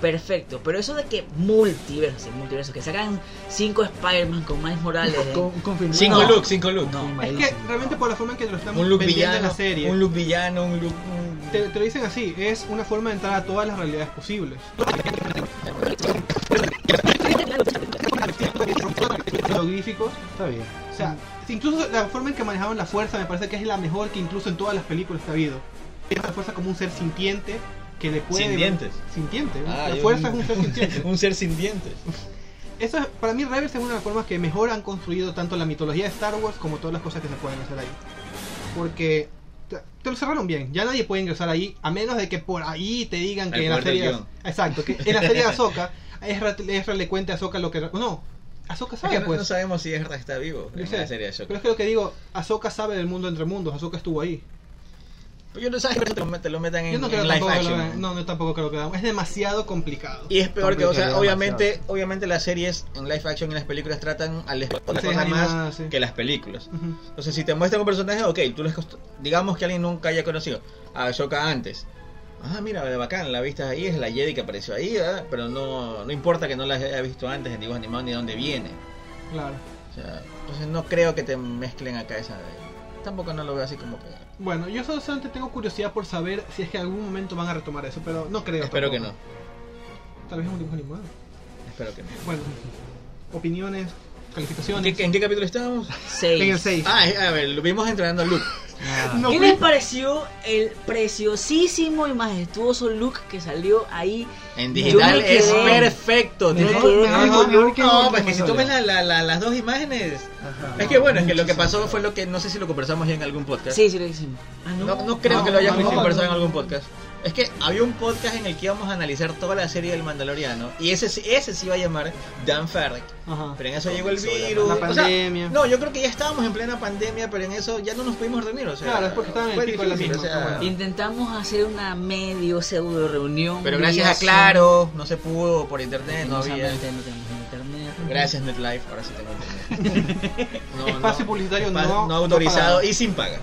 [SPEAKER 5] Perfecto, pero eso de que multiverso, sí, multiverso, que sacan cinco Spider-Man con Miles Morales. ¿eh?
[SPEAKER 4] Con- confirmado.
[SPEAKER 3] Cinco
[SPEAKER 5] No.
[SPEAKER 3] looks, cinco looks.
[SPEAKER 5] No.
[SPEAKER 2] es que realmente por la forma en que te lo están
[SPEAKER 3] Un look
[SPEAKER 2] vendiendo en
[SPEAKER 3] villano,
[SPEAKER 2] la serie,
[SPEAKER 3] un look villano, un look... un-
[SPEAKER 2] te, te lo dicen así, es una forma de entrar a todas las realidades posibles. Jeroglíficos,
[SPEAKER 4] Está bien.
[SPEAKER 2] o sea, incluso la forma en que manejaban la fuerza me parece que es la mejor que incluso en todas las películas que ha habido. Es la fuerza como un ser sintiente que le puede...
[SPEAKER 3] Sin dientes.
[SPEAKER 2] Sintiente,
[SPEAKER 3] Ah,
[SPEAKER 2] la
[SPEAKER 3] yo-
[SPEAKER 2] fuerza es un ser sintiente.
[SPEAKER 3] un ser sin dientes.
[SPEAKER 2] Eso es, para mí Rebels es una de las formas que mejor han construido tanto la mitología de Star Wars como todas las cosas que se pueden hacer ahí. Porque te, te lo cerraron bien, ya nadie puede ingresar ahí, a menos de que por ahí te digan
[SPEAKER 3] Al
[SPEAKER 2] que en la
[SPEAKER 3] poder del
[SPEAKER 2] serie
[SPEAKER 3] guión.
[SPEAKER 2] Exacto, que en la serie de Ahsoka, Ezra, Ezra le cuente a Ahsoka lo que no, Ahsoka
[SPEAKER 3] Es que
[SPEAKER 2] sabe
[SPEAKER 3] no, no
[SPEAKER 2] pues.
[SPEAKER 3] sabemos si Ezra está vivo en
[SPEAKER 2] Yo sé,
[SPEAKER 3] la serie de Shock.
[SPEAKER 2] Pero es que lo que digo, Ahsoka sabe del mundo entre mundos, Ahsoka estuvo ahí.
[SPEAKER 3] Pero yo no sabes que te lo, met- te lo metan en,
[SPEAKER 2] Yo no
[SPEAKER 3] en
[SPEAKER 2] creo
[SPEAKER 3] live
[SPEAKER 2] tampoco que lo
[SPEAKER 3] action.
[SPEAKER 2] hagan- no, yo tampoco creo que lo hagan. Es demasiado complicado.
[SPEAKER 3] Y es peor que, o sea,
[SPEAKER 4] Complicado
[SPEAKER 3] obviamente,
[SPEAKER 4] demasiado.
[SPEAKER 3] obviamente las series en live action y las películas tratan al
[SPEAKER 2] Sí,
[SPEAKER 3] espectador más
[SPEAKER 2] animada, sí.
[SPEAKER 3] que las películas.
[SPEAKER 2] Ujú.
[SPEAKER 3] Entonces, si te muestran un personaje, ok, tú les cost- digamos que alguien nunca haya conocido a Ahsoka antes. Ah, mira, bacán, la viste ahí, es la Jedi que apareció ahí, ¿verdad? pero no, no importa que no la haya visto antes en dibujos animados ni de dónde viene.
[SPEAKER 2] Claro.
[SPEAKER 3] O sea, entonces no creo que te mezclen acá esa... Tampoco no lo veo así como que...
[SPEAKER 2] Bueno, yo solo- solamente tengo curiosidad por saber si es que en algún momento van a retomar eso, pero no creo.
[SPEAKER 3] Espero que no,
[SPEAKER 2] tampoco. Tal vez es un dibujo animado.
[SPEAKER 3] espero que no.
[SPEAKER 2] Bueno, opiniones,
[SPEAKER 3] ¿En qué,
[SPEAKER 2] calificaciones.
[SPEAKER 3] en qué capítulo estábamos?
[SPEAKER 5] Seis.
[SPEAKER 2] En el 6.
[SPEAKER 3] Ah, eh, a ver, lo vimos entrenando a Luke.
[SPEAKER 2] No,
[SPEAKER 5] ¿Qué
[SPEAKER 2] fui-
[SPEAKER 5] les pareció el preciosísimo y majestuoso look que salió ahí?
[SPEAKER 3] En
[SPEAKER 5] Yo
[SPEAKER 3] digital
[SPEAKER 5] me quedé-
[SPEAKER 3] es perfecto.
[SPEAKER 4] Me
[SPEAKER 3] tiene-
[SPEAKER 5] quedé-
[SPEAKER 3] No,
[SPEAKER 5] me
[SPEAKER 4] quedé
[SPEAKER 3] no,
[SPEAKER 4] mejor que-
[SPEAKER 3] no,
[SPEAKER 4] que
[SPEAKER 3] pues que si tú
[SPEAKER 4] Mazola.
[SPEAKER 3] ves la- la- la- las dos imágenes.
[SPEAKER 4] Ajá.
[SPEAKER 3] Es que bueno, es que lo que pasó fue lo que no sé si lo conversamos ya en algún podcast.
[SPEAKER 5] Sí, sí lo hicimos.
[SPEAKER 3] No, no creo
[SPEAKER 4] No,
[SPEAKER 3] que lo hayamos
[SPEAKER 4] no,
[SPEAKER 3] conversado
[SPEAKER 4] no.
[SPEAKER 3] en algún podcast. Es que había un podcast en el que íbamos a analizar toda la serie del Mandaloriano. Y ese, sí- ese sí iba a llamar Dan Ferrick.
[SPEAKER 2] Ajá.
[SPEAKER 3] Pero en eso llegó el virus.
[SPEAKER 2] La
[SPEAKER 3] o sea,
[SPEAKER 2] pandemia.
[SPEAKER 3] no, yo creo que ya estábamos en plena pandemia, pero en eso ya no nos pudimos reunir. O sea,
[SPEAKER 2] Claro, después que estaban en el
[SPEAKER 3] fue
[SPEAKER 2] pico de la
[SPEAKER 3] difícil,
[SPEAKER 2] misma,
[SPEAKER 3] o sea,
[SPEAKER 2] bueno.
[SPEAKER 5] Intentamos hacer una medio pseudo reunión.
[SPEAKER 3] pero
[SPEAKER 5] vía
[SPEAKER 3] gracias a
[SPEAKER 5] Zoom.
[SPEAKER 3] Claro, no se pudo por internet, no había.
[SPEAKER 5] Lastimosamente no tenemos internet.
[SPEAKER 3] Gracias NetLife, ahora sí tengo internet. No,
[SPEAKER 2] Espacio publicitario
[SPEAKER 3] Espacio
[SPEAKER 2] no- no
[SPEAKER 3] autorizado
[SPEAKER 2] pagado.
[SPEAKER 3] y sin paga.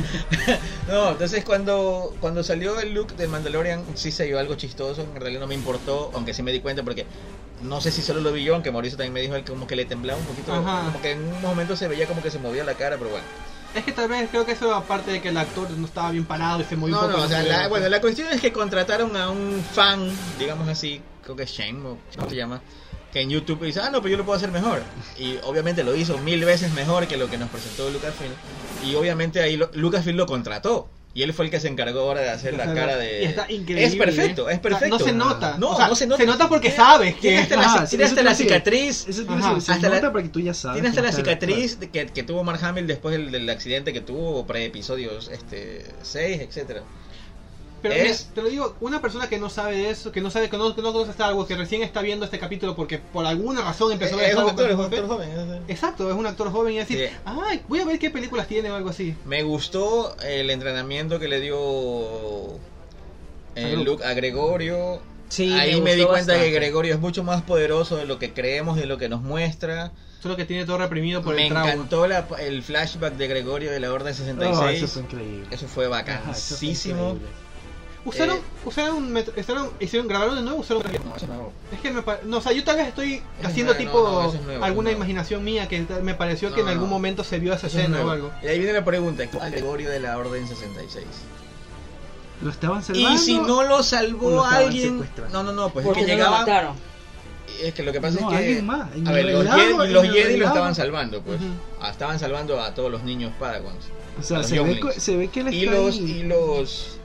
[SPEAKER 3] no, entonces cuando, cuando salió el look del Mandalorian sí se vio algo chistoso, en realidad no me importó, aunque sí me di cuenta porque no sé si solo lo vi yo, aunque Mauricio también me dijo él como que le temblaba un poquito,
[SPEAKER 2] Ajá.
[SPEAKER 3] como que en un momento se veía como que se movía la cara, pero bueno.
[SPEAKER 2] Es que tal vez creo que eso aparte de que el actor no estaba bien parado y se movió
[SPEAKER 3] No,
[SPEAKER 2] un poco.
[SPEAKER 3] no, o sea,
[SPEAKER 2] se-
[SPEAKER 3] la, bueno, la cuestión es que contrataron a un fan, digamos así, creo que es Shane, o ¿cómo se llama? Que en YouTube dice, ah, no, pero yo lo puedo hacer mejor. Y obviamente lo hizo mil veces mejor que lo que nos presentó Lucasfilm. Y obviamente ahí lo- Lucasfilm lo contrató. Y él fue el que se encargó ahora de hacer la cara de...
[SPEAKER 2] Y está increíble. ¿eh?
[SPEAKER 3] Es perfecto, es
[SPEAKER 2] O sea,
[SPEAKER 3] perfecto.
[SPEAKER 2] No se nota.
[SPEAKER 3] No,
[SPEAKER 2] O sea,
[SPEAKER 3] no se nota.
[SPEAKER 2] porque
[SPEAKER 3] Tiene-
[SPEAKER 2] sabes que
[SPEAKER 3] Tiene hasta la,
[SPEAKER 4] Ajá,
[SPEAKER 3] ci- tiene
[SPEAKER 4] eso
[SPEAKER 3] hasta
[SPEAKER 4] te
[SPEAKER 3] la
[SPEAKER 4] iba a decir.
[SPEAKER 3] cicatriz.
[SPEAKER 4] Eso tiene
[SPEAKER 2] Ajá.
[SPEAKER 4] su- se
[SPEAKER 3] Hasta la-
[SPEAKER 4] nota porque tú ya sabes.
[SPEAKER 3] Tiene hasta
[SPEAKER 4] cómo
[SPEAKER 3] la
[SPEAKER 4] está el actor.
[SPEAKER 3] cicatriz de que, que tuvo Mark Hamill después del, del accidente que tuvo, pre-episodios este, 6, etcétera
[SPEAKER 2] Pero
[SPEAKER 3] Es-
[SPEAKER 2] mira, te lo digo, una persona que no sabe de eso, que no sabe, que no, que no conoce Star Wars, que recién está viendo este capítulo porque por alguna razón empezó a ver
[SPEAKER 3] Eh, Es
[SPEAKER 2] Star Wars
[SPEAKER 3] un actor, es un
[SPEAKER 2] cuando fue
[SPEAKER 3] actor joven. es-
[SPEAKER 2] Exacto, es un actor joven y así,
[SPEAKER 3] Sí.
[SPEAKER 2] ay, voy a ver qué películas tiene o algo así.
[SPEAKER 3] Me gustó el entrenamiento que le dio eh,
[SPEAKER 2] Luke.
[SPEAKER 3] Luke a Gregorio.
[SPEAKER 5] Sí,
[SPEAKER 3] Ahí me,
[SPEAKER 5] gustó
[SPEAKER 3] di cuenta
[SPEAKER 5] bastante.
[SPEAKER 3] que Gregorio es mucho más poderoso de lo que creemos, de lo que nos muestra.
[SPEAKER 2] Solo que tiene todo reprimido por
[SPEAKER 3] me
[SPEAKER 2] el trauma.
[SPEAKER 3] encantó la- el flashback de Gregorio de la Orden
[SPEAKER 4] Oh, eso
[SPEAKER 3] 66.
[SPEAKER 4] fue increíble.
[SPEAKER 3] eso fue
[SPEAKER 4] Ajá, eso fue
[SPEAKER 3] bacanísimo.
[SPEAKER 4] increíble.
[SPEAKER 2] Usaron,
[SPEAKER 3] Eh.
[SPEAKER 2] usaron, met- usaron, hicieron, grabaron de nuevo, usaron
[SPEAKER 3] No, eso no.
[SPEAKER 2] Es que me pa- no, o sea, yo tal vez estoy
[SPEAKER 3] Eso es
[SPEAKER 2] haciendo
[SPEAKER 3] nuevo,
[SPEAKER 2] tipo
[SPEAKER 3] no, no, eso es nuevo,
[SPEAKER 2] alguna
[SPEAKER 3] no.
[SPEAKER 2] imaginación mía que tal- me pareció que
[SPEAKER 3] No,
[SPEAKER 2] en algún
[SPEAKER 3] no.
[SPEAKER 2] momento se vio esa
[SPEAKER 3] Eso es
[SPEAKER 2] escena o
[SPEAKER 3] nuevo.
[SPEAKER 2] algo.
[SPEAKER 3] Y ahí viene la pregunta, ¿cuál Gregorio de la Orden 66?
[SPEAKER 4] Lo estaban salvando.
[SPEAKER 3] Y si no lo
[SPEAKER 4] o
[SPEAKER 3] salvó
[SPEAKER 4] lo estaban
[SPEAKER 3] alguien... No,
[SPEAKER 4] secuestrando?
[SPEAKER 3] no, no, pues es
[SPEAKER 5] Porque
[SPEAKER 3] que
[SPEAKER 5] no lo
[SPEAKER 3] llegaba...
[SPEAKER 5] mataron.
[SPEAKER 3] Es que lo que pasa
[SPEAKER 4] No,
[SPEAKER 3] es que.
[SPEAKER 4] alguien más, en
[SPEAKER 3] a
[SPEAKER 4] el
[SPEAKER 3] ver, los,
[SPEAKER 4] relado,
[SPEAKER 3] Jedi,
[SPEAKER 4] en
[SPEAKER 3] los
[SPEAKER 4] el
[SPEAKER 3] Jedi lo
[SPEAKER 4] relado.
[SPEAKER 3] estaban salvando, pues.
[SPEAKER 2] Ujú.
[SPEAKER 3] Ah, Estaban salvando a todos los niños Padawans.
[SPEAKER 4] O sea,
[SPEAKER 3] los
[SPEAKER 4] se ve,
[SPEAKER 3] younglings.
[SPEAKER 4] co- se ve que él
[SPEAKER 3] Y
[SPEAKER 4] está
[SPEAKER 3] los,
[SPEAKER 4] ahí.
[SPEAKER 3] y los.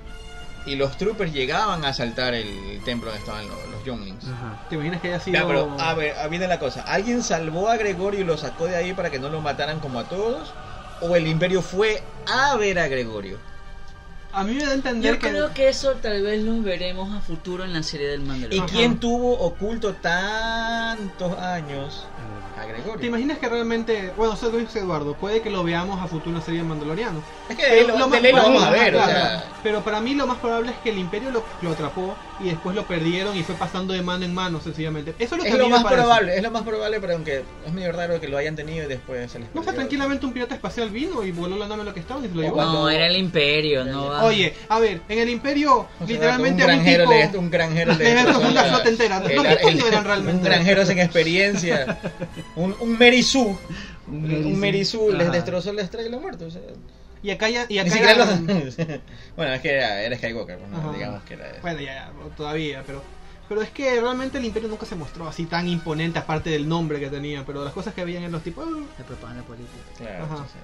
[SPEAKER 3] Y los troopers llegaban a asaltar el templo donde estaban los, los younglings.
[SPEAKER 4] Ajá.
[SPEAKER 2] ¿Te imaginas que haya sido
[SPEAKER 3] Ya, pero, a ver, ah, viene la cosa. ¿Alguien salvó a Gregorio y lo sacó de ahí para que no lo mataran como a todos? ¿O el Imperio fue a ver a Gregorio?
[SPEAKER 2] A mí me da a entender
[SPEAKER 5] Yo
[SPEAKER 2] que
[SPEAKER 5] creo que eso tal vez lo veremos a futuro en la serie del
[SPEAKER 3] ¿Y
[SPEAKER 5] Mandalorian.
[SPEAKER 2] Ajá.
[SPEAKER 3] quién tuvo oculto tantos años a Gregorio?
[SPEAKER 2] ¿Te imaginas que realmente, bueno, eso lo dice Eduardo, puede que lo veamos a futuro en la serie de Mandaloriano?
[SPEAKER 3] Es que de ley lo, de ley lo vamos a ver, o
[SPEAKER 2] claro,
[SPEAKER 3] sea.
[SPEAKER 2] Pero para mí lo más probable es que el Imperio lo, lo atrapó y después lo perdieron y fue pasando de mano en mano, sencillamente. Eso es lo que
[SPEAKER 3] Es
[SPEAKER 2] a
[SPEAKER 3] lo
[SPEAKER 2] mí me
[SPEAKER 3] más
[SPEAKER 2] parece.
[SPEAKER 3] probable, es lo más probable, pero aunque es medio raro que lo hayan tenido y después se les
[SPEAKER 2] No sé,
[SPEAKER 3] perdió.
[SPEAKER 2] tranquilamente un pirata espacial vino y voló la nave en la que estaban y
[SPEAKER 3] Oh,
[SPEAKER 2] se lo llevó.
[SPEAKER 5] No, era el Imperio, no va.
[SPEAKER 2] Oye, a ver, en el Imperio,
[SPEAKER 3] O sea,
[SPEAKER 2] literalmente
[SPEAKER 3] un
[SPEAKER 2] a un
[SPEAKER 3] granjero
[SPEAKER 2] tipo...
[SPEAKER 3] le- un granjero le-
[SPEAKER 2] Le dejaron una flota entera.
[SPEAKER 3] El-
[SPEAKER 2] No, ¿qué
[SPEAKER 3] el-
[SPEAKER 2] coño eran realmente?
[SPEAKER 3] Un granjero sin experiencia. un, un Merizú. Un
[SPEAKER 4] Merizú.
[SPEAKER 3] Merizú les
[SPEAKER 4] Ajá.
[SPEAKER 3] destrozó la estrella de la muerte. O sea,
[SPEAKER 2] Y acá ya... Y
[SPEAKER 3] ni
[SPEAKER 2] acá
[SPEAKER 3] siquiera
[SPEAKER 2] ya-
[SPEAKER 3] los- bueno, es que era, era Skywalker, pues, ¿no?
[SPEAKER 2] Ajá.
[SPEAKER 3] digamos que era.
[SPEAKER 2] Bueno, ya, ya, todavía, pero... Pero es que realmente el Imperio nunca se mostró así tan imponente, aparte del nombre que tenía. Pero las cosas que habían en los tipos... "Ah".
[SPEAKER 5] La propaganda política.
[SPEAKER 3] claro,
[SPEAKER 2] Ajá.
[SPEAKER 3] entonces.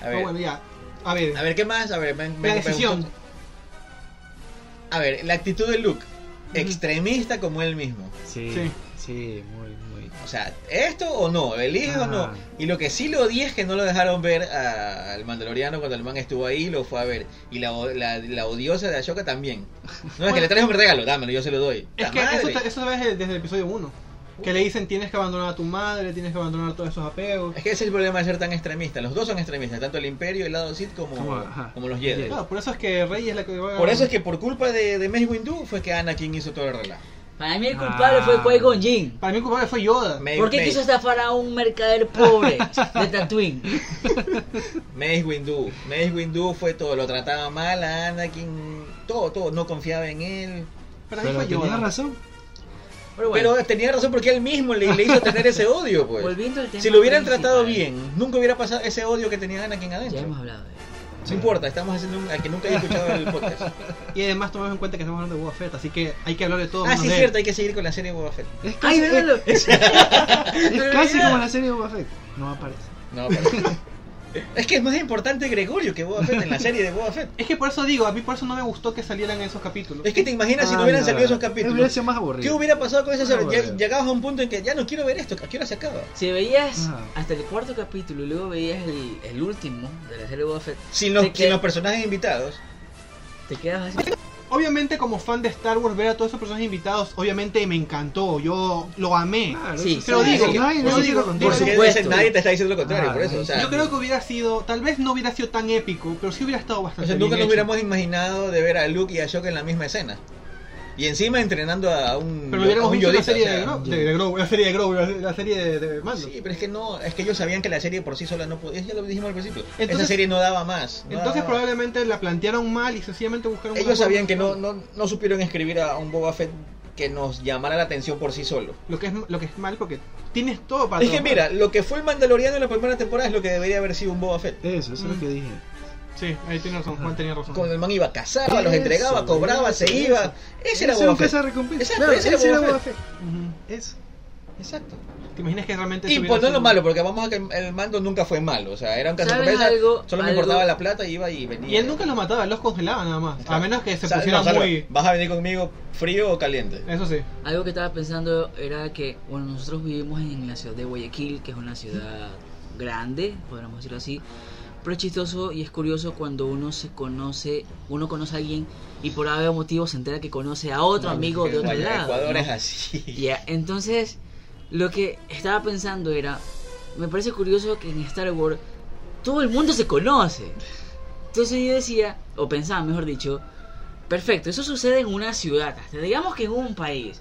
[SPEAKER 3] a,
[SPEAKER 2] Pero
[SPEAKER 3] ver,
[SPEAKER 2] bueno, ya. A ver,
[SPEAKER 3] a ver, ¿qué más? A ver, me- me-
[SPEAKER 2] la
[SPEAKER 3] me gustó-
[SPEAKER 2] decisión.
[SPEAKER 3] A ver, la actitud de Luke.
[SPEAKER 2] Ujú.
[SPEAKER 3] Extremista como él mismo.
[SPEAKER 4] Sí,
[SPEAKER 2] Sí.
[SPEAKER 4] sí, muy, muy.
[SPEAKER 3] O sea, ¿esto o no? ¿Elige o no?
[SPEAKER 4] Ajá.
[SPEAKER 3] Y lo que sí lo odié es que no lo dejaron ver a- al Mandaloriano cuando el man estuvo ahí, lo fue a ver. Y la, o- la, la odiosa de Ashoka también. No, es que le traes un regalo, dámelo, yo se lo doy.
[SPEAKER 2] Es
[SPEAKER 3] ¡La
[SPEAKER 2] que
[SPEAKER 3] madre!
[SPEAKER 2] eso, te- eso ves desde el episodio 1. Que le dicen tienes que abandonar a tu madre, tienes que abandonar todos esos apegos.
[SPEAKER 3] Es que ese es el problema de ser tan extremista. Los dos son extremistas, tanto el Imperio, el lado Sith, como,
[SPEAKER 4] Como, ajá.
[SPEAKER 3] como los Jedi.
[SPEAKER 2] Claro, por eso es que Rey es la que va
[SPEAKER 3] Por eso es que por culpa de, de Mace Windu fue que Anakin hizo todo el relajo.
[SPEAKER 5] Para mí el culpable
[SPEAKER 4] Ah.
[SPEAKER 5] fue Qui-Gon Jinn.
[SPEAKER 2] Para mí el culpable fue Yoda.
[SPEAKER 3] Me-
[SPEAKER 5] ¿Por qué
[SPEAKER 3] Mace.
[SPEAKER 5] quiso estafar a un mercader pobre de Tatooine?
[SPEAKER 3] Mace Windu. Mace Windu fue todo, lo trataba mal a Anakin, todo, todo, no confiaba en él.
[SPEAKER 2] Para mí
[SPEAKER 4] Pero
[SPEAKER 2] fue
[SPEAKER 4] tenía
[SPEAKER 2] Yoda.
[SPEAKER 4] razón.
[SPEAKER 5] Pero bueno,
[SPEAKER 3] Pero tenía razón porque él mismo le, le hizo tener ese odio, pues.
[SPEAKER 5] volviendo al tema.
[SPEAKER 3] Si lo hubieran tratado
[SPEAKER 5] principal,
[SPEAKER 3] bien, nunca hubiera pasado ese odio que tenía Anakin
[SPEAKER 5] Ya
[SPEAKER 3] adentro.
[SPEAKER 5] hemos hablado de
[SPEAKER 3] No importa, estamos haciendo un, al que nunca haya escuchado el podcast.
[SPEAKER 2] Y además tomemos en cuenta que estamos hablando de Boba Fett, así que hay que hablar de todo.
[SPEAKER 3] ah,
[SPEAKER 2] menos
[SPEAKER 3] sí,
[SPEAKER 2] de
[SPEAKER 3] es
[SPEAKER 2] él.
[SPEAKER 3] cierto, hay que seguir con la serie de Boba Fett.
[SPEAKER 4] Es
[SPEAKER 5] ¡Ay, eh,
[SPEAKER 4] casi,
[SPEAKER 5] véanlo!
[SPEAKER 4] es- es casi como la serie de Boba Fett. No aparece.
[SPEAKER 3] No, pero- Es que es más importante Gregorio que Boba Fett en la serie de Boba Fett.
[SPEAKER 2] Es que por eso digo, a mí por eso no me gustó que salieran esos capítulos.
[SPEAKER 3] Es que te imaginas si
[SPEAKER 4] Ah,
[SPEAKER 3] no hubieran
[SPEAKER 4] no,
[SPEAKER 3] salido esos
[SPEAKER 4] no. Hubiera
[SPEAKER 3] capítulos.
[SPEAKER 4] sido más aburrido.
[SPEAKER 3] ¿Qué hubiera pasado con esa serie?
[SPEAKER 4] Ah,
[SPEAKER 3] Ya-
[SPEAKER 4] bueno.
[SPEAKER 3] llegabas a un punto en que ya no quiero ver esto, ¿a qué hora se acaba?
[SPEAKER 5] Si veías
[SPEAKER 4] Ajá.
[SPEAKER 5] hasta el cuarto capítulo y luego veías el, el último de la serie de Boba Fett,
[SPEAKER 3] Sin los,
[SPEAKER 5] Sí,
[SPEAKER 3] sin
[SPEAKER 5] que-
[SPEAKER 3] los personajes invitados.
[SPEAKER 5] te quedas así.
[SPEAKER 2] Obviamente como fan de Star Wars ver a todos esos personajes invitados, obviamente me encantó, yo lo amé.
[SPEAKER 3] Ah,
[SPEAKER 4] Claro,
[SPEAKER 5] Sí,
[SPEAKER 4] eso-
[SPEAKER 2] pero
[SPEAKER 4] eso-
[SPEAKER 2] digo,
[SPEAKER 4] nadie-
[SPEAKER 2] yo
[SPEAKER 4] nadie
[SPEAKER 2] digo,
[SPEAKER 4] lo contó.
[SPEAKER 2] por
[SPEAKER 3] Porque
[SPEAKER 5] supuesto.
[SPEAKER 3] Nadie te está diciendo lo contrario,
[SPEAKER 4] Ah,
[SPEAKER 3] por eso. O sea,
[SPEAKER 2] Yo creo que hubiera sido, tal vez no hubiera sido tan épico, pero sí hubiera estado
[SPEAKER 3] o
[SPEAKER 2] bastante
[SPEAKER 3] sea,
[SPEAKER 2] bien
[SPEAKER 3] nunca nos
[SPEAKER 2] hecho.
[SPEAKER 3] hubiéramos imaginado de ver a Luke y a Shock en la misma escena. Y encima entrenando a un.
[SPEAKER 2] Pero lo hubiéramos
[SPEAKER 3] a un
[SPEAKER 2] visto en la
[SPEAKER 3] yodita,
[SPEAKER 2] serie
[SPEAKER 3] o sea,
[SPEAKER 2] de Grogu, de- de Grogu, la serie de Grogu, la serie de, de Mando.
[SPEAKER 3] Sí, pero es que no, es que ellos sabían que la serie por sí sola no podía, ya lo dijimos al principio. Esa
[SPEAKER 2] Entonces-
[SPEAKER 3] serie no daba más. no
[SPEAKER 2] Entonces
[SPEAKER 3] daba más.
[SPEAKER 2] probablemente la plantearon mal y sencillamente buscaron una
[SPEAKER 3] ellos
[SPEAKER 2] forma
[SPEAKER 3] sabían que no,
[SPEAKER 2] diferente.
[SPEAKER 3] no, no supieron escribir a un Boba Fett que nos llamara la atención por sí solo.
[SPEAKER 2] Lo que es lo que es mal porque tienes todo para
[SPEAKER 3] Es que
[SPEAKER 2] todo.
[SPEAKER 3] mira, lo que fue el Mandaloriano en la primera temporada es lo que debería haber sido un Boba Fett.
[SPEAKER 4] Eso, eso es lo que dije.
[SPEAKER 2] Sí, ahí tienes razón, Juan tenía razón.
[SPEAKER 3] Cuando el man iba, cazaba, los
[SPEAKER 4] Eso,
[SPEAKER 3] entregaba, cobraba,
[SPEAKER 4] eso,
[SPEAKER 3] se iba.
[SPEAKER 4] eso.
[SPEAKER 3] Ese era
[SPEAKER 4] Ese
[SPEAKER 3] Boba
[SPEAKER 4] fue
[SPEAKER 3] Fett.
[SPEAKER 4] esa recompensa.
[SPEAKER 3] Exacto,
[SPEAKER 4] Claro,
[SPEAKER 3] ese era Boba
[SPEAKER 4] Fett.
[SPEAKER 2] Ujú.
[SPEAKER 4] Eso.
[SPEAKER 3] Exacto.
[SPEAKER 2] ¿Te imaginas que realmente
[SPEAKER 3] Y
[SPEAKER 2] se hubiera
[SPEAKER 3] pues no
[SPEAKER 2] sido-
[SPEAKER 3] lo malo, porque vamos a que el mando nunca fue malo. O sea, era un caso
[SPEAKER 5] ¿Sabes
[SPEAKER 3] sorpresa,
[SPEAKER 5] algo?
[SPEAKER 3] Solo me
[SPEAKER 5] Algo-
[SPEAKER 3] importaba la plata, iba y venía.
[SPEAKER 2] Y él nunca los mataba, él los congelaba nada más. A
[SPEAKER 3] Exacto.
[SPEAKER 2] menos que se
[SPEAKER 3] O sea,
[SPEAKER 2] pusiera
[SPEAKER 3] no, salva,
[SPEAKER 2] muy. Eh,
[SPEAKER 3] ¿Vas a venir conmigo frío o caliente?
[SPEAKER 2] Eso sí.
[SPEAKER 5] Algo que estaba pensando era que, bueno, nosotros vivimos en la ciudad de Guayaquil, que es una ciudad grande, podríamos decirlo así. Pero es chistoso y es curioso cuando uno se conoce, uno conoce a alguien y por algún motivo se entera que conoce a otro amigo de otro
[SPEAKER 3] Vaya,
[SPEAKER 5] lado.
[SPEAKER 3] Ecuador
[SPEAKER 5] ¿no?
[SPEAKER 3] es así.
[SPEAKER 5] Ya, entonces, lo que estaba pensando era, me parece curioso que en Star Wars todo el mundo se conoce. Entonces yo decía, o pensaba, mejor dicho, perfecto, eso sucede en una ciudad, hasta digamos que en un país,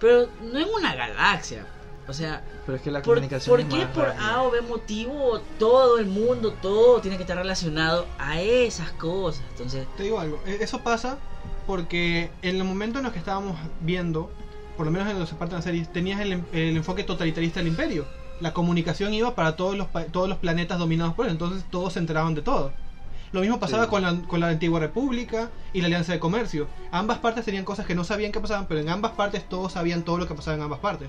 [SPEAKER 5] pero no en una galaxia. O sea,
[SPEAKER 4] Pero es que la
[SPEAKER 5] ¿por,
[SPEAKER 4] comunicación
[SPEAKER 5] ¿por
[SPEAKER 4] es
[SPEAKER 5] qué
[SPEAKER 4] más
[SPEAKER 5] por
[SPEAKER 4] rápida.
[SPEAKER 5] A o B motivo todo el mundo, todo tiene que estar relacionado a esas cosas? Entonces,
[SPEAKER 2] Te digo algo. e- Eso pasa porque en el momento en los que estábamos viendo, por lo menos en los Spartan series, tenías el, en- el enfoque totalitarista del Imperio. La comunicación iba para todos los, pa- todos los planetas dominados por él, entonces todos se enteraban de todo. Lo mismo pasaba
[SPEAKER 4] Sí.
[SPEAKER 2] con, la, con la antigua República y la Alianza de Comercio. Ambas partes tenían cosas que no sabían que pasaban, pero en ambas partes todos sabían todo lo que pasaba en ambas partes.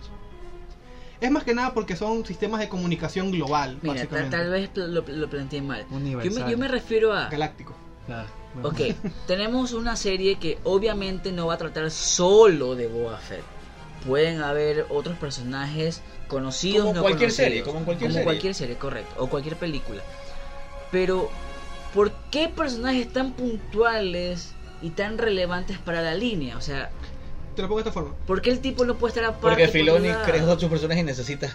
[SPEAKER 2] Es más que nada porque son sistemas de comunicación global,
[SPEAKER 5] mira, ta-
[SPEAKER 2] básicamente.
[SPEAKER 5] tal vez lo, lo planteé mal. Yo
[SPEAKER 4] Universal.
[SPEAKER 5] me, yo me refiero a...
[SPEAKER 2] Galáctico.
[SPEAKER 4] Claro, bueno.
[SPEAKER 5] Ok, tenemos una serie que obviamente no va a tratar solo de Boba Fett. Pueden haber otros personajes conocidos.
[SPEAKER 3] Como
[SPEAKER 5] no
[SPEAKER 3] cualquier
[SPEAKER 5] conocidos.
[SPEAKER 3] serie, como en cualquier serie.
[SPEAKER 5] cualquier serie, correcto. O cualquier película. Pero, ¿por qué personajes tan puntuales y tan relevantes para la línea? O sea,
[SPEAKER 2] Te lo pongo de esta forma.
[SPEAKER 5] ¿por qué el tipo no puede estar aparte?
[SPEAKER 3] Porque
[SPEAKER 5] por
[SPEAKER 3] Filoni
[SPEAKER 5] otro lado?
[SPEAKER 3] creó a sus personajes y necesita,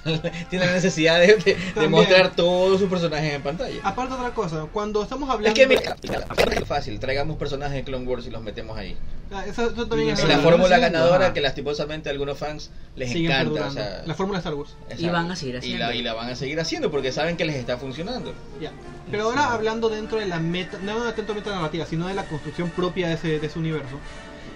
[SPEAKER 3] tiene la necesidad de, de- de
[SPEAKER 2] También.
[SPEAKER 3] mostrar todos sus personajes en pantalla.
[SPEAKER 2] Aparte otra cosa, cuando estamos hablando...
[SPEAKER 3] Es que mira, es fácil, traigamos personajes de Clone Wars y los metemos ahí.
[SPEAKER 2] Ah, Eso, eso también
[SPEAKER 4] Y
[SPEAKER 2] es
[SPEAKER 3] Es la
[SPEAKER 4] sí,
[SPEAKER 2] verdad.
[SPEAKER 3] fórmula
[SPEAKER 4] sí,
[SPEAKER 3] ganadora
[SPEAKER 4] ajá.
[SPEAKER 3] que lastimosamente a algunos fans les
[SPEAKER 2] Siguen
[SPEAKER 3] encanta. o
[SPEAKER 2] perdurando.
[SPEAKER 3] sea,
[SPEAKER 2] La fórmula de Star Wars.
[SPEAKER 5] Y van a seguir
[SPEAKER 3] Y
[SPEAKER 5] haciendo.
[SPEAKER 3] la, y la van a seguir haciendo porque saben que les está funcionando.
[SPEAKER 2] Ya. Pero ahora hablando dentro de la meta, no de tanto meta narrativa, sino de la construcción propia de ese, de ese universo.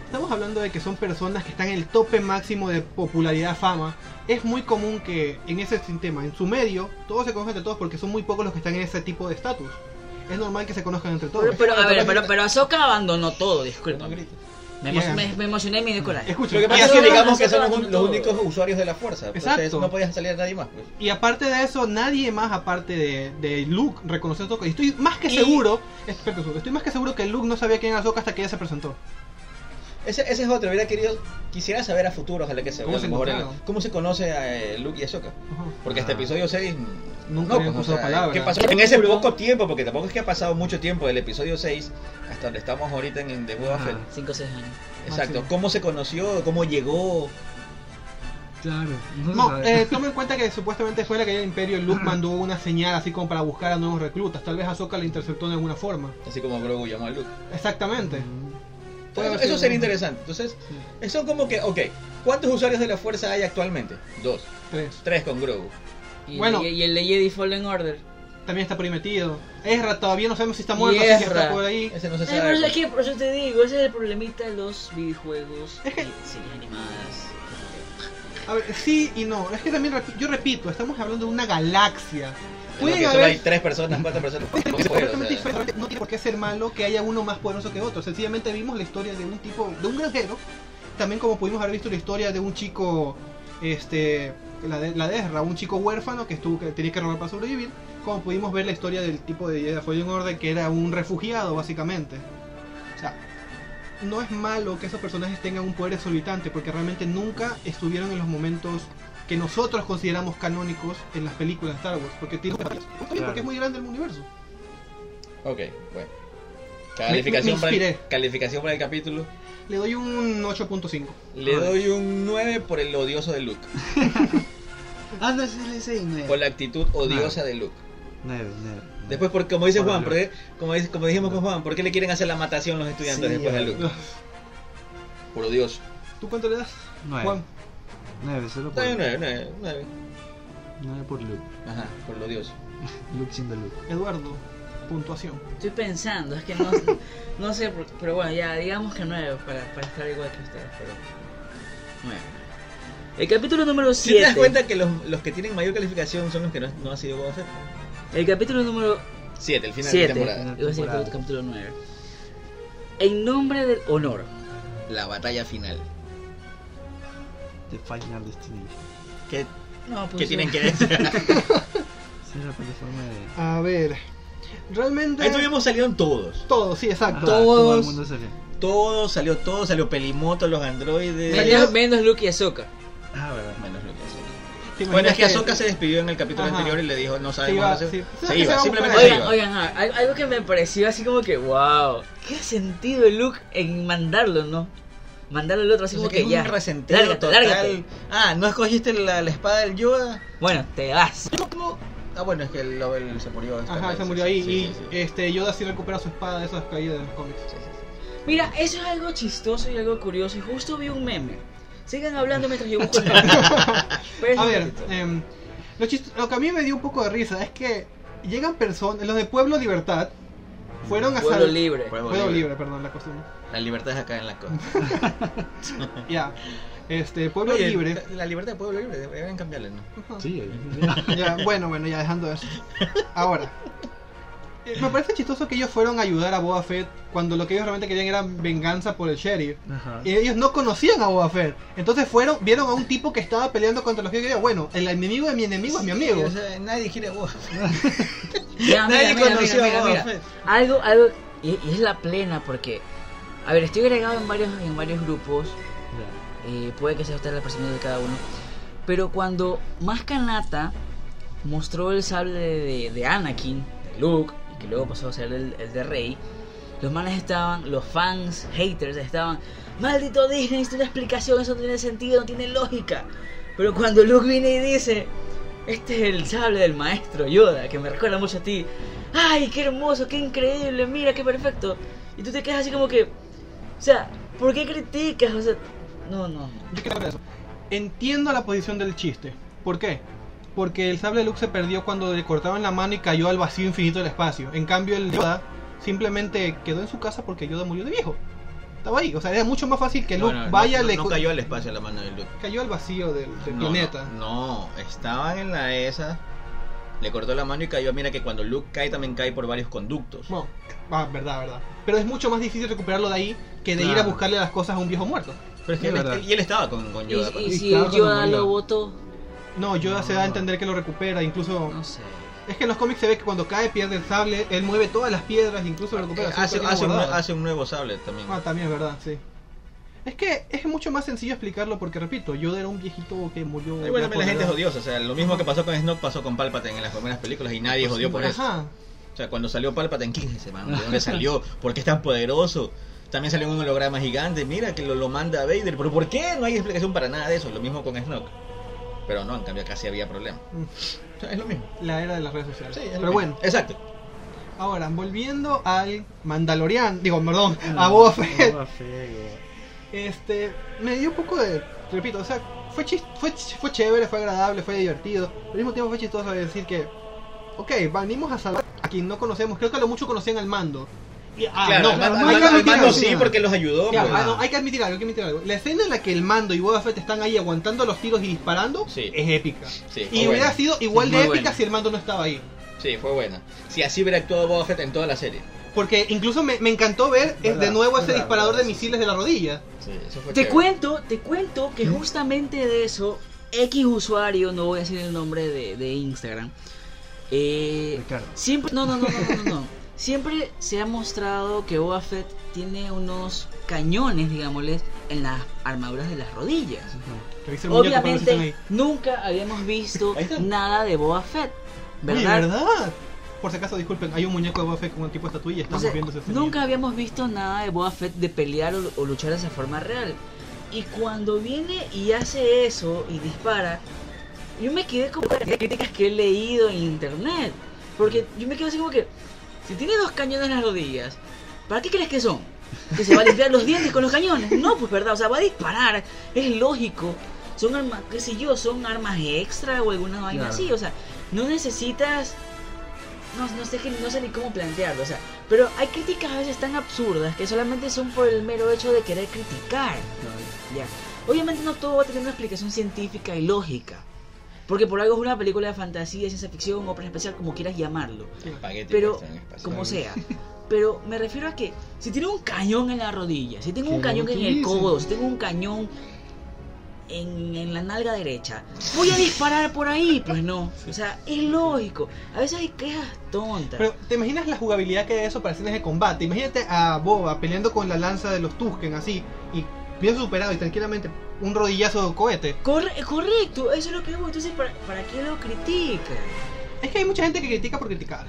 [SPEAKER 2] Estamos hablando de que son personas que están en el tope máximo de popularidad, fama. Es muy común que en ese sistema, en su medio, todos se conozcan entre todos porque son muy pocos los que están en ese tipo de estatus. Es normal que se conozcan entre todos.
[SPEAKER 5] Pero, pero, a ver, pero, pero Ahsoka abandonó todo, disculpa.
[SPEAKER 3] No grites.
[SPEAKER 5] Me, emo-
[SPEAKER 2] Yeah.
[SPEAKER 5] me- me emocioné y me dio coraje.
[SPEAKER 2] Escucha,
[SPEAKER 3] Lo que
[SPEAKER 5] Ah,
[SPEAKER 3] pasa es que
[SPEAKER 5] no, no,
[SPEAKER 3] digamos
[SPEAKER 5] no,
[SPEAKER 3] que
[SPEAKER 5] eso
[SPEAKER 3] son
[SPEAKER 5] no,
[SPEAKER 3] los,
[SPEAKER 5] no.
[SPEAKER 3] los únicos usuarios de la fuerza. Entonces
[SPEAKER 2] Exacto.
[SPEAKER 3] no podías salir nadie más. Pues.
[SPEAKER 2] Y aparte de eso, nadie más aparte de, de Luke reconoció a Ahsoka. Y estoy más que
[SPEAKER 3] Y-
[SPEAKER 2] seguro, espera, estoy más que seguro que Luke no sabía quién era Ahsoka hasta que ella se presentó.
[SPEAKER 3] Ese, ese es otro. Hubiera querido, quisiera saber a futuro, ojalá que se
[SPEAKER 2] ¿Cómo
[SPEAKER 3] vea, a lo
[SPEAKER 2] se
[SPEAKER 3] mejor,
[SPEAKER 2] encontraron?
[SPEAKER 3] el- cómo se conoce a eh, Luke y Ahsoka.
[SPEAKER 2] Ajá.
[SPEAKER 3] Porque este
[SPEAKER 4] Ah.
[SPEAKER 3] episodio mm, 6
[SPEAKER 2] Nunca habían cruzado palabras.
[SPEAKER 3] pues, ¿Qué pasó?
[SPEAKER 5] Qué
[SPEAKER 3] En ese
[SPEAKER 5] locura.
[SPEAKER 3] poco tiempo, porque tampoco es que ha pasado mucho tiempo del episodio 6 hasta donde estamos ahorita en, en The Boba
[SPEAKER 4] Ajá.
[SPEAKER 3] Fett.
[SPEAKER 5] 5 o 6 años.
[SPEAKER 3] Exacto.
[SPEAKER 2] Ah, sí.
[SPEAKER 3] ¿Cómo se conoció? ¿Cómo llegó?
[SPEAKER 4] Claro. No, se
[SPEAKER 2] No,
[SPEAKER 4] sabe.
[SPEAKER 2] eh, toma en cuenta que supuestamente después de la caída del Imperio, Luke mandó una señal así como para buscar a nuevos reclutas. Tal vez Ahsoka la interceptó de alguna forma.
[SPEAKER 3] Así como Grogu llamó a Luke.
[SPEAKER 2] Exactamente. Puede haber
[SPEAKER 3] Eso, eso
[SPEAKER 2] sido-
[SPEAKER 3] sería interesante. Entonces, son como que, ok, ¿cuántos usuarios de la fuerza hay actualmente? Dos.
[SPEAKER 2] Tres.
[SPEAKER 3] Tres con Grogu.
[SPEAKER 5] Y,
[SPEAKER 2] Bueno.
[SPEAKER 5] y- y el de Jedi Fallen Order.
[SPEAKER 2] También está prometido. Ezra todavía no sabemos si está muerto, así que
[SPEAKER 5] Ezra.
[SPEAKER 2] está por ahí.
[SPEAKER 3] Ese no se
[SPEAKER 5] Eh, pero
[SPEAKER 3] sabe. pues.
[SPEAKER 5] es que, por eso te digo, ese es el problemita de los videojuegos y
[SPEAKER 2] Es que-
[SPEAKER 5] series animadas.
[SPEAKER 2] A ver, sí y no. Es que también, repi- yo repito, estamos hablando de una galaxia.
[SPEAKER 3] En lo
[SPEAKER 2] Pueden
[SPEAKER 3] que solo
[SPEAKER 2] haber-
[SPEAKER 3] hay tres personas, cuatro personas.
[SPEAKER 2] Pueden
[SPEAKER 3] ¿cómo
[SPEAKER 2] ser
[SPEAKER 3] fue? O
[SPEAKER 2] completamente
[SPEAKER 3] sea,
[SPEAKER 2] diferentes, no tiene por qué ser malo que haya uno más poderoso que otro. Sencillamente vimos la historia de un tipo, de un granjero, también como pudimos haber visto la historia de un chico, este, la de, la de Ezra, un chico huérfano que estuvo que tenía que robar para sobrevivir, como pudimos ver la historia del tipo de Jedi Fallen Order que era un refugiado básicamente. O sea, no es malo que esos personajes tengan un poder exorbitante porque realmente nunca estuvieron en los momentos que nosotros consideramos canónicos en las películas de Star Wars, porque tiene porque
[SPEAKER 4] Claro.
[SPEAKER 2] es muy grande el universo.
[SPEAKER 3] Ok, bueno. Calificación,
[SPEAKER 2] me
[SPEAKER 3] para el,
[SPEAKER 2] inspiré.
[SPEAKER 3] calificación para el capítulo.
[SPEAKER 2] Le doy un 8.5.
[SPEAKER 3] Le
[SPEAKER 4] Ay.
[SPEAKER 3] doy un 9 por el odioso de Luke.
[SPEAKER 4] Ah, no, ese es el 6, 9.
[SPEAKER 3] Por la actitud odiosa de Luke.
[SPEAKER 4] 9, 9.
[SPEAKER 3] Después, porque, como dice
[SPEAKER 4] Por
[SPEAKER 3] Juan,
[SPEAKER 4] Luke.
[SPEAKER 3] ¿por qué- como, dice- como dijimos con Juan, ¿por qué le quieren hacer la matación los estudiantes
[SPEAKER 4] Sí,
[SPEAKER 3] después de
[SPEAKER 4] oye.
[SPEAKER 3] Luke? Por odioso.
[SPEAKER 2] ¿Tú cuánto le das?
[SPEAKER 4] 9.
[SPEAKER 2] Juan.
[SPEAKER 4] 9, solo por
[SPEAKER 3] Está bien, 9, 9, 9.
[SPEAKER 4] 9 por Luke.
[SPEAKER 3] Ajá, por lo odioso.
[SPEAKER 4] Luke siendo Luke.
[SPEAKER 2] Eduardo, puntuación.
[SPEAKER 5] Estoy pensando, es que no, no sé, por- pero bueno, ya digamos que nueve para, para estar igual que ustedes, pero nueve. El capítulo número
[SPEAKER 3] Si te das
[SPEAKER 5] 7.
[SPEAKER 3] cuenta que los, los que tienen mayor calificación son los que no, no han sido Boba Fett.
[SPEAKER 5] El capítulo número
[SPEAKER 3] 7, el final de
[SPEAKER 5] 7.
[SPEAKER 3] temporada.
[SPEAKER 5] Iba a decir el capítulo 9. En nombre del honor.
[SPEAKER 3] La batalla final.
[SPEAKER 4] The Final Destination.
[SPEAKER 3] ¿Qué,
[SPEAKER 5] No,
[SPEAKER 2] Pues
[SPEAKER 3] qué tienen que decir?
[SPEAKER 4] Esa es la plataforma de.
[SPEAKER 2] A ver. Realmente.
[SPEAKER 3] Ahí tuvimos salieron todos.
[SPEAKER 2] Todo, sí,
[SPEAKER 4] Ajá,
[SPEAKER 2] exacto.
[SPEAKER 4] Ah, Todo el
[SPEAKER 3] Todos.
[SPEAKER 4] mundo salió.
[SPEAKER 3] Todo salió todo, salió Pelimoto, los androides.
[SPEAKER 5] Menos, menos Luke y Ahsoka.
[SPEAKER 4] Ah, verdad.
[SPEAKER 3] Menos lo que Ahsoka.
[SPEAKER 2] ¿Te imaginas
[SPEAKER 3] Bueno, es que Ahsoca se despidió en el capítulo
[SPEAKER 2] Ajá.
[SPEAKER 3] anterior y le dijo, no sabemos
[SPEAKER 2] iba,
[SPEAKER 3] dónde se,
[SPEAKER 2] sí.
[SPEAKER 3] se
[SPEAKER 2] Se va
[SPEAKER 3] iba,
[SPEAKER 2] a
[SPEAKER 3] simplemente
[SPEAKER 2] buscar.
[SPEAKER 3] se
[SPEAKER 5] Oigan,
[SPEAKER 3] iba.
[SPEAKER 5] oigan, ah, al- algo que me pareció así como que, wow, ¿qué ha sentido Luke en mandarlo, no? Mandarlo al otro, así
[SPEAKER 3] Entonces,
[SPEAKER 5] como
[SPEAKER 3] que es
[SPEAKER 5] que
[SPEAKER 3] un
[SPEAKER 5] ya.
[SPEAKER 3] resentido
[SPEAKER 5] lárgate,
[SPEAKER 3] total.
[SPEAKER 5] lárgate.
[SPEAKER 3] Ah, ¿no escogiste la, la espada del Yoda?
[SPEAKER 5] Bueno, te vas.
[SPEAKER 3] No. Ah, bueno, es que el Lobel se murió. esta
[SPEAKER 2] Ajá,
[SPEAKER 3] vez,
[SPEAKER 2] se
[SPEAKER 3] sí,
[SPEAKER 2] murió
[SPEAKER 3] sí,
[SPEAKER 2] ahí.
[SPEAKER 3] sí,
[SPEAKER 2] y
[SPEAKER 3] sí, sí.
[SPEAKER 2] este Yoda sí recupera su espada de esas caídas de los cómics.
[SPEAKER 3] Sí, sí, sí.
[SPEAKER 5] Mira, eso es algo chistoso y algo curioso. Y justo vi un meme. Sigan hablando mientras yo busco el meme. Pero es
[SPEAKER 2] A ver,
[SPEAKER 5] bonito.
[SPEAKER 3] eh,
[SPEAKER 2] em, lo, chist- lo que a mí me dio un poco de risa es que llegan personas. Los de Pueblo Libertad fueron a
[SPEAKER 5] Pueblo
[SPEAKER 2] sal-
[SPEAKER 5] libre.
[SPEAKER 3] Pueblo
[SPEAKER 2] Pueblo
[SPEAKER 3] libre.
[SPEAKER 2] Libre, perdón, la costumbre.
[SPEAKER 3] La libertad es acá en la costa.
[SPEAKER 2] Ya. Este, Pueblo
[SPEAKER 3] Oye, eh,
[SPEAKER 2] Libre.
[SPEAKER 3] La libertad de Pueblo Libre, deberían cambiarle, ¿no?
[SPEAKER 2] Ajá.
[SPEAKER 4] Sí, eh.
[SPEAKER 2] Ya, bueno, bueno, ya dejando eso. Ahora, eh, me parece chistoso que ellos fueron a ayudar a Boba Fett cuando lo que ellos realmente querían era venganza por el sheriff.
[SPEAKER 4] Ajá.
[SPEAKER 2] Y ellos no conocían a Boba Fett. Entonces fueron, vieron a un tipo que estaba peleando contra los que yo quería. Bueno, el enemigo de mi enemigo es mi
[SPEAKER 3] Sí,
[SPEAKER 2] amigo.
[SPEAKER 3] o sea, nadie quiere uh. Boba Fett.
[SPEAKER 5] Mira, mira,
[SPEAKER 3] Nadie
[SPEAKER 5] mira,
[SPEAKER 3] conoció
[SPEAKER 5] mira,
[SPEAKER 3] a
[SPEAKER 5] mira,
[SPEAKER 3] Boba
[SPEAKER 5] mira.
[SPEAKER 3] Fett.
[SPEAKER 5] Algo, algo. Y, y es la plena porque. A ver, estoy agregado en varios, en varios grupos.
[SPEAKER 4] Ya.
[SPEAKER 5] eh, puede que sea usted la percepción de cada uno. Pero cuando más Kanata mostró el sable de, de- de Anakin, de Luke, y que luego pasó a ser el, el de Rey, los manes estaban, los fans, haters estaban, maldito Disney, necesito una explicación, eso no tiene sentido, no tiene lógica. Pero cuando Luke viene y dice, este es el sable del maestro Yoda, que me recuerda mucho a ti, ay, qué hermoso, qué increíble, mira, qué perfecto. Y tú te quedas así como que, o sea, ¿por qué criticas? O sea, no, no.
[SPEAKER 2] Yo quiero hablar de eso. Entiendo la posición del chiste. ¿Por qué? Porque el sable de Luke se perdió cuando le cortaron la mano y cayó al vacío infinito del espacio. En cambio, el Yoda simplemente quedó en su casa porque Yoda murió de viejo. Estaba ahí. O sea, era mucho más fácil que
[SPEAKER 3] No,
[SPEAKER 2] Luke
[SPEAKER 3] no, no,
[SPEAKER 2] vaya,
[SPEAKER 3] no,
[SPEAKER 2] le
[SPEAKER 3] no
[SPEAKER 2] co-
[SPEAKER 3] cayó al espacio la mano de Luke.
[SPEAKER 2] cayó al vacío del, del
[SPEAKER 3] No,
[SPEAKER 2] planeta.
[SPEAKER 3] No, no, estaban en la esa. Le cortó la mano y cayó. Mira que cuando Luke cae también cae por varios conductos.
[SPEAKER 2] Bueno, ah, verdad, verdad. Pero es mucho más difícil recuperarlo de ahí que de ir a
[SPEAKER 4] Claro.
[SPEAKER 2] buscarle las cosas a un viejo muerto.
[SPEAKER 3] Pero es que
[SPEAKER 4] Es
[SPEAKER 3] él,
[SPEAKER 4] verdad.
[SPEAKER 3] y él estaba con, con
[SPEAKER 5] Y,
[SPEAKER 3] Yoda. pues.
[SPEAKER 5] y
[SPEAKER 3] cuando-
[SPEAKER 5] si
[SPEAKER 4] estaba cuando
[SPEAKER 5] Yoda
[SPEAKER 4] murió.
[SPEAKER 5] lo votó,
[SPEAKER 2] No, Yoda se da a
[SPEAKER 4] No.
[SPEAKER 2] entender que lo recupera, incluso...
[SPEAKER 5] no sé.
[SPEAKER 2] Es que en los cómics se ve que cuando cae pierde el sable, él mueve todas las piedras, incluso lo recupera.
[SPEAKER 3] Eh,
[SPEAKER 2] así
[SPEAKER 3] hace,
[SPEAKER 2] que lo
[SPEAKER 3] hace un,
[SPEAKER 2] guardaba.
[SPEAKER 3] hace un nuevo sable también.
[SPEAKER 2] Ah, también es verdad, sí. Es que es mucho más sencillo explicarlo porque, repito, Yoda era un viejito que murió... ya
[SPEAKER 3] Igual también la
[SPEAKER 2] por
[SPEAKER 3] gente es
[SPEAKER 2] edad.
[SPEAKER 3] odiosa. O sea, lo mismo que pasó con Snoke pasó con Palpatine en las primeras películas y nadie jodió por eso.
[SPEAKER 2] Pues Ajá.
[SPEAKER 3] O sea, cuando salió Palpatine, ¿quién es ese man? ¿De dónde salió? ¿Por qué es tan poderoso? También salió un holograma gigante. Mira que lo, lo manda a Vader. ¿Pero por qué? No hay explicación para nada de eso. Lo mismo con Snoke. Pero no, en cambio acá sí había problema.
[SPEAKER 2] Mm.
[SPEAKER 3] O sea, es lo mismo.
[SPEAKER 2] La era de las redes sociales.
[SPEAKER 3] Sí, es lo
[SPEAKER 2] Pero
[SPEAKER 3] mismo.
[SPEAKER 2] bueno,
[SPEAKER 3] Exacto.
[SPEAKER 2] ahora, volviendo al Mandalorian, digo, perdón, a Boba Fett.
[SPEAKER 4] Boba Fett.
[SPEAKER 2] Este, me dio un poco de, repito, o sea, fue, chis- fue, ch- fue chévere, fue agradable, fue divertido, pero al mismo tiempo fue chistoso de decir que, ok, venimos a salvar a quien no conocemos, creo que a lo mucho conocían al mando. Y- ah,
[SPEAKER 3] claro,
[SPEAKER 2] no,
[SPEAKER 3] al mando-
[SPEAKER 2] no hay
[SPEAKER 3] al
[SPEAKER 2] que
[SPEAKER 3] mando- al
[SPEAKER 2] admitir
[SPEAKER 3] mando
[SPEAKER 2] algo.
[SPEAKER 3] sí porque los ayudó.
[SPEAKER 2] Claro,
[SPEAKER 3] pues.
[SPEAKER 2] ah, no, hay que admitir algo, hay que admitir algo. La escena en la que el mando y Boba Fett están ahí aguantando los tiros y disparando
[SPEAKER 3] Sí.
[SPEAKER 2] es épica.
[SPEAKER 3] Sí,
[SPEAKER 2] y
[SPEAKER 3] fue
[SPEAKER 2] hubiera
[SPEAKER 3] bueno.
[SPEAKER 2] sido igual de
[SPEAKER 5] Muy
[SPEAKER 2] épica
[SPEAKER 5] bueno.
[SPEAKER 2] si el mando no estaba ahí.
[SPEAKER 3] Sí, fue buena. Si así hubiera actuado Boba Fett en toda la serie.
[SPEAKER 2] Porque incluso me, me encantó ver eh, de
[SPEAKER 4] Verdad,
[SPEAKER 2] nuevo ese
[SPEAKER 4] verdad,
[SPEAKER 2] disparador de
[SPEAKER 4] verdad, sí,
[SPEAKER 2] misiles de la rodilla.
[SPEAKER 3] Sí, eso fue
[SPEAKER 5] Te
[SPEAKER 3] chévere.
[SPEAKER 5] cuento, te cuento que justamente de eso, X usuario, no voy a decir el nombre de, de Instagram, eh,
[SPEAKER 4] Ricardo.
[SPEAKER 5] siempre, no, no, no, no, no, no, no. siempre se ha mostrado que Boba Fett tiene unos cañones, digámosles, en las armaduras de las rodillas.
[SPEAKER 2] Revisa el Este muñeco para ver si están
[SPEAKER 5] Obviamente,
[SPEAKER 2] ahí.
[SPEAKER 5] nunca habíamos visto
[SPEAKER 3] Ahí están.
[SPEAKER 5] nada de Boba Fett,
[SPEAKER 2] Oye,
[SPEAKER 5] ¿verdad?
[SPEAKER 2] ¿verdad? Por si acaso, disculpen, hay un muñeco de Boba Fett con un tipo de estatuilla. Estamos
[SPEAKER 5] Entonces,
[SPEAKER 2] viendo ese señor.
[SPEAKER 5] nunca habíamos visto nada de Boba Fett de pelear o, o luchar de esa forma real. Y cuando viene y hace eso y dispara, yo me quedé como con las críticas que he leído en internet. Porque yo me quedo así como que, si tiene dos cañones en las rodillas, ¿para qué crees que son? ¿Que se va a limpiar los dientes con los cañones? No, pues verdad, o sea, va a disparar, es lógico. Son armas, qué sé yo, son armas extra o alguna vaina
[SPEAKER 4] Claro.
[SPEAKER 5] así, o sea, no necesitas no, no sé, qué- no sé ni cómo plantearlo, o sea, pero hay críticas a veces tan absurdas que solamente son por el mero hecho de querer criticar. Ya. Obviamente no todo va a tener una explicación científica y lógica, porque por algo es una película de fantasía, ciencia ficción, ópera especial, como quieras llamarlo,
[SPEAKER 3] Espagueti
[SPEAKER 5] pero
[SPEAKER 3] extra en el espacio.
[SPEAKER 5] como sea. Pero me refiero a que si tiene un cañón en la rodilla, si tengo
[SPEAKER 4] Que
[SPEAKER 5] un
[SPEAKER 4] lo
[SPEAKER 5] cañón en el
[SPEAKER 4] utilicen.
[SPEAKER 5] codo, si tengo un cañón en, en la nalga derecha, voy a disparar por ahí, pues no. O sea, es lógico. A veces hay quejas tontas.
[SPEAKER 2] Pero, ¿te imaginas la jugabilidad que hay de eso para escenas de combate? Imagínate a Boba peleando con la lanza de los Tusken así, y bien superado y tranquilamente un rodillazo de cohete.
[SPEAKER 5] Corre- eh, correcto, eso es lo que hago. Entonces, ¿para, para qué lo critican?
[SPEAKER 2] Es que hay mucha gente que critica por criticar.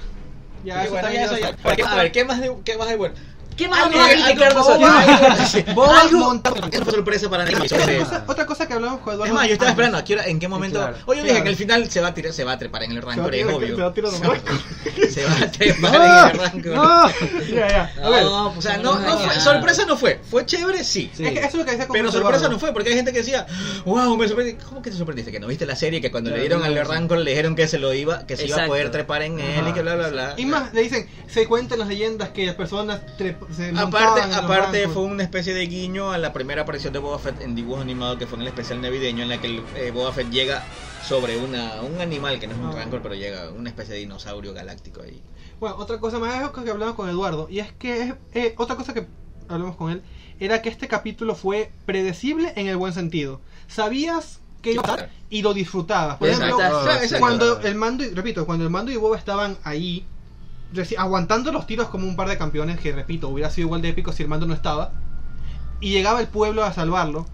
[SPEAKER 2] Ya,
[SPEAKER 3] Ya,
[SPEAKER 2] eso
[SPEAKER 3] bueno,
[SPEAKER 2] también
[SPEAKER 3] ya, eso
[SPEAKER 2] es
[SPEAKER 3] ya.
[SPEAKER 2] otra-
[SPEAKER 3] A ver, ¿qué- A ver, ¿qué más de, qué más de bueno?
[SPEAKER 5] ¿Qué
[SPEAKER 2] Ah,
[SPEAKER 5] más
[SPEAKER 3] Algo-
[SPEAKER 5] vamos a
[SPEAKER 3] algo
[SPEAKER 5] criticar
[SPEAKER 3] boba,
[SPEAKER 5] nosotros?
[SPEAKER 3] algo-
[SPEAKER 2] Boba
[SPEAKER 3] algo-
[SPEAKER 2] monta-
[SPEAKER 3] Eso fue sorpresa para nadie.
[SPEAKER 2] Otra
[SPEAKER 3] sorpresa.
[SPEAKER 2] cosa, otra cosa que hablamos con Eduardo.
[SPEAKER 3] Es más, yo
[SPEAKER 2] antes.
[SPEAKER 3] estaba esperando a qué hora- en qué momento.
[SPEAKER 4] claro,
[SPEAKER 3] Oye, dije
[SPEAKER 2] Ah, claro.
[SPEAKER 3] que al final se va a tirar, se va a trepar en el
[SPEAKER 2] Se va a
[SPEAKER 3] rancor, es
[SPEAKER 2] tirar- se va
[SPEAKER 3] obvio.
[SPEAKER 2] a tirar de
[SPEAKER 3] Se
[SPEAKER 2] nuevo.
[SPEAKER 3] va- Se va a trepar en el rancor.
[SPEAKER 4] ¡No!
[SPEAKER 2] Ya, ya. A ver,
[SPEAKER 5] No,
[SPEAKER 3] O sea, no, no fue, sorpresa no fue. Fue chévere, sí.
[SPEAKER 4] Sí.
[SPEAKER 2] es que eso es lo que decía con
[SPEAKER 3] Pero
[SPEAKER 2] Eduardo.
[SPEAKER 3] sorpresa no fue, porque hay gente que decía, wow, me sorprendí. ¿Cómo que te sorprendiste? Que no viste la serie, que cuando le
[SPEAKER 4] Claro,
[SPEAKER 3] dieron al
[SPEAKER 4] claro, sí.
[SPEAKER 3] Rancor le dijeron que se lo iba, que se iba a
[SPEAKER 5] Exacto.
[SPEAKER 3] poder trepar en él y que bla bla bla.
[SPEAKER 2] Y más, le dicen, se cuentan las leyendas que las personas trep- se montaban
[SPEAKER 3] Aparte,
[SPEAKER 2] en los
[SPEAKER 3] aparte
[SPEAKER 2] bancos.
[SPEAKER 3] fue una especie de guiño a la primera aparición de Boba Fett en dibujos animados que fue en el especial navideño en la que el, eh, Boba Fett llega sobre una, un animal que no es un
[SPEAKER 2] Ah.
[SPEAKER 3] rancor, pero llega una especie de dinosaurio galáctico ahí.
[SPEAKER 2] Bueno, otra cosa más que hablamos con Eduardo, y es que es- eh, otra cosa que hablamos con él, era que este capítulo fue predecible en el buen sentido. Sabías que iba a pasar y lo disfrutabas. Por ejemplo,
[SPEAKER 5] Exacto.
[SPEAKER 3] Claro, exacto.
[SPEAKER 2] cuando el mando, y, repito, cuando el mando y Boba estaban ahí, reci- aguantando los tiros como un par de campeones, que repito, hubiera sido igual de épico si el mando no estaba, y llegaba el pueblo a salvarlo.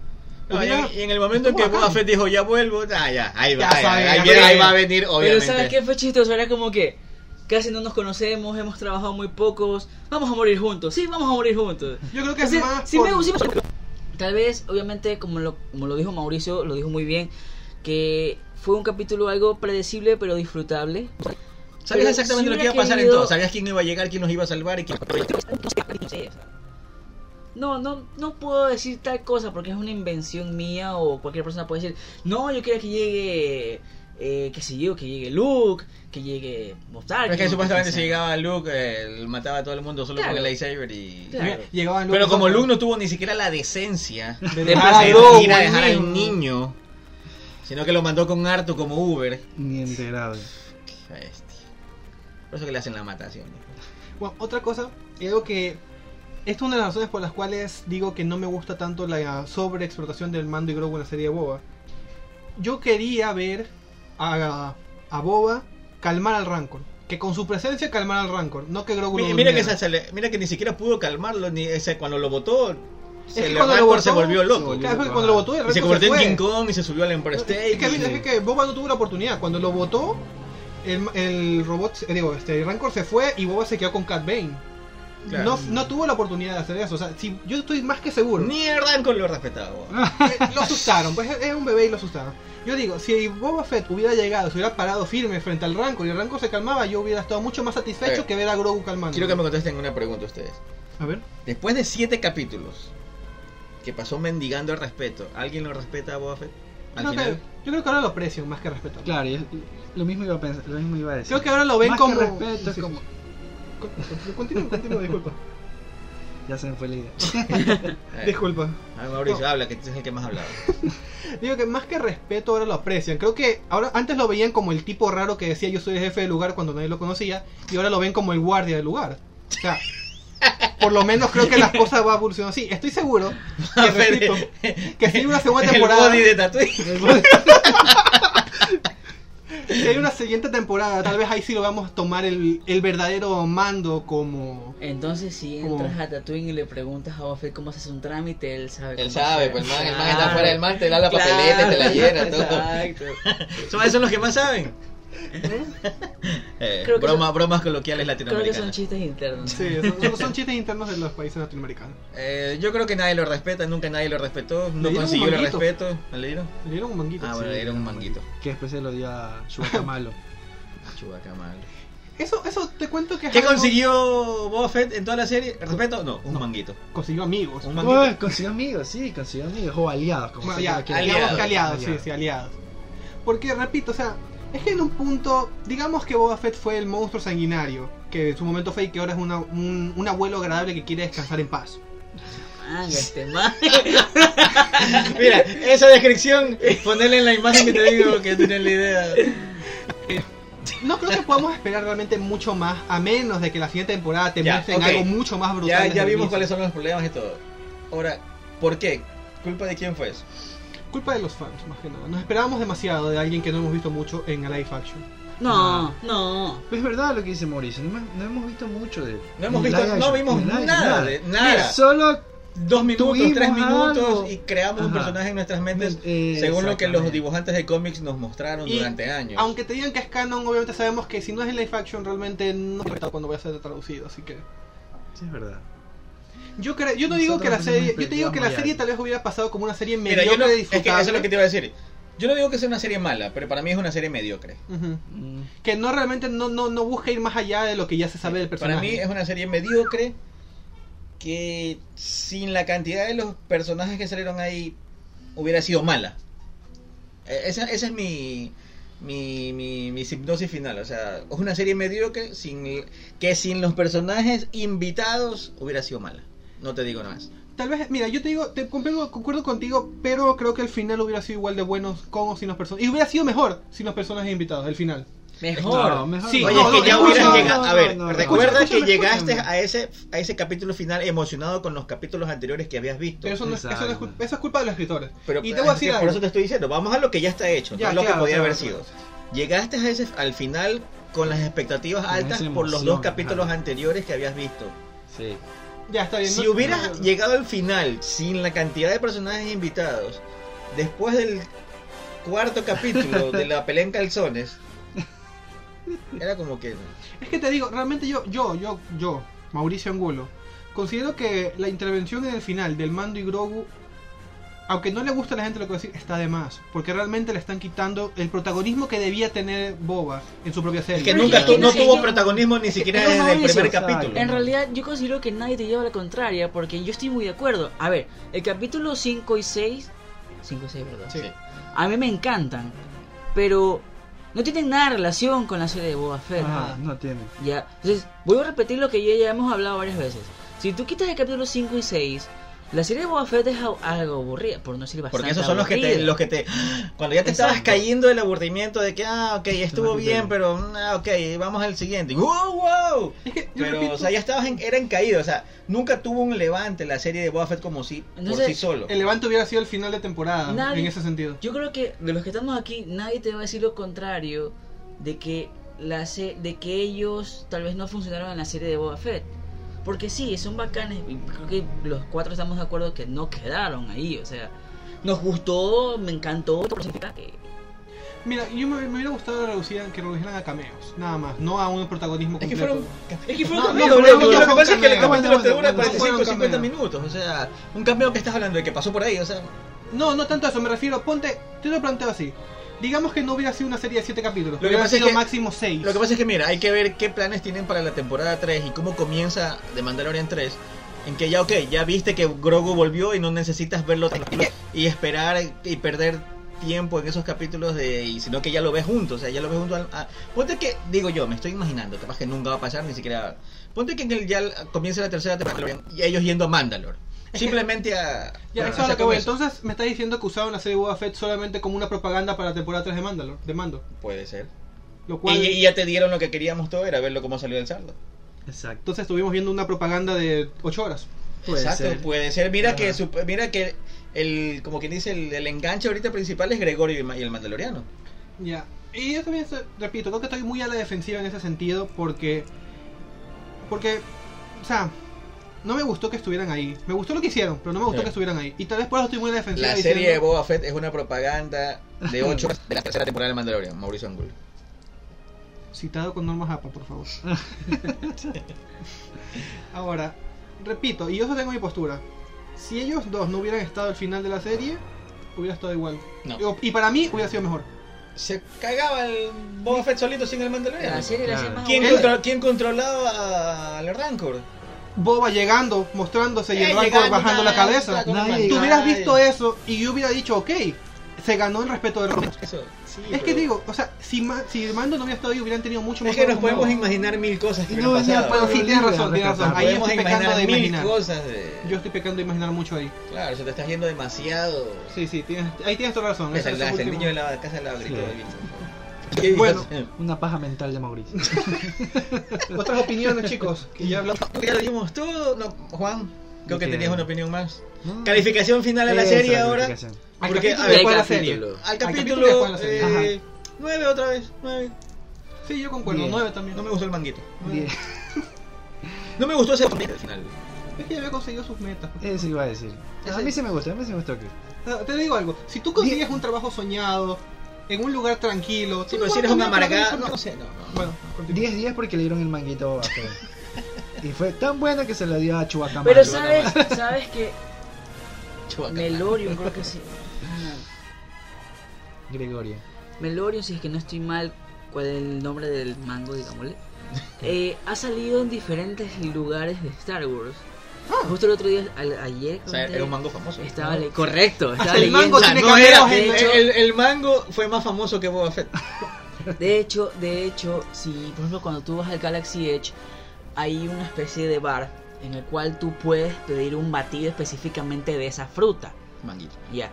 [SPEAKER 3] No, Ah, y,
[SPEAKER 2] hubiera-
[SPEAKER 3] en- y en el momento en que
[SPEAKER 2] estuvo
[SPEAKER 3] Boba
[SPEAKER 2] bacán.
[SPEAKER 3] Fett dijo, ya vuelvo, ah, ya, ahí va,
[SPEAKER 2] Ya
[SPEAKER 3] ahí, va,
[SPEAKER 2] sabe,
[SPEAKER 3] ahí
[SPEAKER 2] ya
[SPEAKER 3] viene,
[SPEAKER 2] sabe.
[SPEAKER 3] ahí va a venir,
[SPEAKER 5] Pero
[SPEAKER 3] obviamente.
[SPEAKER 5] ¿sabes qué fue chistoso? Era como que casi no nos conocemos, hemos trabajado muy pocos, vamos a morir juntos. Sí, vamos a morir juntos.
[SPEAKER 2] Yo creo que
[SPEAKER 5] O
[SPEAKER 2] es
[SPEAKER 5] sea,
[SPEAKER 2] más
[SPEAKER 5] sí
[SPEAKER 2] por-
[SPEAKER 5] me gusta- sí me- Tal vez, obviamente, como lo, como lo dijo Mauricio, lo dijo muy bien, que fue un capítulo algo predecible pero disfrutable.
[SPEAKER 3] Sabías
[SPEAKER 5] Pero
[SPEAKER 3] exactamente
[SPEAKER 5] si
[SPEAKER 3] lo que iba a
[SPEAKER 5] hubiera
[SPEAKER 3] pasar en
[SPEAKER 5] querido-
[SPEAKER 3] todo, sabías quién iba a llegar, quién nos iba a salvar y quién...
[SPEAKER 5] No, no, no puedo decir tal cosa porque es una invención mía o cualquier persona puede decir, no, yo quiero que llegue, eh, qué sé yo, que llegue Luke, que llegue Moff Tarkin",
[SPEAKER 3] Pero es que
[SPEAKER 5] o
[SPEAKER 3] supuestamente
[SPEAKER 5] sea.
[SPEAKER 3] si llegaba Luke, eh, mataba a todo el mundo solo
[SPEAKER 5] Claro.
[SPEAKER 3] con el lightsaber y...
[SPEAKER 5] Claro.
[SPEAKER 2] Llegaban
[SPEAKER 3] Pero como Luke no tuvo ni siquiera la decencia
[SPEAKER 2] De
[SPEAKER 3] de
[SPEAKER 2] dejar a
[SPEAKER 3] dejar,
[SPEAKER 2] Grogu
[SPEAKER 3] ir a
[SPEAKER 2] ahí
[SPEAKER 3] dejar al
[SPEAKER 2] mismo.
[SPEAKER 3] niño, sino que lo mandó con harto como Uber.
[SPEAKER 4] Ni enterado.
[SPEAKER 3] Qué bestia. Por eso que le hacen la matación.
[SPEAKER 2] Bueno, otra cosa, y algo que. Esta es una de las razones por las cuales digo que no me gusta tanto la sobreexplotación del mando y Grogu en la serie de Boba. Yo quería ver a, a Boba calmar al Rancor. Que con su presencia calmar al Rancor, no que Grogu lo
[SPEAKER 3] Mira, mira que,
[SPEAKER 2] durmiera.
[SPEAKER 3] se- se le- mira que ni siquiera pudo calmarlo, ni ese, cuando lo botó,
[SPEAKER 2] Es
[SPEAKER 3] se
[SPEAKER 2] que
[SPEAKER 3] le
[SPEAKER 2] cuando lo
[SPEAKER 3] Rancor
[SPEAKER 2] botó,
[SPEAKER 3] se volvió
[SPEAKER 4] se
[SPEAKER 3] loco.
[SPEAKER 4] volvió-
[SPEAKER 2] Claro, fue que cuando lo botó el
[SPEAKER 3] Y se
[SPEAKER 2] Rancor
[SPEAKER 3] convirtió en
[SPEAKER 2] fue.
[SPEAKER 3] King Kong y se subió al Empire
[SPEAKER 2] Es
[SPEAKER 3] State.
[SPEAKER 2] que,
[SPEAKER 3] y-
[SPEAKER 2] es que Boba no tuvo la oportunidad. Cuando lo botó, el, el robot, eh, digo, este, el Rancor se fue y Boba se quedó con Cat Bane.
[SPEAKER 3] Claro.
[SPEAKER 2] No, no tuvo la oportunidad de hacer eso. O sea, si, yo estoy más que seguro.
[SPEAKER 3] Ni el Rancor lo respetaba.
[SPEAKER 2] Eh, lo asustaron, pues es un bebé y lo asustaron. Yo digo, si Boba Fett hubiera llegado, se hubiera parado firme frente al Rancor y el Rancor se calmaba, yo hubiera estado mucho más satisfecho
[SPEAKER 3] Ok.
[SPEAKER 2] que ver a Grogu calmando.
[SPEAKER 3] Eh, Quiero que me contesten una pregunta ustedes.
[SPEAKER 2] A ver.
[SPEAKER 3] Después de siete capítulos que pasó mendigando el respeto, ¿alguien lo respeta a Boba Fett?
[SPEAKER 2] Yo
[SPEAKER 3] Al
[SPEAKER 2] creo, que,
[SPEAKER 3] final.
[SPEAKER 2] yo creo que ahora lo aprecian más que respetan.
[SPEAKER 4] Claro, y es- lo mismo iba a pensar, lo mismo iba a decir.
[SPEAKER 2] Creo que ahora lo ven
[SPEAKER 4] Más
[SPEAKER 2] como...
[SPEAKER 4] respeto, es
[SPEAKER 2] Sí, sí,
[SPEAKER 4] como
[SPEAKER 2] sí. Continúa, continúa, disculpa.
[SPEAKER 4] Ya se me fue la idea.
[SPEAKER 3] Eh,
[SPEAKER 2] Disculpa.
[SPEAKER 3] a ver, Mauricio, habla, que tú eres el que más ha hablado.
[SPEAKER 2] Digo que más que respeto ahora lo aprecian. Creo que ahora antes lo veían como el tipo raro que decía yo soy el jefe del lugar cuando nadie lo conocía y ahora lo ven como el guardia del lugar. O sea, por lo menos creo que las cosas van evolucionando así. Estoy seguro que, repito, que si hay una segunda temporada,
[SPEAKER 3] El body de Tatooine.
[SPEAKER 2] si hay una siguiente temporada, tal vez ahí sí lo vamos a tomar el, el verdadero mando como
[SPEAKER 5] Entonces, si
[SPEAKER 2] ¿Cómo?
[SPEAKER 5] entras a Tatooine y le preguntas a Boba Fett cómo haces un trámite, él sabe.
[SPEAKER 3] Él
[SPEAKER 5] cómo
[SPEAKER 3] sabe,
[SPEAKER 5] hacer.
[SPEAKER 3] pues el man, el man
[SPEAKER 5] Claro,
[SPEAKER 3] está fuera del man, te da la
[SPEAKER 5] claro,
[SPEAKER 3] papeleta y te la llena, todo.
[SPEAKER 5] Exacto.
[SPEAKER 3] Son esos los que más saben. Eh,
[SPEAKER 5] Creo que
[SPEAKER 3] broma- bromas coloquiales
[SPEAKER 5] Creo que son
[SPEAKER 3] latinoamericanas.
[SPEAKER 5] chistes internos.
[SPEAKER 2] Sí, son, son chistes internos de los países latinoamericanos.
[SPEAKER 3] Eh, yo creo que nadie lo respeta, nunca nadie lo respetó, no
[SPEAKER 2] dieron
[SPEAKER 3] consiguió
[SPEAKER 2] un
[SPEAKER 3] el
[SPEAKER 2] manguito.
[SPEAKER 3] respeto. ¿No ¿Le dieron?
[SPEAKER 2] Le dieron un manguito.
[SPEAKER 3] Ah, bueno, le dieron un manguito.
[SPEAKER 4] Que después se lo dio a Chewbacca malo.
[SPEAKER 3] Chubaca mal.
[SPEAKER 2] Eso, eso te cuento que es
[SPEAKER 3] ¿Qué
[SPEAKER 2] algo-
[SPEAKER 3] consiguió Boba Fett en toda la serie? ¿Respeto? No, un manguito.
[SPEAKER 2] Consiguió amigos.
[SPEAKER 3] Un manguito.
[SPEAKER 4] Uy, consiguió amigos, sí, consiguió amigos. O aliados, como
[SPEAKER 2] Bueno,
[SPEAKER 4] se
[SPEAKER 2] ya,
[SPEAKER 4] llama, que-
[SPEAKER 2] digamos que aliados,
[SPEAKER 4] Aliados.
[SPEAKER 2] sí, sí, aliados. Porque, repito, o sea, es que en un punto, digamos que Boba Fett fue el monstruo sanguinario, que en su momento fue y que ahora es una- un, un abuelo agradable que quiere descansar en paz.
[SPEAKER 5] Manga, este man.
[SPEAKER 3] Mira, esa descripción, ponerle en la imagen que te digo que tienen la idea.
[SPEAKER 2] No creo que podamos esperar realmente mucho más, a menos de que la siguiente temporada te
[SPEAKER 3] Ya,
[SPEAKER 2] muestren
[SPEAKER 3] ok.
[SPEAKER 2] algo mucho más brutal.
[SPEAKER 3] Ya,
[SPEAKER 2] desde
[SPEAKER 3] ya
[SPEAKER 2] el
[SPEAKER 3] vimos
[SPEAKER 2] inicio.
[SPEAKER 3] cuáles son los problemas y todo. Ahora, ¿por qué? ¿Culpa de quién fue eso?
[SPEAKER 2] Culpa de los fans, más que nada. Nos esperábamos demasiado de alguien que no hemos visto mucho en Live Action.
[SPEAKER 5] No, no.
[SPEAKER 4] Pues es verdad lo que dice Mauricio, no, hemos- no hemos visto mucho de
[SPEAKER 3] No hemos
[SPEAKER 4] de
[SPEAKER 3] visto,
[SPEAKER 4] live
[SPEAKER 3] no
[SPEAKER 4] action,
[SPEAKER 3] vimos
[SPEAKER 4] de live,
[SPEAKER 3] nada, de- nada.
[SPEAKER 4] Solo
[SPEAKER 3] Dos minutos,
[SPEAKER 4] Tuvimos
[SPEAKER 3] tres minutos
[SPEAKER 4] algo.
[SPEAKER 3] y creamos un
[SPEAKER 4] Ajá.
[SPEAKER 3] personaje en nuestras mentes
[SPEAKER 4] eh,
[SPEAKER 3] según lo que los
[SPEAKER 4] exactamente.
[SPEAKER 3] dibujantes de cómics nos mostraron
[SPEAKER 2] Y,
[SPEAKER 3] durante años.
[SPEAKER 2] Aunque te digan que es canon, obviamente sabemos que si no es en Live Action, realmente no está cuando voy a ser traducido, así que...
[SPEAKER 4] Sí, es verdad.
[SPEAKER 2] Yo, cre- yo no digo
[SPEAKER 4] Nosotros
[SPEAKER 2] que la
[SPEAKER 4] tenemos
[SPEAKER 2] serie, yo te digo que la
[SPEAKER 4] expectativas
[SPEAKER 2] serie
[SPEAKER 4] muy
[SPEAKER 2] tal vez hubiera pasado como una serie
[SPEAKER 3] Mira,
[SPEAKER 2] mediocre
[SPEAKER 3] yo no, es que eso
[SPEAKER 2] disfrutable.
[SPEAKER 3] es lo que te iba a decir. Yo no digo que sea una serie mala, pero para mí es una serie mediocre.
[SPEAKER 2] Ujú.
[SPEAKER 5] Mm.
[SPEAKER 2] Que no realmente no, no, no busca ir más allá de lo que ya se sabe del personaje.
[SPEAKER 3] Para mí es una serie mediocre que sin la cantidad de los personajes que salieron ahí hubiera sido mala. Eh, Esa, esa es mi, mi, mi, mi hipnosis final. O sea, es una serie mediocre sin, que sin los personajes invitados hubiera sido mala. No te digo nada más.
[SPEAKER 2] Tal vez, mira, yo te digo, te concuerdo, concuerdo contigo, pero creo que el final hubiera sido igual de bueno con o sin los personajes. Y hubiera sido mejor sin los personajes invitados, el final.
[SPEAKER 5] Mejor.
[SPEAKER 4] No, mejor
[SPEAKER 2] Sí,
[SPEAKER 4] no.
[SPEAKER 3] Oye,
[SPEAKER 2] no,
[SPEAKER 3] es que ya
[SPEAKER 2] no,
[SPEAKER 3] hubieras
[SPEAKER 2] no,
[SPEAKER 3] llegado.
[SPEAKER 4] no,
[SPEAKER 3] a ver,
[SPEAKER 4] no, no,
[SPEAKER 3] recuerda
[SPEAKER 2] escúchame,
[SPEAKER 3] que
[SPEAKER 2] escúchame.
[SPEAKER 3] llegaste a ese a ese capítulo final emocionado con los capítulos anteriores que habías visto.
[SPEAKER 2] Pero eso, no es, eso, no es,
[SPEAKER 4] Exacto.
[SPEAKER 2] cul- eso es culpa de los escritores.
[SPEAKER 3] Pero
[SPEAKER 2] y te voy a
[SPEAKER 3] es que
[SPEAKER 2] decir
[SPEAKER 3] por
[SPEAKER 2] algo.
[SPEAKER 3] eso te estoy diciendo, vamos a lo que ya está hecho,
[SPEAKER 2] Ya,
[SPEAKER 3] no a lo
[SPEAKER 2] claro,
[SPEAKER 3] que podía
[SPEAKER 2] claro,
[SPEAKER 3] haber
[SPEAKER 2] claro.
[SPEAKER 3] sido. Llegaste a ese, al final con las expectativas
[SPEAKER 4] Con
[SPEAKER 3] altas
[SPEAKER 4] esa
[SPEAKER 3] por los
[SPEAKER 4] emoción,
[SPEAKER 3] dos capítulos
[SPEAKER 4] ajá.
[SPEAKER 3] anteriores que habías visto.
[SPEAKER 4] Sí.
[SPEAKER 2] Ya está bien.
[SPEAKER 3] Si
[SPEAKER 2] no-
[SPEAKER 3] hubieras
[SPEAKER 2] no, no, no.
[SPEAKER 3] llegado al final sin la cantidad de personajes invitados, después del cuarto capítulo de la pelea en calzones, era como que...
[SPEAKER 2] Es que te digo, realmente yo, yo, yo, yo, Mauricio Angulo, considero que la intervención en el final del Mando y Grogu, aunque no le gusta a la gente lo que voy a decir, está de más. Porque realmente le están quitando el protagonismo que debía tener Boba en su propia serie.
[SPEAKER 3] Es que
[SPEAKER 5] Pero
[SPEAKER 3] nunca
[SPEAKER 5] es que
[SPEAKER 3] tu- no
[SPEAKER 5] sí,
[SPEAKER 3] tuvo
[SPEAKER 5] yo-
[SPEAKER 3] protagonismo ni siquiera
[SPEAKER 5] Pero
[SPEAKER 3] desde el
[SPEAKER 5] Mauricio,
[SPEAKER 3] primer
[SPEAKER 4] o sea,
[SPEAKER 3] capítulo.
[SPEAKER 5] En realidad yo considero que nadie te lleva la contraria porque yo estoy muy de acuerdo. A ver, el capítulo 5 y 6... 5 y 6, ¿verdad?
[SPEAKER 3] Sí.
[SPEAKER 5] A mí me encantan, pero no tienen nada de relación con la serie de Boba Fett.
[SPEAKER 4] Ajá, Ah, no tiene.
[SPEAKER 5] Ya, entonces voy a repetir lo que ya, ya hemos hablado varias veces. Si tú quitas el capítulo 5 y 6, la serie de Boba Fett es a- algo aburrida, por no decir bastante
[SPEAKER 3] Porque esos son los que, te,
[SPEAKER 5] aburrida.
[SPEAKER 3] los que te... Cuando ya te estabas
[SPEAKER 5] Exacto.
[SPEAKER 3] cayendo del aburrimiento de que, ah, ok, estuvo
[SPEAKER 4] Ajá,
[SPEAKER 3] bien,
[SPEAKER 4] sí.
[SPEAKER 3] pero, mm, ah, ok, vamos al siguiente. Y, ¡Wow, wow!
[SPEAKER 2] Es que, yo
[SPEAKER 3] Pero,
[SPEAKER 2] repito,
[SPEAKER 3] o sea, ya estabas en, era en caída, o sea, nunca tuvo un levante la serie de Boba Fett como si,
[SPEAKER 5] Entonces,
[SPEAKER 3] por sí solo.
[SPEAKER 2] el levante hubiera sido el final de temporada
[SPEAKER 5] Nadie-
[SPEAKER 2] en ese sentido.
[SPEAKER 5] Yo creo que de los que estamos aquí, nadie te va a decir lo contrario de que, la se- de que ellos tal vez no funcionaron en la serie de Boba Fett. Porque sí, son bacanes. y Creo que los cuatro estamos de acuerdo que no quedaron ahí. O sea, nos gustó, me encantó. pero sí, eh,
[SPEAKER 2] Mira, yo me, me hubiera gustado reducir, que redujeran a cameos, nada más, no a un protagonismo
[SPEAKER 3] Es que
[SPEAKER 2] completo.
[SPEAKER 3] fueron...
[SPEAKER 5] Es que fue un
[SPEAKER 2] No,
[SPEAKER 5] cameo,
[SPEAKER 2] no,
[SPEAKER 5] bro.
[SPEAKER 2] no, no,
[SPEAKER 3] lo que
[SPEAKER 2] fueron
[SPEAKER 3] pasa es que el
[SPEAKER 2] cameos.
[SPEAKER 3] capítulo te dura
[SPEAKER 4] No fueron
[SPEAKER 3] 45
[SPEAKER 2] cameos.
[SPEAKER 3] 50 minutos, o sea, un cameo que estás hablando de que pasó por ahí, o sea,
[SPEAKER 2] No, no tanto eso, me refiero, ponte, te lo planteo así. Digamos que no hubiera sido una serie de 7 capítulos,
[SPEAKER 3] Lo que
[SPEAKER 2] hubiera
[SPEAKER 3] pasa es
[SPEAKER 2] sido
[SPEAKER 3] que-
[SPEAKER 2] máximo 6.
[SPEAKER 3] Lo que pasa es que mira, hay que ver qué planes tienen para la temporada 3 y cómo comienza The Mandalorian 3. En que ya, ok, ya viste que Grogu volvió y no necesitas verlo tranquilo y esperar y perder tiempo en esos capítulos de y sino que ya lo ves junto, o sea, ya lo ves junto al a- ponte que digo yo, me estoy imaginando, capaz que nunca va a pasar ni siquiera. Ponte que en el- ya comience la tercera temporada lo vean, y ellos yendo a Mandalore. Simplemente a
[SPEAKER 2] Ya,
[SPEAKER 3] a-
[SPEAKER 2] eso es a lo que
[SPEAKER 3] hacer como
[SPEAKER 2] voy.
[SPEAKER 3] eso.
[SPEAKER 2] Entonces, me está diciendo que usaron la serie Boba Fett solamente como una propaganda para la temporada 3 de Mandalor, de Mando.
[SPEAKER 3] puede ser.
[SPEAKER 2] Lo
[SPEAKER 3] Y,
[SPEAKER 2] cual.
[SPEAKER 3] y ya te dieron lo que queríamos todo, era verlo cómo salió del saldo.
[SPEAKER 4] Exacto.
[SPEAKER 2] Entonces, estuvimos viendo una propaganda de 8 horas.
[SPEAKER 4] Puede
[SPEAKER 3] Exacto,
[SPEAKER 4] ser.
[SPEAKER 3] puede ser. Mira
[SPEAKER 4] Ajá.
[SPEAKER 3] que su- mira que el como quien dice el, el enganche ahorita principal es Gregorio y ma- y el Mandaloriano.
[SPEAKER 2] Ya. Y yo también, estoy- repito, creo que estoy muy a la defensiva en ese sentido porque. Porque. O sea. No me gustó que estuvieran ahí. Me gustó lo que hicieron, pero no me gustó
[SPEAKER 3] Sí.
[SPEAKER 2] que estuvieran ahí. Y tal vez por eso estoy muy a la defensiva.
[SPEAKER 3] La
[SPEAKER 2] diciendo-
[SPEAKER 3] serie de Boba Fett es una propaganda de 8 de la tercera temporada de Mandalorian, Mauricio Angul.
[SPEAKER 2] Citado con Norma Japa, por favor. Ahora, repito, y yo eso tengo mi postura. Si ellos dos no hubieran estado al final de la serie, hubiera estado igual.
[SPEAKER 3] No.
[SPEAKER 2] Digo, Y para mí hubiera sido mejor.
[SPEAKER 3] Se cagaba el Boba Fett solito sin el
[SPEAKER 5] La
[SPEAKER 3] Mandaloriano.
[SPEAKER 5] serie la hacía
[SPEAKER 4] Claro.
[SPEAKER 5] más
[SPEAKER 3] ¿Quién,
[SPEAKER 5] aburrida.
[SPEAKER 3] contro- quién controlaba al Rancor?
[SPEAKER 2] Boba llegando, mostrándose y
[SPEAKER 3] Eh,
[SPEAKER 2] el Rancor
[SPEAKER 3] llegando,
[SPEAKER 2] bajando la
[SPEAKER 3] ah,
[SPEAKER 2] cabeza.
[SPEAKER 3] está con
[SPEAKER 4] Nadie-
[SPEAKER 3] un
[SPEAKER 2] Tú hubieras visto
[SPEAKER 3] pantalla.
[SPEAKER 2] eso y yo hubiera dicho, ok, se ganó el respeto de Ronin.
[SPEAKER 3] Eso, sí,
[SPEAKER 2] Es que
[SPEAKER 3] pero-
[SPEAKER 2] digo, o sea, si, Ma- si Mando no hubiera estado ahí, hubieran tenido mucho más.
[SPEAKER 3] Es que nos podemos imaginar mil cosas que
[SPEAKER 4] No,
[SPEAKER 3] hubieran
[SPEAKER 4] ya,
[SPEAKER 3] pasado,
[SPEAKER 2] Pero sí,
[SPEAKER 3] bro.
[SPEAKER 2] tienes razón, tienes razón. Ahí
[SPEAKER 3] podemos
[SPEAKER 2] estoy pecando de
[SPEAKER 3] imaginar mil
[SPEAKER 2] imaginar.
[SPEAKER 3] cosas de...
[SPEAKER 2] Yo estoy pecando de imaginar mucho ahí.
[SPEAKER 3] Claro, se te estás yendo demasiado.
[SPEAKER 2] Sí, sí, tienes, ahí tienes toda la razón.
[SPEAKER 3] Es
[SPEAKER 2] Ese-
[SPEAKER 3] el,
[SPEAKER 2] ese
[SPEAKER 3] es el
[SPEAKER 2] último-
[SPEAKER 3] niño de la casa de la grito
[SPEAKER 4] Sí.
[SPEAKER 3] de Vincent. ¿Qué
[SPEAKER 2] Bueno.
[SPEAKER 3] dijiste?
[SPEAKER 4] Una paja mental de Mauricio.
[SPEAKER 2] Otras opiniones, chicos, que ya hablamos.
[SPEAKER 3] Ya lo dijimos todo. No, Juan, creo que
[SPEAKER 4] Ok.
[SPEAKER 3] tenías una opinión más.
[SPEAKER 4] No.
[SPEAKER 3] Mm. Calificación final a la
[SPEAKER 4] Ah, Esa
[SPEAKER 3] serie
[SPEAKER 4] es la
[SPEAKER 3] ahora.
[SPEAKER 4] calificación.
[SPEAKER 2] Al
[SPEAKER 3] Porque,
[SPEAKER 2] capítulo
[SPEAKER 3] a ver,
[SPEAKER 2] después de la
[SPEAKER 5] al capítulo.
[SPEAKER 2] serie.
[SPEAKER 3] Al
[SPEAKER 2] capítulo después de
[SPEAKER 3] capítulo
[SPEAKER 2] la serie.
[SPEAKER 3] 9 otra vez. 9.
[SPEAKER 2] Sí, yo concuerdo.
[SPEAKER 4] Bien.
[SPEAKER 2] 9 también.
[SPEAKER 3] No me gustó el manguito.
[SPEAKER 4] Bien.
[SPEAKER 3] No me gustó ese al final.
[SPEAKER 2] Es que ya había conseguido sus metas.
[SPEAKER 4] Eso iba a decir. A
[SPEAKER 2] Ese-
[SPEAKER 4] mí sí me gusta, a mí sí me gustó que.
[SPEAKER 2] Ah, Te digo algo. Si tú consigues un trabajo soñado, en un lugar tranquilo.
[SPEAKER 3] Sí,
[SPEAKER 2] tú
[SPEAKER 3] pero
[SPEAKER 2] no
[SPEAKER 3] si eres un
[SPEAKER 2] vas a tener
[SPEAKER 3] amargado.
[SPEAKER 2] problemas
[SPEAKER 3] No
[SPEAKER 2] con-
[SPEAKER 3] sé, no. no.
[SPEAKER 2] Bueno, continúa.
[SPEAKER 4] 10 días porque le dieron el manguito a Boba Fett. Y fue tan bueno que se lo dio a Chewbacca
[SPEAKER 5] Pero
[SPEAKER 4] Macho.
[SPEAKER 5] sabes, sabes que
[SPEAKER 3] Chubaca.
[SPEAKER 5] Melorium creo que sí.
[SPEAKER 4] Gregorio.
[SPEAKER 5] Melorium, si es que no estoy mal, cuál es el nombre del mango, digámosle. Eh, ha salido en diferentes lugares de Star Wars. Justo el otro día, al- ayer,
[SPEAKER 3] Ah. O sea,
[SPEAKER 5] conté,
[SPEAKER 3] era un mango famoso.
[SPEAKER 5] estaba le- correcto, estaba
[SPEAKER 2] el
[SPEAKER 5] leyendo.
[SPEAKER 2] mango
[SPEAKER 3] O sea,
[SPEAKER 2] tiene
[SPEAKER 3] no era,
[SPEAKER 2] cameos en
[SPEAKER 5] la-
[SPEAKER 3] el, el- el mango fue más famoso que Boba Fett.
[SPEAKER 5] De hecho, de hecho, si por ejemplo cuando tú vas al Galaxy Edge, hay una especie de bar en el cual tú puedes pedir un batido específicamente de esa fruta.
[SPEAKER 3] Manguito.
[SPEAKER 5] Ya.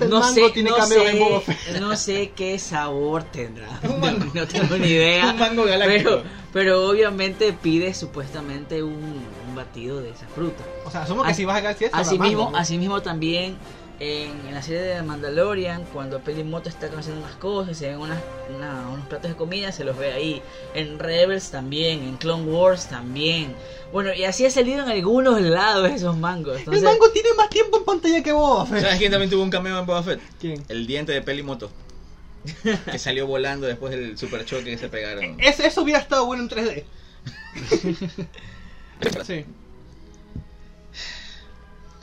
[SPEAKER 2] el
[SPEAKER 5] No
[SPEAKER 2] mango
[SPEAKER 5] sé,
[SPEAKER 2] tiene
[SPEAKER 5] no
[SPEAKER 2] cameos en Boba
[SPEAKER 5] sé, no sé qué sabor tendrá.
[SPEAKER 3] Un
[SPEAKER 5] No,
[SPEAKER 3] mango.
[SPEAKER 5] no tengo ni idea.
[SPEAKER 3] Un mango galáctico.
[SPEAKER 5] Pero, pero obviamente pide supuestamente un, un batido de esa fruta.
[SPEAKER 2] O sea, asumo que
[SPEAKER 5] Así-
[SPEAKER 2] si vas a Galaxy
[SPEAKER 5] Asimismo, asimismo también en, en la serie de Mandalorian, cuando Pelimoto está haciendo unas cosas, se ven unas- una- unos platos de comida, se los ve ahí. En Rebels también, en Clone Wars también. Bueno, y así ha salido en algunos lados esos mangos.
[SPEAKER 2] El
[SPEAKER 5] Entonces,
[SPEAKER 2] mango tiene más tiempo en pantalla que Boba Fett.
[SPEAKER 3] ¿Sabes quién también tuvo un cameo en Boba Fett?
[SPEAKER 2] ¿Quién?
[SPEAKER 3] El diente de Pelimoto. Que salió volando después del super choque que se pegaron.
[SPEAKER 2] Es- eso hubiera estado bueno en 3D. sí.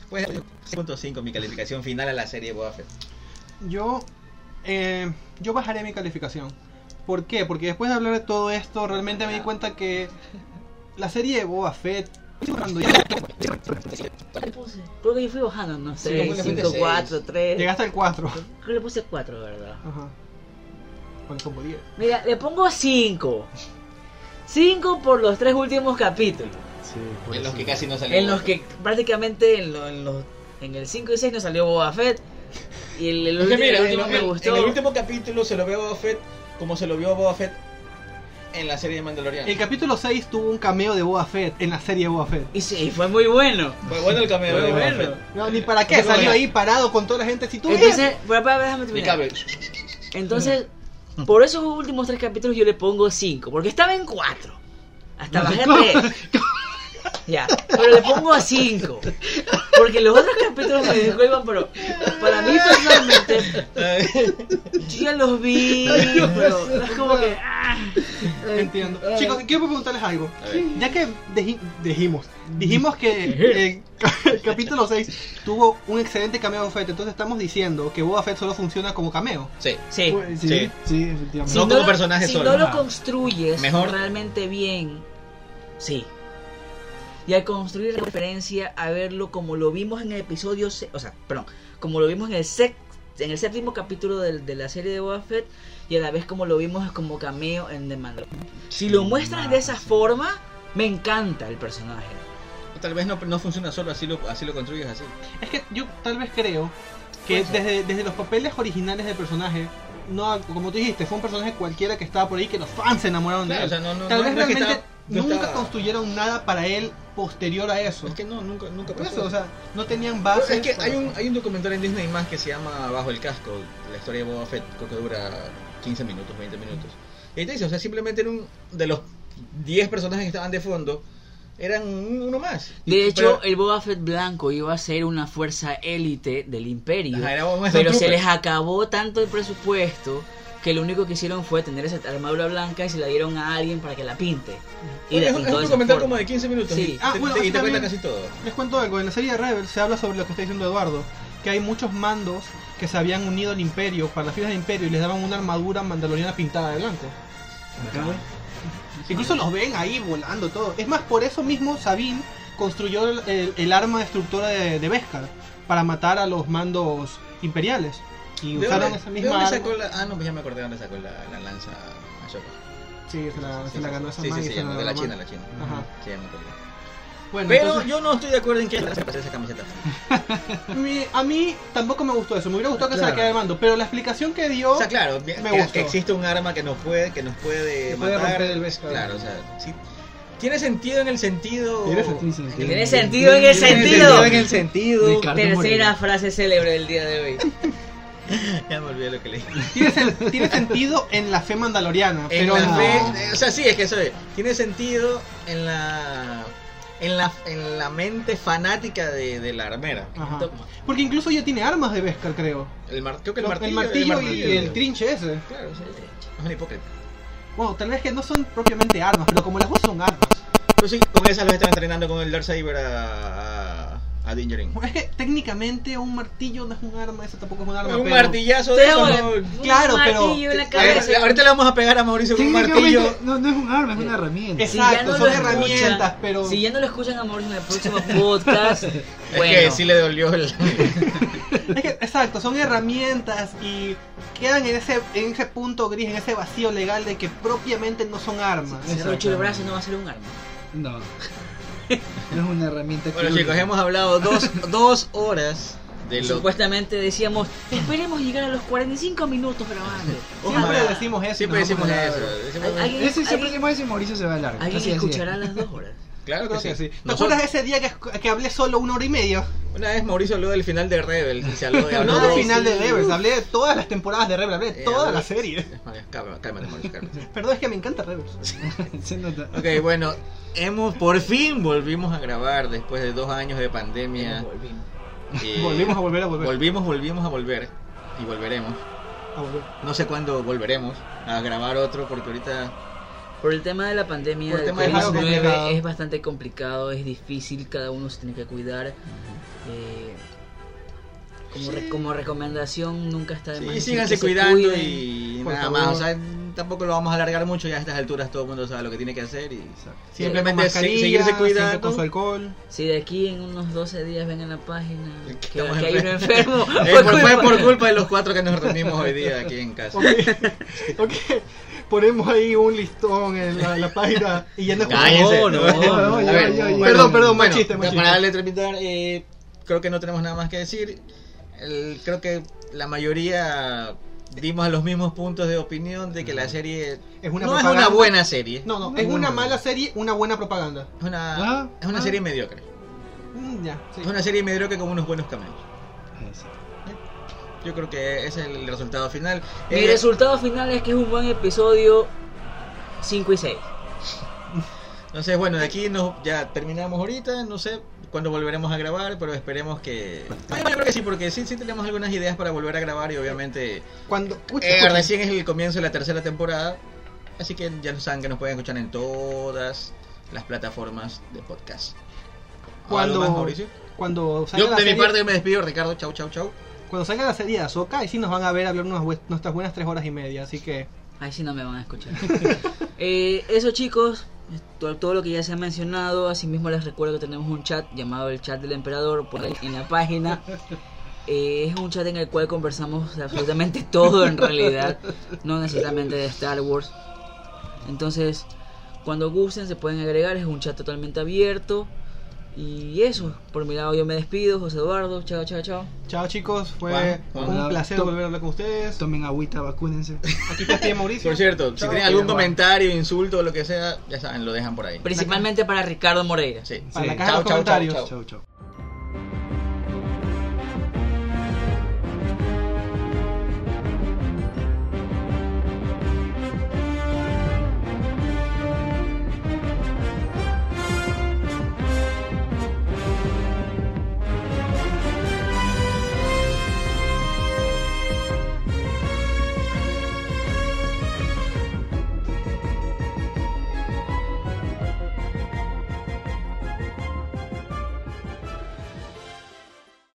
[SPEAKER 3] Pues 6.5 mi calificación final a la serie Boba Fett.
[SPEAKER 2] Yo, eh, yo bajaré mi calificación. ¿Por qué? Porque después de hablar de todo esto, realmente me di cuenta que la serie de Boba Fett. cuando ya-
[SPEAKER 5] ¿qué puse? Creo que yo fui bajando, no
[SPEAKER 3] Sí,
[SPEAKER 5] sé,
[SPEAKER 3] le fuiste
[SPEAKER 5] 5,
[SPEAKER 3] seis.
[SPEAKER 5] 4, 3.
[SPEAKER 2] Llegaste al 4.
[SPEAKER 5] Creo que le puse 4, ¿verdad?
[SPEAKER 2] Ajá. Bueno, como 10.
[SPEAKER 5] Mira, le pongo 5. 5 por los tres últimos capítulos.
[SPEAKER 4] Sí,
[SPEAKER 3] En los que
[SPEAKER 4] pobrecito.
[SPEAKER 3] casi no salió.
[SPEAKER 5] En los que prácticamente en, lo- en los, en el 5 y 6 no salió Boba Fett. Y el, el
[SPEAKER 3] Es que
[SPEAKER 5] último,
[SPEAKER 3] mira,
[SPEAKER 5] el
[SPEAKER 3] en-
[SPEAKER 5] último me
[SPEAKER 3] en-
[SPEAKER 5] gustó.
[SPEAKER 3] En el último capítulo se lo veo a Boba Fett como se lo vio a Boba Fett en la serie de Mandalorian.
[SPEAKER 2] El capítulo 6 tuvo un cameo de Boba Fett en la serie de Boba Fett.
[SPEAKER 5] Y sí, fue muy bueno.
[SPEAKER 3] Fue bueno el cameo de
[SPEAKER 5] Fue
[SPEAKER 3] Boba
[SPEAKER 5] bueno.
[SPEAKER 3] Fett.
[SPEAKER 2] No, ni para qué, salió ahí parado con toda la gente. Si tú ves.
[SPEAKER 5] Entonces, pa- pa- déjame
[SPEAKER 3] Mi
[SPEAKER 5] terminar.
[SPEAKER 3] cable.
[SPEAKER 5] Entonces, por esos últimos tres capítulos yo le pongo 5. Porque estaba en 4. Hasta bajé a 3. Ya, pero le pongo a 5. Porque los otros capítulos me disculpan, pero para mí personalmente Yo ya los vi, pero es como que. ah.
[SPEAKER 2] Entiendo. Chicos, quiero preguntarles algo.
[SPEAKER 3] A ver.
[SPEAKER 2] Ya que deji- dijimos, dijimos que eh, el capítulo 6 tuvo un excelente cameo de Boba Fett, entonces estamos diciendo que Boba Fett solo funciona como cameo.
[SPEAKER 3] Sí.
[SPEAKER 5] Sí.
[SPEAKER 4] Pues, sí,
[SPEAKER 3] Sí.
[SPEAKER 4] sí, efectivamente.
[SPEAKER 5] Si
[SPEAKER 3] No como
[SPEAKER 5] lo-
[SPEAKER 3] personaje
[SPEAKER 5] si
[SPEAKER 3] solo.
[SPEAKER 5] no lo
[SPEAKER 4] Ajá.
[SPEAKER 5] construyes
[SPEAKER 3] Mejor.
[SPEAKER 5] realmente bien, sí. Y al construir la referencia a verlo como lo vimos en el episodio. se- O sea, perdón, como lo vimos en el sec- en el séptimo capítulo del- de, la serie de Boba Fett y a la vez como lo vimos es como cameo en The Mandalorian. Si lo
[SPEAKER 4] Sí,
[SPEAKER 5] muestras
[SPEAKER 4] más,
[SPEAKER 5] de esa
[SPEAKER 4] sí.
[SPEAKER 5] forma, me encanta el personaje.
[SPEAKER 3] Tal vez no, no funciona solo, así lo, así lo construyes así.
[SPEAKER 2] Es que yo tal vez creo que
[SPEAKER 5] Puede ser.
[SPEAKER 2] desde, desde los papeles originales del personaje, no como tú dijiste, fue un personaje cualquiera que estaba por ahí que los fans se enamoraron de
[SPEAKER 3] Claro,
[SPEAKER 2] él.
[SPEAKER 3] o sea, no, no,
[SPEAKER 2] tal
[SPEAKER 3] no-
[SPEAKER 2] vez
[SPEAKER 3] no es que
[SPEAKER 2] realmente
[SPEAKER 3] estaba- no
[SPEAKER 2] nunca
[SPEAKER 3] estaba-
[SPEAKER 2] construyeron nada para él posterior a eso.
[SPEAKER 3] Es que no, nunca, nunca
[SPEAKER 2] Por
[SPEAKER 3] pasó.
[SPEAKER 2] eso, o sea, no tenían base.
[SPEAKER 3] es que hay un, hay un documental en Disney más que se llama Bajo el Casco, la historia de Boba Fett, creo que dura 15 minutos, 20 minutos. Y ahí te dice, o sea, simplemente era un, de los 10 personajes que estaban de fondo, eran un- uno más. Y-
[SPEAKER 5] De hecho,
[SPEAKER 3] pero-
[SPEAKER 5] el Boba Fett blanco iba a ser una fuerza élite del imperio,
[SPEAKER 3] Ajá, era Boba Fett
[SPEAKER 5] pero se
[SPEAKER 3] Trooper.
[SPEAKER 5] les acabó tanto el presupuesto que lo único que hicieron fue tener esa armadura blanca y se la dieron a alguien para que la pinte. Y la
[SPEAKER 3] es, un- es
[SPEAKER 5] pintó
[SPEAKER 3] un
[SPEAKER 5] de esa
[SPEAKER 3] documental
[SPEAKER 5] forma.
[SPEAKER 3] como de 15 minutos
[SPEAKER 5] Sí.
[SPEAKER 3] y,
[SPEAKER 2] Ah,
[SPEAKER 3] te,
[SPEAKER 2] bueno,
[SPEAKER 3] te- y
[SPEAKER 2] así
[SPEAKER 3] te cuenta
[SPEAKER 2] también-
[SPEAKER 3] casi todo.
[SPEAKER 2] Les cuento algo, en la serie de Rebels se habla sobre lo que está diciendo Eduardo, que hay muchos mandos que se habían unido al imperio, para las filas del imperio, y les daban una armadura mandaloriana pintada de blanco. Incluso los ven ahí volando todo. Es más, por eso mismo Sabine construyó el, el- el arma destructora de, de Beskar para matar a los mandos imperiales. Y
[SPEAKER 3] ¿De
[SPEAKER 2] usaron
[SPEAKER 3] dónde-
[SPEAKER 2] esa
[SPEAKER 3] de
[SPEAKER 2] misma
[SPEAKER 3] dónde
[SPEAKER 2] arma.
[SPEAKER 3] sacó la- Ah, no, pues ya me acordé dónde sacó la, la lanza Ashoka.
[SPEAKER 2] Sí, se la,
[SPEAKER 3] Sí,
[SPEAKER 2] se la
[SPEAKER 3] sí,
[SPEAKER 2] ganó esa
[SPEAKER 3] sí,
[SPEAKER 2] man
[SPEAKER 3] sí,
[SPEAKER 2] y
[SPEAKER 3] sí,
[SPEAKER 2] se la
[SPEAKER 3] de
[SPEAKER 2] ganó
[SPEAKER 3] la
[SPEAKER 2] Ah.
[SPEAKER 3] China,
[SPEAKER 2] man.
[SPEAKER 3] la China.
[SPEAKER 2] Ajá.
[SPEAKER 3] Sí, ya me acordé.
[SPEAKER 2] Bueno,
[SPEAKER 3] Pero
[SPEAKER 2] entonces,
[SPEAKER 3] yo no estoy de acuerdo en que se pase esa camiseta.
[SPEAKER 2] mi- a mí tampoco me gustó eso. Me hubiera gustado que se la
[SPEAKER 3] Claro.
[SPEAKER 2] quedara el mando, pero la explicación que dio.
[SPEAKER 3] O sea, claro, bien,
[SPEAKER 2] Me
[SPEAKER 3] que,
[SPEAKER 2] gustó.
[SPEAKER 3] que existe un arma que nos puede, que nos puede
[SPEAKER 4] Que puede
[SPEAKER 3] matar.
[SPEAKER 4] romper el beso.
[SPEAKER 3] Claro, o sea, sí. Tiene sentido en el sentido.
[SPEAKER 4] Tiene sentido en el
[SPEAKER 5] Tiene sentido en el
[SPEAKER 3] Tiene
[SPEAKER 5] sentido.
[SPEAKER 3] en el sentido.
[SPEAKER 4] Ricardo
[SPEAKER 5] Tercera
[SPEAKER 4] Moreno.
[SPEAKER 5] frase célebre del día de hoy.
[SPEAKER 3] Ya me olvidé lo que le dije.
[SPEAKER 2] Tiene, sen- tiene sentido en la fe mandaloriana,
[SPEAKER 3] En
[SPEAKER 2] pero
[SPEAKER 3] la
[SPEAKER 2] no.
[SPEAKER 3] fe- eh, o sea, sí, es que eso es. Tiene sentido en la. En la, en la mente fanática de, de la armera.
[SPEAKER 2] Ajá. Porque incluso ella tiene armas de Beskar, creo.
[SPEAKER 3] El mar- creo que
[SPEAKER 2] El,
[SPEAKER 3] el martillo,
[SPEAKER 2] martillo, y el
[SPEAKER 3] martillo.
[SPEAKER 2] trinche ese.
[SPEAKER 3] Claro, sí. Es un hipócrita.
[SPEAKER 2] Bueno, tal vez que no son propiamente armas, pero como las dos son armas.
[SPEAKER 3] Pero sí, con esa los están entrenando con el Darksaber a. a, a Din Djarin.
[SPEAKER 2] Es que técnicamente un martillo no es un arma, eso tampoco es un arma.
[SPEAKER 3] Un
[SPEAKER 2] pero-
[SPEAKER 3] martillazo de
[SPEAKER 5] Ustedes
[SPEAKER 3] eso,
[SPEAKER 5] van a-
[SPEAKER 3] ¿no?
[SPEAKER 2] Claro,
[SPEAKER 5] un
[SPEAKER 2] pero-
[SPEAKER 5] martillo en la
[SPEAKER 2] A
[SPEAKER 3] A ver,
[SPEAKER 5] cabeza.
[SPEAKER 3] ahorita le vamos a pegar a Mauricio con un martillo.
[SPEAKER 4] Técnicamente, No, no es un arma, es una herramienta.
[SPEAKER 2] Es-
[SPEAKER 5] Si ya
[SPEAKER 2] Exacto,
[SPEAKER 5] no
[SPEAKER 2] son
[SPEAKER 5] lo escuchan-
[SPEAKER 2] herramientas, pero-
[SPEAKER 5] Si ya no lo escuchan, amor, en el próximo podcast.
[SPEAKER 3] Es
[SPEAKER 5] bueno,
[SPEAKER 3] que sí le dolió el.
[SPEAKER 2] Es que, exacto, son herramientas y quedan en ese, en ese punto gris, en ese vacío legal de que propiamente no son armas.
[SPEAKER 5] si se arrocha el brazo no va a ser un arma.
[SPEAKER 4] No. No es una herramienta
[SPEAKER 3] bueno,
[SPEAKER 4] quirúrgica.
[SPEAKER 3] chicos, hemos hablado dos, dos horas de lo.
[SPEAKER 5] Supuestamente decíamos, esperemos llegar a los 45 minutos grabando.
[SPEAKER 2] Siempre
[SPEAKER 3] Ojalá.
[SPEAKER 2] decimos eso.
[SPEAKER 3] Siempre
[SPEAKER 2] ¿no?
[SPEAKER 3] decimos
[SPEAKER 2] Pero-
[SPEAKER 3] eso. decimos-
[SPEAKER 5] Hay- hay-
[SPEAKER 4] Ese siempre
[SPEAKER 5] ¿Alguien-
[SPEAKER 4] se mueve si Mauricio se va a largo.
[SPEAKER 5] Alguien
[SPEAKER 4] Así, así es.
[SPEAKER 5] escuchará las dos horas.
[SPEAKER 3] Claro
[SPEAKER 2] Creo que sí. ¿Te
[SPEAKER 3] Nosotros-
[SPEAKER 2] acuerdas de ese día que, que hablé solo una hora y media?
[SPEAKER 3] Una vez Mauricio habló del final de Rebel. Y se habló, y habló
[SPEAKER 2] No
[SPEAKER 5] Ay,
[SPEAKER 2] del
[SPEAKER 3] dos-
[SPEAKER 2] final de
[SPEAKER 5] sí.
[SPEAKER 2] Rebels, hablé de todas las temporadas de Rebels, hablé de
[SPEAKER 3] Eh,
[SPEAKER 2] toda
[SPEAKER 3] habló-
[SPEAKER 2] la serie.
[SPEAKER 3] Calma- Cálmate, Mauricio, cálmate.
[SPEAKER 2] Perdón, es que me encanta Rebels.
[SPEAKER 4] Se nota.
[SPEAKER 3] Ok, bueno. Hemos, por fin volvimos a grabar después de dos años de pandemia. Eh,
[SPEAKER 2] Volvimos a volver a volver.
[SPEAKER 3] Volvimos, volvimos a volver. Y volveremos.
[SPEAKER 2] a volver.
[SPEAKER 3] No sé cuándo volveremos a grabar otro porque ahorita
[SPEAKER 5] Por el tema de la pandemia
[SPEAKER 3] Por el
[SPEAKER 5] del
[SPEAKER 3] tema de la
[SPEAKER 2] pandemia.
[SPEAKER 5] COVID-19 es bastante complicado, es difícil, cada uno se tiene que cuidar. Eh, como, re- como recomendación, nunca está de más.
[SPEAKER 3] Sí,
[SPEAKER 5] decir
[SPEAKER 3] síganse
[SPEAKER 5] que se
[SPEAKER 3] cuidando
[SPEAKER 5] cuiden.
[SPEAKER 3] y
[SPEAKER 2] por
[SPEAKER 3] nada
[SPEAKER 2] favor.
[SPEAKER 3] más. O sea, tampoco lo vamos a alargar mucho. Ya a estas alturas todo el mundo sabe lo que tiene que hacer. Y
[SPEAKER 4] Exacto.
[SPEAKER 2] Con
[SPEAKER 3] simplemente se-
[SPEAKER 2] mascarilla,
[SPEAKER 3] seguirse
[SPEAKER 2] siempre
[SPEAKER 3] cuidando.
[SPEAKER 2] Con su alcohol.
[SPEAKER 5] Si de aquí en unos 12 días ven en la página que,
[SPEAKER 3] Estamos
[SPEAKER 5] que hay
[SPEAKER 3] enfer-
[SPEAKER 5] uno enfermo,
[SPEAKER 3] Eh,
[SPEAKER 5] fue
[SPEAKER 3] por-
[SPEAKER 5] culpa-
[SPEAKER 3] fue por culpa de los cuatro que nos reunimos hoy día aquí en casa.
[SPEAKER 2] Ok, ok. Ponemos ahí un listón en la, la página y ya no es
[SPEAKER 3] Cállense.
[SPEAKER 5] No, no, no,
[SPEAKER 3] A
[SPEAKER 4] yo,
[SPEAKER 3] ver,
[SPEAKER 4] yo, yo.
[SPEAKER 3] bueno,
[SPEAKER 2] Perdón, perdón,
[SPEAKER 3] bueno,
[SPEAKER 2] machista,
[SPEAKER 3] ya
[SPEAKER 2] machista.
[SPEAKER 3] Para darle terminar, eh, creo que no tenemos nada más que decir. El- creo que la mayoría dimos a los mismos puntos de opinión de que la serie
[SPEAKER 2] Es una
[SPEAKER 3] no es
[SPEAKER 2] propaganda.
[SPEAKER 3] una buena serie.
[SPEAKER 2] No, no, es una mala serie, una buena propaganda.
[SPEAKER 3] Es una,
[SPEAKER 4] Ah,
[SPEAKER 3] es una
[SPEAKER 4] ah.
[SPEAKER 3] serie mediocre.
[SPEAKER 2] Mm, ya, sí.
[SPEAKER 3] Es una serie mediocre con unos buenos cameos.
[SPEAKER 4] Exacto.
[SPEAKER 3] Yo creo que ese es el resultado final.
[SPEAKER 5] Mi
[SPEAKER 3] Eh,
[SPEAKER 5] resultado final es que es un buen episodio 5 y 6.
[SPEAKER 3] Entonces, bueno, de aquí nos, ya terminamos ahorita. No sé cuándo volveremos a grabar, pero esperemos que. Ay, bueno, creo que sí, porque sí, sí tenemos algunas ideas para volver a grabar y obviamente.
[SPEAKER 2] Cuando. escucha,
[SPEAKER 3] eh,
[SPEAKER 2] escucha.
[SPEAKER 3] recién es el comienzo de la tercera temporada. Así que ya saben que nos pueden escuchar en todas las plataformas de podcast. ¿O algo
[SPEAKER 2] Cuando-
[SPEAKER 3] más, Mauricio?
[SPEAKER 2] Cuando salga
[SPEAKER 3] Yo
[SPEAKER 2] la
[SPEAKER 3] de mi
[SPEAKER 2] serie-
[SPEAKER 3] parte me despido, Ricardo. Chau, chau, chau.
[SPEAKER 2] Cuando salga la serie de Ahsoka, ahí sí nos van a ver hablar unas bue- nuestras buenas tres horas y media, así que
[SPEAKER 5] Ahí sí no me van a escuchar. Eh, eso chicos, to- todo lo que ya se ha mencionado, asimismo les recuerdo que tenemos un chat llamado el chat del emperador por ahí en la página. Eh, es un chat en el cual conversamos de absolutamente todo en realidad, no necesariamente de Star Wars. Entonces, cuando gusten se pueden agregar, es un chat totalmente abierto. Y eso, por mi lado yo me despido, José Eduardo, chao, chao, chao.
[SPEAKER 2] Chao chicos, fue
[SPEAKER 3] Juan,
[SPEAKER 2] un
[SPEAKER 3] Juan,
[SPEAKER 4] no,
[SPEAKER 2] placer
[SPEAKER 4] to-
[SPEAKER 2] volver a hablar con ustedes.
[SPEAKER 4] Tomen agüita, vacúnense.
[SPEAKER 2] Aquí está Mauricio.
[SPEAKER 3] Por cierto, si
[SPEAKER 2] Chao.
[SPEAKER 3] tienen algún comentario, insulto o lo que sea, ya saben, lo dejan por ahí.
[SPEAKER 5] Principalmente para Ricardo Moreira.
[SPEAKER 3] Sí.
[SPEAKER 2] Para la
[SPEAKER 4] Sí.
[SPEAKER 2] caja de los
[SPEAKER 3] Chao, chao, chao,
[SPEAKER 2] comentarios.
[SPEAKER 3] chao.
[SPEAKER 4] Chau, chau.